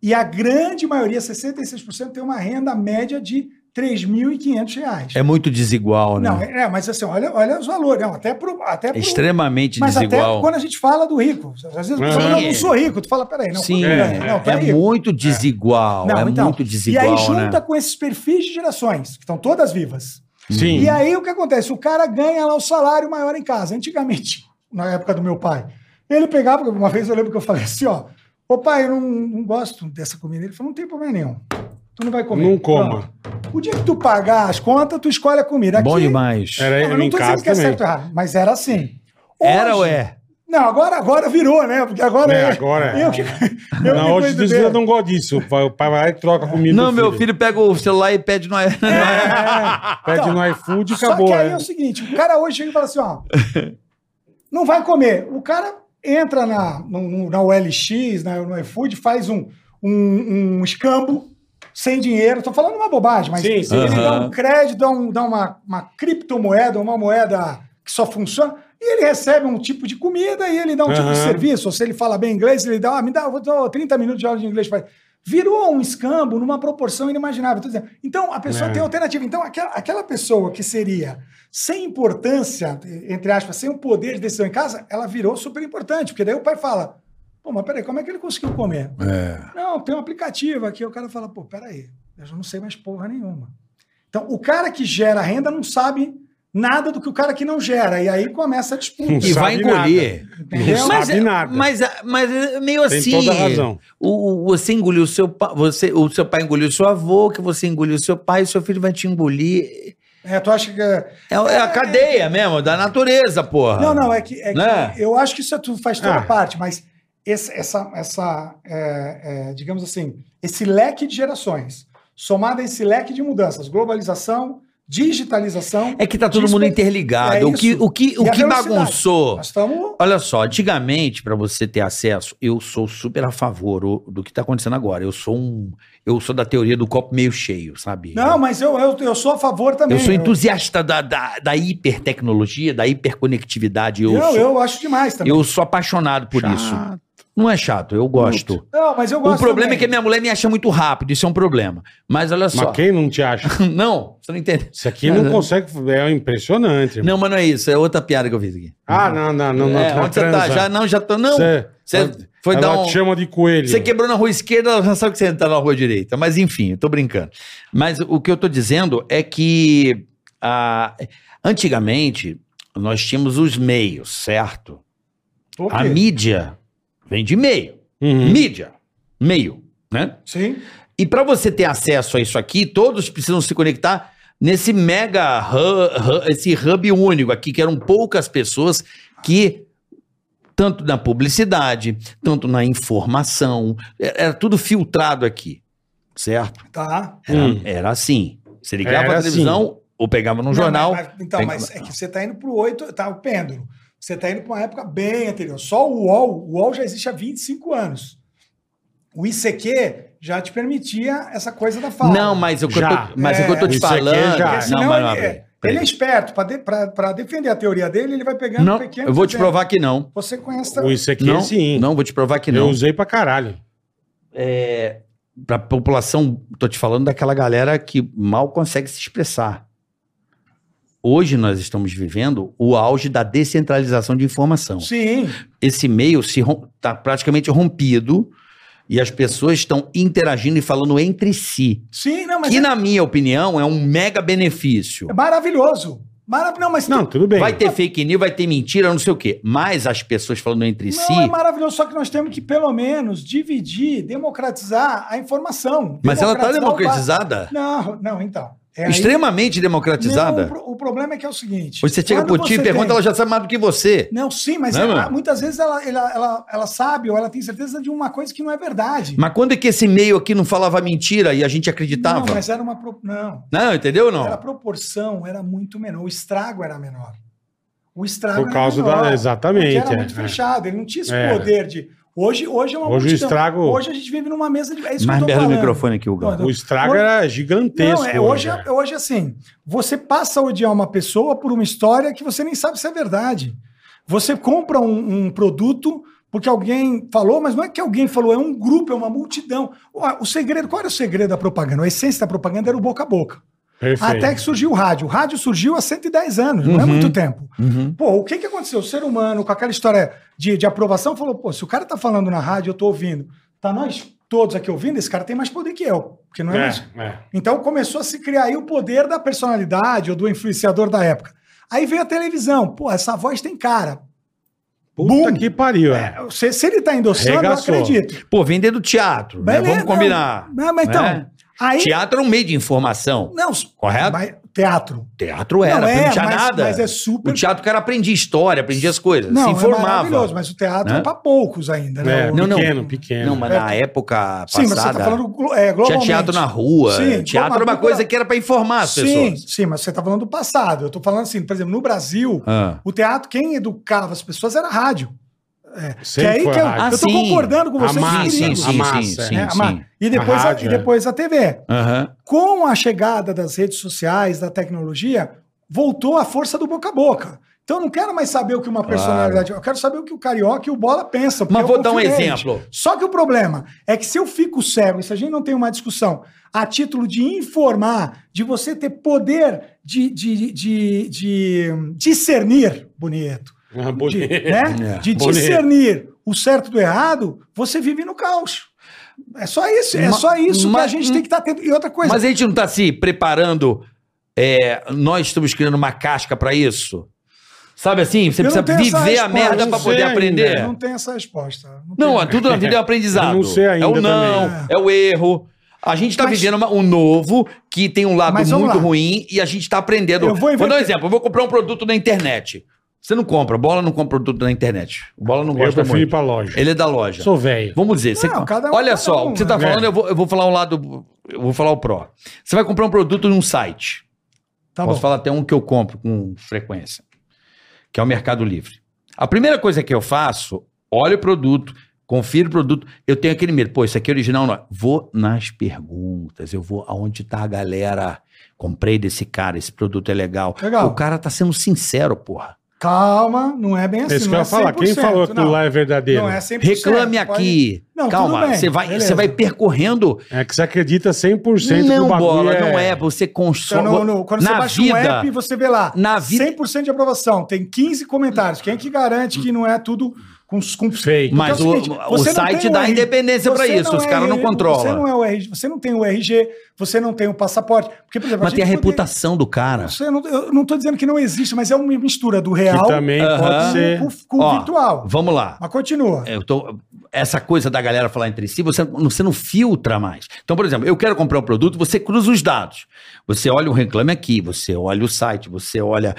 Speaker 4: E a grande maioria, 66%, tem uma renda média de 3.500 reais.
Speaker 3: É muito desigual, né?
Speaker 4: Não, é, é, mas assim, olha, olha os valores. Não, até pro, até
Speaker 3: é
Speaker 4: pro-
Speaker 3: extremamente
Speaker 4: Mas até
Speaker 3: desigual.
Speaker 4: quando a gente fala do rico. Às vezes a pessoa
Speaker 2: Sim.
Speaker 4: fala, "Eu não sou rico. Tu fala, peraí, não.
Speaker 3: Sim,
Speaker 4: quanto ganha?
Speaker 2: é,
Speaker 4: não,
Speaker 3: É
Speaker 4: peraí.
Speaker 3: muito desigual.
Speaker 4: Não,
Speaker 3: é
Speaker 4: então,
Speaker 3: muito
Speaker 4: E
Speaker 3: desigual.
Speaker 4: aí junta
Speaker 3: né?
Speaker 4: com esses perfis de gerações, que estão todas vivas.
Speaker 2: Sim.
Speaker 4: E aí o que acontece? O cara ganha lá o salário maior em casa. Antigamente, na época do meu pai, ele pegava, uma vez eu lembro que eu falei assim, ó, ô pai, eu não, não gosto dessa comida. Ele falou, não tem problema nenhum. Tu não vai comer.
Speaker 2: Não coma.
Speaker 4: Pronto. O dia que tu pagar as contas, tu escolhe a comida.
Speaker 3: né? Bom
Speaker 4: Aqui,
Speaker 3: demais.
Speaker 2: Era
Speaker 4: Eu
Speaker 2: era
Speaker 4: não
Speaker 2: em
Speaker 4: tô dizendo
Speaker 2: casa
Speaker 4: que é
Speaker 2: também.
Speaker 4: certo ou errado, mas era assim.
Speaker 3: Era
Speaker 4: Hoje-
Speaker 3: ou é?
Speaker 4: Não, agora, agora virou, né? Porque agora
Speaker 2: É, agora é.
Speaker 4: Eu que, eu
Speaker 2: Não,
Speaker 4: que
Speaker 2: hoje
Speaker 4: cuido
Speaker 2: diz
Speaker 4: dele.
Speaker 2: que não gosta disso. O pai o pai vai lá e troca comida.
Speaker 3: Não,
Speaker 2: do
Speaker 3: meu filho pega o celular e pede no.
Speaker 2: Pede
Speaker 4: Então,
Speaker 2: no iFood e
Speaker 4: Só que
Speaker 2: acabou.
Speaker 4: aí
Speaker 2: é.
Speaker 4: é o seguinte, o cara hoje chega e fala assim, ó, não vai comer. O cara entra na, no- na OLX, na, no iFood, faz um, um, um escambo sem dinheiro. Tô falando uma bobagem, mas
Speaker 2: Sim, sim.
Speaker 4: ele dá
Speaker 3: Aham.
Speaker 4: um crédito, dá, um- dá uma, uma criptomoeda, uma moeda que só funciona, e ele recebe um tipo de comida e ele dá um tipo de
Speaker 2: Aham.
Speaker 4: serviço. Ou se ele fala bem inglês, ele dá, ah, me dá, eu vou dar 30 minutos de aula de inglês para Virou um escambo numa proporção inimaginável. Tô dizendo. Então, a pessoa
Speaker 2: É.
Speaker 4: tem alternativa. Então, aquela, aquela pessoa que seria sem importância, entre aspas, sem o poder de decisão em casa, ela virou super importante. Porque daí o pai fala: pô, mas peraí, como é que ele conseguiu comer?
Speaker 2: É.
Speaker 4: Não, tem um aplicativo aqui. O cara fala, pô, peraí, eu já não sei mais porra nenhuma. Então, o cara que gera renda não sabe nada do que o cara que não gera. E aí começa a disputa.
Speaker 2: Não
Speaker 3: E vai
Speaker 2: sabe nada.
Speaker 3: engolir.
Speaker 4: Entendeu?
Speaker 2: Mas-
Speaker 4: Mas,
Speaker 2: sabe nada.
Speaker 3: Mas, mas é meio
Speaker 2: Tem
Speaker 3: assim.
Speaker 2: toda a razão.
Speaker 3: O, o- você engoliu o seu pai, você, o seu pai engoliu o seu avô, que você engoliu o seu pai, o seu filho vai te engolir.
Speaker 4: é, tu acha que. é-
Speaker 3: É, é a cadeia mesmo, da natureza, porra.
Speaker 4: Não, não, é que, é que
Speaker 3: Ah. Né?
Speaker 4: eu acho que isso é tu- faz toda
Speaker 2: Ah.
Speaker 4: parte, mas esse- essa, essa é, é, digamos assim, esse leque de gerações, somado a esse leque de mudanças, globalização, digitalização.
Speaker 3: É que tá todo mundo
Speaker 4: Dispen-
Speaker 3: interligado.
Speaker 4: É
Speaker 3: o que,
Speaker 4: isso.
Speaker 3: o que,
Speaker 4: E
Speaker 3: o
Speaker 4: a
Speaker 3: que
Speaker 4: velocidade.
Speaker 3: bagunçou.
Speaker 4: Nós estamos.
Speaker 3: Olha só, antigamente, para você ter acesso, eu sou super a favor o- do que está acontecendo agora. Eu sou um. Eu sou da teoria do copo meio cheio, sabe?
Speaker 4: Não, mas eu, eu, eu sou a favor também.
Speaker 3: eu sou entusiasta da, da, da hipertecnologia, da hiperconectividade. Eu,
Speaker 4: não,
Speaker 3: sou, eu,
Speaker 4: eu acho demais também.
Speaker 3: sou apaixonado por isso.
Speaker 2: Chato.
Speaker 3: Não é chato, eu gosto.
Speaker 4: Não, mas eu gosto
Speaker 3: O problema é
Speaker 4: também.
Speaker 3: que minha mulher me acha muito rápido, isso é um problema. Mas olha só.
Speaker 2: Mas quem não te acha?
Speaker 3: Não, você não entende.
Speaker 2: Isso aqui não consegue. É impressionante. irmão.
Speaker 3: Não, mas não é isso, é outra piada que eu fiz aqui.
Speaker 2: Ah, não, não, não. não,
Speaker 3: é,
Speaker 2: não
Speaker 3: onde você tá?
Speaker 2: transa.
Speaker 3: Já não, já tô. Não.
Speaker 2: Cê- é
Speaker 3: Você foi
Speaker 2: ela
Speaker 3: dar um.
Speaker 2: te chama de coelho.
Speaker 3: Você quebrou na rua esquerda, ela já sabe que você tá na rua direita. Mas enfim, eu tô brincando. Mas o que eu tô dizendo é que ah, antigamente nós tínhamos os meios, certo?
Speaker 4: O quê?
Speaker 3: A mídia vem de meio.
Speaker 2: Uhum.
Speaker 3: Mídia, meio, né?
Speaker 4: Sim.
Speaker 3: E para você ter acesso a isso aqui, todos precisam se conectar nesse mega hu- hu- esse hub único aqui, que eram poucas pessoas que tanto na publicidade, tanto na informação, e- era tudo filtrado aqui, certo?
Speaker 4: Tá.
Speaker 3: Era,
Speaker 2: Hum.
Speaker 3: era assim. Você ligava
Speaker 2: Era assim.
Speaker 3: a televisão ou pegava num
Speaker 4: Não,
Speaker 3: Um jornal.
Speaker 4: mas- mas- então,
Speaker 3: tem-
Speaker 4: mas é que você está indo para o 8, tá, o pêndulo. Você está indo para uma época bem anterior. Só o UOL, o UOL já existe há 25 anos. O ICQ já te permitia essa coisa da fala.
Speaker 3: Não, mas o que,
Speaker 2: Já.
Speaker 3: eu, tô, mas o que eu tô
Speaker 2: É,
Speaker 3: te
Speaker 2: isso aqui
Speaker 3: falando.
Speaker 2: já-
Speaker 4: Porque senão
Speaker 3: Não, mas
Speaker 4: ele,
Speaker 3: não,
Speaker 4: é-
Speaker 3: peraí,
Speaker 4: ele é
Speaker 3: peraí.
Speaker 4: esperto. Para defender a teoria dele, ele vai pegando
Speaker 3: não,
Speaker 4: pequeno.
Speaker 3: eu vou te provar que não.
Speaker 4: Você conhece
Speaker 2: O Isso aqui é
Speaker 3: Não,
Speaker 2: sim.
Speaker 3: não, vou te provar que
Speaker 2: Eu
Speaker 3: não.
Speaker 2: usei pra caralho.
Speaker 3: para população, tô te falando daquela galera que mal consegue se expressar. Hoje nós estamos vivendo o auge da descentralização de informação.
Speaker 4: Sim.
Speaker 3: Esse meio está praticamente rompido e as pessoas estão interagindo e falando entre si.
Speaker 4: Sim, não, mas
Speaker 3: Que,
Speaker 4: é,
Speaker 3: na minha opinião, é um mega benefício.
Speaker 4: é maravilhoso. Mara... Não, mas
Speaker 2: Não, tudo bem.
Speaker 3: Vai ter fake news, vai ter mentira, não sei o quê. Mas as pessoas falando entre
Speaker 4: Não,
Speaker 3: si.
Speaker 4: é maravilhoso, só que nós temos que, pelo menos, dividir, democratizar a informação.
Speaker 3: Mas ela tá está
Speaker 4: Democratizar
Speaker 3: democratizada?
Speaker 4: o ba- Não, não, então. É aí-
Speaker 3: Extremamente
Speaker 4: Não, o
Speaker 3: democratizada?
Speaker 4: pro- o, problema é que é o seguinte.
Speaker 3: Hoje você chega pro
Speaker 4: quando
Speaker 3: tio e
Speaker 4: você
Speaker 3: pergunta,
Speaker 4: tem-
Speaker 3: ela já sabe mais do que você.
Speaker 4: Não, sim, mas
Speaker 3: Não é,
Speaker 4: ela-
Speaker 3: mano?
Speaker 4: muitas vezes ela, ela, ela, ela sabe ou ela tem certeza de uma coisa que não é verdade.
Speaker 3: Mas quando é que esse meio aqui não falava mentira e a gente acreditava?
Speaker 4: Não,
Speaker 3: Não,
Speaker 4: mas era uma. pro- Não.
Speaker 3: entendeu
Speaker 4: Era, a
Speaker 3: não?
Speaker 4: proporção era muito menor. O estrago era menor. O estrago
Speaker 2: Por
Speaker 4: era
Speaker 2: causa
Speaker 4: menor.
Speaker 2: da. Exatamente.
Speaker 4: Porque era
Speaker 2: é,
Speaker 4: muito
Speaker 2: é.
Speaker 4: fechado, ele não tinha esse
Speaker 2: É.
Speaker 4: poder de. Hoje, hoje é uma
Speaker 2: Hoje o
Speaker 4: multidão.
Speaker 2: estrago-
Speaker 4: Hoje a gente vive numa mesa de. É isso
Speaker 3: Mais
Speaker 4: que eu tô
Speaker 3: perto do
Speaker 4: falando.
Speaker 3: microfone aqui, Hugo.
Speaker 4: Não,
Speaker 2: O estrago era gigantesco.
Speaker 4: Não, é, hoje,
Speaker 2: né?
Speaker 4: é- hoje é assim, você passa a odiar uma pessoa por uma história que você nem sabe se é verdade. Você compra um, um produto porque alguém falou, mas não é que alguém falou, é um grupo, é uma multidão. Ó, O segredo, qual era o segredo da propaganda? A essência da propaganda era o boca a boca.
Speaker 2: Perfeito.
Speaker 4: Até que surgiu o rádio. O rádio surgiu há 110 anos, não é muito tempo.
Speaker 3: Uhum.
Speaker 4: Pô, o que, que aconteceu? O ser humano, com aquela história de, de aprovação, falou: pô, se o cara tá falando na rádio, eu tô ouvindo, tá nós todos aqui ouvindo, esse cara tem mais poder que eu. Porque não é, mais.
Speaker 2: É, é.
Speaker 4: Então começou a se criar aí o poder da personalidade ou do influenciador da época. Aí veio a televisão. Pô, essa voz tem cara.
Speaker 2: Puta
Speaker 4: Boom.
Speaker 2: que pariu, é.
Speaker 4: Se, se ele tá endossando,
Speaker 2: Arregaçou.
Speaker 4: eu acredito.
Speaker 3: Pô, vender do teatro, né?
Speaker 4: Beleza,
Speaker 3: Vamos combinar.
Speaker 4: Não, mas então,
Speaker 3: né?
Speaker 4: aí...
Speaker 3: Teatro é um meio de informação.
Speaker 4: Não,
Speaker 3: Correto?
Speaker 4: mas teatro.
Speaker 3: Teatro era,
Speaker 4: não
Speaker 3: porque
Speaker 4: é,
Speaker 3: não tinha
Speaker 4: mas,
Speaker 3: nada.
Speaker 4: mas é
Speaker 3: O
Speaker 4: super...
Speaker 3: teatro o cara aprendia história, aprendia as coisas,
Speaker 4: Não,
Speaker 3: se
Speaker 4: é
Speaker 3: informava.
Speaker 4: maravilhoso, mas o teatro
Speaker 3: né?
Speaker 4: é pra poucos ainda, né?
Speaker 2: É,
Speaker 4: O-
Speaker 3: Não, não.
Speaker 2: pequeno, pequeno.
Speaker 3: não, mas na época
Speaker 4: É. Sim, mas você
Speaker 3: passada,
Speaker 4: tá falando glo- é,
Speaker 3: tinha
Speaker 4: globalmente.
Speaker 3: teatro na rua.
Speaker 4: Sim,
Speaker 3: teatro era uma
Speaker 4: globalmente.
Speaker 3: coisa que era pra informar as
Speaker 4: Sim,
Speaker 3: pessoas.
Speaker 4: sim, mas você tá falando do passado. Eu tô falando assim, por exemplo, no Brasil,
Speaker 3: Ah.
Speaker 4: o teatro, quem educava as pessoas era a rádio.
Speaker 2: Sempre
Speaker 4: que aí
Speaker 2: foi
Speaker 4: que eu,
Speaker 2: rádio.
Speaker 4: eu tô
Speaker 3: Ah, sim.
Speaker 4: concordando com vocês.
Speaker 2: A massa,
Speaker 4: querido.
Speaker 3: sim,
Speaker 2: a
Speaker 3: sim,
Speaker 2: massa,
Speaker 3: sim,
Speaker 2: é.
Speaker 3: sim,
Speaker 4: É,
Speaker 3: sim. é.
Speaker 4: mas- E depois,
Speaker 2: A
Speaker 4: a,
Speaker 2: rádio,
Speaker 4: e depois a TV.
Speaker 3: Aham.
Speaker 4: Com a chegada das redes sociais, da tecnologia, voltou a força do boca a boca. Então eu não quero mais saber o que uma personalidade. Eu quero saber o que o carioca e o bola pensam. porque
Speaker 3: Mas
Speaker 4: eu
Speaker 3: vou dar um
Speaker 4: confio neles.
Speaker 3: exemplo.
Speaker 4: Só que o problema é que se eu fico cego, e se a gente não tem uma discussão a título de informar, de você ter poder de, de, de, de discernir, bonito,
Speaker 2: Ah, bonito.
Speaker 4: de, né?
Speaker 3: É.
Speaker 4: de
Speaker 2: Bonito.
Speaker 4: discernir o certo do errado, você vive no caos. É só isso, é
Speaker 3: Ma-
Speaker 4: só isso
Speaker 3: ma-
Speaker 4: que a gente tem que estar atento. E outra coisa,
Speaker 3: Mas a gente não tá se preparando. é, nós estamos criando uma casca pra isso. Sabe assim? Você
Speaker 4: Eu não
Speaker 3: precisa
Speaker 4: tenho essa
Speaker 3: viver a
Speaker 4: resposta,
Speaker 3: merda pra
Speaker 2: não
Speaker 3: poder
Speaker 2: sei ainda,
Speaker 3: aprender.
Speaker 4: É, não tem essa resposta. Não,
Speaker 3: É. Não,
Speaker 4: tem.
Speaker 3: ó, tudo na vida é um aprendizado.
Speaker 2: Eu não sei ainda
Speaker 3: É o não,
Speaker 4: também.
Speaker 3: é o erro. A gente tá
Speaker 4: Mas-
Speaker 3: vivendo uma- um novo que tem um lado
Speaker 4: Mas
Speaker 3: muito
Speaker 4: vamos lá.
Speaker 3: ruim e a gente tá aprendendo.
Speaker 4: Eu vou
Speaker 3: Vou dar um
Speaker 4: inventar-
Speaker 3: exemplo. Eu vou comprar um produto na internet. Você não compra. Bola não compra produto na internet. O Bola não
Speaker 2: Eu
Speaker 3: gosta
Speaker 2: prefiro ir
Speaker 3: muito.
Speaker 2: pra loja.
Speaker 3: Ele é da loja.
Speaker 2: Sou velho.
Speaker 3: Vamos dizer, você-
Speaker 4: Não, cada um-
Speaker 3: olha
Speaker 4: cada
Speaker 3: só,
Speaker 4: um,
Speaker 3: o que você tá
Speaker 2: né?
Speaker 3: falando, eu vou, eu vou falar um lado, eu vou falar o pró. Você vai comprar um produto num site.
Speaker 4: Tá
Speaker 3: Posso
Speaker 4: bom.
Speaker 3: falar até um que eu compro com frequência, que é o Mercado Livre. A primeira coisa que eu faço, olho o produto, confiro o produto, eu tenho aquele medo, pô, isso aqui é original não é. Vou nas perguntas, eu vou aonde tá a galera, comprei desse cara, esse produto é legal.
Speaker 4: Legal.
Speaker 3: O cara tá sendo sincero, porra.
Speaker 4: Calma, não é bem assim.
Speaker 2: É isso que
Speaker 4: não
Speaker 2: eu ia
Speaker 4: é
Speaker 2: falar. Quem
Speaker 4: 100%,
Speaker 2: falou que aquilo
Speaker 4: não.
Speaker 2: lá é verdadeiro?
Speaker 4: Não é 100%.
Speaker 3: Reclame
Speaker 4: pode-
Speaker 3: aqui.
Speaker 4: Não,
Speaker 3: Calma,
Speaker 4: tudo bem,
Speaker 3: você vai,
Speaker 4: beleza.
Speaker 3: você vai percorrendo
Speaker 2: É que você acredita 100% que
Speaker 3: não,
Speaker 2: o bagulho
Speaker 3: bola,
Speaker 2: é...
Speaker 3: não é. Você
Speaker 4: Então,
Speaker 3: consome.
Speaker 4: no- no- quando você
Speaker 3: na
Speaker 4: baixa
Speaker 3: vida,
Speaker 4: um app, você vê lá
Speaker 3: na vida-
Speaker 4: 100% de aprovação. Tem 15 comentários. Quem é que garante que não é tudo com... com...
Speaker 2: Fake.
Speaker 3: Mas
Speaker 4: Porque é
Speaker 3: o-
Speaker 4: seguinte,
Speaker 3: o
Speaker 4: você não
Speaker 3: site
Speaker 4: tem
Speaker 3: dá
Speaker 4: RG,
Speaker 3: independência pra
Speaker 4: você
Speaker 3: isso,
Speaker 4: não
Speaker 3: os
Speaker 4: é
Speaker 3: caras não
Speaker 4: RG,
Speaker 3: controlam.
Speaker 4: Você não é o RG, você não tem o RG, você não tem o passaporte. Porque, por exemplo,
Speaker 3: mas tem a
Speaker 4: gente poder-
Speaker 3: reputação do cara.
Speaker 4: Você não- eu não estou dizendo que não existe, mas é uma mistura do
Speaker 2: Que
Speaker 4: real
Speaker 2: também
Speaker 3: Aham.
Speaker 2: pode ser...
Speaker 4: com, com
Speaker 3: Ó,
Speaker 4: virtual.
Speaker 3: Vamos lá.
Speaker 4: Mas continua.
Speaker 3: É, Eu tô- essa coisa da galera falar entre si, você, não- você não filtra mais. Então, por exemplo, eu quero comprar um produto, você cruza os dados. Você olha o Reclame Aqui, você olha o site, você olha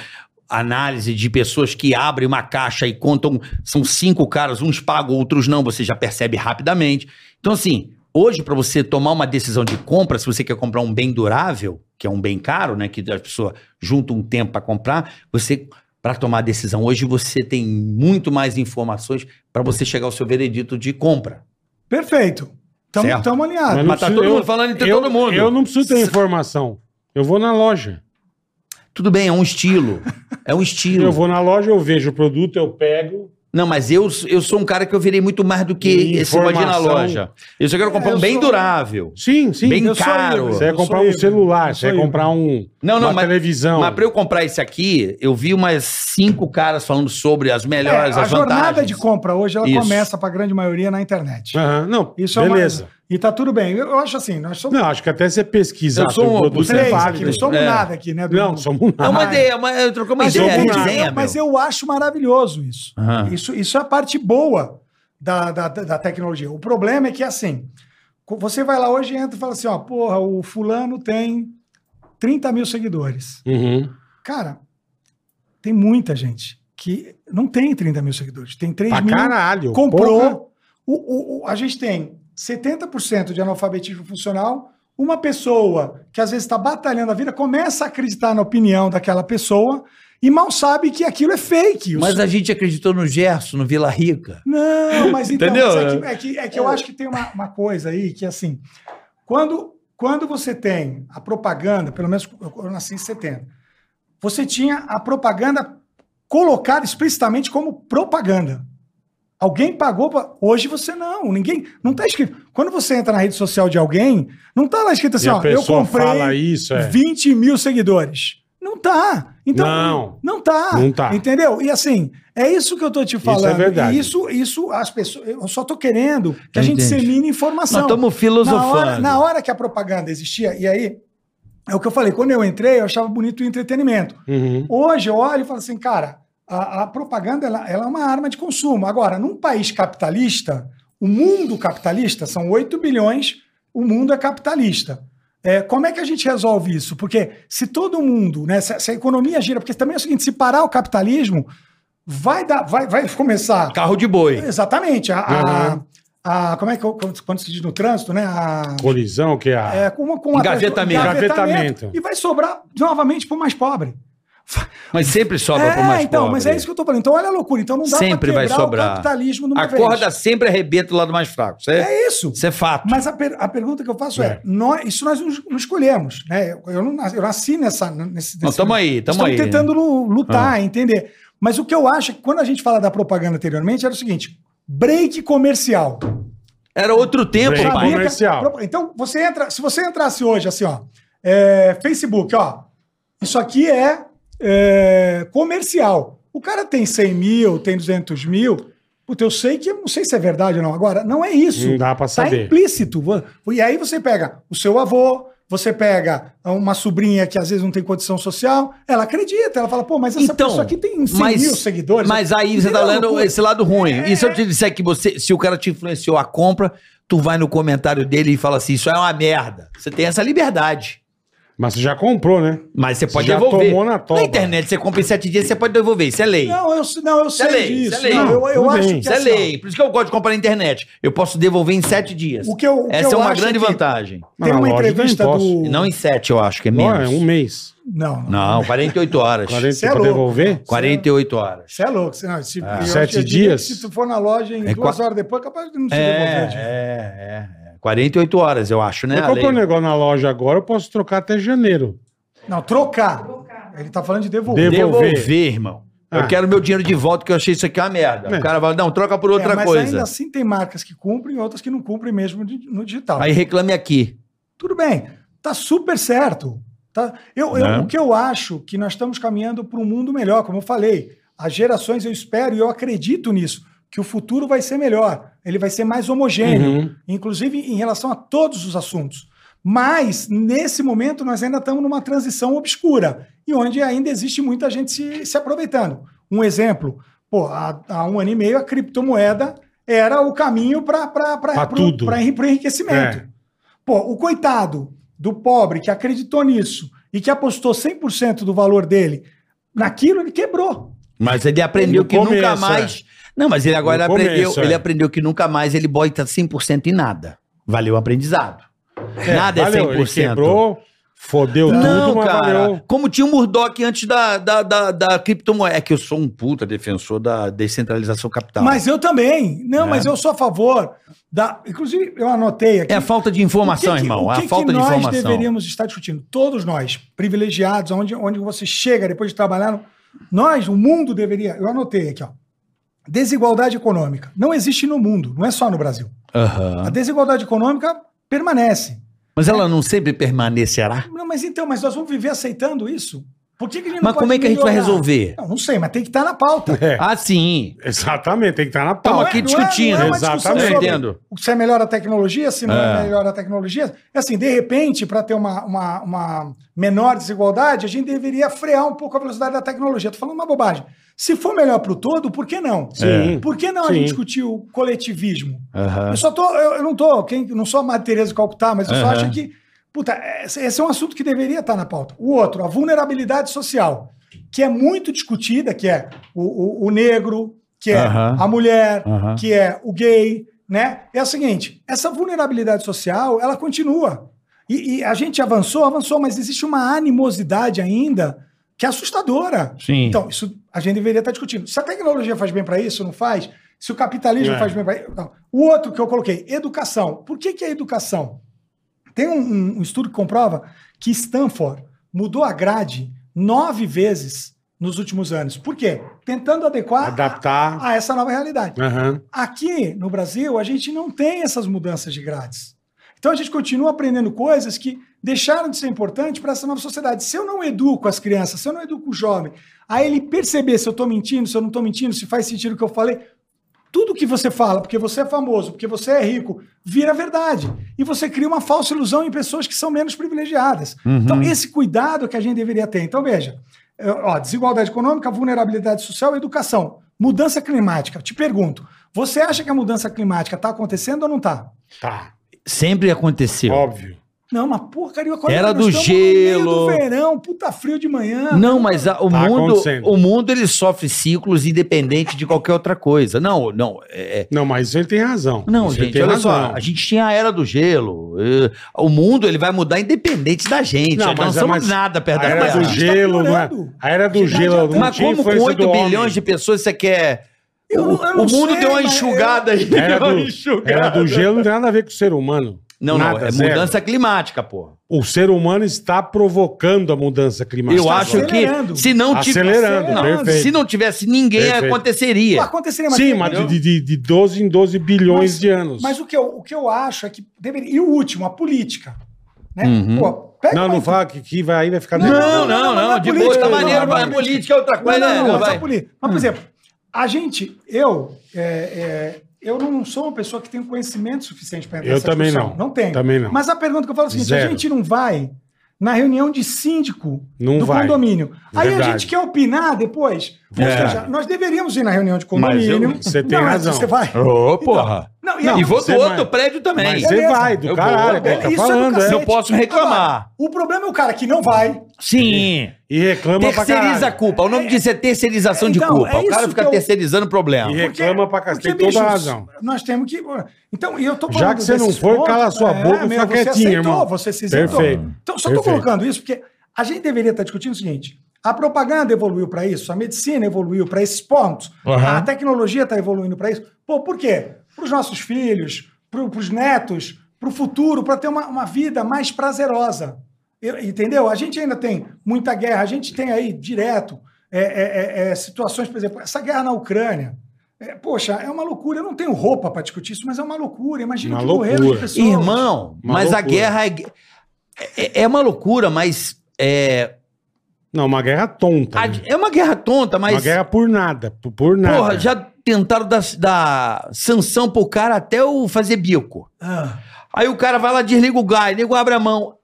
Speaker 3: análise de pessoas que abrem uma caixa e contam, são cinco caras, uns pagam, outros não, você já percebe rapidamente. Então, assim, hoje, para você tomar uma decisão de compra, se você quer comprar um bem durável, que é um bem caro, né, que a pessoa junta um tempo para comprar, você para tomar a decisão hoje, você tem muito mais informações para você chegar ao seu veredito de compra.
Speaker 4: Perfeito.
Speaker 3: Certo.
Speaker 4: Estamos alinhados.
Speaker 2: não
Speaker 3: Mas tá
Speaker 2: preciso-
Speaker 3: todo
Speaker 2: eu-
Speaker 3: mundo falando entre
Speaker 2: eu,
Speaker 3: todo mundo.
Speaker 2: Eu não preciso ter informação. Eu vou na loja.
Speaker 3: Tudo bem, é um estilo. É um estilo.
Speaker 2: Eu vou na loja, eu vejo o produto, eu pego.
Speaker 3: Não, mas eu, eu sou um cara que eu virei muito mais do que esse negócio de ir na
Speaker 2: Informação.
Speaker 3: loja. Eu só quero comprar
Speaker 4: É, eu
Speaker 3: um bem
Speaker 4: sou-
Speaker 3: durável.
Speaker 2: Sim, sim.
Speaker 3: Bem
Speaker 2: Eu sou
Speaker 3: caro.
Speaker 2: híbrido. Você ia
Speaker 4: Eu sou
Speaker 2: comprar um
Speaker 4: híbrido.
Speaker 2: celular,
Speaker 4: Eu
Speaker 2: você ia
Speaker 4: sou
Speaker 2: comprar um,
Speaker 3: Não, não,
Speaker 2: uma
Speaker 3: mas-
Speaker 2: televisão.
Speaker 3: Mas pra eu comprar esse aqui, eu vi umas cinco caras falando sobre as
Speaker 4: É,
Speaker 3: melhores,
Speaker 4: a
Speaker 3: as
Speaker 4: jornada
Speaker 3: vantagens.
Speaker 4: de compra hoje ela
Speaker 3: Isso.
Speaker 4: começa para a grande maioria na internet.
Speaker 2: Aham, Não,
Speaker 4: Isso
Speaker 2: beleza.
Speaker 4: é uma... E tá tudo bem. Eu acho assim, nós somos
Speaker 2: Não, acho que até você pesquisar
Speaker 3: Eu sou
Speaker 2: sobre o
Speaker 3: um-
Speaker 2: produto
Speaker 3: você
Speaker 2: é
Speaker 4: três
Speaker 2: válido.
Speaker 4: aqui, não somos
Speaker 3: É.
Speaker 4: nada aqui, né? do
Speaker 2: Não,
Speaker 4: mundo.
Speaker 2: somos
Speaker 3: É
Speaker 2: nada.
Speaker 3: uma ideia, uma, eu troquei uma
Speaker 4: Mas,
Speaker 3: ideia,
Speaker 4: eu,
Speaker 2: vamos
Speaker 3: é
Speaker 2: lá.
Speaker 3: resenha,
Speaker 4: eu, mas
Speaker 3: meu. Ah.
Speaker 4: eu acho maravilhoso isso.
Speaker 3: Aham.
Speaker 4: Isso, isso é a parte boa da, da, da- da tecnologia. O problema é que, assim, co- você vai lá hoje e entra e fala assim, ó, porra, o fulano tem 30 mil seguidores.
Speaker 2: Uhum.
Speaker 4: Cara, tem muita gente que não tem 30 mil seguidores, tem 3
Speaker 2: Pra
Speaker 4: mil.
Speaker 2: caralho. porra.
Speaker 4: comprou. O, o- o- a gente tem 70% de analfabetismo funcional. Uma pessoa que às vezes está batalhando a vida começa a acreditar na opinião daquela pessoa e mal sabe que aquilo é fake. O
Speaker 3: Mas a gente acreditou no Gerson, no Vila Rica.
Speaker 4: não, mas então,
Speaker 3: Entendeu?
Speaker 4: mas é, que, é que- é que eu acho que tem uma, uma coisa aí que, assim, quando, quando você tem a propaganda, pelo menos eu, eu nasci em 70, você tinha a propaganda colocada explicitamente como propaganda. Alguém pagou pra... Hoje você não, ninguém. Não tá escrito. Quando você entra na rede social de alguém, não tá lá escrito assim,
Speaker 2: E a
Speaker 4: ó, eu
Speaker 2: pessoa
Speaker 4: comprei
Speaker 2: fala isso, é.
Speaker 4: 20 mil seguidores. Não tá. Então,
Speaker 2: Não.
Speaker 4: não tá.
Speaker 2: Não tá.
Speaker 4: Entendeu? E assim, é isso que eu tô te
Speaker 2: é
Speaker 4: falando.
Speaker 2: verdade.
Speaker 4: E isso, isso, as pessoas. Eu só tô querendo que a gente
Speaker 3: Entendi.
Speaker 4: dissemine informação.
Speaker 3: Nós estamos
Speaker 4: Na
Speaker 3: filosofando.
Speaker 4: hora, na hora que a propaganda existia, e aí, é o que eu falei, quando eu entrei, eu achava bonito o entretenimento.
Speaker 2: Uhum.
Speaker 4: Hoje eu olho e falo assim, cara, a, a propaganda ela, ela é uma arma de consumo. Agora, num país capitalista, o mundo capitalista, são 8 bilhões, o mundo é capitalista. É, como é que a gente resolve isso? Porque se todo mundo, né, se, se a economia gira, porque também é o seguinte, se parar o capitalismo, vai, dar, vai, vai começar
Speaker 3: Carro de boi.
Speaker 4: Exatamente. A, a-
Speaker 2: Uhum.
Speaker 4: a- como é que eu- quando, quando se diz no trânsito, né? A,
Speaker 2: Colisão, que é a...
Speaker 4: é, com uma- com uma-
Speaker 3: Engavetamento.
Speaker 2: Engavetamento.
Speaker 4: E vai sobrar novamente pro mais pobre.
Speaker 3: Mas sempre sobra
Speaker 4: é,
Speaker 3: pro mais
Speaker 4: então,
Speaker 3: pobre.
Speaker 4: mas é isso que eu tô falando. Então, olha a loucura. Então não dá
Speaker 3: Sempre
Speaker 4: pra
Speaker 3: vai
Speaker 4: quebrar
Speaker 3: sobrar.
Speaker 4: o capitalismo numa
Speaker 3: A corda
Speaker 4: vez.
Speaker 3: sempre arrebenta o lado mais fraco. Isso é,
Speaker 4: É isso.
Speaker 3: isso é fato.
Speaker 4: Mas a, per- a pergunta que eu faço é,
Speaker 2: É.
Speaker 4: nós- isso nós não, não escolhemos, né? Eu, eu não nasci, eu nasci nessa, nesse,
Speaker 3: Não,
Speaker 4: nesse-
Speaker 3: tamo aí, tamo
Speaker 4: Estamos
Speaker 3: aí. Ah.
Speaker 4: tentando lu- lutar, entender. Mas o que eu acho é que quando a gente fala da propaganda anteriormente, era o seguinte, break comercial.
Speaker 3: Era outro tempo,
Speaker 2: Break.
Speaker 3: pai.
Speaker 4: Sabia que-
Speaker 2: Tá comercial.
Speaker 4: Então, você entra. Se você entrasse hoje, assim, ó, é, Facebook, ó, isso aqui é, é, comercial. O cara tem 100 mil, tem 200 mil. Puta, eu sei que, não sei se é verdade ou não. Agora, não é isso.
Speaker 2: Não dá pra
Speaker 4: Tá
Speaker 2: saber.
Speaker 4: implícito. Vo- E aí você pega o seu avô, você pega uma sobrinha que às vezes não tem condição social, ela acredita, ela fala, pô, mas essa
Speaker 3: Então,
Speaker 4: pessoa aqui tem 100
Speaker 3: mas,
Speaker 4: mil seguidores.
Speaker 3: mas aí você tá
Speaker 4: Entendeu? é.
Speaker 3: olhando
Speaker 4: Loucura.
Speaker 3: esse lado ruim. E se eu te disser que você, se o cara te influenciou a compra, tu vai no comentário dele e fala assim: isso é uma merda. Você tem essa liberdade.
Speaker 2: Mas você já comprou, né?
Speaker 3: Mas você pode
Speaker 2: Já
Speaker 3: devolver.
Speaker 2: tomou na toba.
Speaker 3: internet, você compra em sete dias, você pode devolver. Isso é lei.
Speaker 4: Não, eu, não, eu sei
Speaker 3: é lei,
Speaker 4: disso.
Speaker 3: isso é lei.
Speaker 4: Não, eu, eu
Speaker 2: Tudo
Speaker 4: acho
Speaker 2: bem.
Speaker 4: que
Speaker 3: Isso é
Speaker 4: assim, ó,
Speaker 3: lei. Por isso que eu gosto de comprar na internet. Eu posso devolver em sete dias.
Speaker 4: O que eu- o que
Speaker 3: Essa
Speaker 4: eu
Speaker 3: é uma
Speaker 4: acho
Speaker 3: grande
Speaker 4: que-
Speaker 3: vantagem.
Speaker 4: Tem
Speaker 2: Ah,
Speaker 4: uma
Speaker 2: lógico,
Speaker 4: entrevista
Speaker 2: eu não
Speaker 4: do.
Speaker 2: posso.
Speaker 3: Não em sete, eu acho, que é
Speaker 2: Ó,
Speaker 3: menos.
Speaker 2: é um mês.
Speaker 4: Não, não.
Speaker 3: Não, 48 horas.
Speaker 2: 40
Speaker 4: Cê é
Speaker 2: pra
Speaker 4: louco.
Speaker 2: devolver? Ah,
Speaker 3: 48 horas.
Speaker 4: Você é louco. Você, não, se, eu acho
Speaker 2: Sete
Speaker 4: que eu diria
Speaker 2: dias?
Speaker 4: que Se tu for na loja em
Speaker 3: É
Speaker 4: duas
Speaker 3: qua-
Speaker 4: horas depois, capaz de não se
Speaker 3: É,
Speaker 4: devolver. gente.
Speaker 3: é, é. 48 horas, eu acho, né?
Speaker 2: Eu
Speaker 3: a
Speaker 2: comprei
Speaker 3: lei?
Speaker 2: um negócio na loja agora, eu posso trocar até janeiro.
Speaker 4: Não, trocar. Ele tá falando de devolver.
Speaker 2: Devo-
Speaker 3: Devolver,
Speaker 2: Devolver,
Speaker 3: irmão.
Speaker 2: Ah.
Speaker 3: Eu quero meu dinheiro de volta, que eu achei isso aqui uma merda.
Speaker 2: É.
Speaker 3: O cara vai, não, troca por
Speaker 4: É,
Speaker 3: outra
Speaker 4: mas
Speaker 3: coisa.
Speaker 4: ainda assim tem marcas que cumprem e outras que não cumprem mesmo de- no digital.
Speaker 3: Aí reclame aqui.
Speaker 4: Tudo bem. Tá super certo. Tá? Eu, eu-
Speaker 3: Né?
Speaker 4: o que eu acho que nós estamos caminhando para um mundo melhor, como eu falei. As gerações, eu espero e eu acredito nisso, que o futuro vai ser melhor. Ele vai ser mais homogêneo.
Speaker 2: Uhum.
Speaker 4: inclusive em relação a todos os assuntos. Mas, nesse momento, nós ainda estamos numa transição obscura e onde ainda existe muita gente se, se aproveitando. Um exemplo, pô, há, há um ano e meio a criptomoeda era o caminho
Speaker 2: Pra
Speaker 4: para
Speaker 2: tudo.
Speaker 4: o enriquecimento.
Speaker 2: É.
Speaker 4: Pô, o coitado do pobre que acreditou nisso e que apostou 100% do valor dele naquilo, ele quebrou.
Speaker 3: Mas ele aprendeu
Speaker 2: No
Speaker 3: que nunca
Speaker 2: começo, é.
Speaker 3: mais. Não, mas ele agora
Speaker 2: No
Speaker 3: aprendeu.
Speaker 2: começo,
Speaker 3: Ele
Speaker 2: é.
Speaker 3: aprendeu que nunca mais ele bota 100% em nada. Valeu o aprendizado. nada é
Speaker 2: valeu,
Speaker 3: 100%.
Speaker 2: ele quebrou, fodeu
Speaker 3: Não,
Speaker 2: tudo, mas
Speaker 3: cara.
Speaker 2: valeu.
Speaker 3: Como tinha o Murdoch antes da, da, da, da criptomoeda. É que eu sou um puta defensor da descentralização capital.
Speaker 4: Mas eu também. Não,
Speaker 3: Tá. É.
Speaker 4: mas eu sou a favor da. Inclusive, eu anotei aqui.
Speaker 3: é a falta de
Speaker 4: O
Speaker 3: informação,
Speaker 4: que que-
Speaker 3: irmão.
Speaker 4: O
Speaker 3: É
Speaker 4: que,
Speaker 3: a
Speaker 4: que
Speaker 3: falta de
Speaker 4: nós
Speaker 3: informação.
Speaker 4: deveríamos estar discutindo? Todos nós, privilegiados, onde, onde você chega depois de trabalhar, nós, o mundo deveria. Eu anotei aqui, ó. Desigualdade econômica. Não existe no mundo, não é só no Brasil.
Speaker 3: Aham.
Speaker 4: A desigualdade econômica permanece.
Speaker 3: Mas ela não sempre permanecerá?
Speaker 4: Não, mas então, mas nós vamos viver aceitando isso? Por que, que a gente não
Speaker 3: Mas
Speaker 4: pode
Speaker 3: como é que a gente vai
Speaker 4: melhorar?
Speaker 3: resolver?
Speaker 4: Não, não sei, mas tem que estar na pauta.
Speaker 2: É,
Speaker 3: Ah, sim.
Speaker 2: exatamente, tem que estar na
Speaker 3: Tamo
Speaker 2: pauta.
Speaker 3: aqui
Speaker 4: não é-
Speaker 3: discutindo.
Speaker 4: não é uma discussão
Speaker 2: Tá Exatamente.
Speaker 4: sobre-
Speaker 3: Entendo.
Speaker 4: se é melhor a tecnologia, se não é,
Speaker 3: É.
Speaker 4: melhor a tecnologia. É Assim, de repente, para ter uma, uma, uma menor desigualdade, a gente deveria frear um pouco a velocidade da tecnologia. Estou falando uma bobagem. Se for melhor para o todo, por que não?
Speaker 2: Sim.
Speaker 4: Por que não a
Speaker 2: Sim.
Speaker 4: gente discutir o coletivismo?
Speaker 3: Aham.
Speaker 4: Eu só tô, eu, eu não tô, quem, não sou a Madre Teresa Calcutá, mas eu só
Speaker 3: É. Aham.
Speaker 4: acho que, puta, esse, esse é um assunto que deveria estar na pauta. O outro, a vulnerabilidade social, que é muito discutida, que é o, o- o negro, que é
Speaker 3: Aham.
Speaker 4: a mulher,
Speaker 3: Aham.
Speaker 4: que é o gay, né? É o seguinte, essa vulnerabilidade social, ela continua. E, e a gente avançou, avançou, mas existe uma animosidade ainda que é assustadora.
Speaker 3: Sim.
Speaker 4: Então, isso a gente deveria estar discutindo. Se a tecnologia faz bem para isso, não faz? Se o capitalismo
Speaker 2: É.
Speaker 4: faz bem para isso? Não. O outro que eu coloquei, educação. Por que, que é educação? Tem um, um- um estudo que comprova que Stanford mudou a grade nove vezes nos últimos anos. Por quê? Tentando adequar
Speaker 2: Adaptar.
Speaker 4: a, a essa nova realidade.
Speaker 2: Aham.
Speaker 4: Aqui no Brasil, a gente não tem essas mudanças de grades. Então a gente continua aprendendo coisas que deixaram de ser importantes para essa nova sociedade. Se eu não educo as crianças, se eu não educo o jovem, a ele perceber se eu estou mentindo, se eu não estou mentindo, se faz sentido o que eu falei, tudo que você fala, porque você é famoso, porque você é rico, vira verdade. E você cria uma falsa ilusão em pessoas que são menos privilegiadas.
Speaker 3: Uhum.
Speaker 4: Então, esse cuidado que a gente deveria ter. Então, veja: eh, ó, desigualdade econômica, vulnerabilidade social, educação. Mudança climática. Te pergunto: você acha que a mudança climática está acontecendo ou não está?
Speaker 2: Tá.
Speaker 3: Sempre aconteceu.
Speaker 2: Óbvio.
Speaker 4: Não, mas porcaria, qual
Speaker 3: Era
Speaker 4: nós
Speaker 3: do
Speaker 4: estamos no meio
Speaker 3: gelo.
Speaker 4: do verão, puta frio de manhã.
Speaker 3: Não, mas a- o
Speaker 2: Tá
Speaker 3: mundo,
Speaker 2: acontecendo.
Speaker 3: o mundo ele sofre ciclos independente de qualquer outra coisa. Não, não, é- é-
Speaker 2: Não, mas ele tem razão.
Speaker 3: não,
Speaker 2: Você
Speaker 3: gente,
Speaker 2: tem
Speaker 3: olha
Speaker 2: razão.
Speaker 3: só, a gente tinha a era do gelo. eh, o mundo ele vai mudar independente da gente.
Speaker 2: Não,
Speaker 3: Nós Não,
Speaker 2: mas-
Speaker 3: somos
Speaker 2: mas
Speaker 3: nada perto
Speaker 2: A
Speaker 3: da
Speaker 2: era
Speaker 4: mas a
Speaker 2: do
Speaker 4: gente tá
Speaker 2: gelo, não é?
Speaker 4: piorando.
Speaker 2: A era do
Speaker 4: Gente,
Speaker 2: gelo
Speaker 4: não
Speaker 2: não
Speaker 3: Mas
Speaker 2: tinha
Speaker 3: como com
Speaker 2: influência
Speaker 3: 8
Speaker 2: do homem.
Speaker 3: bilhões de pessoas você quer.
Speaker 4: Eu
Speaker 3: o,
Speaker 4: não- eu não
Speaker 3: o mundo
Speaker 4: sei,
Speaker 3: deu uma
Speaker 4: mas eu-
Speaker 3: enxugada aí.
Speaker 2: Era
Speaker 3: deu uma
Speaker 2: do, era do gelo não tem nada a ver com o ser humano.
Speaker 3: Não,
Speaker 2: nada,
Speaker 3: não, é
Speaker 2: zero.
Speaker 3: mudança climática, porra.
Speaker 2: O ser humano está provocando a mudança climática.
Speaker 3: eu
Speaker 4: tá
Speaker 3: acho que
Speaker 4: acelerando.
Speaker 3: se não tivesse.
Speaker 2: Acelerando,
Speaker 3: Não,
Speaker 2: perfeito.
Speaker 3: se não tivesse ninguém,
Speaker 2: Perfeito.
Speaker 4: Não
Speaker 3: aconteceria.
Speaker 4: aconteceria, mas é,
Speaker 2: Sim,
Speaker 4: tem-
Speaker 2: mas de, de, de 12 em 12 bilhões
Speaker 4: Mas-
Speaker 2: de anos.
Speaker 4: Mas o que eu, o que eu acho é que deveria. E o último, a política. Né?
Speaker 3: Uhum.
Speaker 4: Pô, pega
Speaker 2: Não,
Speaker 4: uma-
Speaker 2: não fala que, que vai, aí vai ficar...
Speaker 4: Não,
Speaker 3: Não, não,
Speaker 4: não,
Speaker 3: não.
Speaker 4: mas
Speaker 3: De
Speaker 4: é
Speaker 3: boa, tá
Speaker 4: política,
Speaker 3: maneiro.
Speaker 4: não, não,
Speaker 3: mas
Speaker 4: não.
Speaker 3: Política é outra
Speaker 4: Não,
Speaker 3: coisa.
Speaker 4: não, não,
Speaker 3: né?
Speaker 4: mas,
Speaker 3: Vai.
Speaker 4: a poli- mas,
Speaker 2: Hum.
Speaker 4: por exemplo, a gente, eu, é, é, eu não sou uma pessoa que tem conhecimento suficiente para
Speaker 2: Eu também não.
Speaker 4: Não tenho.
Speaker 2: Também não.
Speaker 4: Mas a pergunta que eu falo é o seguinte:
Speaker 2: Zero.
Speaker 4: a gente não vai na reunião de síndico
Speaker 2: Não
Speaker 4: do
Speaker 2: vai. É
Speaker 4: condomínio. Aí a
Speaker 2: Verdade.
Speaker 4: gente quer opinar depois. Ou
Speaker 3: É.
Speaker 4: seja, nós deveríamos ir na reunião de condomínio.
Speaker 2: eu- você tem
Speaker 4: Não, mas
Speaker 2: razão.
Speaker 4: Você vai.
Speaker 3: Ô, porra.
Speaker 4: Não,
Speaker 3: E
Speaker 4: aí-
Speaker 3: vou do
Speaker 2: você
Speaker 3: outro
Speaker 2: vai.
Speaker 3: prédio também.
Speaker 2: Mas é-
Speaker 4: Beleza.
Speaker 2: você vai, do
Speaker 3: Eu
Speaker 2: caralho,
Speaker 3: vou,
Speaker 2: é o que ele tá
Speaker 4: isso é do
Speaker 2: falando, é.
Speaker 4: cacete.
Speaker 3: Eu posso reclamar.
Speaker 4: O problema é o cara que não vai.
Speaker 3: Sim.
Speaker 2: E reclama pra
Speaker 3: Terceiriza a
Speaker 2: caralho.
Speaker 3: culpa. O nome disso é terceirização de
Speaker 4: Então,
Speaker 3: culpa.
Speaker 4: é
Speaker 3: o cara
Speaker 4: isso
Speaker 3: fica
Speaker 4: que eu-
Speaker 3: terceirizando o problema.
Speaker 2: E reclama pra cacete. Tem toda
Speaker 4: bicho,
Speaker 2: a razão.
Speaker 4: Nós temos que. Então, e eu tô
Speaker 2: Já que você não
Speaker 4: desses é,
Speaker 2: foi, cala a sua boca e
Speaker 4: meu,
Speaker 2: fica quietinho,
Speaker 4: aceitou,
Speaker 2: irmão.
Speaker 4: Você se isentou.
Speaker 2: Perfeito.
Speaker 4: Então, só
Speaker 2: Perfeito.
Speaker 4: tô colocando isso porque a gente deveria estar discutindo o seguinte: a propaganda evoluiu para isso, a medicina evoluiu para esses pontos,
Speaker 3: Aham.
Speaker 4: a tecnologia está evoluindo para isso. Pô, por quê? Para os nossos filhos, para os netos, para o futuro, para ter uma, uma vida mais prazerosa. Eu- entendeu? A gente ainda tem muita guerra, a gente tem aí direto é, é, é, é, situações, por exemplo, essa guerra na Ucrânia. É, poxa, é uma loucura. Eu não tenho roupa para discutir isso, mas é uma loucura. Imagina
Speaker 2: Uma
Speaker 4: que morreram de
Speaker 2: loucura.
Speaker 4: pessoas.
Speaker 3: Irmão,
Speaker 2: Uma
Speaker 3: mas a
Speaker 2: loucura.
Speaker 3: guerra é, é, é uma loucura, mas é,
Speaker 2: Não, uma guerra tonta.
Speaker 3: a-
Speaker 2: né?
Speaker 3: é uma guerra tonta,
Speaker 2: Uma
Speaker 3: mas
Speaker 2: guerra por nada, por, por nada.
Speaker 3: porra, já tentaram dar, dar sanção pro cara até o fazer bico.
Speaker 4: Ah,
Speaker 3: Aí o cara vai lá, desliga o gás, nego abre a mão.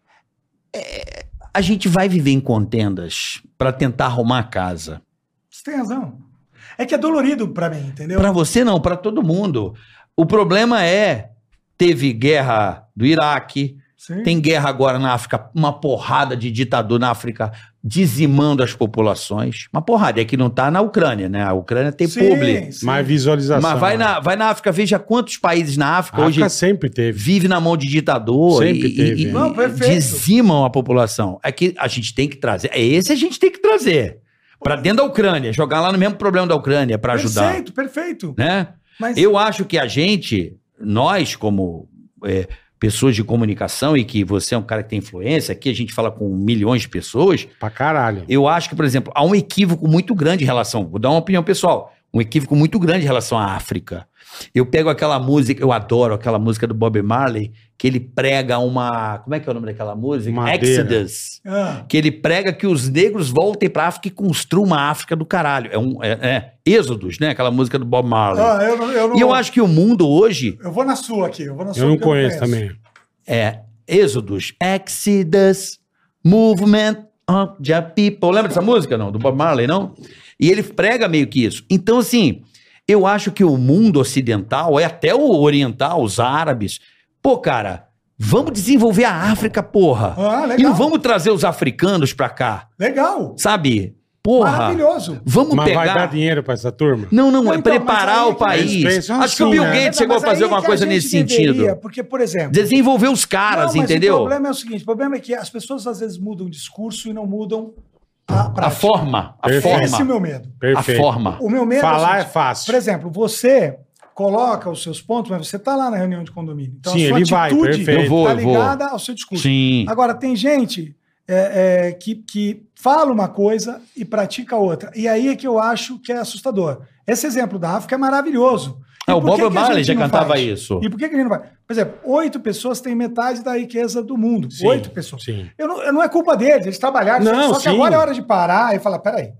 Speaker 3: É, a gente vai viver em contendas pra tentar arrumar a casa.
Speaker 4: você tem razão. É que é dolorido para mim, entendeu?
Speaker 3: Pra você não, pra todo mundo. O problema é teve guerra do Iraque,
Speaker 4: Sim.
Speaker 3: Tem guerra agora na África, uma porrada de ditador na África dizimando as populações. Uma porrada, é que não tá na Ucrânia, né? A Ucrânia tem
Speaker 4: Sim,
Speaker 3: publi.
Speaker 4: sim.
Speaker 2: Mais visualização.
Speaker 3: Mas vai
Speaker 2: né?
Speaker 3: na, vai na África, veja quantos países na
Speaker 2: A
Speaker 3: África,
Speaker 2: África
Speaker 3: hoje
Speaker 2: sempre teve.
Speaker 3: vive na mão de ditador
Speaker 2: Sempre
Speaker 3: e,
Speaker 2: teve,
Speaker 3: e-
Speaker 2: né?
Speaker 3: e
Speaker 4: Não, perfeito.
Speaker 3: dizimam a população. É que a gente tem que trazer. É esse a gente tem que trazer. Pra dentro da Ucrânia, jogar lá no mesmo problema da Ucrânia pra ajudar,
Speaker 4: Perfeito, perfeito.
Speaker 3: né?
Speaker 4: Mas
Speaker 3: Eu acho que a gente, nós como é, pessoas de comunicação e que você é um cara que tem influência, aqui a gente fala com milhões de pessoas,
Speaker 2: Pra caralho.
Speaker 3: eu acho que, por exemplo, há um equívoco muito grande em relação, vou dar uma opinião pessoal, um equívoco muito grande em relação à África. Eu pego aquela música, eu adoro aquela música do Bob Marley, que ele prega uma, como é que é o nome daquela música?
Speaker 2: Madeira.
Speaker 3: Exodus.
Speaker 4: Ah,
Speaker 3: Que ele prega que os negros voltem pra África e construam uma África do caralho. É um, é, é Êxodos, né? Aquela música do Bob Marley.
Speaker 4: ah, eu, não- eu não-
Speaker 3: E eu acho que o mundo hoje
Speaker 4: Eu vou na sua aqui. Eu, vou na sua
Speaker 2: Eu não
Speaker 4: porque
Speaker 2: conheço também.
Speaker 3: é Êxodos, Exodus, Movement of the People. Lembra dessa música, não? Do Bob Marley, não? E ele prega meio que isso. Então, assim, eu acho que o mundo ocidental, é até o oriental, os árabes, pô, cara, vamos desenvolver a África, porra.
Speaker 4: Ah, legal.
Speaker 3: e não vamos trazer os africanos pra cá,
Speaker 4: Legal.
Speaker 3: sabe? Porra,
Speaker 4: Maravilhoso.
Speaker 3: vamos
Speaker 2: Mas vai dar
Speaker 3: pegar...
Speaker 2: dinheiro pra essa turma?
Speaker 3: Não, não,
Speaker 4: Não,
Speaker 3: é
Speaker 4: então, mas
Speaker 3: preparar
Speaker 4: aí
Speaker 3: o
Speaker 4: que-
Speaker 2: Eles
Speaker 4: é
Speaker 3: país.
Speaker 2: pensam
Speaker 3: Acho que o
Speaker 2: assim,
Speaker 3: Bill
Speaker 2: né?
Speaker 3: Gates chegou a
Speaker 4: um Mas aí
Speaker 3: fazer
Speaker 4: é
Speaker 3: alguma
Speaker 4: que a
Speaker 3: coisa
Speaker 4: gente
Speaker 3: nesse
Speaker 4: deveria,
Speaker 3: sentido.
Speaker 4: Porque, por exemplo.
Speaker 3: Desenvolver os caras,
Speaker 4: Não, mas
Speaker 3: entendeu?
Speaker 4: O problema é o seguinte: o problema é que as pessoas às vezes mudam o discurso e não mudam a prática.
Speaker 3: A forma. A
Speaker 2: Perfeito.
Speaker 3: forma.
Speaker 4: Esse é o meu medo.
Speaker 2: Perfeito.
Speaker 3: A forma.
Speaker 4: O meu medo
Speaker 2: Falar
Speaker 4: o
Speaker 2: é
Speaker 4: seguinte,
Speaker 2: fácil.
Speaker 4: Por exemplo, você coloca os seus pontos, mas você está lá na reunião de condomínio. Então
Speaker 2: Sim,
Speaker 4: a sua
Speaker 2: ele vai,
Speaker 4: atitude
Speaker 2: perfeito.
Speaker 3: Eu vou,
Speaker 4: tá
Speaker 3: eu vou.
Speaker 4: ligada ao seu discurso.
Speaker 3: Sim.
Speaker 4: Agora, tem gente é, é, que, que fala uma coisa e pratica outra. E aí é que eu acho que é assustador. Esse exemplo da África é maravilhoso. E
Speaker 3: Ah, o
Speaker 4: por que
Speaker 3: Bob
Speaker 4: que a
Speaker 3: Marley
Speaker 4: gente
Speaker 3: já
Speaker 4: não
Speaker 3: cantava
Speaker 4: faz?
Speaker 3: isso. É
Speaker 4: E por que, que a gente não vai? Por exemplo, oito pessoas têm metade da riqueza do mundo.
Speaker 2: Sim,
Speaker 4: oito pessoas.
Speaker 2: Sim.
Speaker 4: Eu não, eu não é culpa deles, eles trabalharam. só-
Speaker 2: Não,
Speaker 4: só que
Speaker 2: sim.
Speaker 4: agora é hora de parar e falar: peraí,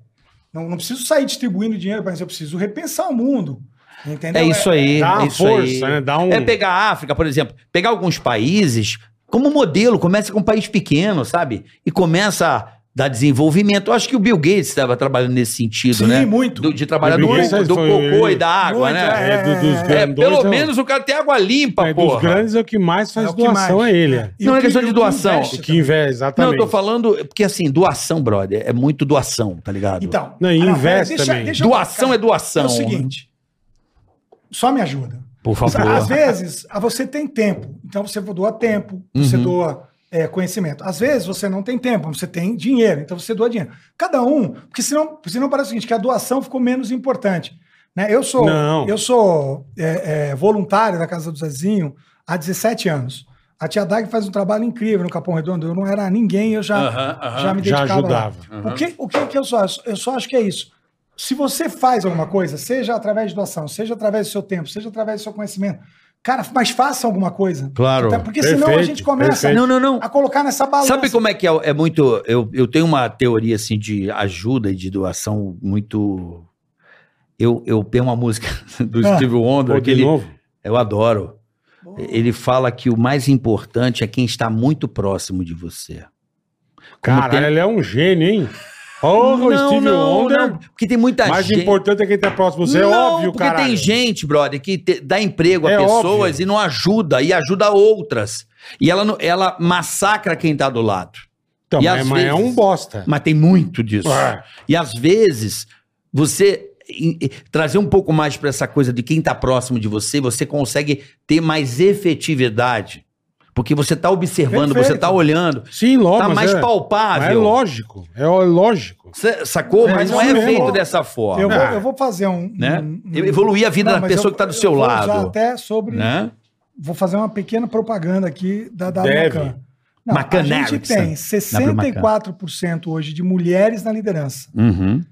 Speaker 4: não, não preciso sair distribuindo dinheiro para isso, eu preciso repensar o mundo. Entendeu?
Speaker 3: É isso aí.
Speaker 2: Dá
Speaker 3: é
Speaker 2: uma
Speaker 3: isso
Speaker 2: força,
Speaker 3: aí.
Speaker 2: né? Dá um.
Speaker 3: É pegar a África, por exemplo, pegar alguns países como modelo, começa com um país pequeno, sabe? E começa a dar desenvolvimento. Eu acho que o Bill Gates estava trabalhando nesse sentido,
Speaker 4: É, Sim,
Speaker 3: né?
Speaker 4: muito.
Speaker 3: Do- de trabalhar
Speaker 2: O
Speaker 3: do,
Speaker 2: Bill Gates
Speaker 3: do
Speaker 2: foi-
Speaker 3: cocô e da água,
Speaker 4: Muito,
Speaker 3: né?
Speaker 2: É, do- dos
Speaker 3: É,
Speaker 2: grandões.
Speaker 3: pelo
Speaker 2: é o-
Speaker 3: menos o cara tem água limpa,
Speaker 2: é, dos
Speaker 3: porra.
Speaker 2: grandes é o que mais faz
Speaker 4: É o que
Speaker 2: doação
Speaker 4: mais.
Speaker 2: a ele. é.
Speaker 4: E
Speaker 3: Não
Speaker 4: o
Speaker 3: é
Speaker 4: que-
Speaker 3: questão de
Speaker 4: o que
Speaker 3: doação.
Speaker 4: investe
Speaker 2: O que investe,
Speaker 3: Não, eu
Speaker 2: exatamente.
Speaker 3: tô falando, porque assim, doação, brother, é muito doação, tá ligado?
Speaker 4: Então.
Speaker 2: Não, e
Speaker 4: ah,
Speaker 2: investe
Speaker 4: deixa-
Speaker 2: também.
Speaker 4: deixa eu
Speaker 3: doação
Speaker 4: colocar.
Speaker 3: é doação.
Speaker 4: É o seguinte. Só me ajuda.
Speaker 3: Por favor.
Speaker 4: Às vezes, ah, você tem tempo. Então, você doa tempo, você
Speaker 3: Uhum.
Speaker 4: doa é, conhecimento. Às vezes, você não tem tempo, você tem dinheiro. Então, você doa dinheiro. Cada um... Porque senão, senão parece o seguinte, que a doação ficou menos importante. Né? Eu sou,
Speaker 2: Não.
Speaker 4: eu sou é, é, voluntário da Casa do Zezinho há 17 anos. A tia Dag faz um trabalho incrível no Capão Redondo. Eu não era ninguém, eu já,
Speaker 3: Aham, aham.
Speaker 4: já me
Speaker 2: Já
Speaker 4: dedicava. lá.
Speaker 2: ajudava.
Speaker 4: O que, o que, que eu só acho? Eu só acho que é isso. Se você faz alguma coisa, seja através de doação, seja através do seu tempo, seja através do seu conhecimento, cara, mas faça alguma coisa.
Speaker 3: Claro.
Speaker 4: Até porque senão a
Speaker 2: Perfeito,
Speaker 4: gente começa
Speaker 2: perfeito.
Speaker 3: Não, não, não.
Speaker 4: a colocar nessa balança.
Speaker 3: Sabe como é que é, é muito. Eu, eu tenho uma teoria assim de ajuda e de doação muito. Eu, eu tenho uma música do
Speaker 4: Ah.
Speaker 3: Steve
Speaker 2: Pô,
Speaker 3: Wonder
Speaker 2: de
Speaker 3: que ele,
Speaker 2: novo?
Speaker 3: eu adoro. Ele fala que o mais importante é quem está muito próximo de você.
Speaker 2: Caralho,
Speaker 3: tem-
Speaker 2: ele é um gênio, hein? Porra, o Steve Wonder.
Speaker 3: porque tem muita
Speaker 2: mais
Speaker 3: gente.
Speaker 2: importante é quem tá próximo de você, é
Speaker 3: Não,
Speaker 2: óbvio,
Speaker 3: porque
Speaker 2: cara.
Speaker 3: tem gente, brother, que te- dá emprego a
Speaker 2: É
Speaker 3: pessoas
Speaker 2: óbvio.
Speaker 3: e não ajuda, e ajuda outras. E ela, não- ela massacra quem tá do lado.
Speaker 2: Então,
Speaker 3: E
Speaker 2: mas
Speaker 3: às
Speaker 2: mas é
Speaker 3: vezes-
Speaker 2: um bosta.
Speaker 3: Mas tem muito disso.
Speaker 2: É.
Speaker 3: E às vezes, você em- em- trazer um pouco mais para essa coisa de quem tá próximo de você, você consegue ter mais efetividade. Porque você tá observando,
Speaker 4: Perfeito.
Speaker 3: você tá olhando,
Speaker 2: Sim, lógico.
Speaker 3: tá
Speaker 2: mas
Speaker 3: mais
Speaker 2: é,
Speaker 3: palpável.
Speaker 2: mas é lógico. É ó- lógico.
Speaker 3: Cê- Sacou?
Speaker 4: É,
Speaker 3: Mas
Speaker 4: isso
Speaker 3: não é
Speaker 4: mesmo.
Speaker 3: feito dessa forma.
Speaker 4: eu, vou,
Speaker 2: Ah.
Speaker 4: eu vou fazer um.
Speaker 3: é? Né?
Speaker 4: um- um-
Speaker 3: Evoluir a vida
Speaker 4: Não,
Speaker 3: da
Speaker 4: mas
Speaker 3: pessoa
Speaker 4: eu-
Speaker 3: que tá do
Speaker 4: eu
Speaker 3: seu
Speaker 4: vou usar
Speaker 3: lado.
Speaker 4: até sobre.
Speaker 3: Né?
Speaker 4: Vou fazer uma pequena propaganda aqui da da
Speaker 2: Deve.
Speaker 4: Macan.
Speaker 3: Macan
Speaker 4: a gente
Speaker 3: Erickson.
Speaker 4: tem 64% hoje de mulheres na liderança,
Speaker 3: Uhum,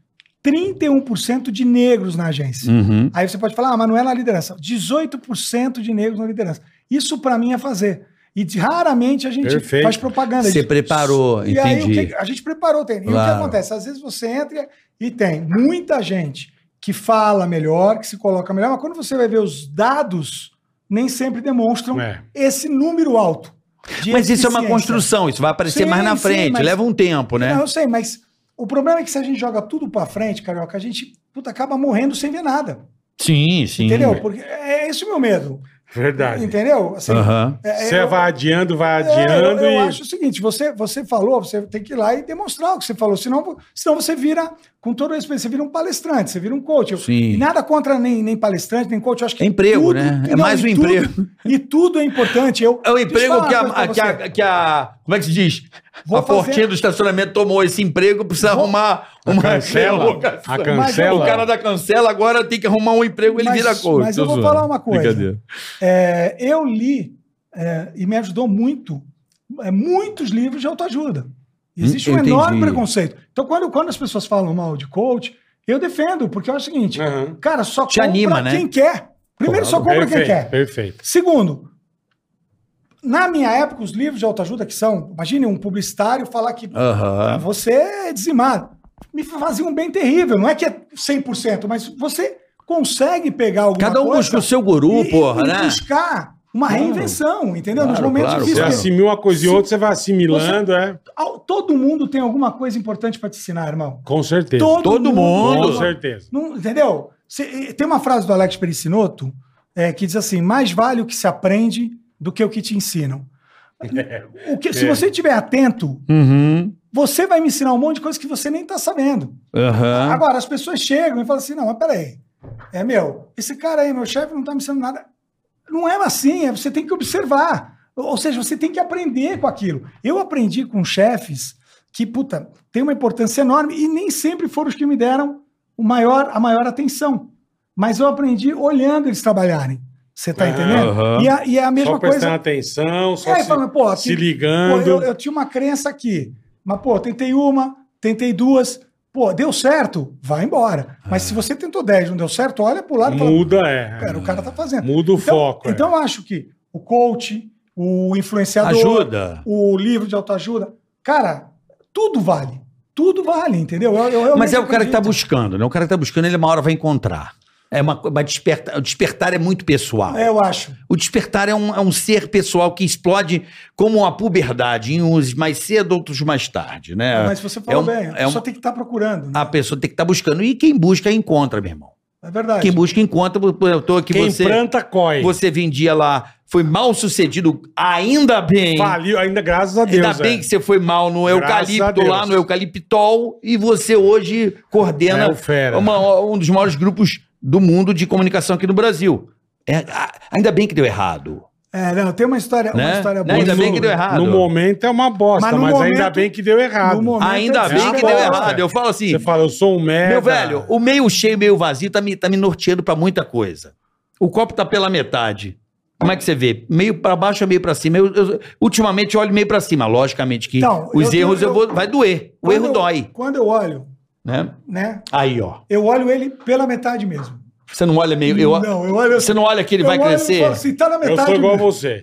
Speaker 4: 31% de negros na agência.
Speaker 3: uhum.
Speaker 4: Aí você pode falar, ah, mas não é na liderança. 18% de negros na liderança. Isso pra mim é fazer. E de- raramente a gente
Speaker 2: Perfeito.
Speaker 4: faz propaganda.
Speaker 3: Você
Speaker 4: disso.
Speaker 3: preparou,
Speaker 4: E aí, o
Speaker 3: entendi.
Speaker 4: que- a gente preparou, tem. E o
Speaker 3: Claro.
Speaker 4: que acontece? Às vezes você entra e tem muita gente que fala melhor, que se coloca melhor, mas quando você vai ver os dados, nem sempre demonstram
Speaker 2: É.
Speaker 4: esse número alto. de
Speaker 3: Mas isso é uma
Speaker 4: eficiência.
Speaker 3: construção, isso vai aparecer
Speaker 4: Sim,
Speaker 3: mais na
Speaker 4: sim,
Speaker 3: frente,
Speaker 4: mas-
Speaker 3: leva um tempo, né?
Speaker 4: Não, eu sei, mas o problema é que se a gente joga tudo pra frente, Carioca, a gente puta, acaba morrendo sem ver nada.
Speaker 3: Sim, sim.
Speaker 4: Entendeu? Porque é esse o meu medo.
Speaker 2: Verdade.
Speaker 4: Entendeu? Assim,
Speaker 3: Aham.
Speaker 4: é-
Speaker 2: Você
Speaker 4: eu-
Speaker 2: vai adiando, vai
Speaker 4: é,
Speaker 2: adiando
Speaker 4: eu, eu
Speaker 2: e.
Speaker 4: acho o seguinte, você, você falou, você tem que ir lá e demonstrar o que você falou, senão, vo- senão você vira, com todo respeito, você vira um palestrante, você vira um coach. Eu-
Speaker 3: Sim.
Speaker 4: e nada contra nem, nem palestrante, nem coach, eu acho que
Speaker 3: É emprego,
Speaker 4: tudo-
Speaker 3: né? É
Speaker 4: não,
Speaker 3: mais
Speaker 4: e
Speaker 3: um
Speaker 4: tudo-
Speaker 3: emprego.
Speaker 4: E tudo é importante. Eu,
Speaker 3: É o
Speaker 4: deixa eu falar
Speaker 3: emprego que
Speaker 4: uma coisa
Speaker 3: a,
Speaker 4: pra
Speaker 3: que,
Speaker 4: você.
Speaker 3: a, que a- Como é que se diz?
Speaker 4: Vou
Speaker 3: a portinha
Speaker 4: fazer-
Speaker 3: do estacionamento tomou esse emprego, precisa arrumar
Speaker 2: A
Speaker 3: uma
Speaker 2: cancela.
Speaker 3: relocação.
Speaker 2: A
Speaker 3: O
Speaker 2: cancela.
Speaker 3: cara da cancela agora tem que arrumar um emprego, ele
Speaker 4: Mas-
Speaker 3: vira coach.
Speaker 4: mas eu
Speaker 3: Tô
Speaker 4: vou
Speaker 3: zoando.
Speaker 4: falar uma coisa.
Speaker 3: Brincadeira.
Speaker 4: É, eu li é, e me ajudou muito é, muitos livros de autoajuda. Existe
Speaker 3: Hum,
Speaker 4: um
Speaker 3: eu
Speaker 4: enorme
Speaker 3: entendi.
Speaker 4: preconceito. Então, quando, quando as pessoas falam mal de coach, eu defendo, porque eu acho o seguinte,
Speaker 2: Aham.
Speaker 4: cara, só
Speaker 3: Te
Speaker 4: compra
Speaker 3: anima, né?
Speaker 4: quem quer. Primeiro, só compra
Speaker 2: Perfeito,
Speaker 4: quem quer.
Speaker 2: perfeito.
Speaker 4: Segundo, na minha época, os livros de autoajuda que são, imagine um publicitário falar que
Speaker 3: Aham.
Speaker 4: você é dizimado. Me fazia um bem terrível. Não é que é 100%, mas você consegue pegar alguma
Speaker 3: Cada um
Speaker 4: coisa
Speaker 3: busca o seu guru,
Speaker 4: e-
Speaker 3: porra,
Speaker 4: e
Speaker 3: né?
Speaker 4: buscar uma
Speaker 3: Claro.
Speaker 4: reinvenção, entendeu? Nos
Speaker 3: Claro,
Speaker 4: momentos
Speaker 3: claro,
Speaker 2: Você
Speaker 3: claro.
Speaker 4: difíceis.
Speaker 2: assimila uma coisa e
Speaker 4: Sim.
Speaker 2: outra, você vai assimilando, é.
Speaker 4: Ao- Todo mundo tem alguma coisa importante para te ensinar, irmão.
Speaker 2: Com certeza.
Speaker 3: Todo mundo.
Speaker 2: Com certeza.
Speaker 4: Não- entendeu? Cê- eh, tem uma frase do Alex Pericinotto eh, que diz assim: mais vale o que se aprende do que o que te ensinam. O que, Se
Speaker 2: É.
Speaker 4: você estiver atento,
Speaker 3: Uhum.
Speaker 4: você vai me ensinar um monte de coisa que você nem está sabendo.
Speaker 3: Aham.
Speaker 4: Agora, as pessoas chegam e falam assim: não, mas peraí. É meu, esse cara aí, meu chefe, não tá me ensinando nada. Não é assim, é, você tem que observar. Ou ou seja, você tem que aprender com aquilo. Eu aprendi com chefes que, puta, tem uma importância enorme e nem sempre foram os que me deram o maior, a maior atenção. Mas eu aprendi olhando eles trabalharem. Você tá
Speaker 2: Aham.
Speaker 4: entendendo?
Speaker 3: Aham.
Speaker 4: E, a, e é a
Speaker 2: Só
Speaker 4: mesma
Speaker 2: prestando
Speaker 4: coisa.
Speaker 2: atenção, só
Speaker 4: É,
Speaker 2: se,
Speaker 4: fala, pô,
Speaker 2: se
Speaker 4: aqui- Pô,
Speaker 2: ligando.
Speaker 4: eu, eu tinha uma crença aqui. Mas, pô, tentei uma, tentei duas. Pô, deu certo, vai embora. Mas
Speaker 3: Ah.
Speaker 4: se você tentou 10 não deu certo, olha pro lado e fala,
Speaker 2: Muda, é.
Speaker 4: cara, o cara tá fazendo.
Speaker 2: Muda o
Speaker 4: Então-
Speaker 2: foco. é.
Speaker 4: Então, eu acho que o coach, o influenciador,
Speaker 3: Ajuda.
Speaker 4: o livro de autoajuda, cara, tudo vale. Tudo vale, entendeu? Eu- eu realmente
Speaker 3: Mas é o cara que tá
Speaker 4: acredito.
Speaker 3: buscando, né? O cara que tá buscando, ele uma hora vai encontrar. É uma, co- mas desperta, o despertar é muito pessoal.
Speaker 4: É, eu acho.
Speaker 3: O despertar é um, é um ser pessoal que explode como a puberdade, em uns mais cedo, outros mais tarde, né?
Speaker 4: Mas você falou
Speaker 3: um-
Speaker 4: bem,
Speaker 3: é um-
Speaker 4: só tem que estar procurando. né?
Speaker 3: A pessoa tem que estar buscando. E quem busca, encontra, meu irmão.
Speaker 4: É verdade.
Speaker 3: Quem busca, encontra. Eu tô aqui,
Speaker 2: Quem
Speaker 3: você,
Speaker 2: planta, corre.
Speaker 3: você vendia lá, foi mal sucedido, ainda bem.
Speaker 2: Faliu, ainda graças a Deus.
Speaker 3: Ainda bem
Speaker 2: é.
Speaker 3: que você foi mal no
Speaker 2: Graças a
Speaker 3: eucalipto,
Speaker 2: Deus.
Speaker 3: lá no eucaliptol, e você hoje
Speaker 2: É
Speaker 3: coordena
Speaker 2: o fera.
Speaker 3: uma- um dos maiores grupos do mundo de comunicação aqui no Brasil. É, a- ainda bem que deu errado.
Speaker 4: É, não, tem uma história, uma
Speaker 3: Né?
Speaker 4: história
Speaker 3: Né?
Speaker 4: boa.
Speaker 3: Ainda bem que deu errado.
Speaker 2: No momento é uma bosta,
Speaker 4: Mas
Speaker 2: mas,
Speaker 4: no
Speaker 2: ainda
Speaker 4: momento-
Speaker 2: bem que deu errado.
Speaker 4: no momento-
Speaker 3: Ainda
Speaker 4: é
Speaker 3: bem que deu
Speaker 4: bosta.
Speaker 3: errado. Eu falo assim,
Speaker 2: Você fala, eu sou um merda.
Speaker 3: meu velho, o meio cheio, meio vazio tá me, tá me norteando pra muita coisa. O copo tá pela metade. Como é que você vê? Meio pra baixo ou meio pra cima? Eu, eu- ultimamente eu olho meio pra cima. Logicamente que
Speaker 4: Então,
Speaker 3: os
Speaker 4: eu-
Speaker 3: erros eu,
Speaker 4: eu-
Speaker 3: vou, vai doer. O
Speaker 4: Quando
Speaker 3: erro
Speaker 4: eu-
Speaker 3: dói.
Speaker 4: Quando eu olho,
Speaker 3: Né?
Speaker 4: né?
Speaker 3: Aí, ó.
Speaker 4: Eu olho ele pela metade mesmo.
Speaker 3: Você não olha meio. eu-
Speaker 4: não, eu olho assim,
Speaker 3: Você não olha que ele
Speaker 4: eu
Speaker 3: vai
Speaker 4: olho e
Speaker 3: crescer?
Speaker 4: falo assim, tá na
Speaker 2: Eu
Speaker 4: metade.
Speaker 2: sou igual a
Speaker 4: mesmo.
Speaker 2: você.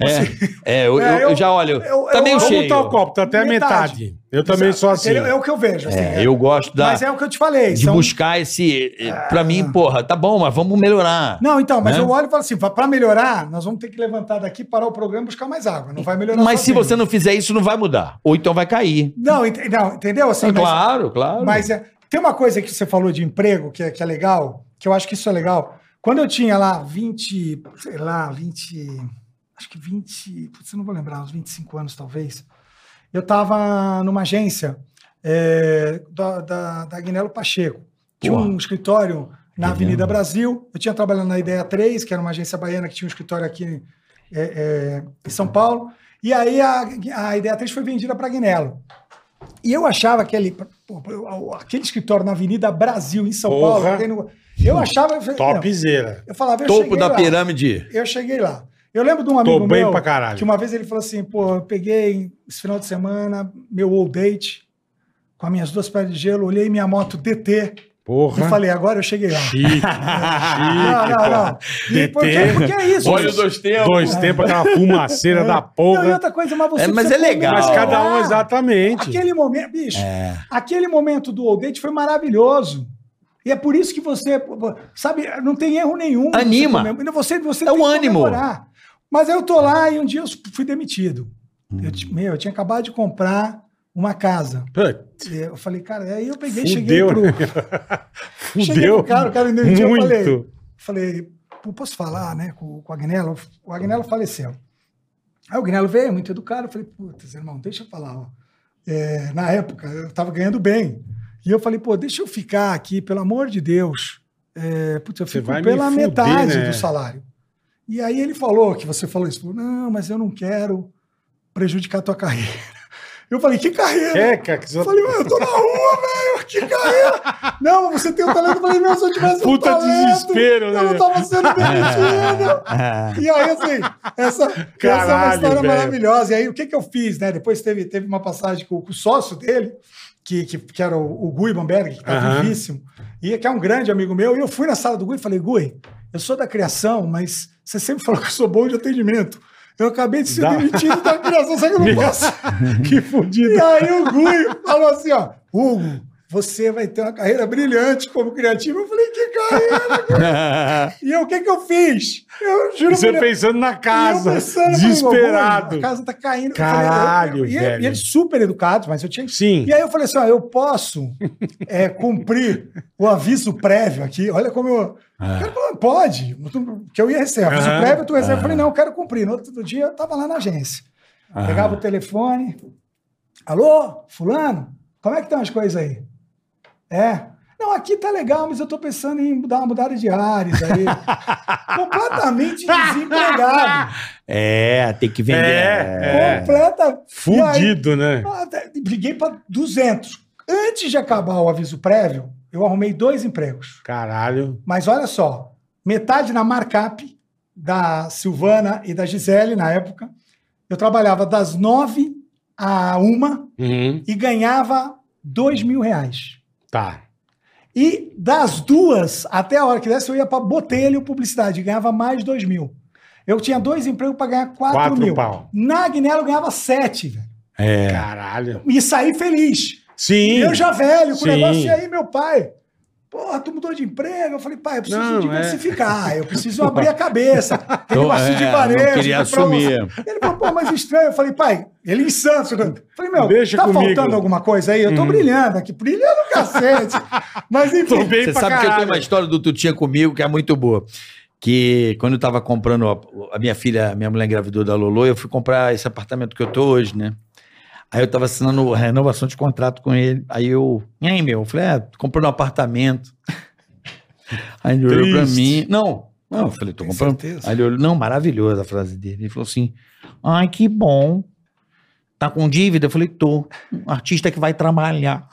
Speaker 3: É, é, eu,
Speaker 4: É,
Speaker 3: eu- eu já olho.
Speaker 4: eu-
Speaker 3: tá
Speaker 4: eu-
Speaker 3: meio
Speaker 4: eu
Speaker 2: Vamos
Speaker 4: vou
Speaker 3: cheio.
Speaker 2: botar o copo, tá até a
Speaker 4: Metade.
Speaker 2: metade. Eu também
Speaker 4: Exato.
Speaker 2: sou assim.
Speaker 4: É, é o que eu vejo. assim,
Speaker 3: É,
Speaker 4: é.
Speaker 3: eu gosto da,
Speaker 4: Mas é o que eu te falei.
Speaker 3: de
Speaker 4: são-
Speaker 3: buscar esse. eh, Pra mim, porra, tá bom, mas vamos melhorar.
Speaker 4: Não, então, mas
Speaker 3: Né?
Speaker 4: eu olho e falo assim: para melhorar, nós vamos ter que levantar daqui, parar o programa e buscar mais água. Não vai melhorar.
Speaker 3: mas se
Speaker 4: sozinho.
Speaker 3: você não fizer isso, não vai mudar. Ou então vai cair.
Speaker 4: Não, ent- não, entendeu? Assim,
Speaker 3: É,
Speaker 4: mas-
Speaker 3: claro, claro.
Speaker 4: Mas é- tem uma coisa que você falou de emprego que é, que é legal, que eu acho que isso é legal. Quando eu tinha lá 20, sei lá, 20, acho que 20, putz, eu não vou lembrar, uns 25 anos talvez, eu estava numa agência é, da, da, da Agnello Pacheco. Tinha
Speaker 3: Porra.
Speaker 4: um escritório na
Speaker 3: Eu
Speaker 4: Avenida
Speaker 3: lembro.
Speaker 4: Brasil. Eu tinha trabalhado na Ideia 3, que era uma agência baiana que tinha um escritório aqui é, é, em São Paulo. E aí a, a Ideia 3 foi vendida para Agnello. E eu achava que ali, pô, pô, aquele escritório na Avenida Brasil, em São
Speaker 2: Porra.
Speaker 4: Paulo, pra quem não- eu achava. Eu, falei, não,
Speaker 2: Topzera.
Speaker 4: eu falava, eu
Speaker 3: Topo
Speaker 4: cheguei
Speaker 3: da
Speaker 4: lá,
Speaker 3: pirâmide.
Speaker 4: Eu cheguei lá. Eu lembro de um amigo
Speaker 2: bem
Speaker 4: meu
Speaker 2: pra caralho.
Speaker 4: que uma vez ele falou assim: pô, eu peguei esse final de semana meu old date com as minhas duas pedras de gelo, olhei minha moto DT e
Speaker 2: Porra.
Speaker 4: falei: agora eu cheguei lá.
Speaker 2: Chique. Chique.
Speaker 4: Não, não, não.
Speaker 2: pô.
Speaker 4: E porque,
Speaker 2: DT.
Speaker 4: porque é isso.
Speaker 3: Olha
Speaker 4: bicho.
Speaker 3: os dois tempos.
Speaker 2: Dois tempos, aquela fumaceira da
Speaker 4: Não, e
Speaker 2: porra.
Speaker 4: outra coisa, mas você
Speaker 3: É, mas
Speaker 4: precisa
Speaker 3: é legal. É.
Speaker 2: Mas
Speaker 3: Não.
Speaker 2: cada um
Speaker 4: comemorar.
Speaker 2: exatamente.
Speaker 4: Aquele momento, bicho, aquele momento do Old Date foi maravilhoso. E é por isso que você, sabe, não tem erro nenhum.
Speaker 3: Anima.
Speaker 4: Você comemora- Você, você
Speaker 3: É
Speaker 4: tem
Speaker 3: o
Speaker 4: que
Speaker 3: ânimo.
Speaker 4: comemorar. Mas eu tô lá e um dia eu fui demitido. Eu, ti- meu, eu tinha acabado de comprar uma casa.
Speaker 2: Putz,
Speaker 4: E Eu falei, cara, aí eu peguei,
Speaker 2: Fudeu. né?
Speaker 4: cheguei pro... Cheguei
Speaker 2: Fudeu.
Speaker 4: pro cara, o cara me demitiu, eu falei,
Speaker 2: Muito.
Speaker 4: falei, pô, posso falar, né, com, com o Agnello? O Agnello faleceu. Aí o Agnello veio, muito educado, eu falei, putz, irmão, deixa eu falar, ó. É, na época, eu tava ganhando bem. E eu falei, pô, deixa eu ficar aqui, pelo amor de Deus. É, putz, eu
Speaker 2: Você
Speaker 4: fico
Speaker 2: vai me
Speaker 4: pela
Speaker 2: fuder,
Speaker 4: metade
Speaker 2: né?
Speaker 4: do salário. E aí ele falou que você falou isso. Falou, não, mas eu não quero prejudicar a tua carreira. Eu falei, que carreira?
Speaker 2: É, cara, que
Speaker 4: Eu falei, "Ué, eu tô na rua, velho, que carreira. Não, você tem um talento. Eu falei, meu, se eu tivesse um
Speaker 2: Puta
Speaker 4: talento,
Speaker 2: desespero, né?
Speaker 4: Eu não tava sendo demitido.
Speaker 3: Ah.
Speaker 4: E aí, assim, essa, essa é uma
Speaker 2: Caralho,
Speaker 4: história
Speaker 2: velho.
Speaker 4: maravilhosa. E aí, o que que eu fiz, né? Depois teve, teve uma passagem com, com o sócio dele, que, que, que era o, o Gui Bamberg, que tá
Speaker 2: Aham.
Speaker 4: vivíssimo, e que é um grande amigo meu. E eu fui na sala do Gui e falei, Gui, eu sou da criação, mas você sempre falou que eu sou bom de atendimento. Eu acabei de ser
Speaker 2: Dá.
Speaker 4: demitido da criação, só que eu não posso.
Speaker 2: tá-" que fudido.
Speaker 4: E aí o Gui falou assim, ó, Hugo, você vai ter uma carreira brilhante como criativo. Eu falei, que carreira? E eu, o que que eu fiz? Eu juro
Speaker 2: Você
Speaker 4: pra ele-
Speaker 2: pensando na
Speaker 4: e eu
Speaker 2: casa,
Speaker 4: pensando, eu falei,
Speaker 2: desesperado.
Speaker 4: "Gui, A casa tá caindo. Eu
Speaker 2: Caralho,
Speaker 4: falei, eu- eu- e, ele-
Speaker 2: velho.
Speaker 4: e eles super educados, mas eu tinha que...
Speaker 2: Sim.
Speaker 4: E aí eu falei assim, ó, eu posso é, cumprir o aviso prévio aqui. Olha como eu...
Speaker 2: Ah.
Speaker 4: O cara falou, pode, que eu ia receber. Aviso
Speaker 2: Aham.
Speaker 4: prévio, tu recebe. Eu
Speaker 2: Ah.
Speaker 4: falei, não, eu quero cumprir. No outro dia eu tava lá na agência. Pegava o telefone. Alô, fulano, como é que estão as coisas aí? É. Não, aqui tá legal, mas eu tô pensando em dar uma mudada de ares aí. Completamente desempregado.
Speaker 3: É, tem que vender.
Speaker 2: É, é.
Speaker 4: Completa. E aí,
Speaker 2: Fudido, né?
Speaker 4: até- Liguei pra 200. Antes de acabar o aviso prévio, eu arrumei dois empregos.
Speaker 2: Caralho.
Speaker 4: Mas olha só, metade na markup da Silvana e da Gisele na época. Eu trabalhava das nove a uma
Speaker 2: Uhum.
Speaker 4: e ganhava dois mil reais.
Speaker 2: Tá.
Speaker 4: E das duas, até a hora que desse, eu ia para botelho publicidade, ganhava mais dois mil. Eu tinha dois empregos para ganhar quatro,
Speaker 2: Quatro
Speaker 4: mil.
Speaker 2: pau.
Speaker 4: Na Guinela eu ganhava sete, velho.
Speaker 3: É.
Speaker 2: Caralho.
Speaker 4: E saí feliz.
Speaker 2: Sim.
Speaker 4: E eu já velho, com
Speaker 2: Sim.
Speaker 4: o negócio, e aí meu pai? Porra, tu mudou de emprego? Eu falei, pai, eu preciso
Speaker 2: Não, é.
Speaker 4: diversificar, eu preciso abrir a cabeça. Tem
Speaker 3: Eu-
Speaker 4: um assunto de
Speaker 3: é,
Speaker 4: varejo.
Speaker 3: não queria
Speaker 4: tem promoção.
Speaker 3: assumir.
Speaker 4: Ele falou, pô, mas estranho. Eu falei, pai, ele em Santos. né?" Eu falei, meu,
Speaker 2: Deixa
Speaker 4: tá
Speaker 2: comigo. Hum.
Speaker 4: faltando alguma coisa aí? Eu tô brilhando aqui, brilhando cacete. Mas
Speaker 2: Tô
Speaker 4: enfim,
Speaker 2: bem
Speaker 3: Você
Speaker 2: pra
Speaker 3: sabe que eu
Speaker 2: caralho.
Speaker 3: tenho uma história do Tutinha comigo que é muito boa. Que quando eu tava comprando a, a minha filha, a minha mulher engravidou da Lolo, eu fui comprar esse apartamento que eu tô hoje, né? Aí eu tava assinando a renovação de contrato com ele. Aí eu, e aí, meu? Eu falei, é, tô comprando um apartamento. Aí ele olhou pra
Speaker 2: Triste.
Speaker 3: mim. Não, não, eu falei, tô
Speaker 4: Tem
Speaker 3: comprando.
Speaker 4: certeza?
Speaker 3: Aí ele olhou, não, maravilhosa a frase dele. Ele falou assim: ai, que bom. Tá com dívida? Eu falei, tô. Um artista que vai trabalhar.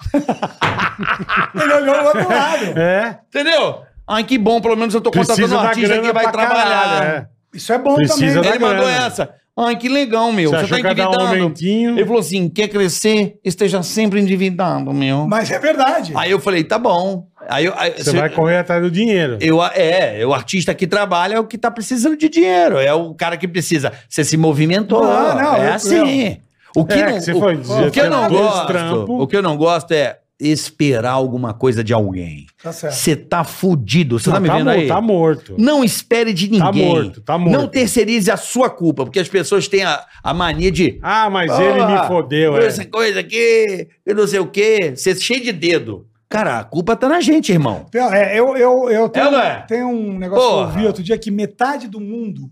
Speaker 4: ele olhou o outro lado.
Speaker 2: É.
Speaker 3: Entendeu? Ai, que bom, pelo menos eu tô contratando
Speaker 2: Precisa
Speaker 3: um
Speaker 2: da
Speaker 3: artista
Speaker 2: grana
Speaker 3: que vai
Speaker 2: pra
Speaker 3: trabalhar.
Speaker 2: caralho. é.
Speaker 4: Isso é bom
Speaker 2: Precisa
Speaker 4: também.
Speaker 2: da
Speaker 3: Ele mandou
Speaker 2: grana.
Speaker 3: essa. Ai, que legal, meu.
Speaker 2: Você
Speaker 3: Você,
Speaker 2: achou
Speaker 3: tá
Speaker 2: que ia dar um
Speaker 3: endividando.
Speaker 2: aumentinho?
Speaker 3: Ele falou assim: quer crescer? Esteja sempre endividado, meu.
Speaker 4: Mas é verdade.
Speaker 3: Aí eu falei, tá bom. Aí, eu- aí-
Speaker 2: Você
Speaker 3: se-
Speaker 2: vai correr atrás do dinheiro.
Speaker 3: eu, é, é, o artista que trabalha é o que tá precisando de dinheiro. É o cara que precisa. Você se movimentou.
Speaker 2: Ah,
Speaker 4: Não, não,
Speaker 3: é
Speaker 4: eu-
Speaker 3: assim. O que,
Speaker 2: É,
Speaker 3: não,
Speaker 2: que um você
Speaker 3: o-
Speaker 2: foi dizer,
Speaker 3: o que eu não
Speaker 2: tem dois
Speaker 3: gosto.
Speaker 2: trampos.
Speaker 3: O que eu não gosto é esperar alguma coisa de alguém.
Speaker 4: Tá certo.
Speaker 3: Você tá fudido. Você
Speaker 2: É. Não,
Speaker 3: tá me
Speaker 2: tá
Speaker 3: vendo
Speaker 2: mo-
Speaker 3: aí?
Speaker 2: Tá morto.
Speaker 3: Não espere de ninguém.
Speaker 2: Tá morto, tá morto.
Speaker 3: Não terceirize a sua culpa, porque as pessoas têm a, a mania de.
Speaker 2: Ah, mas ele me
Speaker 3: "Porra,
Speaker 2: fodeu, é.
Speaker 3: Essa coisa aqui, eu não sei o quê. Você é cheio de dedo. Cara, a culpa tá na gente, irmão.
Speaker 4: Pior, é, eu, eu, eu tenho,
Speaker 3: não é?
Speaker 4: tenho um negócio que
Speaker 3: Porra.
Speaker 4: eu vi outro dia que metade do mundo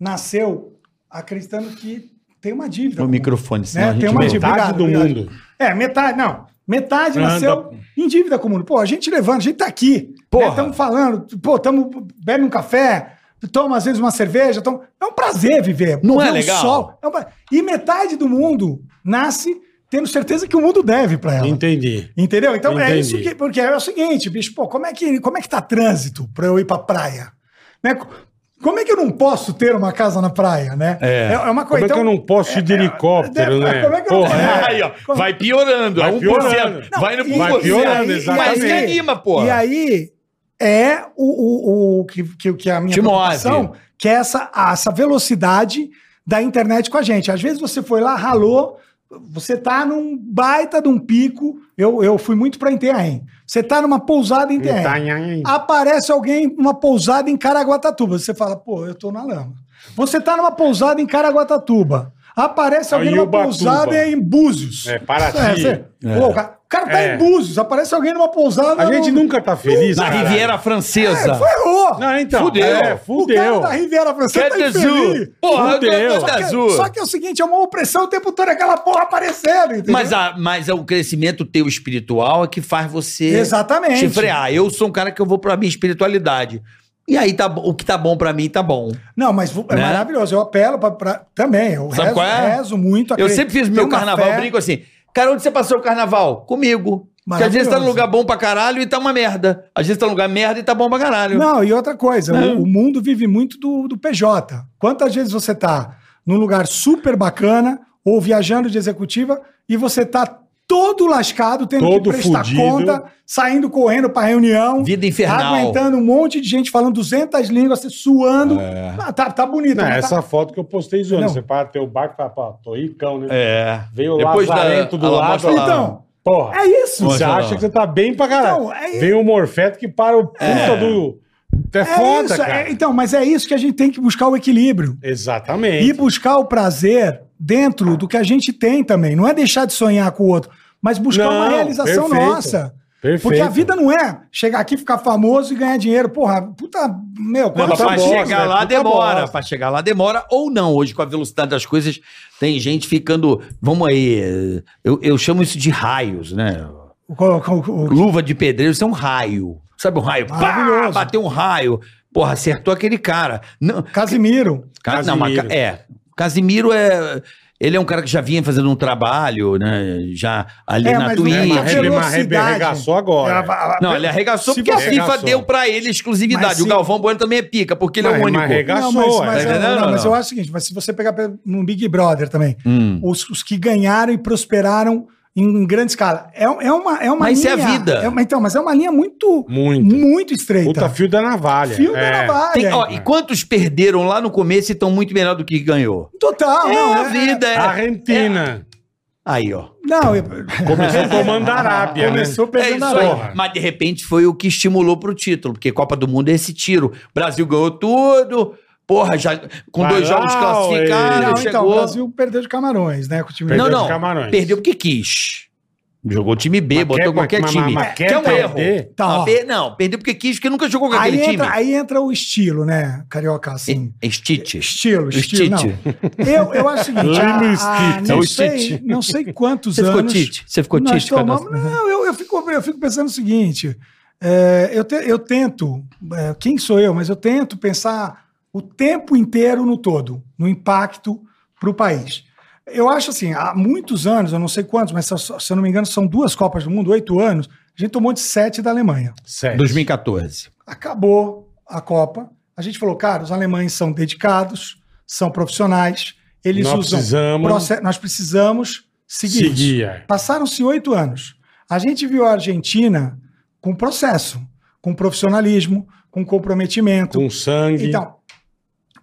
Speaker 4: nasceu acreditando que tem uma dívida.
Speaker 3: O microfone, senão
Speaker 2: Né,
Speaker 4: É,
Speaker 3: a gente
Speaker 4: tem uma
Speaker 3: não-
Speaker 4: dívida.
Speaker 2: Metade
Speaker 4: Obrigado,
Speaker 2: do
Speaker 4: obrigado.
Speaker 2: mundo.
Speaker 4: É, metade, não. Metade
Speaker 2: Anda.
Speaker 4: nasceu em dívida com o mundo. Pô, a gente levando, a gente tá aqui.
Speaker 3: Porra.
Speaker 4: Estamos falando, pô, tamo, bebe um café, toma às vezes uma cerveja. toma- É um prazer viver.
Speaker 3: Não
Speaker 4: Pô,
Speaker 3: é
Speaker 4: ver o
Speaker 3: legal?
Speaker 4: sol. É um pra- E metade do mundo nasce tendo certeza que o mundo deve pra ela.
Speaker 2: Entendi.
Speaker 4: Entendeu? Então é
Speaker 2: Entendi.
Speaker 4: isso que. Porque é o seguinte, bicho, pô, como é que, como é que tá trânsito pra eu ir pra praia? Né? Co- Como é que eu não posso ter uma casa na praia, né?
Speaker 3: É.
Speaker 4: uma
Speaker 2: Como
Speaker 4: coisa.
Speaker 2: é que eu não posso ir de helicóptero,
Speaker 4: é,
Speaker 2: né?
Speaker 4: como é que eu não-
Speaker 2: Porra,
Speaker 4: É.
Speaker 3: Aí, ó, vai piorando.
Speaker 2: Vai
Speaker 3: é 1%.
Speaker 2: piorando.
Speaker 3: Vai no
Speaker 4: Não,
Speaker 3: 1%.
Speaker 4: e-
Speaker 2: Vai piorando,
Speaker 4: e aí-
Speaker 2: exatamente.
Speaker 3: Mas que anima, pô.
Speaker 4: E aí é o, o, o que, que, que a minha
Speaker 3: Te
Speaker 4: preocupação,
Speaker 3: move.
Speaker 4: que é essa, a- essa velocidade da internet com a gente. Às vezes você foi lá, ralou, você tá num baita de um pico. Eu, eu fui muito pra Interrain. Você tá numa pousada em Interrain.
Speaker 2: Tá, nha, nha.
Speaker 4: Ah, Aparece alguém numa pousada em Caraguatatuba. Você fala, pô, eu tô na lama. Você tá numa pousada em Caraguatatuba. Aparece alguém
Speaker 2: Aí,
Speaker 4: numa
Speaker 2: Ubatuba.
Speaker 4: pousada em Búzios.
Speaker 2: É, Paraty.
Speaker 3: É.
Speaker 4: Pô, o cara, o cara tá
Speaker 2: É.
Speaker 4: em Búzios, aparece alguém numa pousada.
Speaker 2: A gente
Speaker 4: no-
Speaker 2: nunca tá feliz,
Speaker 3: Na
Speaker 2: caralho.
Speaker 3: Riviera
Speaker 2: É,
Speaker 3: Francesa.
Speaker 4: É, Ferrou!
Speaker 2: Não, então.
Speaker 3: Fudeu.
Speaker 2: É,
Speaker 4: O cara
Speaker 2: fudeu.
Speaker 4: da Riviera Francesa tá
Speaker 3: Quer
Speaker 4: infeliz.
Speaker 3: dizer, Porra, eu tô-
Speaker 2: Fudeu.
Speaker 3: eu tô
Speaker 4: Só que,
Speaker 3: azul.
Speaker 4: só que é o seguinte, é uma opressão o tempo todo, aquela porra aparecendo, entendeu?
Speaker 3: Mas, a, mas o crescimento teu espiritual é que faz você
Speaker 4: Exatamente.
Speaker 3: te frear. Tipo, Eu sou um cara que eu vou pra minha espiritualidade. E aí tá, bo- o que tá bom pra mim tá bom.
Speaker 4: Não, mas vo- é
Speaker 3: Né?
Speaker 4: maravilhoso. Eu apelo pra, pra- também. Eu
Speaker 3: Sabe
Speaker 4: rezo,
Speaker 3: qual é?
Speaker 4: rezo muito.
Speaker 3: Eu
Speaker 4: acredito.
Speaker 3: sempre fiz
Speaker 4: Tenho
Speaker 3: meu
Speaker 4: Tá uma
Speaker 3: carnaval,
Speaker 4: fé.
Speaker 3: eu brinco assim. Cara, onde você passou o carnaval? Comigo. Porque às vezes tá num
Speaker 4: Maravilhoso.
Speaker 3: lugar bom pra caralho e tá uma merda. Às vezes tá num lugar merda e tá bom pra caralho.
Speaker 4: Não, e outra coisa,
Speaker 3: Não.
Speaker 4: O, o mundo vive muito do, do PJ. Quantas vezes você tá num lugar super bacana ou viajando de executiva e você tá todo lascado, tendo
Speaker 2: Todo
Speaker 4: que prestar
Speaker 2: fudido.
Speaker 4: conta, saindo correndo pra reunião,
Speaker 3: Vida infernal.
Speaker 4: aguentando um monte de gente falando 200 línguas, você suando.
Speaker 2: É.
Speaker 4: Ah, tá, tá bonito,
Speaker 2: Não, é
Speaker 4: né? Tá-
Speaker 2: essa foto que eu postei zoando.
Speaker 4: Não.
Speaker 2: Você para teu barco e fala, pô, tô ricão, né?
Speaker 3: É.
Speaker 2: Veio o
Speaker 3: Depois da-
Speaker 2: lazarento do
Speaker 3: ela
Speaker 2: lado.
Speaker 3: mostra lá.
Speaker 4: Então,
Speaker 2: Porra.
Speaker 4: é isso.
Speaker 2: Você
Speaker 3: Mostra lá.
Speaker 2: acha que você tá bem pra caralho.
Speaker 4: Então, é-
Speaker 2: Vem o Morfeto que para o puta do. É
Speaker 4: É
Speaker 2: foda,
Speaker 4: isso,
Speaker 2: cara.
Speaker 4: é- então, mas é isso que a gente tem que buscar o equilíbrio.
Speaker 2: Exatamente.
Speaker 4: E buscar o prazer dentro do que a gente tem também. Não é deixar de sonhar com o outro, mas buscar
Speaker 2: Não,
Speaker 4: uma realização
Speaker 2: perfeito.
Speaker 4: nossa.
Speaker 2: Perfeito.
Speaker 4: Porque a vida não é chegar aqui, ficar famoso e ganhar dinheiro. Porra, puta, meu,
Speaker 3: Não,
Speaker 4: quanta
Speaker 3: mas pra
Speaker 2: bosta,
Speaker 3: chegar
Speaker 2: né?
Speaker 3: lá
Speaker 2: Puta
Speaker 3: demora.
Speaker 2: bosta.
Speaker 3: Pra chegar lá demora ou não. Hoje, com a velocidade das coisas, tem gente ficando. Vamos aí. Eu, eu chamo isso de raios, né?
Speaker 4: Co- co- co-
Speaker 3: Luva de pedreiro, isso é um raio. Sabe um raio? Pá,
Speaker 4: Maravilhoso.
Speaker 3: bateu um raio. Porra, acertou aquele cara. Não,
Speaker 4: Casimiro.
Speaker 3: Ca-
Speaker 2: Casimiro.
Speaker 3: Não, mas, ca- é. Casimiro é. Ele é um cara que já vinha fazendo um trabalho, né? Já ali
Speaker 4: É,
Speaker 3: na
Speaker 4: mas não é
Speaker 2: Ele
Speaker 4: uma
Speaker 3: Twitch.
Speaker 4: rede-
Speaker 2: arrebe- arregaçou agora.
Speaker 4: Ela-
Speaker 3: Não, ele arregaçou
Speaker 4: Se
Speaker 3: porque
Speaker 4: você-
Speaker 3: a FIFA
Speaker 2: Arregaçou.
Speaker 3: deu pra ele exclusividade.
Speaker 4: Mas
Speaker 3: O
Speaker 4: se-
Speaker 3: Galvão Bueno também é pica, porque ele é
Speaker 2: Mas-
Speaker 3: o
Speaker 2: mas
Speaker 3: único.
Speaker 2: arrega-
Speaker 4: Não,
Speaker 2: Arregaçou, é.
Speaker 4: mas, mas,
Speaker 3: Tá
Speaker 4: eu-
Speaker 3: entendendo
Speaker 4: não,
Speaker 3: ou
Speaker 4: mas
Speaker 3: não?
Speaker 4: eu acho o seguinte: mas se você pegar pe- no Big Brother também,
Speaker 3: Hum.
Speaker 4: os, os que ganharam e prosperaram em grande escala. É, é uma, é uma
Speaker 3: Mas isso é
Speaker 4: linha.
Speaker 3: a vida.
Speaker 4: é uma- então, mas é uma linha muito,
Speaker 2: Muito.
Speaker 4: muito estreita.
Speaker 2: Puta fio da navalha.
Speaker 4: é Fio
Speaker 2: É.
Speaker 4: da navalha.
Speaker 3: Tem- ó, e quantos perderam lá no começo e estão muito melhor do que ganhou?
Speaker 4: Total. não,
Speaker 3: é a vida, é.
Speaker 2: Argentina.
Speaker 3: Aí, ó.
Speaker 4: Não, eu-
Speaker 2: Começou tomando a Arábia, né?
Speaker 4: começou
Speaker 3: É
Speaker 4: perdendo
Speaker 3: isso
Speaker 4: a
Speaker 3: aí.
Speaker 4: bola.
Speaker 2: Porra.
Speaker 3: Mas de repente foi o que estimulou pro título, porque Copa do Mundo é esse tiro. Brasil ganhou tudo, porra, já com
Speaker 2: Vai
Speaker 3: dois
Speaker 2: lá,
Speaker 3: jogos
Speaker 2: ué.
Speaker 3: classificados,
Speaker 4: Não, então, o
Speaker 3: chegou.
Speaker 4: Brasil perdeu de Camarões, né? Com o time
Speaker 3: não,
Speaker 2: Perdeu de
Speaker 3: não,
Speaker 2: Camarões.
Speaker 3: perdeu porque quis. Jogou time B,
Speaker 2: Mas
Speaker 3: botou
Speaker 2: quer-
Speaker 3: qualquer
Speaker 2: mas-
Speaker 3: time.
Speaker 2: mas- mas
Speaker 3: que
Speaker 2: quer
Speaker 3: é um erro.
Speaker 2: perder?
Speaker 4: Tá,
Speaker 3: não,
Speaker 4: ó.
Speaker 3: per- não, perdeu porque quis, porque nunca jogou com
Speaker 4: Aí
Speaker 3: aquele
Speaker 4: entra,
Speaker 3: time.
Speaker 4: aí entra o estilo, né, Carioca, assim.
Speaker 3: É Stitch.
Speaker 4: Estilo,
Speaker 3: Stitch.
Speaker 4: estilo. Não. Eu, eu acho o seguinte.
Speaker 2: Lá no
Speaker 4: a- a-
Speaker 2: Stitch.
Speaker 3: É
Speaker 4: não,
Speaker 3: o
Speaker 4: sei,
Speaker 3: Stitch.
Speaker 4: não sei quantos
Speaker 3: Você ficou
Speaker 4: anos.
Speaker 3: Tite? Você ficou
Speaker 4: nós
Speaker 3: Tite? com a
Speaker 4: tomamos-
Speaker 3: nossa-
Speaker 4: Não, é eu, eu, fico, eu fico pensando o seguinte: é, eu, te- eu tento, é, quem sou eu, mas eu tento pensar o tempo inteiro no todo, no impacto para o país. Eu acho assim, há muitos anos, eu não sei quantos, mas se eu- se eu não me engano, são duas Copas do Mundo, oito anos, a gente tomou de sete da Alemanha.
Speaker 2: Sério.
Speaker 3: 2014.
Speaker 4: Acabou a Copa. A gente falou, cara, os alemães são dedicados, são profissionais, eles
Speaker 2: Nós
Speaker 4: usam.
Speaker 2: precisamos
Speaker 4: proce- Nós precisamos seguir. isso.
Speaker 2: seguir.
Speaker 4: Passaram-se oito anos. A gente viu a Argentina com processo, com profissionalismo, com comprometimento.
Speaker 2: Com Um sangue.
Speaker 4: Então,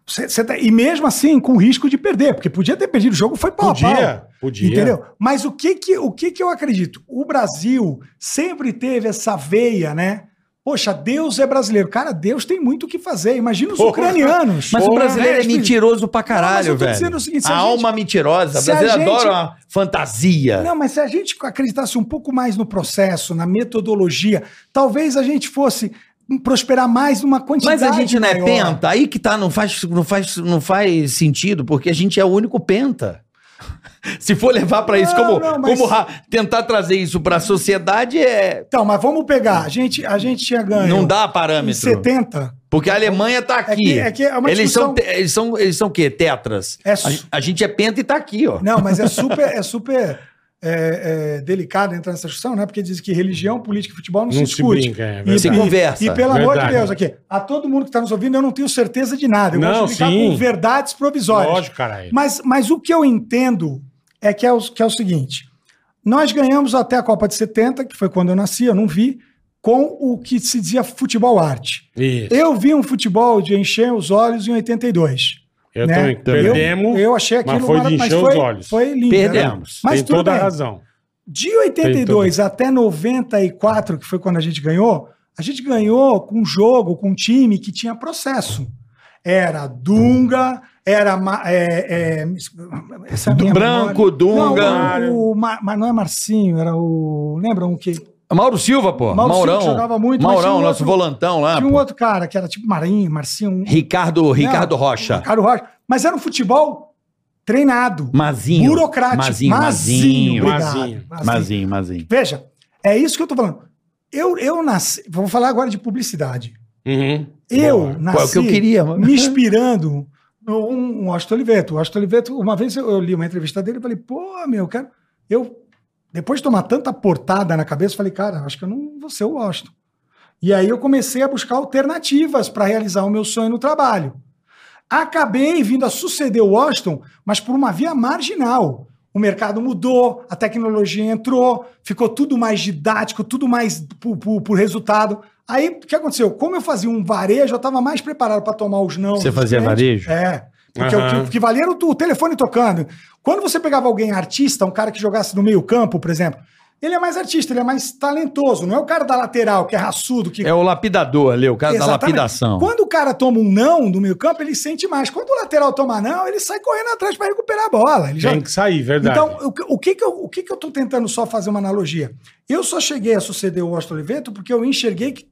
Speaker 4: cê- cê tá- e mesmo assim, com risco de perder, porque podia ter perdido o jogo, foi pau a pau.
Speaker 2: podia. Podia.
Speaker 4: Entendeu? Mas o que que, o que que eu acredito? O Brasil sempre teve essa veia, né? Poxa, Deus é brasileiro. Cara, Deus tem muito o que fazer. Imagina os
Speaker 2: Porra.
Speaker 4: ucranianos.
Speaker 3: Mas o
Speaker 4: Porra,
Speaker 3: brasileiro é
Speaker 4: tipo,
Speaker 3: mentiroso pra caralho,
Speaker 4: Não, mas eu tô
Speaker 3: velho.
Speaker 4: dizendo o seguinte, se
Speaker 3: a,
Speaker 4: a gente-
Speaker 3: alma mentirosa. O
Speaker 4: se a
Speaker 3: brasileiro
Speaker 4: gente-
Speaker 3: adora uma fantasia.
Speaker 4: Não, mas se a gente acreditasse um pouco mais no processo, na metodologia, talvez a gente fosse prosperar mais numa quantidade
Speaker 3: Mas a gente não é
Speaker 4: maior.
Speaker 3: penta, aí que tá, não faz, não faz, não faz sentido, porque a gente é o único penta. Se for levar pra isso,
Speaker 4: Não,
Speaker 3: como,
Speaker 4: não, mas-
Speaker 3: como ra- tentar trazer isso pra sociedade, é,
Speaker 4: Então, mas vamos pegar. A gente, a gente tinha ganho
Speaker 3: não dá
Speaker 4: em
Speaker 3: parâmetro.
Speaker 4: 70.
Speaker 3: Porque a Alemanha tá
Speaker 4: É
Speaker 3: aqui.
Speaker 4: que, é que é uma
Speaker 3: eles, são,
Speaker 4: discussão...
Speaker 3: te- eles são eles são o quê? Tetras.
Speaker 4: É
Speaker 3: a,
Speaker 4: su-
Speaker 3: gen- a gente é penta e tá aqui, ó.
Speaker 4: Não, mas é super, é super é, é, delicado entrar nessa discussão, né? Porque diz que religião, política e futebol não,
Speaker 2: Não
Speaker 4: se
Speaker 2: se
Speaker 4: discute.
Speaker 2: brinca, é
Speaker 4: e,
Speaker 2: verdade.
Speaker 3: Se
Speaker 4: e-
Speaker 3: conversa.
Speaker 4: E pelo amor de
Speaker 2: Verdade.
Speaker 4: Deus, aqui, a todo mundo que está nos ouvindo, eu não tenho certeza de nada. Eu
Speaker 2: Não,
Speaker 4: gosto de ficar
Speaker 2: sim.
Speaker 4: com verdades provisórias.
Speaker 2: Lógico, caralho.
Speaker 4: Mas, mas o que eu entendo é que é, o, que é o seguinte: nós ganhamos até a Copa de 70, que foi quando eu nasci, eu não vi, com o que se dizia futebol arte.
Speaker 2: Isso.
Speaker 4: Eu vi um futebol de encher os olhos em 82.
Speaker 2: Eu
Speaker 4: né?
Speaker 2: também. Perdemos.
Speaker 4: Eu, eu achei aquilo
Speaker 2: mas foi de
Speaker 4: mara-
Speaker 2: encher os
Speaker 4: foi,
Speaker 2: olhos.
Speaker 4: Foi lindo. né?
Speaker 3: Perdemos.
Speaker 4: Mas
Speaker 2: tem
Speaker 4: tudo
Speaker 2: toda a
Speaker 4: bem.
Speaker 2: razão.
Speaker 4: De 82 até 94, que foi quando a gente ganhou, a gente ganhou com um jogo, com um time que tinha processo. Era Dunga, era. Ma- É, é, essa é a minha
Speaker 3: Branco,
Speaker 4: memória.
Speaker 3: Dunga.
Speaker 4: Não, o, o Ma- mas não é Marcinho, era o. Lembra um que.
Speaker 3: Mauro Silva, pô.
Speaker 4: Mauro Silva
Speaker 3: Maurão.
Speaker 4: jogava muito, mas tinha
Speaker 3: Maurão,
Speaker 4: um
Speaker 3: nosso
Speaker 4: outro-
Speaker 3: volantão lá.
Speaker 4: tinha um
Speaker 3: pô.
Speaker 4: outro cara que era tipo Marinho, Marcinho. um-
Speaker 3: Ricardo, Ricardo Rocha.
Speaker 4: Ricardo Rocha. Mas era um futebol treinado,
Speaker 3: Mazinho.
Speaker 4: burocrático.
Speaker 3: Mazinho, Mazinho.
Speaker 4: obrigado,
Speaker 2: Mazinho.
Speaker 3: Mazinho, Mazinho.
Speaker 4: Veja, é isso que eu tô falando. Eu, eu nasci. Vou falar agora de publicidade.
Speaker 2: Uhum.
Speaker 4: Eu
Speaker 2: Boa.
Speaker 4: nasci
Speaker 3: Pô, é o que eu queria, mano.
Speaker 4: me inspirando no um, um Austin Oliveto. O Austin Oliveto, uma vez eu, eu li uma entrevista dele e falei, pô, meu, cara, eu. Depois de tomar tanta portada na cabeça, eu falei, cara, acho que eu não vou ser o Austin. E aí eu comecei a buscar alternativas para realizar o meu sonho no trabalho. Acabei vindo a suceder o Washington, mas por uma via marginal. O mercado mudou, a tecnologia entrou, ficou tudo mais didático, tudo mais por, por- por resultado. Aí, o que aconteceu? Como eu fazia um varejo, eu estava mais preparado para tomar os não.
Speaker 3: Você
Speaker 4: dos
Speaker 3: fazia
Speaker 4: clientes.
Speaker 3: varejo?
Speaker 4: É. Porque o, que,
Speaker 2: Aham.
Speaker 4: o que valia era o, tu- o telefone tocando. Quando você pegava alguém artista, um cara que jogasse no meio campo, por exemplo, ele é mais artista, ele é mais talentoso. Não é o cara da lateral, que é raçudo, que
Speaker 3: É o lapidador ali, o cara da
Speaker 4: Exatamente.
Speaker 3: lapidação.
Speaker 4: Quando o cara toma um não do meio campo, ele sente mais. Quando o lateral toma não, ele sai correndo atrás para recuperar a bola. Ele já-
Speaker 2: Tem que sair, verdade.
Speaker 4: Então, o, que- o que que eu, o que que eu tô tentando só fazer uma analogia? Eu só cheguei a suceder o Washington Oliveto porque eu enxerguei que,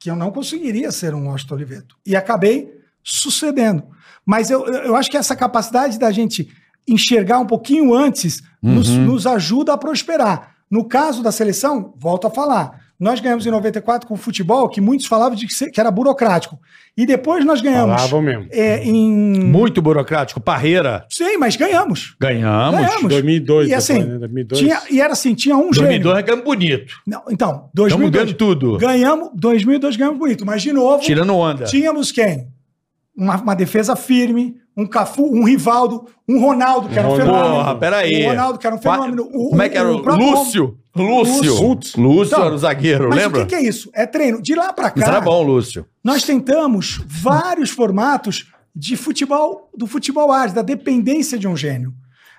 Speaker 4: que eu não conseguiria ser um Washington Oliveto. E acabei sucedendo. Mas eu, eu eu acho que essa capacidade da gente enxergar um
Speaker 2: Uhum.
Speaker 4: pouquinho antes nos, nos ajuda a prosperar. No caso da seleção, volto a falar, Nós ganhamos em 94 com o futebol, que muitos falavam de que, se- que era burocrático. E depois nós ganhamos.
Speaker 2: Falavam mesmo.
Speaker 4: é, em.
Speaker 3: Muito burocrático. Parreira.
Speaker 4: Sim, mas ganhamos.
Speaker 3: Ganhamos.
Speaker 4: Ganhamos.
Speaker 2: 2002
Speaker 4: E assim,
Speaker 2: depois, né? 2002.
Speaker 4: Tinha, e era assim, tinha É, um gênio.
Speaker 3: 2002 nós ganhamos bonito.
Speaker 4: Não, então,
Speaker 3: Estamos
Speaker 4: 2002.
Speaker 3: ganhando tudo.
Speaker 4: Ganhamos, 2002 ganhamos bonito. Mas, de novo,
Speaker 3: Tirando onda.
Speaker 4: tínhamos quem? Uma, uma defesa firme, um Cafu, um Rivaldo, um Ronaldo, que era um
Speaker 2: Ronaldo.
Speaker 4: fenômeno.
Speaker 3: Porra, peraí.
Speaker 4: O Ronaldo, que era um fenômeno. O-
Speaker 3: Como é que era? O,
Speaker 4: próprio- Então,
Speaker 3: Lúcio. Lúcio. Lúcio,
Speaker 2: Lúcio.
Speaker 3: era o zagueiro,
Speaker 4: Mas
Speaker 3: lembra?
Speaker 4: o que que é isso? É treino. De lá pra cá,
Speaker 3: Isso era bom, Lúcio.
Speaker 4: nós tentamos vários formatos de futebol, do futebol árabe, da dependência de um gênio.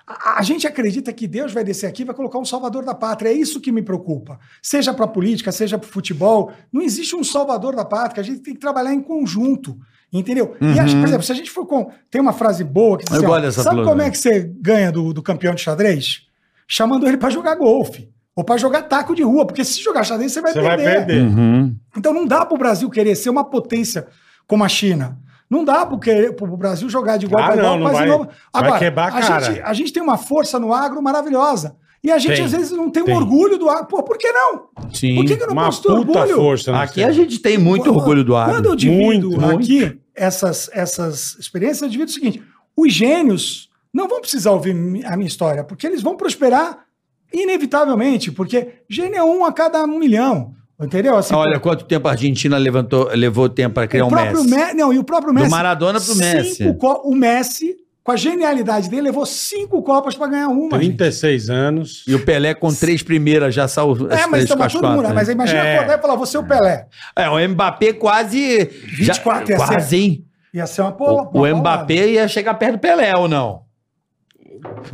Speaker 4: A, a gente acredita que Deus vai descer aqui e vai colocar um salvador da pátria. É isso que me preocupa. Seja para política, seja para futebol. Não existe um salvador da pátria. A gente tem que trabalhar em conjunto. Entendeu? E, acho, por exemplo, se a gente for com. Tem uma frase boa que diz
Speaker 3: Uhum. Eu
Speaker 4: assim, ó,
Speaker 3: gosto dessa
Speaker 4: Sabe
Speaker 3: filosofia.
Speaker 4: como é que você ganha do, do campeão de xadrez? Chamando ele para jogar golfe. Ou para jogar taco de rua. Porque se jogar xadrez, você vai
Speaker 2: Você vai perder.
Speaker 3: Uhum.
Speaker 4: então não dá para o Brasil querer ser uma potência como a China. Não dá para o Brasil jogar de igual
Speaker 2: Ah,
Speaker 4: para igual.
Speaker 2: não, não
Speaker 4: quase
Speaker 2: vai-
Speaker 4: igual.
Speaker 2: vai quebrar a cara.
Speaker 4: gente, a gente tem uma força no agro maravilhosa. E a gente
Speaker 3: Tem,
Speaker 4: às vezes não tem,
Speaker 2: tem.
Speaker 4: o orgulho do agro. Pô, por que não?
Speaker 3: Sim.
Speaker 4: Por que, que eu não
Speaker 2: Uma
Speaker 4: posso ter
Speaker 2: puta
Speaker 4: orgulho?
Speaker 2: força. né,
Speaker 3: Aqui
Speaker 2: cara?
Speaker 3: a gente tem muito
Speaker 4: Quando-
Speaker 3: orgulho do
Speaker 4: Quando
Speaker 3: árbitro.
Speaker 4: eu divido
Speaker 2: Muito,
Speaker 4: aqui Essas, essas experiências, eu divido o seguinte: os gênios não vão precisar ouvir mi- a minha história, porque eles vão prosperar inevitavelmente, porque gênio é um a cada um milhão. Entendeu? Assim,
Speaker 3: Olha quanto tempo a Argentina levantou, levou tempo para criar
Speaker 4: o
Speaker 3: um
Speaker 4: próprio
Speaker 3: Messi.
Speaker 4: Me- Não, e o próprio
Speaker 3: Do
Speaker 4: Messi.
Speaker 3: Maradona pro
Speaker 4: cinco
Speaker 3: Messi.
Speaker 4: co- O Messi, com a genialidade dele, levou cinco Copas pra ganhar uma. gente.
Speaker 2: 36 anos.
Speaker 3: E o Pelé com três primeiras já saiu as
Speaker 4: É, mas
Speaker 3: três com
Speaker 4: tava
Speaker 3: as
Speaker 4: todo
Speaker 3: quatro,
Speaker 4: mundo. né?
Speaker 3: né?
Speaker 4: Mas imagina
Speaker 2: É.
Speaker 4: acordar e falar: você é o Pelé.
Speaker 3: É, o Mbappé quase...
Speaker 4: 24 ia ser.
Speaker 3: Quase, hein?
Speaker 4: Ia ser uma porra.
Speaker 3: O, o Mbappé ia chegar perto do Pelé, ou não?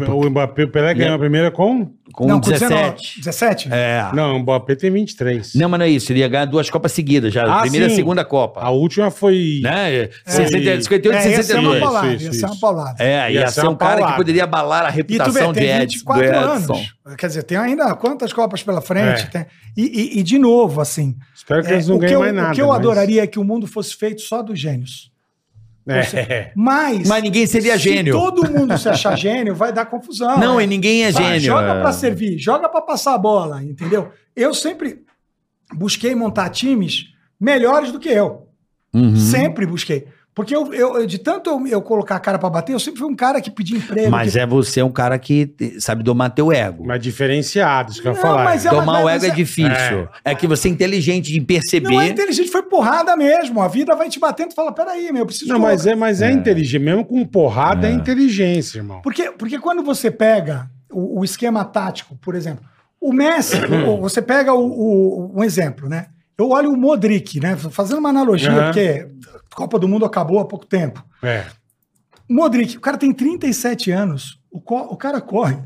Speaker 2: O Mbappé, o Pelé ganhou a primeira com...
Speaker 3: Com 17.
Speaker 4: 17?
Speaker 3: É.
Speaker 2: Não, o Mbappé tem 23.
Speaker 3: Não, mas não é isso. Ele ia ganhar duas Copas seguidas já.
Speaker 2: Ah,
Speaker 3: primeira e
Speaker 2: sim.
Speaker 3: segunda Copa.
Speaker 2: A última foi...
Speaker 3: Né? 60, 58
Speaker 4: é,
Speaker 3: e
Speaker 4: ia ser uma
Speaker 3: 62.
Speaker 2: bola-
Speaker 4: paulada.
Speaker 2: Isso,
Speaker 4: ia
Speaker 2: isso,
Speaker 4: ser uma
Speaker 2: isso.
Speaker 4: paulada.
Speaker 3: É, ia,
Speaker 2: Ia ser
Speaker 3: ser um
Speaker 2: uma
Speaker 3: cara que
Speaker 2: paulada.
Speaker 3: poderia abalar a
Speaker 4: E tu
Speaker 3: reputação
Speaker 4: vê,
Speaker 3: de
Speaker 4: tem
Speaker 3: Ed,
Speaker 4: 24
Speaker 3: do Edson.
Speaker 4: anos. Quer dizer, tem ainda quantas Copas pela frente?
Speaker 2: É.
Speaker 4: Tem- E, e- e de novo, assim.
Speaker 2: Espero que
Speaker 4: é,
Speaker 2: eles não
Speaker 4: o que
Speaker 2: ganhem
Speaker 4: eu,
Speaker 2: mais nada.
Speaker 4: O que eu
Speaker 2: mas-
Speaker 4: adoraria é que o mundo fosse feito só dos gênios.
Speaker 2: É.
Speaker 4: Mas.
Speaker 3: Mas ninguém seria gênio.
Speaker 4: Se todo mundo se achar gênio, vai dar confusão.
Speaker 3: Não,
Speaker 4: né?
Speaker 3: e ninguém é
Speaker 4: Vai,
Speaker 3: gênio.
Speaker 4: Joga
Speaker 3: é.
Speaker 4: pra servir, joga pra passar a bola, entendeu? Eu sempre busquei montar times melhores do que eu.
Speaker 3: Uhum.
Speaker 4: Sempre busquei. Porque eu, eu- eu- de tanto eu, eu colocar a cara pra bater, eu sempre fui um cara que pedia emprego.
Speaker 3: Mas
Speaker 4: que...
Speaker 3: é você um cara que te- sabe domar teu ego.
Speaker 2: Mas diferenciado, isso que eu ia
Speaker 4: Não,
Speaker 2: falar.
Speaker 4: mas é-
Speaker 3: domar o
Speaker 4: mas
Speaker 3: ego é,
Speaker 4: é-
Speaker 3: difícil. É. que você é inteligente de perceber.
Speaker 4: Não é inteligente, foi porrada mesmo. A vida vai te batendo e fala: peraí, meu, eu preciso.
Speaker 2: Não, mas
Speaker 4: colocar-
Speaker 2: é, mas é, inteligente. Mesmo com porrada, é, inteligência, irmão.
Speaker 4: porque, porque quando você pega o, o esquema tático, por exemplo, o Messi, o- você pega o, o- um exemplo, né? Eu olho o Modric, né? Fazendo uma analogia,
Speaker 2: Aham.
Speaker 4: porque a Copa do Mundo acabou há pouco tempo.
Speaker 2: É.
Speaker 4: Modric, o cara tem 37 anos, o, co- o cara corre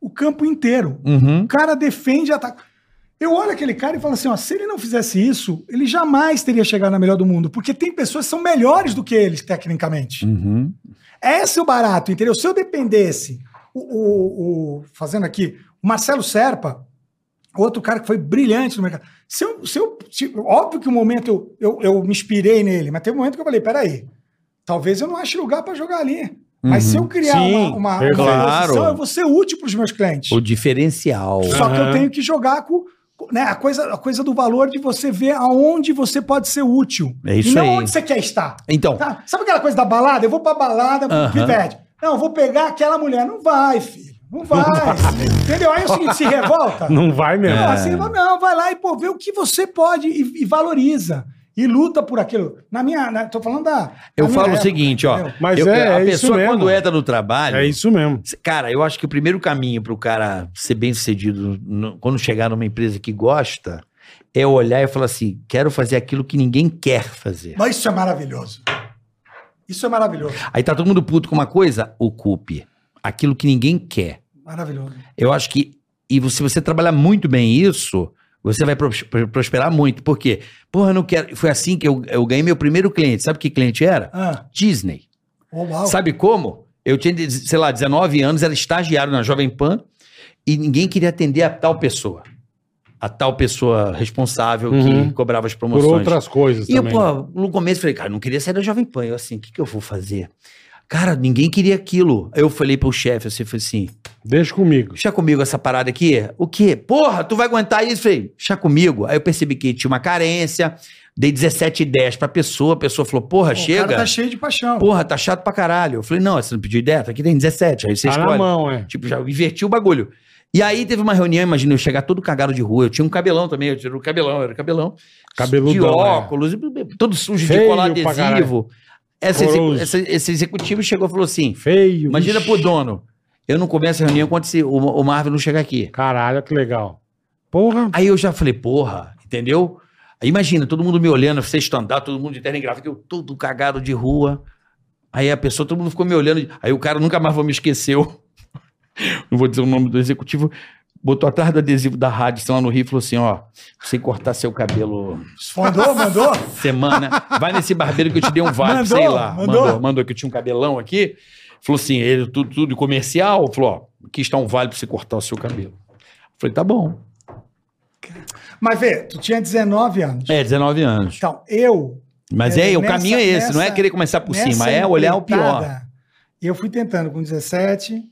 Speaker 4: o campo inteiro.
Speaker 3: Uhum.
Speaker 4: O cara defende e ataca. Eu olho aquele cara e falo assim: ó, se ele não fizesse isso, ele jamais teria chegado na melhor do mundo, porque tem pessoas que são melhores do que eles, tecnicamente.
Speaker 3: Uhum.
Speaker 4: Esse é o barato, entendeu? Se eu dependesse, o, o- o- fazendo aqui, o Marcelo Serpa, outro cara que foi brilhante no mercado. Se eu, se eu- se- óbvio que o momento eu, eu, eu me inspirei nele, mas teve um momento que eu falei: peraí, talvez eu não ache lugar para jogar ali. Mas se eu criar
Speaker 2: Sim,
Speaker 4: uma, uma, uma
Speaker 2: perfeito.
Speaker 3: Claro.
Speaker 4: eu vou ser útil para os meus clientes.
Speaker 3: O diferencial.
Speaker 4: Só que eu
Speaker 2: Aham.
Speaker 4: tenho que jogar com. com, Né, a, coisa, a coisa do valor de você ver aonde você pode ser útil.
Speaker 3: É isso
Speaker 4: e não
Speaker 3: aí.
Speaker 4: onde você quer estar.
Speaker 3: Então,
Speaker 4: Tá? Sabe aquela coisa da balada? Eu vou pra balada,
Speaker 3: Aham.
Speaker 4: pivete. Não, eu vou pegar aquela mulher. Não vai, filho. Não vai. Entendeu? Aí é o seguinte, se revolta. Não,
Speaker 2: Não vai
Speaker 3: É.
Speaker 2: mesmo.
Speaker 4: assim, não, vai lá e pô, vê o que você pode e, e valoriza. E luta por aquilo. Na minha. Na, tô falando da. da
Speaker 3: eu
Speaker 4: minha
Speaker 3: falo o
Speaker 4: época,
Speaker 3: seguinte, ó.
Speaker 4: tá entendeu?
Speaker 2: Mas
Speaker 3: eu-
Speaker 2: é-
Speaker 3: a
Speaker 2: é isso
Speaker 3: pessoa
Speaker 2: mesmo.
Speaker 3: quando entra no trabalho,
Speaker 2: É isso mesmo.
Speaker 3: Cara, eu acho que o primeiro caminho para o cara ser bem sucedido no- quando chegar numa empresa que gosta é olhar e falar assim: quero fazer aquilo que ninguém quer fazer.
Speaker 4: Mas isso é maravilhoso. Isso é maravilhoso.
Speaker 3: Aí tá todo mundo puto com uma coisa, ocupe aquilo que ninguém quer.
Speaker 4: Maravilhoso.
Speaker 3: Eu acho que e vo- se você trabalhar muito bem isso, você vai pros- pr- prosperar muito. Por quê? Porra, eu não quero. Foi assim que eu, eu ganhei meu primeiro cliente. Sabe que cliente era?
Speaker 4: Ah,
Speaker 3: Disney.
Speaker 4: oh, uau.
Speaker 3: Sabe como? Eu tinha, sei lá, 19 anos, era estagiário na Jovem Pan e ninguém queria atender a tal pessoa. A tal pessoa responsável
Speaker 2: Uhum.
Speaker 3: que cobrava as
Speaker 2: Por
Speaker 3: promoções.
Speaker 2: outras coisas
Speaker 3: e eu,
Speaker 2: também. né?
Speaker 3: pô, no começo falei, cara, eu não queria sair da Jovem Pan. Eu assim, o que, que eu vou fazer? Cara, ninguém queria aquilo. Aí eu falei pro chefe, assim, falei assim,
Speaker 2: Deixa comigo.
Speaker 3: deixa comigo essa parada aqui. O quê? Porra, tu vai aguentar isso? Eu Falei, deixa comigo. Aí eu percebi que tinha uma carência, dei 17 ideias pra pessoa, a pessoa falou, porra,
Speaker 4: O cara
Speaker 3: chega.
Speaker 4: tá cheio de paixão.
Speaker 3: Porra, tá chato pra caralho. Eu falei, não, você não pediu ideia? Tá Aqui tem 17, aí você
Speaker 2: Tá na
Speaker 3: escolhe.
Speaker 2: mão, é.
Speaker 3: Tipo, já inverti o bagulho. E aí teve uma reunião, imagina, eu chegar todo cagado de rua. Eu tinha um cabelão também, eu tirei o cabelão, eu era cabelão.
Speaker 2: Cabeludão, né? é.
Speaker 3: De óculos, todo sujo de
Speaker 2: Feio
Speaker 3: colar
Speaker 2: pra caralho.
Speaker 3: adesivo. Essa execu-
Speaker 2: Horroroso.
Speaker 3: essa- esse executivo chegou e falou assim:
Speaker 2: Feio.
Speaker 3: imagina
Speaker 2: vixe.
Speaker 3: pro dono, eu não começo a reunião enquanto se- o, o Marvel não chegar aqui.
Speaker 2: Caralho, que legal. Porra.
Speaker 3: Aí eu já falei, porra, entendeu? Aí imagina, todo mundo me olhando, você stand-up, todo mundo de terno e gravata, eu todo cagado de rua. Aí a pessoa, todo mundo ficou me olhando. Aí o cara nunca mais vou me esqueceu. Não vou dizer o nome do executivo. Botou atrás do adesivo da rádio, sei lá no Rio, e falou assim: ó, sem cortar seu cabelo
Speaker 4: Mandou, mandou?
Speaker 3: semana, vai nesse barbeiro que eu te dei um vibe,
Speaker 4: Mandou,
Speaker 3: sei lá.
Speaker 4: mandou.
Speaker 3: Mandou. mandou, que eu tinha um cabelão aqui. Falou assim, ele, tudo, tudo comercial. Falou, ó, aqui está um vale pra você cortar o seu cabelo. Falei, tá bom.
Speaker 4: Mas vê, tu tinha 19 anos.
Speaker 3: É, 19 anos.
Speaker 4: Então, eu
Speaker 3: Mas
Speaker 4: É,
Speaker 3: é, o
Speaker 4: nessa-
Speaker 3: caminho é esse, não é
Speaker 4: nessa-
Speaker 3: querer começar por
Speaker 4: Nessa
Speaker 3: cima, é olhar o pior.
Speaker 4: empreitada, Eu fui tentando com 17,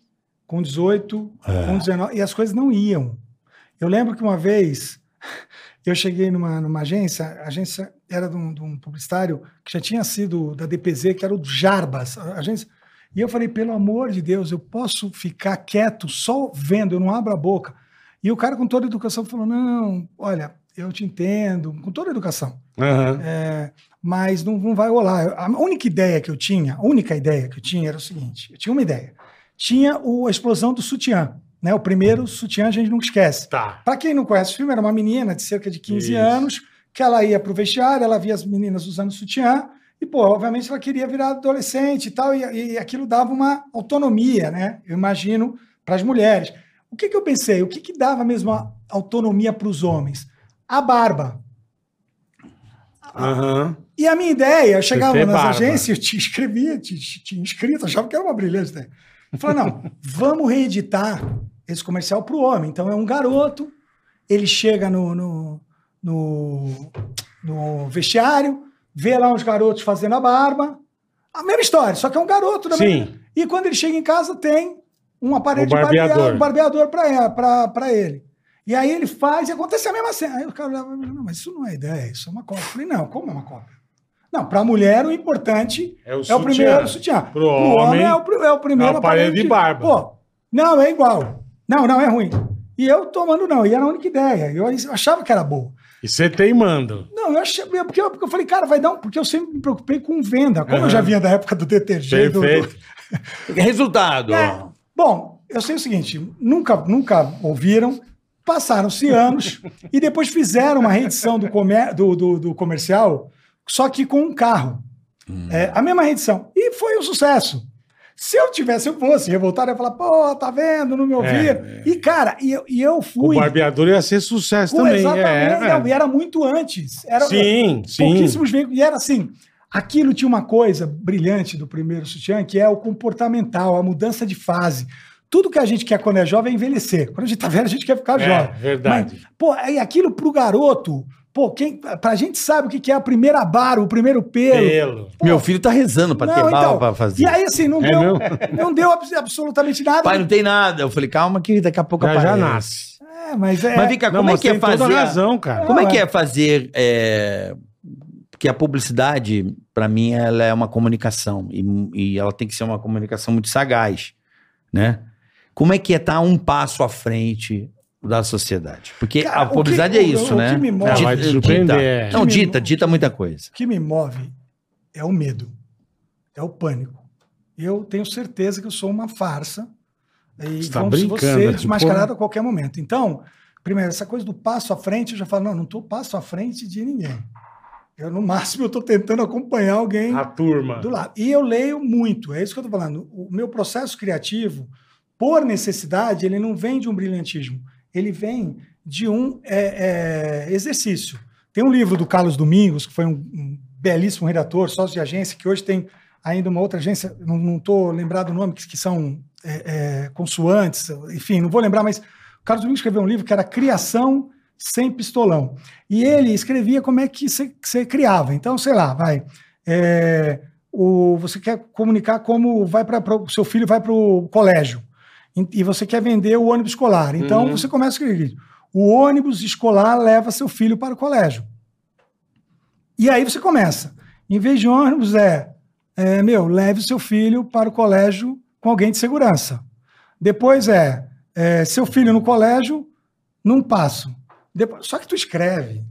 Speaker 4: com 18,
Speaker 3: É.
Speaker 4: com 19, e as coisas não iam. Eu lembro que uma vez eu cheguei numa, numa agência, a agência era de um, de um publicitário que já tinha sido da DPZ, que era o Jarbas, a agência. E eu falei, pelo amor de Deus, eu posso ficar quieto só vendo, eu não abro a boca. E o cara, com toda a educação, falou: não, olha, eu te entendo, com toda a educação
Speaker 2: Aham.
Speaker 4: mas não, não vai rolar. A única ideia que eu tinha, a única ideia que eu tinha era o seguinte: eu tinha uma ideia. Tinha o, a explosão do sutiã, né? O primeiro sutiã a gente nunca esquece.
Speaker 2: Tá.
Speaker 4: Para quem não conhece o filme, era uma menina de cerca de 15
Speaker 2: Isso.
Speaker 4: anos que ela ia pro vestiário, ela via as meninas usando sutiã e, pô, obviamente ela queria virar adolescente e tal, e, e aquilo dava uma autonomia, né? Eu imagino, para as mulheres. O que, que eu pensei? O que, que dava mesmo a autonomia para os homens? A barba. Ah.
Speaker 2: Aham.
Speaker 4: E a minha ideia, eu chegava
Speaker 2: Você é
Speaker 4: nas
Speaker 2: barba.
Speaker 4: agências, eu te escrevia, te, te- tinha inscrito, achava que era uma brilhante ideia. Eu falava, não, vamos reeditar esse comercial para o homem. Então é um garoto, ele chega no, no, no, no vestiário, vê lá uns garotos fazendo a barba. A mesma história, só que é um garoto da
Speaker 2: Sim.
Speaker 4: mesma- E quando ele chega em casa, tem um aparelho
Speaker 2: O
Speaker 4: de barbear,
Speaker 2: barbeador.
Speaker 4: um barbeador para ele. E aí ele faz e acontece a mesma cena. Aí o cara olhava, não, mas isso não é ideia, isso é uma cópia. Eu falei, não, como é uma cópia? Não, para a mulher o importante
Speaker 2: É o
Speaker 4: é o
Speaker 2: sutiã.
Speaker 4: primeiro sutiã.
Speaker 2: Pro homem,
Speaker 4: é o, pri- é o primeiro
Speaker 2: é o aparelho de barba.
Speaker 4: Pô, não, é igual. Não, não, é ruim. E eu tomando não, e era a única ideia. Eu achava que era boa.
Speaker 2: E você teimando.
Speaker 4: Não, eu achei, porque eu, porque eu falei, cara, vai dar um, porque eu sempre me preocupei com venda. Como eu já
Speaker 2: Aham.
Speaker 4: vinha da época do detergente, do- do,
Speaker 2: Perfeito.
Speaker 3: Resultado.
Speaker 4: é. Bom, eu sei o seguinte: nunca, nunca ouviram, passaram-se anos e depois fizeram uma reedição do, comer, do, do- do comercial, só que com um carro.
Speaker 2: Hum.
Speaker 4: É, a mesma reedição. E foi um sucesso. Se eu tivesse, eu fosse revoltado, eu ia falar, pô, tá vendo, não me ouviram. E, cara, e, eu- e eu
Speaker 2: É, O
Speaker 4: fui.
Speaker 2: barbeador ia ser sucesso
Speaker 4: Pô,
Speaker 2: também.
Speaker 4: exatamente,
Speaker 2: é,
Speaker 4: não, e era muito antes. Era,
Speaker 2: Sim, sim.
Speaker 4: pouquíssimos veículos. E era assim. Aquilo tinha uma coisa brilhante do primeiro sutiã, que é o comportamental, a mudança de fase. Tudo que a gente quer quando é jovem é envelhecer. Quando a gente tá velho, a gente quer ficar
Speaker 2: É,
Speaker 4: jovem.
Speaker 2: verdade.
Speaker 4: Mas, pô, aí aquilo pro garoto, pô, quem, pra gente sabe o que que é a primeira barba, o primeiro pelo.
Speaker 2: Pelo.
Speaker 3: Meu filho tá rezando pra ter
Speaker 4: Não,
Speaker 3: bala
Speaker 4: então,
Speaker 3: pra fazer.
Speaker 4: E aí, assim, não,
Speaker 2: É
Speaker 4: deu, não deu abs- absolutamente nada. né?
Speaker 3: Pai, não tem nada. Eu falei, calma que daqui a pouco
Speaker 2: Já, já
Speaker 3: aparece.
Speaker 2: nasce.
Speaker 4: É, mas é.
Speaker 3: Mas vem cá,
Speaker 2: Não,
Speaker 3: como é
Speaker 2: mas
Speaker 3: que é
Speaker 2: tem toda
Speaker 3: fazer... a-
Speaker 2: razão, cara.
Speaker 3: Como é
Speaker 4: Não,
Speaker 3: que
Speaker 4: é.
Speaker 3: é fazer... é, Que a publicidade, pra mim, ela é uma comunicação. E, e ela tem que ser uma comunicação muito sagaz, né? Como é que é estar um passo à frente da sociedade? Porque
Speaker 4: Cara,
Speaker 3: a
Speaker 4: o que-
Speaker 3: publicidade é
Speaker 4: o-
Speaker 3: isso,
Speaker 4: o
Speaker 3: né?
Speaker 4: que me move-
Speaker 2: Ah, vai te surpreender.
Speaker 3: Dita. Não,
Speaker 4: O que me
Speaker 3: dita,
Speaker 4: move-
Speaker 3: dita muita coisa.
Speaker 4: O que me move é o medo, é o pânico. Eu tenho certeza que eu sou uma farsa e
Speaker 2: Você tá
Speaker 4: vão
Speaker 2: brincando,
Speaker 4: ser
Speaker 2: né?
Speaker 4: desmascarado a qualquer momento. Então, primeiro, essa coisa do passo à frente, eu já falo, não, não estou passo à frente de ninguém. Eu, no máximo, eu estou tentando acompanhar alguém
Speaker 2: A turma.
Speaker 4: do lado. E eu leio muito, é isso que eu estou falando. O meu processo criativo, por necessidade, ele não vem de um brilhantismo, ele vem de um é, é, exercício. Tem um livro do Carlos Domingos, que foi um, um belíssimo redator, sócio de agência, que hoje tem ainda uma outra agência, não estou lembrado o nome, que, que são é, é, consoantes, enfim, não vou lembrar, mas o Carlos Domingos escreveu um livro que era Criação Sem Pistolão. E ele escrevia como é que você criava. Então, sei lá, vai. é, o, você quer comunicar como vai para o seu filho vai para o colégio e- e você quer vender o ônibus escolar. Então
Speaker 2: Uhum.
Speaker 4: você começa a escrever: o ônibus escolar leva seu filho para o colégio. E aí você começa. Em vez de ônibus, é, é, meu, leve seu filho para o colégio com alguém de segurança. Depois é, é, seu filho no colégio, num passo. Depois, só que tu escreve.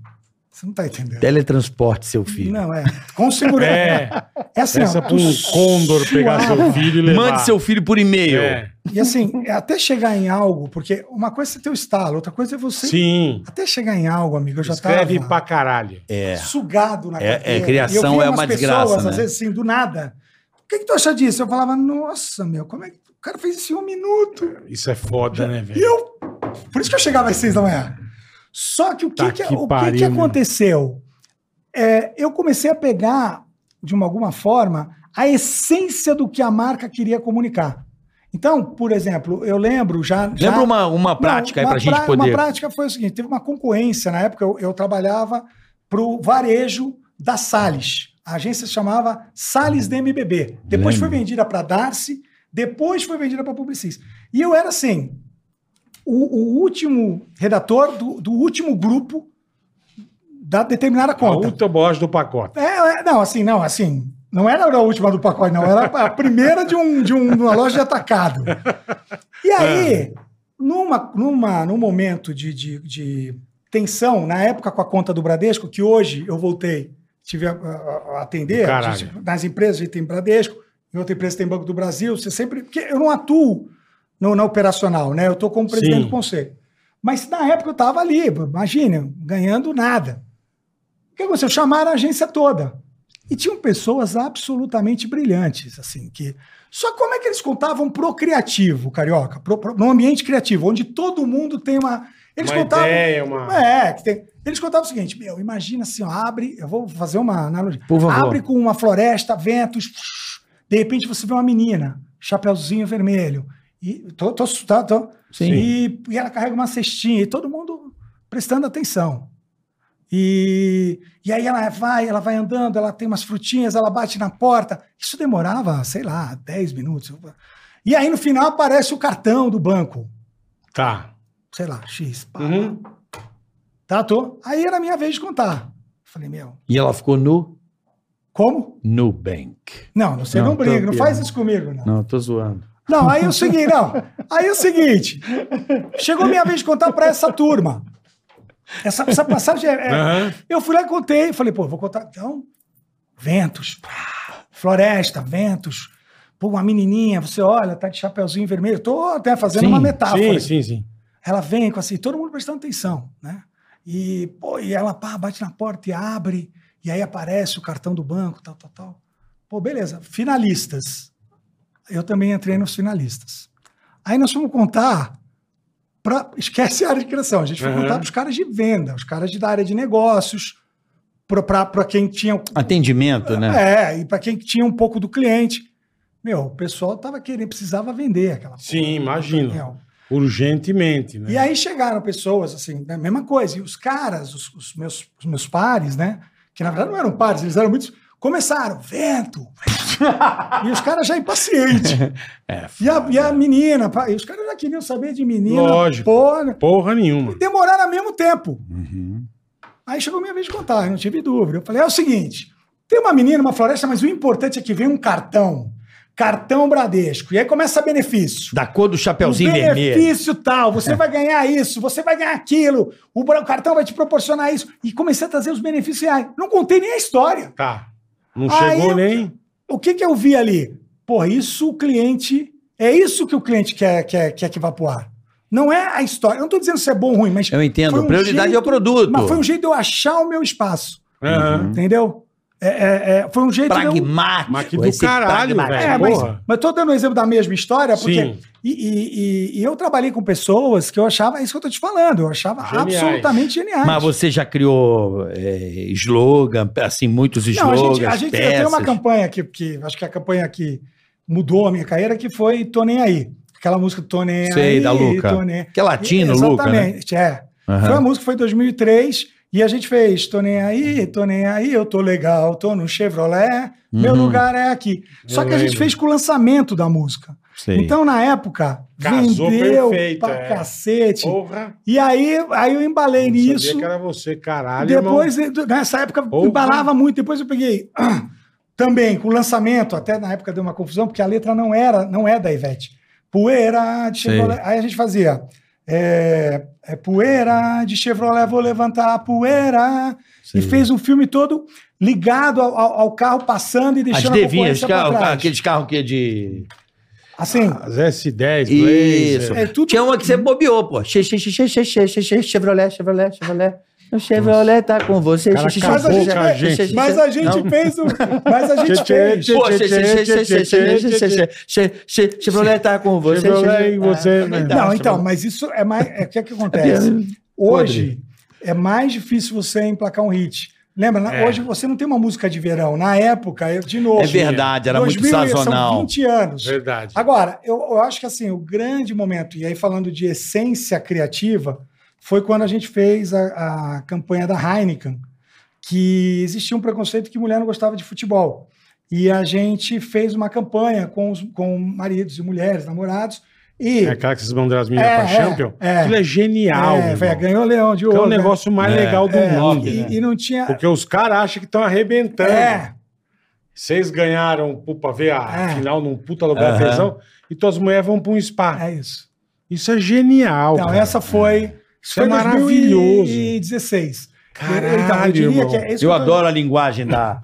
Speaker 4: Você não está entendendo.
Speaker 3: Teletransporte, seu É, filho.
Speaker 4: Não, é. Com segurança.
Speaker 2: É,
Speaker 4: É assim,
Speaker 2: essa
Speaker 4: ó,
Speaker 2: pra
Speaker 4: tu
Speaker 2: um côndor pegar
Speaker 4: suava.
Speaker 2: seu filho e levar.
Speaker 3: Mande seu filho por e-mail.
Speaker 2: É,
Speaker 4: E assim, é até chegar em algo, porque uma coisa é você ter o estalo, outra coisa é você.
Speaker 2: Sim.
Speaker 4: Até chegar em algo, amigo, eu já
Speaker 2: Escreve
Speaker 4: tava
Speaker 2: pra caralho.
Speaker 4: sugado na
Speaker 3: É,
Speaker 4: carteira.
Speaker 3: é, criação
Speaker 4: E eu via
Speaker 3: é
Speaker 4: umas
Speaker 3: uma desgraça,
Speaker 4: Às
Speaker 3: né?
Speaker 4: vezes, assim, do nada. O que, que tu acha disso? Eu falava, nossa, meu, como é que o cara fez isso em um minuto?
Speaker 2: Isso é foda, né,
Speaker 4: E
Speaker 2: velho?
Speaker 4: eu. Por isso que eu chegava às seis da manhã. Só que o que,
Speaker 2: Tá
Speaker 4: que- é,
Speaker 2: que
Speaker 4: o que
Speaker 2: pariu,
Speaker 4: que
Speaker 2: meu.
Speaker 4: aconteceu? É, eu comecei a pegar, de uma, alguma forma, a essência do que a marca queria comunicar. Então, por exemplo, eu lembro já. já-
Speaker 3: Lembra uma, uma
Speaker 4: Não,
Speaker 3: prática
Speaker 4: uma
Speaker 3: aí pra gente
Speaker 4: pra- Uma
Speaker 3: poder.
Speaker 4: prática foi o seguinte: teve uma concorrência na época, eu, eu trabalhava para o varejo da Sales. A agência se chamava Sales DMBB. Depois foi
Speaker 3: Uhum. Lembro.
Speaker 4: vendida para Darcy, depois foi vendida para Publicis. E eu era assim, o, o último redator do, do último grupo da determinada
Speaker 2: A
Speaker 4: conta.
Speaker 2: ultra boss do pacote.
Speaker 4: É, é, não, assim, não, assim. Não era a última do pacote, não. Era a primeira de, um, de, um, de uma loja de atacado. E aí, numa, numa, num momento de, de, de tensão, na época com a conta do Bradesco, que hoje eu voltei, tive a, a- a atender, a
Speaker 2: Caralho.
Speaker 4: gente- nas empresas a gente tem Bradesco, em outra empresa tem Banco do Brasil, você sempre. Porque eu não atuo no, na operacional, né? Eu estou como presidente
Speaker 2: Sim.
Speaker 4: do conselho. Mas na época eu estava ali, imagina, ganhando nada. O que aconteceu? Chamaram a agência toda. E tinham pessoas absolutamente brilhantes, assim, que. Só como é que eles contavam pro criativo, carioca? Pro, pro, num ambiente criativo, onde todo mundo tem uma. Eles
Speaker 2: uma
Speaker 4: contavam.
Speaker 2: ideia, uma...
Speaker 4: É, que tem- eles contavam o seguinte: meu, imagina assim, ó, abre. Eu vou fazer uma analogia.
Speaker 3: Por favor.
Speaker 4: Abre com uma floresta, ventos. De repente você vê uma menina, chapeuzinho vermelho. E, tô, tô, tá, tô,
Speaker 3: Sim.
Speaker 4: E, e ela carrega uma cestinha, e todo mundo prestando atenção. E, e aí ela vai, ela vai andando, ela tem umas frutinhas, ela bate na porta. Isso demorava, sei lá, 10 minutos. E aí no final aparece o cartão do banco.
Speaker 2: Tá.
Speaker 4: Sei lá, X. pá,
Speaker 3: Hum.
Speaker 2: Uhum.
Speaker 4: Tá, tô. Aí era a minha vez de contar. Falei, meu,
Speaker 3: E ela ficou no
Speaker 4: como?
Speaker 3: Nubank.
Speaker 4: Não, você
Speaker 3: Não,
Speaker 4: não, briga,
Speaker 3: tô
Speaker 4: não faz
Speaker 3: piando.
Speaker 4: isso comigo, não.
Speaker 3: Não, tô zoando.
Speaker 4: Não, aí é o seguinte, não. Aí é o seguinte. Chegou minha vez de contar pra essa turma. Essa, essa passagem é. é-
Speaker 2: Aham.
Speaker 4: Eu fui lá e contei. Falei, pô, vou contar. Então, ventos, pá, floresta, ventos. Pô, uma menininha, você olha, tá de chapeuzinho vermelho. Tô até fazendo
Speaker 3: Sim,
Speaker 4: uma
Speaker 2: Sim,
Speaker 4: metáfora.
Speaker 2: sim, sim.
Speaker 4: Ela vem com assim, todo mundo prestando atenção, né? E, pô, e ela pá, bate na porta e abre, e aí aparece o cartão do banco, tal, tal, tal. Pô, beleza, finalistas. Eu também entrei nos finalistas. Aí nós fomos contar, pra, esquece a área de criação, a gente foi
Speaker 2: Uhum.
Speaker 4: contar para os caras de venda, os caras de, da área de negócios, para quem tinha
Speaker 3: Atendimento, né?
Speaker 4: é, e para quem tinha um pouco do cliente. Meu, o pessoal tava querendo, precisava vender aquela
Speaker 2: Sim, imagino.
Speaker 4: Meu,
Speaker 2: Urgentemente, né?
Speaker 4: É. e aí chegaram pessoas, assim, da mesma coisa. E os caras, os, os meus, os meus pares, né? Que na verdade não eram pares, eles eram muitos. Começaram, vento! e os caras já impacientes.
Speaker 3: É,
Speaker 4: E a, e a menina, pá, e os caras já queriam saber de menina.
Speaker 2: Lógico.
Speaker 4: Porra,
Speaker 2: Porra nenhuma.
Speaker 4: demoraram ao mesmo tempo.
Speaker 3: Uhum.
Speaker 4: Aí chegou minha vez de contar, eu não tive dúvida. Eu falei: é o seguinte: tem uma menina, uma floresta, mas o importante é que vem um cartão. Cartão Bradesco. E aí começa benefício.
Speaker 3: Da cor do chapeuzinho
Speaker 4: O
Speaker 3: vermelho.
Speaker 4: benefício tal, você vai ganhar isso, você vai ganhar aquilo, o bra- o cartão vai te proporcionar isso. E comecei a trazer os benefícios reais. Não contei nem a história.
Speaker 2: Tá. Não
Speaker 4: Aí
Speaker 2: chegou
Speaker 4: eu-
Speaker 2: nem.
Speaker 4: O que, que eu vi ali? Pô, isso o cliente. É isso que o cliente quer, quer, quer que vá pro ar. Não é a história. Eu não tô dizendo se é bom ou ruim, mas.
Speaker 3: Eu entendo.
Speaker 4: foi um
Speaker 3: Prioridade é o
Speaker 4: jeito-
Speaker 3: produto.
Speaker 4: Mas foi um jeito de eu achar o meu espaço.
Speaker 2: Aham.
Speaker 3: Uhum.
Speaker 4: Entendeu? É, é, é, foi um jeito. de eu-
Speaker 3: Pragmático.
Speaker 2: Mas que do
Speaker 3: esse
Speaker 2: caralho,
Speaker 3: pragmatismo.
Speaker 2: velho.
Speaker 4: É, mas,
Speaker 2: Porra.
Speaker 4: mas tô dando um exemplo da mesma história, porque.
Speaker 2: Sim.
Speaker 4: E, e- e- e eu trabalhei com pessoas que eu achava, é isso que eu tô te falando, eu achava
Speaker 2: Geniais.
Speaker 4: absolutamente geniais.
Speaker 3: Mas você já criou é, slogan, assim, muitos
Speaker 4: Não, a
Speaker 3: slogans,
Speaker 4: gente, a gente eu tenho uma
Speaker 3: peças.
Speaker 4: campanha que, que acho que a campanha que mudou a minha carreira, que foi Tô Nem Aí. Aquela música Tô Nem
Speaker 3: Sei,
Speaker 4: Aí.
Speaker 3: da Luca.
Speaker 4: Tô Nem-
Speaker 3: Que é latino, Luca, né?
Speaker 4: Exatamente, é.
Speaker 3: Aham.
Speaker 4: Foi uma música que foi em 2003 E a gente fez, tô nem aí, tô nem aí, eu tô legal, tô no Chevrolet, meu
Speaker 3: Uhum. Uhum.
Speaker 4: lugar é aqui. Só
Speaker 2: Eu
Speaker 4: que a gente
Speaker 2: lembro.
Speaker 4: fez com o lançamento da música.
Speaker 3: Sei.
Speaker 4: Então, na época,
Speaker 2: Casou
Speaker 4: vendeu
Speaker 2: perfeito,
Speaker 4: pra
Speaker 2: é.
Speaker 4: cacete.
Speaker 2: Porra.
Speaker 4: E aí, aí eu embalei
Speaker 2: não sabia
Speaker 4: nisso.
Speaker 2: que era você, caralho.
Speaker 3: é
Speaker 4: Depois, eh, nessa época,
Speaker 2: Porra.
Speaker 4: embalava muito. Depois eu peguei também com o lançamento, até na época deu uma confusão, porque a letra não era, não é da Ivete. Poeira de
Speaker 3: Sei.
Speaker 4: Chevrolet. Aí a gente fazia. É, é poeira de Chevrolet, vou levantar a poeira.
Speaker 3: Sei.
Speaker 4: E fez um filme todo ligado ao, ao- ao carro passando e
Speaker 3: As
Speaker 4: deixando a
Speaker 3: devinhas,
Speaker 4: concorrência pra
Speaker 3: carro,
Speaker 4: trás.
Speaker 3: aqueles carros que é de.
Speaker 4: Assim,
Speaker 2: As S10,
Speaker 3: Isso.
Speaker 2: Blazer.
Speaker 4: É, tudo-
Speaker 3: Tinha uma que você bobeou, pô. Che- che- che- che- che- che- che- che- Chevrolet, Chevrolet, Chevrolet. O Chevrolet tá com você.
Speaker 2: Cara,
Speaker 3: Che- che-
Speaker 4: mas a
Speaker 2: acabou
Speaker 4: gente,
Speaker 3: che-
Speaker 2: com a né?
Speaker 3: che- che- che-
Speaker 4: mas a gente
Speaker 3: Não.
Speaker 4: fez. o- Mas a gente fez.
Speaker 3: Pô, che- che- che- che- che- che- che- che- che- che- Chevrolet tá com você.
Speaker 2: Chevrolet
Speaker 3: che-
Speaker 2: e você,
Speaker 3: Ah, também né?
Speaker 2: né?
Speaker 3: tá,
Speaker 4: Não,
Speaker 3: Chevrolet.
Speaker 4: então, mas isso é mais. é, O que é que acontece?
Speaker 3: Piano.
Speaker 4: Hoje é mais difícil você emplacar um hit. Lembra? na-
Speaker 2: É.
Speaker 4: Hoje você não tem uma música de verão. Na época, eu, de novo.
Speaker 3: É verdade, era muito
Speaker 4: 2000 e- um, São
Speaker 3: sazonal.
Speaker 4: 20 anos.
Speaker 2: Verdade.
Speaker 4: Agora, eu, eu acho que assim, o grande momento, e aí falando de essência criativa, foi quando a gente fez a, a campanha da Heineken, que existia um preconceito que mulher não gostava de futebol. E a gente fez uma campanha com, os, com maridos e mulheres, namorados, e.
Speaker 2: É aquela que vocês mandaram as meninas
Speaker 4: É,
Speaker 2: pra
Speaker 4: é,
Speaker 2: Champion.
Speaker 4: é.
Speaker 2: Aquilo é genial.
Speaker 4: É,
Speaker 2: meu
Speaker 4: velho,
Speaker 2: irmão.
Speaker 4: ganhou o leão de
Speaker 2: Que é
Speaker 4: ouro.
Speaker 2: o
Speaker 4: né?
Speaker 2: negócio mais
Speaker 3: É.
Speaker 2: legal do
Speaker 4: É,
Speaker 2: mundo.
Speaker 4: e,
Speaker 2: né?
Speaker 4: e não tinha.
Speaker 2: Porque os caras acham que estão arrebentando.
Speaker 4: É,
Speaker 2: Vocês ganharam pô, pra ver a
Speaker 4: É.
Speaker 2: final num puta lugar
Speaker 3: Aham.
Speaker 2: de tesão. E tuas mulheres vão pra um spa.
Speaker 4: é isso.
Speaker 2: Isso é genial.
Speaker 4: Então,
Speaker 2: cara.
Speaker 4: essa foi.
Speaker 2: Isso é maravilhoso.
Speaker 4: 2016.
Speaker 2: Caralho,
Speaker 4: Então, eu diria
Speaker 2: irmão.
Speaker 4: que é isso
Speaker 3: Eu
Speaker 4: que tô-
Speaker 3: adoro a linguagem da.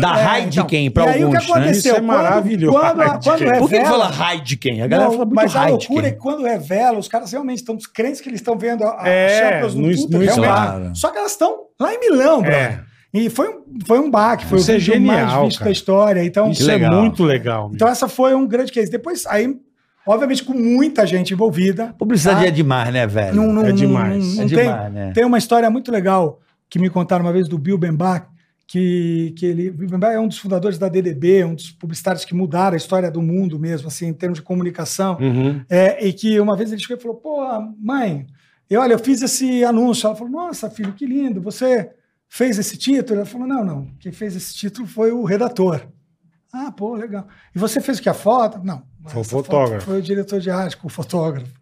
Speaker 3: Da
Speaker 4: É,
Speaker 3: Heidken
Speaker 4: então.
Speaker 3: pra
Speaker 4: E aí, o que
Speaker 3: alguns, né?
Speaker 4: aconteceu?
Speaker 2: Isso é maravilhoso.
Speaker 4: Quando, quando, a- quando
Speaker 2: Por que que
Speaker 4: revela,
Speaker 3: Por que que fala Heidken? A galera
Speaker 4: Não,
Speaker 3: fala muito
Speaker 4: mas a loucura é
Speaker 3: Heidken.
Speaker 4: que quando revela, os caras realmente estão crentes que eles estão vendo a, a
Speaker 2: É,
Speaker 4: Champions
Speaker 2: no-
Speaker 4: no Twitter,
Speaker 2: no
Speaker 4: realmente.
Speaker 3: Claro.
Speaker 4: Só que elas estão lá em Milão, brother.
Speaker 2: É.
Speaker 4: E foi um, foi um baque, foi
Speaker 2: Isso
Speaker 4: o
Speaker 2: é
Speaker 4: vídeo
Speaker 2: genial,
Speaker 4: mais visto
Speaker 2: cara.
Speaker 4: da história. Então,
Speaker 2: Isso
Speaker 3: legal.
Speaker 2: é muito legal. meu.
Speaker 4: então essa foi um grande case. Depois, aí, obviamente, com muita gente envolvida.
Speaker 3: Publicidade
Speaker 4: tá?
Speaker 3: é demais, né, velho?
Speaker 4: Não, não,
Speaker 2: É
Speaker 4: não-
Speaker 2: demais.
Speaker 4: não
Speaker 3: É
Speaker 4: tem,
Speaker 3: demais, né?
Speaker 4: tem uma história muito legal que me contaram uma vez do Bill Benbach, que, que ele. Bill Benbach é um dos fundadores da DDB, um dos publicitários que mudaram a história do mundo mesmo, assim, em termos de comunicação.
Speaker 2: Uhum.
Speaker 4: É, e que uma vez ele chegou e falou: Pô, mãe, eu, olha, eu fiz esse anúncio. Ela falou: Nossa, filho, que lindo, você fez esse título? Ela falou: Não, não, quem fez esse título foi o redator. Ah, pô, legal. E você fez o que? A foto? Não.
Speaker 2: Foi o
Speaker 4: essa foto
Speaker 2: fotógrafo.
Speaker 4: Foi o diretor de arte, com o fotógrafo.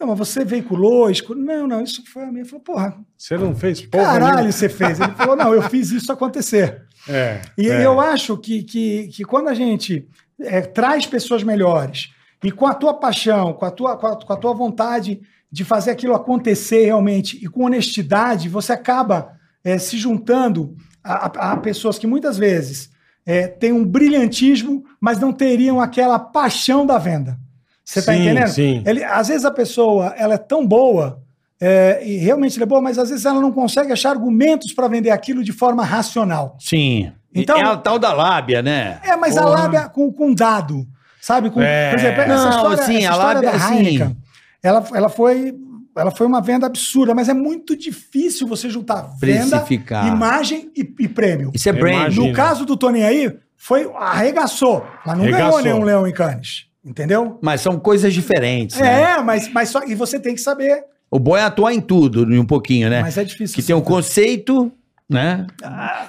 Speaker 4: Não, mas você veiculou, escuro. Não, não, isso foi a minha. Eu falei, porra,
Speaker 2: Você não fez porra
Speaker 4: caralho,
Speaker 2: nenhuma.
Speaker 4: você fez. Ele falou, não, eu fiz isso acontecer.
Speaker 2: É,
Speaker 4: E
Speaker 2: é.
Speaker 4: eu acho que, que, que quando a gente é, traz pessoas melhores e com a tua paixão, com a tua, com a, com a tua vontade de fazer aquilo acontecer realmente e com honestidade, você acaba é, se juntando a, a- a pessoas que muitas vezes é, têm um brilhantismo, mas não teriam aquela paixão da venda. Você está
Speaker 2: Sim,
Speaker 4: entendendo?
Speaker 2: sim.
Speaker 4: Ele- às vezes a pessoa ela é tão boa é, e realmente ela é boa, mas às vezes ela não consegue achar argumentos para vender aquilo de forma racional.
Speaker 3: Sim.
Speaker 4: Então-
Speaker 3: é a tal da lábia, né?
Speaker 4: É, mas a
Speaker 2: Porra.
Speaker 4: lábia com, com dado, sabe? Com,
Speaker 2: É.
Speaker 4: Por exemplo, essa
Speaker 3: Não,
Speaker 4: história,
Speaker 3: sim,
Speaker 4: essa
Speaker 3: a
Speaker 4: história
Speaker 3: lábia,
Speaker 4: da
Speaker 3: sim.
Speaker 4: Heineken, ela, ela, foi, ela foi uma venda absurda, mas é muito difícil você juntar venda,
Speaker 3: Precificar.
Speaker 4: imagem e, e prêmio.
Speaker 3: Isso é
Speaker 2: Eu
Speaker 3: brand.
Speaker 2: imagino.
Speaker 4: No caso do Tony aí, foi, arregaçou, mas não
Speaker 2: Arregaçou.
Speaker 4: ganhou nenhum leão em Cannes, entendeu?
Speaker 3: Mas são coisas diferentes, né?
Speaker 4: É, mas, mas só, e você tem que saber,
Speaker 3: O bom é atuar em tudo, em um pouquinho, né?
Speaker 4: mas é difícil. Ah,
Speaker 3: que tem um conceito, né?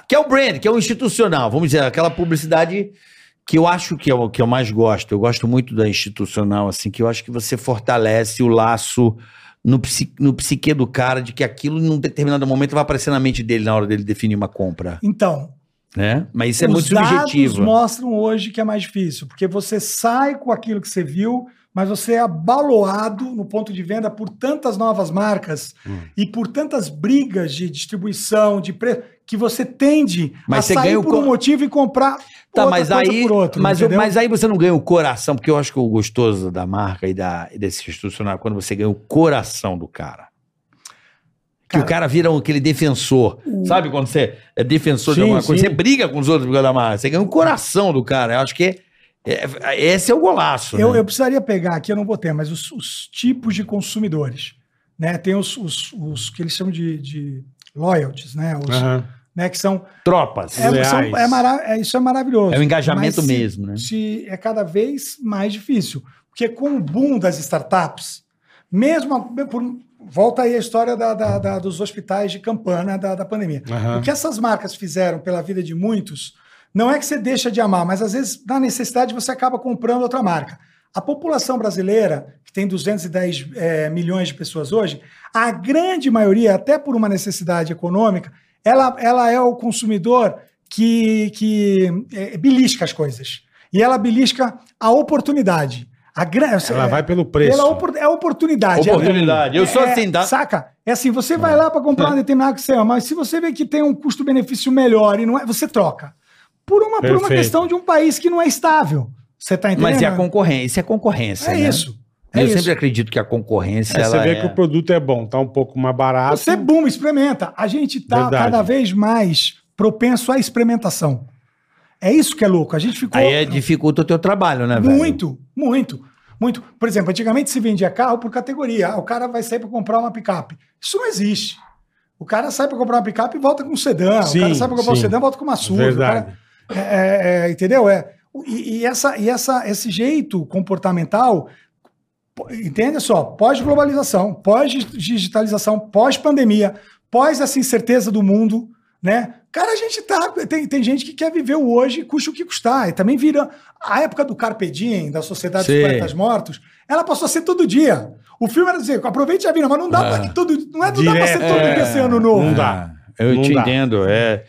Speaker 3: Que é o brand, que é o institucional, vamos dizer, aquela publicidade que eu acho que é o que eu mais gosto. Eu gosto muito da institucional, assim, que eu acho que você fortalece o laço no, psi, no psique do cara de que aquilo, num determinado momento, vai aparecer na mente dele na hora dele definir uma compra,
Speaker 4: Então,
Speaker 3: né? Mas isso é muito
Speaker 4: dados
Speaker 3: subjetivo.
Speaker 4: mostram hoje que é mais difícil, porque você sai com aquilo que você viu, mas você é abaloado no ponto de venda por tantas novas marcas
Speaker 3: Hum.
Speaker 4: e por tantas brigas de distribuição, de preço, que você tende
Speaker 3: Mas
Speaker 4: a
Speaker 3: você
Speaker 4: sair
Speaker 3: ganha o
Speaker 4: por
Speaker 3: co-
Speaker 4: um motivo e comprar
Speaker 3: Tá,
Speaker 4: outra
Speaker 3: mas
Speaker 4: coisa
Speaker 3: aí,
Speaker 4: por outro,
Speaker 3: mas, o-
Speaker 4: entendeu?
Speaker 3: mas aí você não ganha o coração, porque eu acho que o gostoso da marca e, da, e desse institucional é quando você ganha o coração do cara. Que
Speaker 4: Cara-
Speaker 3: o cara vira um- aquele defensor. Sabe quando você é defensor de
Speaker 2: Sim,
Speaker 3: alguma coisa?
Speaker 2: sim.
Speaker 3: Você briga com os outros por causa da marca. Você ganha o coração do cara. Eu acho que é- é- esse é o golaço.
Speaker 4: Eu,
Speaker 3: né?
Speaker 4: eu precisaria pegar aqui, eu não vou ter, mas os, os tipos de consumidores. Né? Tem os, os, os que eles chamam de, de loyalties, né? Os,
Speaker 2: Aham.
Speaker 4: né? Que são
Speaker 3: Tropas.
Speaker 4: É,
Speaker 2: Leais.
Speaker 4: são- é mara- é- isso é maravilhoso.
Speaker 3: É o engajamento
Speaker 4: Mas se-
Speaker 3: mesmo, né?
Speaker 4: se é cada vez mais difícil. Porque com o boom das startups, mesmo a- por- volta aí a história da- da- da- dos hospitais de campana da, da pandemia.
Speaker 2: Aham.
Speaker 4: O que essas marcas fizeram pela vida de muitos, não é que você deixa de amar, mas às vezes, na necessidade, você acaba comprando outra marca. A população brasileira, que tem 210 eh, milhões de pessoas hoje, a grande maioria, até por uma necessidade econômica, ela, ela é o consumidor que, que eh, belisca as coisas. E ela belisca a oportunidade. A gran...
Speaker 2: Ela
Speaker 4: eh,
Speaker 2: vai pelo preço.
Speaker 4: pela opor- é oportunidade.
Speaker 3: Oportunidade.
Speaker 4: É-
Speaker 3: Eu sou
Speaker 4: é-
Speaker 3: assim, tá? É.
Speaker 4: Saca? É assim, você vai lá para comprar um determinado que você ama, mas se você vê que tem um custo-benefício melhor e não é, você troca. Por uma, por uma
Speaker 2: Perfeito.
Speaker 4: questão de um país que não é estável. Você tá entendendo?
Speaker 3: Mas é a concorrência. Isso é concorrência.
Speaker 4: É
Speaker 3: né?
Speaker 4: isso. É
Speaker 3: Eu
Speaker 4: isso.
Speaker 3: sempre acredito que a concorrência.
Speaker 2: Aí você
Speaker 3: ela
Speaker 2: vê
Speaker 3: é-
Speaker 2: que o produto é bom, tá um pouco mais
Speaker 3: Ah,
Speaker 2: barato.
Speaker 4: Você, é boom, experimenta. A gente tá
Speaker 2: Verdade.
Speaker 4: cada vez mais propenso à experimentação. É isso que é louco. A gente ficou
Speaker 3: Aí é- dificulta o teu trabalho, né, velho?
Speaker 4: muito, muito, muito. Por exemplo, antigamente se vendia carro por categoria. Ah, O cara vai sair para comprar uma picape. Isso não existe. O cara sai para comprar uma picape e volta com um sedã.
Speaker 2: Sim,
Speaker 4: o cara sai para comprar um
Speaker 2: sim.
Speaker 4: sedã e volta com uma SUV. O cara-
Speaker 2: Verdade.
Speaker 4: é, é, é, entendeu? É, e, e essa, e essa, esse jeito comportamental, pô, entende só, pós-globalização, pós-digitalização, pós-pandemia, pós essa incerteza do mundo, né? Cara, a gente tá. Tem, tem gente que quer viver o hoje, custa o que custar. E também vira. A época do Carpe Diem, da Sociedade
Speaker 3: Sim.
Speaker 4: dos Poetas Mortos, ela passou a ser todo dia. O filme era dizer, aproveite e já vida, mas não dá
Speaker 3: Ah.
Speaker 4: pra que todo. Não, é, não dá pra ser
Speaker 2: Direto,
Speaker 4: todo
Speaker 2: é.
Speaker 4: dia esse ano novo.
Speaker 2: Não
Speaker 3: É,
Speaker 2: dá.
Speaker 3: Eu
Speaker 2: Não
Speaker 3: te
Speaker 2: dá.
Speaker 3: entendo. É.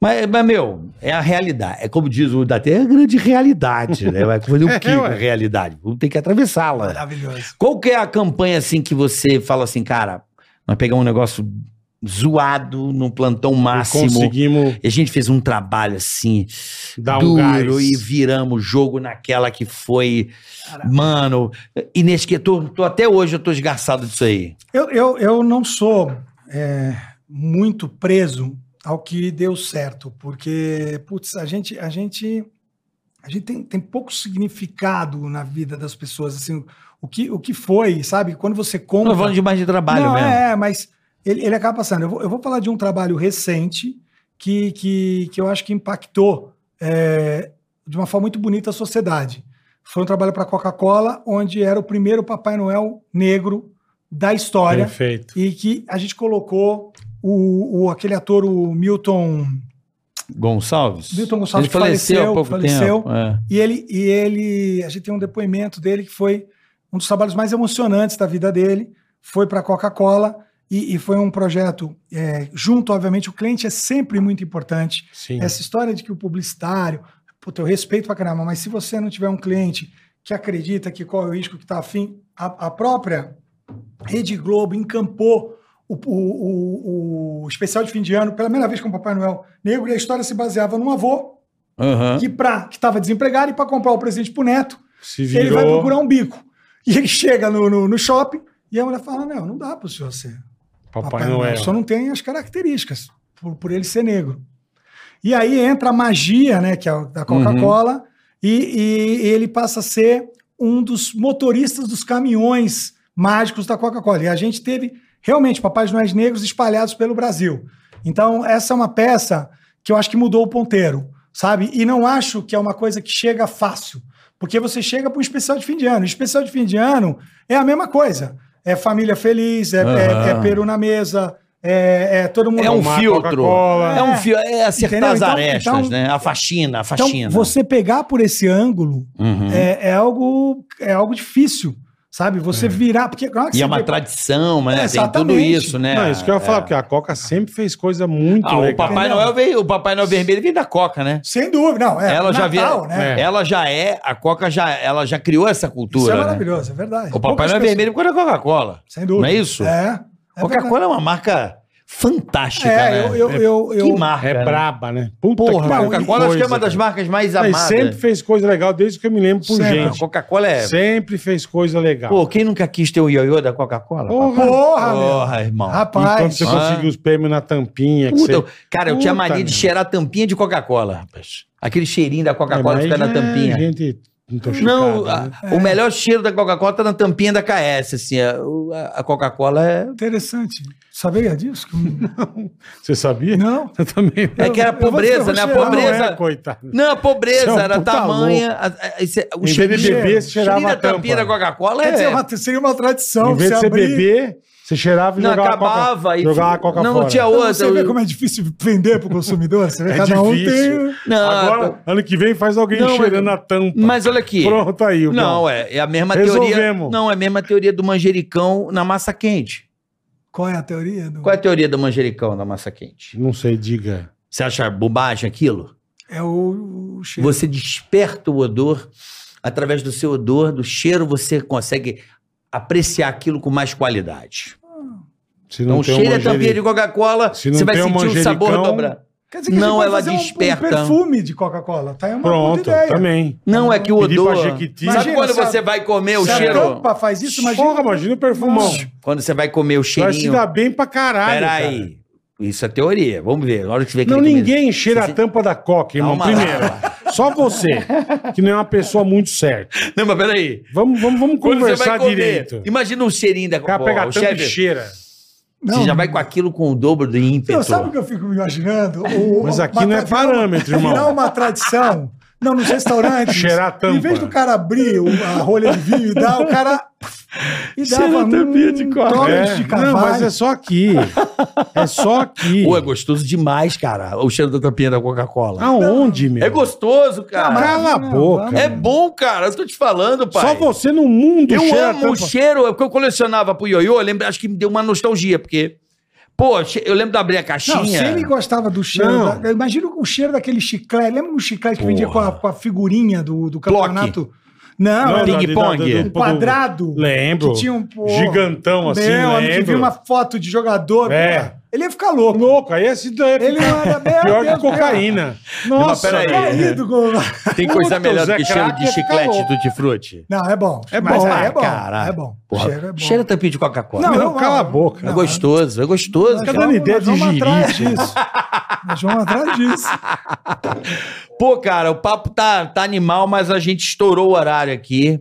Speaker 3: Mas, mas, meu, é a realidade. É como diz o Datê, é a grande realidade. Né? Vai fazer o quê
Speaker 2: É,
Speaker 3: com a
Speaker 2: ué.
Speaker 3: realidade? Vamos ter que atravessá-la.
Speaker 4: Maravilhoso.
Speaker 3: Qual que é a campanha assim que você fala assim, cara, nós pegamos um negócio zoado num plantão máximo.
Speaker 2: Conseguimos
Speaker 3: E a gente fez um trabalho assim,
Speaker 2: dar
Speaker 3: duro
Speaker 2: um gás.
Speaker 3: e viramos o jogo naquela que foi, mano, inesquecível. Tô, tô- até hoje eu tô esgarçado disso aí.
Speaker 4: Eu, eu, eu não sou é, muito preso ao que deu certo, porque, putz, a gente, a gente, a gente tem, tem pouco significado na vida das pessoas, assim, o que, o que foi, sabe? Quando você
Speaker 3: Não
Speaker 4: compra...
Speaker 3: tô falando demais de trabalho
Speaker 4: Não,
Speaker 3: mesmo.
Speaker 4: É, mas ele, ele acaba passando. Eu vou, eu vou falar de um trabalho recente que, que, que eu acho que impactou é, de uma forma muito bonita a sociedade. Foi um trabalho para a Coca-Cola, onde era o primeiro Papai Noel negro da história
Speaker 2: Perfeito.
Speaker 4: e que a gente colocou o, o- aquele ator, o Milton,
Speaker 3: Gonçalves?
Speaker 4: Milton Gonçalves,
Speaker 3: Ele faleceu,
Speaker 4: faleceu,
Speaker 3: há pouco
Speaker 4: faleceu.
Speaker 3: tempo. é.
Speaker 4: e ele, e ele, a gente tem um depoimento dele que foi um dos trabalhos mais emocionantes da vida dele, foi para a Coca-Cola e, e foi um projeto é, junto, obviamente, o cliente é sempre muito importante,
Speaker 2: Sim.
Speaker 4: essa história de que o publicitário, puta, eu respeito pra caramba, mas se você não tiver um cliente que acredita que corre o risco, que tá afim, a, a própria Rede Globo encampou o, o- o- o especial de fim de ano pela primeira vez com o Papai Noel Negro e a história se baseava num avô
Speaker 3: Aham.
Speaker 4: que pra, que estava desempregado e para comprar o presente pro neto,
Speaker 2: Se
Speaker 4: ele vai
Speaker 2: virou
Speaker 4: procurar um bico. E ele chega no, no- no shopping e a mulher fala, não, não dá pro senhor ser
Speaker 2: Papai, Noel.
Speaker 4: um né? só não tem as características, por, por ele ser negro. E aí entra a magia, né, que é o da
Speaker 2: Uhum.
Speaker 4: Coca-Cola, e, e ele passa a ser um dos motoristas dos caminhões mágicos da Coca-Cola. E a gente teve realmente papais noéis negros espalhados pelo Brasil. Então, essa é uma peça que eu acho que mudou o ponteiro, sabe? E não acho que é uma coisa que chega fácil, porque você chega para um especial de fim de ano. E especial de fim de ano é a mesma coisa. É família feliz, é, é- é
Speaker 3: Aham.
Speaker 4: peru na mesa, é, é todo mundo.
Speaker 3: É um
Speaker 2: Tomar
Speaker 3: filtro.
Speaker 2: Coca-Cola.
Speaker 3: É um fio, é acertar
Speaker 4: Entendeu?
Speaker 3: as
Speaker 4: Então-
Speaker 3: arestas,
Speaker 4: então-
Speaker 3: né? A faxina, a
Speaker 4: então,
Speaker 3: faxina.
Speaker 4: você pegar por esse ângulo
Speaker 3: Uhum.
Speaker 4: é, é algo, é algo difícil, sabe? Você virar. Porque, na hora que
Speaker 3: E
Speaker 4: você
Speaker 3: é uma
Speaker 4: vê-
Speaker 3: tradição, né? Tem tudo
Speaker 4: Exatamente.
Speaker 3: isso, né?
Speaker 2: Não, isso que eu ia falar, porque a Coca sempre fez coisa muito
Speaker 3: Ah, o
Speaker 2: legal.
Speaker 3: Papai
Speaker 4: Entendeu?
Speaker 3: Noel veio, o Papai Noel vermelho veio da Coca, né?
Speaker 4: Sem dúvida, não. É,
Speaker 3: ela já
Speaker 4: Natal,
Speaker 3: via-
Speaker 4: né?
Speaker 2: É.
Speaker 3: ela já é, a Coca já, ela já criou essa cultura.
Speaker 4: Isso é
Speaker 3: né?
Speaker 4: maravilhoso, é verdade.
Speaker 3: O Papai
Speaker 4: Poucas
Speaker 3: Noel é
Speaker 4: pessoas-
Speaker 3: vermelho por causa da Coca-Cola.
Speaker 4: Sem dúvida.
Speaker 3: Não é isso?
Speaker 4: É. é
Speaker 3: Coca-Cola é uma marca fantástica,
Speaker 4: verdade.
Speaker 3: né?
Speaker 4: É, eu, eu, eu, eu-
Speaker 3: que marca.
Speaker 2: É
Speaker 3: né?
Speaker 2: braba, né? Puta
Speaker 3: Porra,
Speaker 2: que
Speaker 3: a
Speaker 2: pariu,
Speaker 3: Coca-Cola acho que é uma
Speaker 2: coisa,
Speaker 3: das
Speaker 2: cara.
Speaker 3: marcas mais
Speaker 2: Mas
Speaker 3: amadas.
Speaker 2: sempre fez coisa legal desde que eu me lembro por
Speaker 4: Sempre.
Speaker 3: A
Speaker 2: gente.
Speaker 3: Coca-Cola é.
Speaker 2: Sempre fez coisa legal.
Speaker 3: Pô, quem nunca quis ter o ioiô da Coca-Cola?
Speaker 2: Porra,
Speaker 3: papai?
Speaker 4: Porra, meu.
Speaker 3: Porra, irmão.
Speaker 2: e quando
Speaker 4: Rapaz,
Speaker 2: você conseguiu os prêmios na tampinha, que
Speaker 3: Puta, eu-
Speaker 2: você...
Speaker 3: cara, eu tinha
Speaker 2: Puta,
Speaker 3: mania de
Speaker 2: meu.
Speaker 3: cheirar a tampinha de Coca-Cola, rapaz. Aquele cheirinho da Coca-Cola
Speaker 2: É,
Speaker 3: que fica
Speaker 2: mas
Speaker 3: na
Speaker 2: já é
Speaker 3: tampinha.
Speaker 2: Gente, intoxicada,
Speaker 3: Não, a-
Speaker 2: né?
Speaker 3: o melhor cheiro da Coca-Cola tá na tampinha da KS, assim. A, o- a- a Coca-Cola é.
Speaker 4: interessante. Sabia disso?
Speaker 2: Você sabia?
Speaker 4: Não.
Speaker 2: Eu também não.
Speaker 3: É que era
Speaker 4: Eu vou dizer, eu
Speaker 3: pobreza,
Speaker 4: vou
Speaker 3: né? A
Speaker 4: cheirar,
Speaker 2: Não
Speaker 3: pobreza.
Speaker 2: é, coitado.
Speaker 3: Não, a pobreza
Speaker 2: Você é um
Speaker 3: era
Speaker 2: puta
Speaker 3: tamanha. a- a- esse- o
Speaker 2: Em vez de
Speaker 3: cheirinho-
Speaker 2: beber, você
Speaker 3: cheirinho
Speaker 2: cheirava a
Speaker 3: da tampinha da
Speaker 2: tampa.
Speaker 3: Coca-Cola
Speaker 4: Quer
Speaker 3: é.
Speaker 4: dizer, uma- seria uma tradição
Speaker 2: Em vez de
Speaker 4: você
Speaker 2: você
Speaker 4: abrir.
Speaker 2: beber, Você cheirava e
Speaker 3: Não,
Speaker 2: jogava a coca-
Speaker 3: acabava e-
Speaker 2: jogava a coca
Speaker 3: Não, não
Speaker 2: fora.
Speaker 3: tinha
Speaker 4: Então,
Speaker 3: outra.
Speaker 4: você vê como é difícil vender pro consumidor? Você vê
Speaker 2: É
Speaker 4: cada um
Speaker 2: difícil.
Speaker 4: tem.
Speaker 3: Não,
Speaker 2: Agora, ano que vem faz alguém
Speaker 3: Não,
Speaker 2: cheirando
Speaker 3: mas-
Speaker 2: a tampa.
Speaker 3: Mas olha aqui.
Speaker 2: Pronto aí. o
Speaker 3: Não, é, é a mesma teoria.
Speaker 2: Resolvemos.
Speaker 3: Não, é a mesma teoria do manjericão na massa quente.
Speaker 4: Qual é a teoria? Do...
Speaker 3: Qual é a teoria do manjericão na massa quente?
Speaker 2: Não sei, diga.
Speaker 3: Você acha bobagem aquilo?
Speaker 4: É o, o cheiro.
Speaker 3: Você desperta o odor através do seu odor, do cheiro, você consegue apreciar aquilo com mais qualidade.
Speaker 2: Se
Speaker 3: Então,
Speaker 2: não
Speaker 3: o
Speaker 2: tem um
Speaker 3: cheiro é
Speaker 2: manjeri-
Speaker 3: tampinha de Coca-cola,
Speaker 2: Se não
Speaker 3: você vai
Speaker 2: tem um
Speaker 3: sentir o sabor
Speaker 2: manjericão-
Speaker 3: dobrar.
Speaker 4: Quer dizer que a
Speaker 3: Não,
Speaker 4: gente pode
Speaker 3: ela
Speaker 4: fazer um-
Speaker 3: desperta.
Speaker 4: Um, perfume de Coca-Cola. Tá aí uma
Speaker 2: Pronto,
Speaker 4: puta ideia.
Speaker 2: também.
Speaker 3: Não, é que o
Speaker 2: Pedir pra
Speaker 3: odor.
Speaker 2: Jequiti.
Speaker 3: Sabe
Speaker 4: Imagina,
Speaker 3: quando
Speaker 4: se a-
Speaker 3: você vai comer o
Speaker 4: Se
Speaker 3: cheiro?
Speaker 4: a tampa faz isso, imagina. um-
Speaker 2: Porra, imagina o perfumão.
Speaker 4: Nossa.
Speaker 3: Quando você vai comer o
Speaker 2: Vai se
Speaker 3: cheirinho.
Speaker 2: dar bem pra caralho, cara.
Speaker 3: Peraí. Isso é teoria. Vamos ver. Na hora que você vê
Speaker 2: Não,
Speaker 3: aquele
Speaker 2: ninguém cheira a
Speaker 3: Você-
Speaker 2: tampa da coca, irmão.
Speaker 3: Calma lá.
Speaker 2: primeiro. Só você, que não é uma pessoa muito certa.
Speaker 3: comer- Não, mas peraí.
Speaker 2: Vamos, vamos, vamos
Speaker 3: Quando você
Speaker 2: conversar
Speaker 3: vai comer,
Speaker 2: direito.
Speaker 3: Imagina o cheirinho da
Speaker 2: O cara
Speaker 3: Pô,
Speaker 2: pega a
Speaker 3: o
Speaker 2: tampa e
Speaker 3: chefe,
Speaker 2: cheira.
Speaker 3: Você já vai com aquilo com o dobro do ímpeto.
Speaker 4: Não, sabe o que eu fico me imaginando? O-
Speaker 2: Mas
Speaker 4: uma
Speaker 2: aqui não é
Speaker 4: tra-
Speaker 2: parâmetro, irmão.
Speaker 4: Virar uma tradição. Não, nos restaurantes.
Speaker 2: Cheirar a tampa.
Speaker 4: Em vez do cara abrir o- a rolha de vinho e dar, o cara. E dá
Speaker 3: Cheira a tampinha de coca.
Speaker 4: Torres
Speaker 2: É.
Speaker 4: de
Speaker 2: Não, mas
Speaker 4: cavalo.
Speaker 2: é só aqui. É só aqui.
Speaker 3: Pô, é gostoso demais, cara. O cheiro da tampinha da Coca-Cola.
Speaker 2: Aonde, meu?
Speaker 3: é gostoso, cara.
Speaker 2: Cala a
Speaker 4: Não,
Speaker 2: boca.
Speaker 4: vamos.
Speaker 3: É bom, cara. Eu tô te falando, pai.
Speaker 2: Só você no mundo
Speaker 3: Eu
Speaker 2: cheira a
Speaker 3: amo o
Speaker 2: tampa.
Speaker 3: cheiro. é Porque eu colecionava pro Ioiô, eu lembro, acho que me deu uma nostalgia, porque... Pô, che- eu lembro de abrir a caixinha.
Speaker 4: Não, se ele gostava do cheiro.
Speaker 2: Não.
Speaker 4: da- imagina o cheiro daquele chiclete. Lembra o chiclete que vendia com
Speaker 3: Porra.
Speaker 4: a, com a figurinha do, do
Speaker 3: Block.
Speaker 4: campeonato? Não,
Speaker 2: Não,
Speaker 4: era
Speaker 2: da-
Speaker 3: ping-pong.
Speaker 2: da- do-
Speaker 4: um quadrado.
Speaker 2: Lembro.
Speaker 4: Que tinha um pô,
Speaker 2: Gigantão assim,
Speaker 4: Meu, a gente
Speaker 2: lembro.
Speaker 4: viu uma foto de jogador.
Speaker 2: É.
Speaker 4: pô, Ele ia ficar louco.
Speaker 2: Louco, aí esse daí é
Speaker 4: Ele era meu
Speaker 2: pior
Speaker 4: Deus,
Speaker 2: que cocaína. Nossa,
Speaker 3: peraí.
Speaker 2: velho.
Speaker 4: é Caído, gol.
Speaker 3: Tem coisa
Speaker 2: Puta,
Speaker 3: melhor
Speaker 2: o Zé
Speaker 3: do que cheiro
Speaker 2: Craque
Speaker 3: de
Speaker 2: é
Speaker 3: chiclete
Speaker 2: calor.
Speaker 3: tutti frutti.
Speaker 4: Não, é bom.
Speaker 2: É
Speaker 4: Mas
Speaker 2: bom,
Speaker 4: aí é bom.
Speaker 3: Caralho.
Speaker 4: É bom.
Speaker 3: Porra,
Speaker 4: Cheiro é bom.
Speaker 3: Cheira tampinha de Coca-Cola.
Speaker 4: Não,
Speaker 2: Não,
Speaker 4: não,
Speaker 2: cala a
Speaker 4: não.
Speaker 2: boca.
Speaker 3: é
Speaker 4: Não.
Speaker 3: gostoso, é gostoso.
Speaker 4: Nós
Speaker 2: Tá
Speaker 3: cara.
Speaker 2: dando
Speaker 4: vamos-
Speaker 2: ideia
Speaker 4: nós
Speaker 2: de
Speaker 4: vamos atrás
Speaker 2: girife.
Speaker 4: disso. Nós vamos atrás disso.
Speaker 3: Pô, cara, o papo tá, tá animal, mas a gente estourou o horário aqui.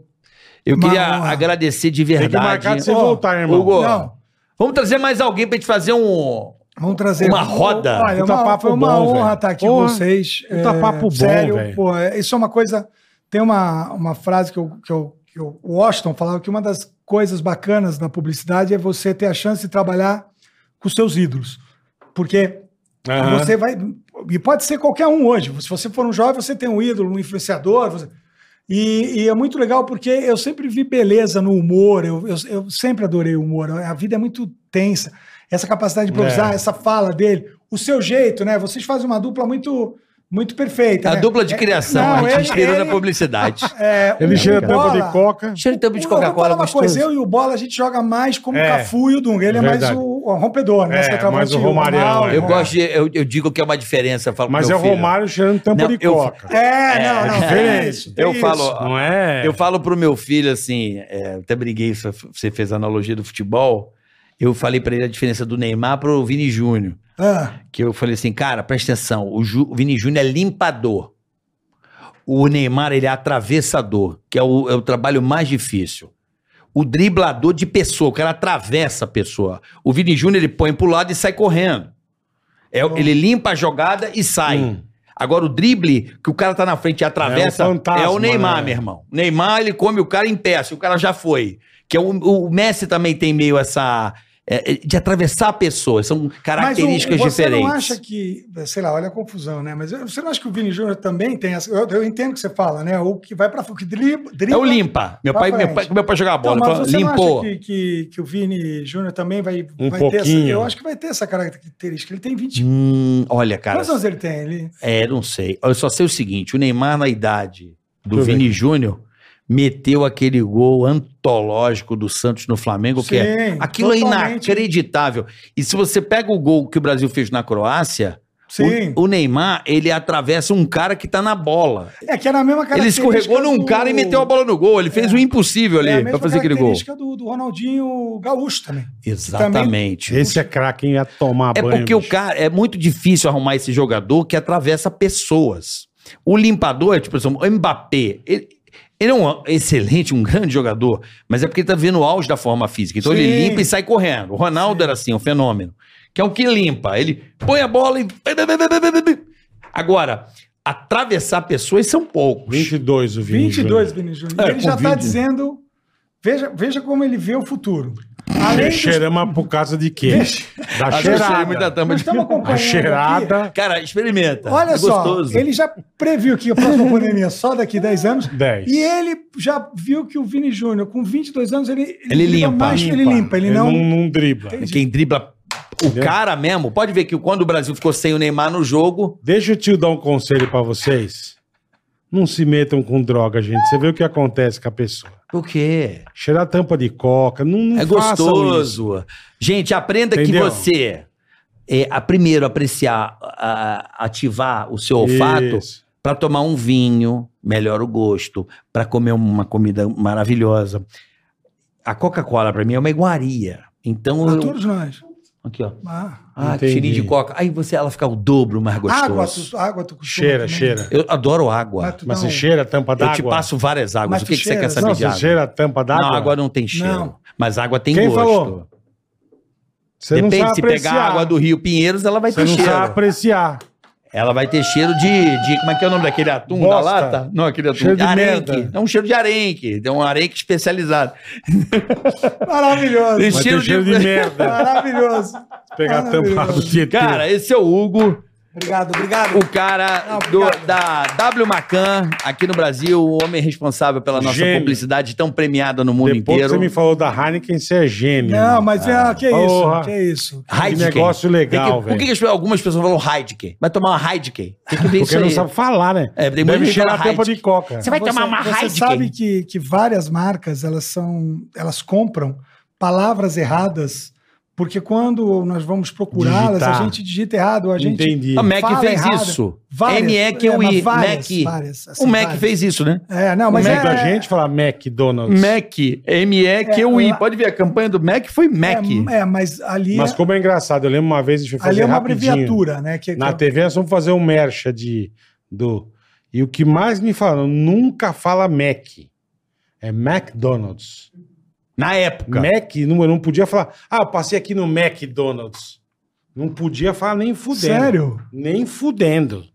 Speaker 3: Eu
Speaker 4: Mas,
Speaker 3: queria
Speaker 4: ó,
Speaker 3: agradecer de
Speaker 2: Tem que
Speaker 3: verdade.
Speaker 2: marcar de você
Speaker 4: Ó,
Speaker 2: voltar, irmão.
Speaker 3: Hugo, Pô.
Speaker 4: Não.
Speaker 3: Vamos trazer mais alguém pra gente fazer um.
Speaker 4: Vamos trazer
Speaker 3: Uma roda.
Speaker 4: Olha, é
Speaker 2: Puta
Speaker 4: uma,
Speaker 2: papo
Speaker 4: foi uma
Speaker 2: bom,
Speaker 4: honra
Speaker 2: velho.
Speaker 4: estar aqui
Speaker 2: Porra.
Speaker 4: com vocês. eh,
Speaker 2: Puta papo bom,
Speaker 4: sério,
Speaker 2: velho.
Speaker 4: pô, é- isso é uma coisa. Tem uma, uma frase que, eu, que, eu, que eu- o Washington falava que uma das coisas bacanas da publicidade é você ter a chance de trabalhar com seus ídolos. Porque
Speaker 2: Aham.
Speaker 4: Você vai. E pode ser qualquer um hoje. Se você for um jovem, você tem um ídolo, um influenciador. você- E, e é muito legal porque eu sempre vi beleza no humor, eu, eu, eu sempre adorei o humor. A vida é muito tensa. Essa capacidade de improvisar,
Speaker 2: É.
Speaker 4: essa fala dele, o seu jeito, né? Vocês fazem uma dupla muito muito perfeita.
Speaker 3: A
Speaker 4: né?
Speaker 3: dupla de
Speaker 4: É-
Speaker 3: criação,
Speaker 4: não,
Speaker 3: a gente
Speaker 4: ele-
Speaker 3: inspirou na
Speaker 4: ele-
Speaker 3: publicidade.
Speaker 4: é,
Speaker 2: Ele
Speaker 4: o
Speaker 2: cheira a tampa
Speaker 4: Bola-
Speaker 2: de coca.
Speaker 3: Cheiro de tampa de
Speaker 4: Eu vou falar
Speaker 3: Coca-Cola,
Speaker 4: uma coisa,
Speaker 3: gostoso.
Speaker 4: eu e o Bola a gente joga mais como
Speaker 2: É.
Speaker 4: o Cafu e o Dunga. Ele é mais
Speaker 2: Verdade.
Speaker 4: o, o rompedor, né?
Speaker 2: É,
Speaker 4: Centroavante,
Speaker 2: mais o Romarão,
Speaker 4: Ronaldo.
Speaker 2: é.
Speaker 3: Eu gosto de. Eu, eu digo que é uma diferença. Eu falo pro
Speaker 2: Mas é
Speaker 3: meu
Speaker 2: o
Speaker 3: filho.
Speaker 2: Romário cheirando tampa
Speaker 3: Não,
Speaker 2: de
Speaker 3: eu-
Speaker 2: coca.
Speaker 4: É, não, não.
Speaker 2: diferente.
Speaker 4: é isso,
Speaker 3: Eu
Speaker 4: é
Speaker 3: falo,
Speaker 4: isso.
Speaker 2: Não é?
Speaker 3: Eu falo pro meu filho assim, é, até briguei, fa- você fez a analogia do futebol. Eu falei pra ele a diferença do Neymar pro Vini Júnior.
Speaker 4: Ah.
Speaker 3: Que eu falei assim, cara, presta atenção, o, Ju- o Vini Júnior é limpador. O Neymar, ele é atravessador, que é o, é o trabalho mais difícil. O driblador de pessoa, o cara atravessa a pessoa. O Vini Júnior, ele põe pro lado e sai correndo. É, ele limpa a jogada e sai.
Speaker 2: Hum.
Speaker 3: Agora, o drible, que o cara tá na frente e atravessa,
Speaker 2: É
Speaker 3: é
Speaker 2: o
Speaker 3: o,
Speaker 2: fantasma,
Speaker 3: Neymar,
Speaker 2: né?
Speaker 3: meu irmão. O Neymar, ele come o cara em pé, se o cara já foi. Que é o, o Messi também tem meio essa... é, é, de atravessar a pessoa. São características
Speaker 4: Mas o-
Speaker 3: diferentes.
Speaker 4: Você não acha que, sei lá, olha a confusão, né? Mas você não acha que o Vini Júnior também tem essa. Eu, eu entendo o que você fala, né? Ou que vai pra. que dribla.
Speaker 3: É o
Speaker 4: dribla-
Speaker 3: limpa. Meu
Speaker 4: Pra
Speaker 3: pai, meu
Speaker 4: frente.
Speaker 3: pai, meu pai jogava
Speaker 4: Então,
Speaker 3: bola,
Speaker 4: mas
Speaker 3: fala,
Speaker 4: você não
Speaker 3: limpou.
Speaker 4: acha que, que, que o Vini Júnior também vai,
Speaker 2: Um
Speaker 4: vai ter essa.
Speaker 2: pouquinho.
Speaker 4: Eu acho que vai ter essa característica. Ele tem 20
Speaker 3: Hum, olha, cara.
Speaker 4: Quantos anos ele tem? Ele...
Speaker 3: É, não sei. Eu só sei o seguinte: o Neymar, na idade do
Speaker 2: Deixa eu
Speaker 3: Vini Júnior, meteu aquele gol antológico do Santos no Flamengo, que é.
Speaker 4: Sim,
Speaker 3: Aquilo é
Speaker 4: totalmente.
Speaker 3: inacreditável. E se você pega o gol que o Brasil fez na Croácia,
Speaker 4: Sim.
Speaker 3: o, o Neymar, ele atravessa um cara que tá na bola.
Speaker 4: É que era a mesma
Speaker 3: Ele
Speaker 4: característica.
Speaker 3: escorregou num
Speaker 4: do-
Speaker 3: cara e meteu a bola no gol. Ele fez o impossível
Speaker 4: É a
Speaker 3: ali pra
Speaker 4: mesma
Speaker 3: fazer aquele gol.
Speaker 4: característica do, do Ronaldinho Gaúcho também.
Speaker 3: Exatamente.
Speaker 2: Esse é craque, hein? Ia tomar
Speaker 3: Tipo, É
Speaker 2: banho.
Speaker 3: porque o
Speaker 2: bicho.
Speaker 3: cara é muito difícil arrumar esse jogador que atravessa pessoas. O limpador é tipo assim, o Mbappé. Ele, ele é um excelente, um grande jogador, mas é porque ele tá vendo o auge da forma física. Então ele
Speaker 4: Sim.
Speaker 3: limpa e sai correndo. O Ronaldo era assim, um fenômeno. Que é o que limpa. Ele põe a bola e. Agora, atravessar pessoas são poucos.
Speaker 2: 22, o Vini.
Speaker 4: 22,
Speaker 2: Júnior.
Speaker 4: Vini Júnior.
Speaker 3: É,
Speaker 4: ele já tá
Speaker 3: com
Speaker 4: está
Speaker 3: 20.
Speaker 4: dizendo. Veja, veja como ele vê o futuro. Além dos-
Speaker 2: Cheirama por causa de quê? Da
Speaker 3: Acho que eu cheirei muita
Speaker 2: cheirada.
Speaker 3: tampa
Speaker 4: nós
Speaker 3: de...
Speaker 4: estamos acompanhando
Speaker 2: A
Speaker 4: aqui.
Speaker 2: cheirada.
Speaker 3: Cara, experimenta.
Speaker 4: Olha
Speaker 3: É
Speaker 4: só,
Speaker 3: gostoso.
Speaker 4: ele já previu que a próxima pandemia é só daqui 10 anos.
Speaker 2: 10.
Speaker 4: E
Speaker 3: é,
Speaker 4: ele já viu que o Vini Júnior, com 22 anos, ele,
Speaker 3: Ele limpa.
Speaker 4: ele limpa, ele, não.
Speaker 2: não, dribla.
Speaker 3: Quem dribla o
Speaker 2: Entendeu?
Speaker 3: cara mesmo, pode ver que quando o Brasil ficou sem o Neymar no jogo,
Speaker 2: Deixa eu te dar um conselho pra vocês. Não se metam com droga, gente. Você vê o que acontece com a pessoa.
Speaker 3: por quê?
Speaker 2: Cheirar tampa de coca, não, não
Speaker 3: É
Speaker 2: façam isso.
Speaker 3: gostoso. Gente, aprenda
Speaker 2: Entendeu?
Speaker 3: que você é, a primeiro apreciar, a- a- ativar o seu olfato
Speaker 2: Isso.
Speaker 3: para tomar um vinho, melhora o gosto, para comer uma comida maravilhosa. A Coca-Cola para mim é uma iguaria. Então,
Speaker 4: Pra
Speaker 3: eu-
Speaker 4: todos nós.
Speaker 3: aqui ó,
Speaker 4: Ah,
Speaker 3: ah, que
Speaker 2: Entendi.
Speaker 3: cheirinho de coca. Aí você ela fica o dobro mais
Speaker 4: água,
Speaker 3: gostoso.
Speaker 4: tu, água, tu costuma
Speaker 2: Cheira,
Speaker 4: também?
Speaker 2: cheira.
Speaker 3: Eu adoro água.
Speaker 4: Mas tu um
Speaker 2: Mas
Speaker 4: não-
Speaker 2: você cheira a tampa
Speaker 3: Eu
Speaker 2: d'água?
Speaker 3: te passo várias águas.
Speaker 4: Mas
Speaker 3: o que,
Speaker 4: tu
Speaker 3: que você quer
Speaker 4: cheira?
Speaker 3: saber
Speaker 2: Não,
Speaker 3: de
Speaker 2: você
Speaker 3: água?
Speaker 2: cheira a tampa d'água?
Speaker 3: Não, água não tem cheiro.
Speaker 4: Não.
Speaker 3: Mas água tem
Speaker 2: Quem
Speaker 3: gosto.
Speaker 2: falou? Você não
Speaker 3: Depende,
Speaker 2: sabe
Speaker 3: se
Speaker 2: apreciar.
Speaker 3: pegar a água do Rio Pinheiros, ela vai
Speaker 2: Você
Speaker 3: ter
Speaker 2: não
Speaker 3: cheiro.
Speaker 2: sabe apreciar.
Speaker 3: Ela vai ter cheiro de, de. Como é que é o nome daquele atum
Speaker 2: Bosta.
Speaker 3: da lata? Não, aquele atum.
Speaker 2: Cheiro de
Speaker 3: arenque.
Speaker 2: merda.
Speaker 3: É um cheiro de arenque. É um arenque especializado.
Speaker 4: Maravilhoso.
Speaker 3: Tem
Speaker 2: Mas
Speaker 3: cheiro
Speaker 2: tem cheiro de,
Speaker 3: de
Speaker 2: merda.
Speaker 4: Maravilhoso.
Speaker 2: Se pegar a tampa
Speaker 4: Maravilhoso.
Speaker 2: do Tietê.
Speaker 3: Cara, esse é o Hugo,
Speaker 4: Obrigado, obrigado.
Speaker 3: o cara
Speaker 4: Não,
Speaker 3: do-
Speaker 4: obrigado.
Speaker 3: da W Macan, aqui no Brasil, o homem responsável pela nossa
Speaker 2: Gênio.
Speaker 3: publicidade tão premiada no mundo
Speaker 2: depois que
Speaker 3: inteiro.
Speaker 2: você me falou da Heineken, você é gênio.
Speaker 4: Não,
Speaker 2: irmão.
Speaker 4: mas é, ah, que é
Speaker 2: Porra.
Speaker 4: isso, que é isso.
Speaker 2: Que
Speaker 3: Heideken.
Speaker 2: negócio
Speaker 3: Tem
Speaker 2: legal,
Speaker 3: que- Por que
Speaker 2: velho.
Speaker 3: que as- algumas pessoas falam Heideken? Vai tomar uma Heideken. Tem que ver isso
Speaker 2: Porque não
Speaker 3: aí.
Speaker 2: sabe falar, né?
Speaker 3: É, tem muita
Speaker 2: Deve
Speaker 3: gente
Speaker 2: cheirar a
Speaker 3: fala
Speaker 2: tampa
Speaker 3: Heineken.
Speaker 2: de coca.
Speaker 3: Você vai tomar uma
Speaker 4: Você
Speaker 3: Heideken.
Speaker 4: sabe que, que várias marcas, elas são, elas compram palavras erradas, porque quando nós vamos procurá-las,
Speaker 2: Digitar.
Speaker 4: a gente digita errado, a gente...
Speaker 2: Entendi.
Speaker 3: A Mac
Speaker 4: Fala
Speaker 3: fez
Speaker 4: errado.
Speaker 3: isso.
Speaker 4: Várias, é, mas
Speaker 3: M-E-Q-U-I. Mac.
Speaker 4: várias, várias, assim,
Speaker 3: o Mac
Speaker 4: várias.
Speaker 3: fez isso, né?
Speaker 4: É, não, mas
Speaker 2: Como é
Speaker 4: é...
Speaker 2: que a gente fala McDonald's?
Speaker 3: Mac. M-E-Q-U-I.
Speaker 4: É, lá-
Speaker 3: Pode ver, a campanha do Mac foi Mac.
Speaker 4: É, é, mas ali,
Speaker 2: Mas como é engraçado, eu lembro uma vez a gente foi fazer
Speaker 4: ali é uma
Speaker 2: rapidinho.
Speaker 4: abreviatura, né? Que,
Speaker 2: Na
Speaker 4: que-
Speaker 2: TV nós vamos fazer um mercha de, do... E o que mais me falaram, nunca fala Mac. É McDonald's.
Speaker 3: Na época.
Speaker 2: Mac, não, eu não podia falar. Ah, eu passei aqui no McDonald's. Não podia falar nem fudendo.
Speaker 4: Sério?
Speaker 2: Nem fudendo.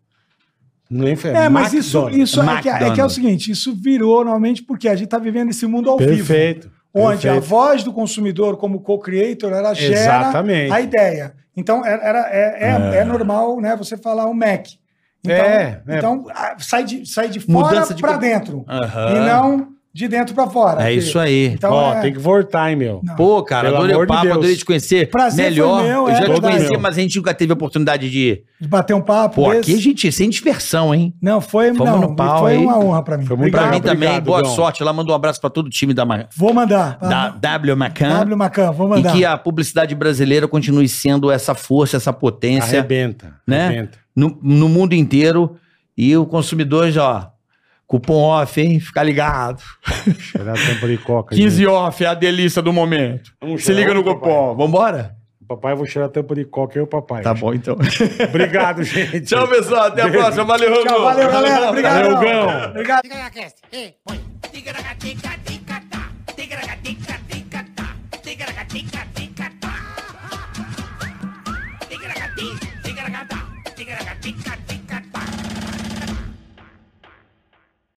Speaker 2: Nem fu-
Speaker 4: É, mas isso,
Speaker 2: McDonald's.
Speaker 4: isso é, que, é que é o
Speaker 3: McDonald's.
Speaker 4: seguinte, isso virou normalmente porque a gente está vivendo esse mundo ao vivo.
Speaker 2: Perfeito.
Speaker 4: Onde a
Speaker 2: perfeito.
Speaker 4: voz do consumidor, como co-creator, ela gera
Speaker 2: Exatamente.
Speaker 4: a ideia. Então, era, era- é, é- é normal né, você falar o Mac. Então,
Speaker 2: É, é.
Speaker 4: então a- sai, de, sai de fora
Speaker 3: Mudança de
Speaker 4: para
Speaker 3: co-
Speaker 4: dentro.
Speaker 3: Aham.
Speaker 4: E não de dentro para fora.
Speaker 3: É
Speaker 4: Porque-
Speaker 3: isso aí.
Speaker 4: Então,
Speaker 2: Ó,
Speaker 4: é-
Speaker 2: tem que voltar, hein, meu.
Speaker 4: Não.
Speaker 3: Pô, cara,
Speaker 2: Pelo
Speaker 3: adorei
Speaker 2: amor
Speaker 3: o
Speaker 2: de
Speaker 3: papo,
Speaker 2: Deus.
Speaker 3: adorei te conhecer.
Speaker 4: Prazer foi
Speaker 3: Melhor.
Speaker 4: meu,
Speaker 3: eu
Speaker 4: é
Speaker 3: já te
Speaker 2: verdade.
Speaker 3: conhecia, mas a gente nunca teve a oportunidade de.
Speaker 4: de bater um papo.
Speaker 3: Pô,
Speaker 4: desse.
Speaker 3: aqui a gente sem dispersão, hein?
Speaker 4: Não, foi,
Speaker 3: Fomos
Speaker 4: não,
Speaker 3: no pau
Speaker 4: foi
Speaker 3: aí.
Speaker 4: uma honra para mim.
Speaker 2: Foi muito
Speaker 3: Pra
Speaker 2: Obrigado,
Speaker 3: mim também,
Speaker 2: obrigado,
Speaker 3: boa
Speaker 2: Gão.
Speaker 3: sorte. Ela manda um abraço pra todo o time da, Ma-
Speaker 4: Vou mandar.
Speaker 3: da W Macan.
Speaker 4: Ah, W Macan, vou
Speaker 3: E
Speaker 4: mandar.
Speaker 3: que a publicidade brasileira continue sendo essa força, essa
Speaker 4: é-
Speaker 3: potência
Speaker 2: Arrebenta.
Speaker 3: né?
Speaker 2: Arrebenta.
Speaker 3: no, no mundo inteiro. E o consumidor já, ó, cupom off, hein? Fica ligado.
Speaker 2: Cheirar a tampa de coca. gente.
Speaker 3: 15 off é a delícia do momento.
Speaker 2: Vamos
Speaker 3: Se
Speaker 2: cheirar
Speaker 3: liga no
Speaker 2: outro,
Speaker 3: cupom. Vambora?
Speaker 2: Papai, eu vou cheirar a tampa de coca, eu, papai.
Speaker 3: Tá bom, então.
Speaker 2: Obrigado, gente.
Speaker 3: Tchau, pessoal. Até a próxima. Valeu, Hugo.
Speaker 4: Tchau, valeu, galera. Obrigado.
Speaker 2: Valeu, Gão.
Speaker 4: Obrigado.
Speaker 1: Tica-tica-tica-tica-tica-tica-tica-tica.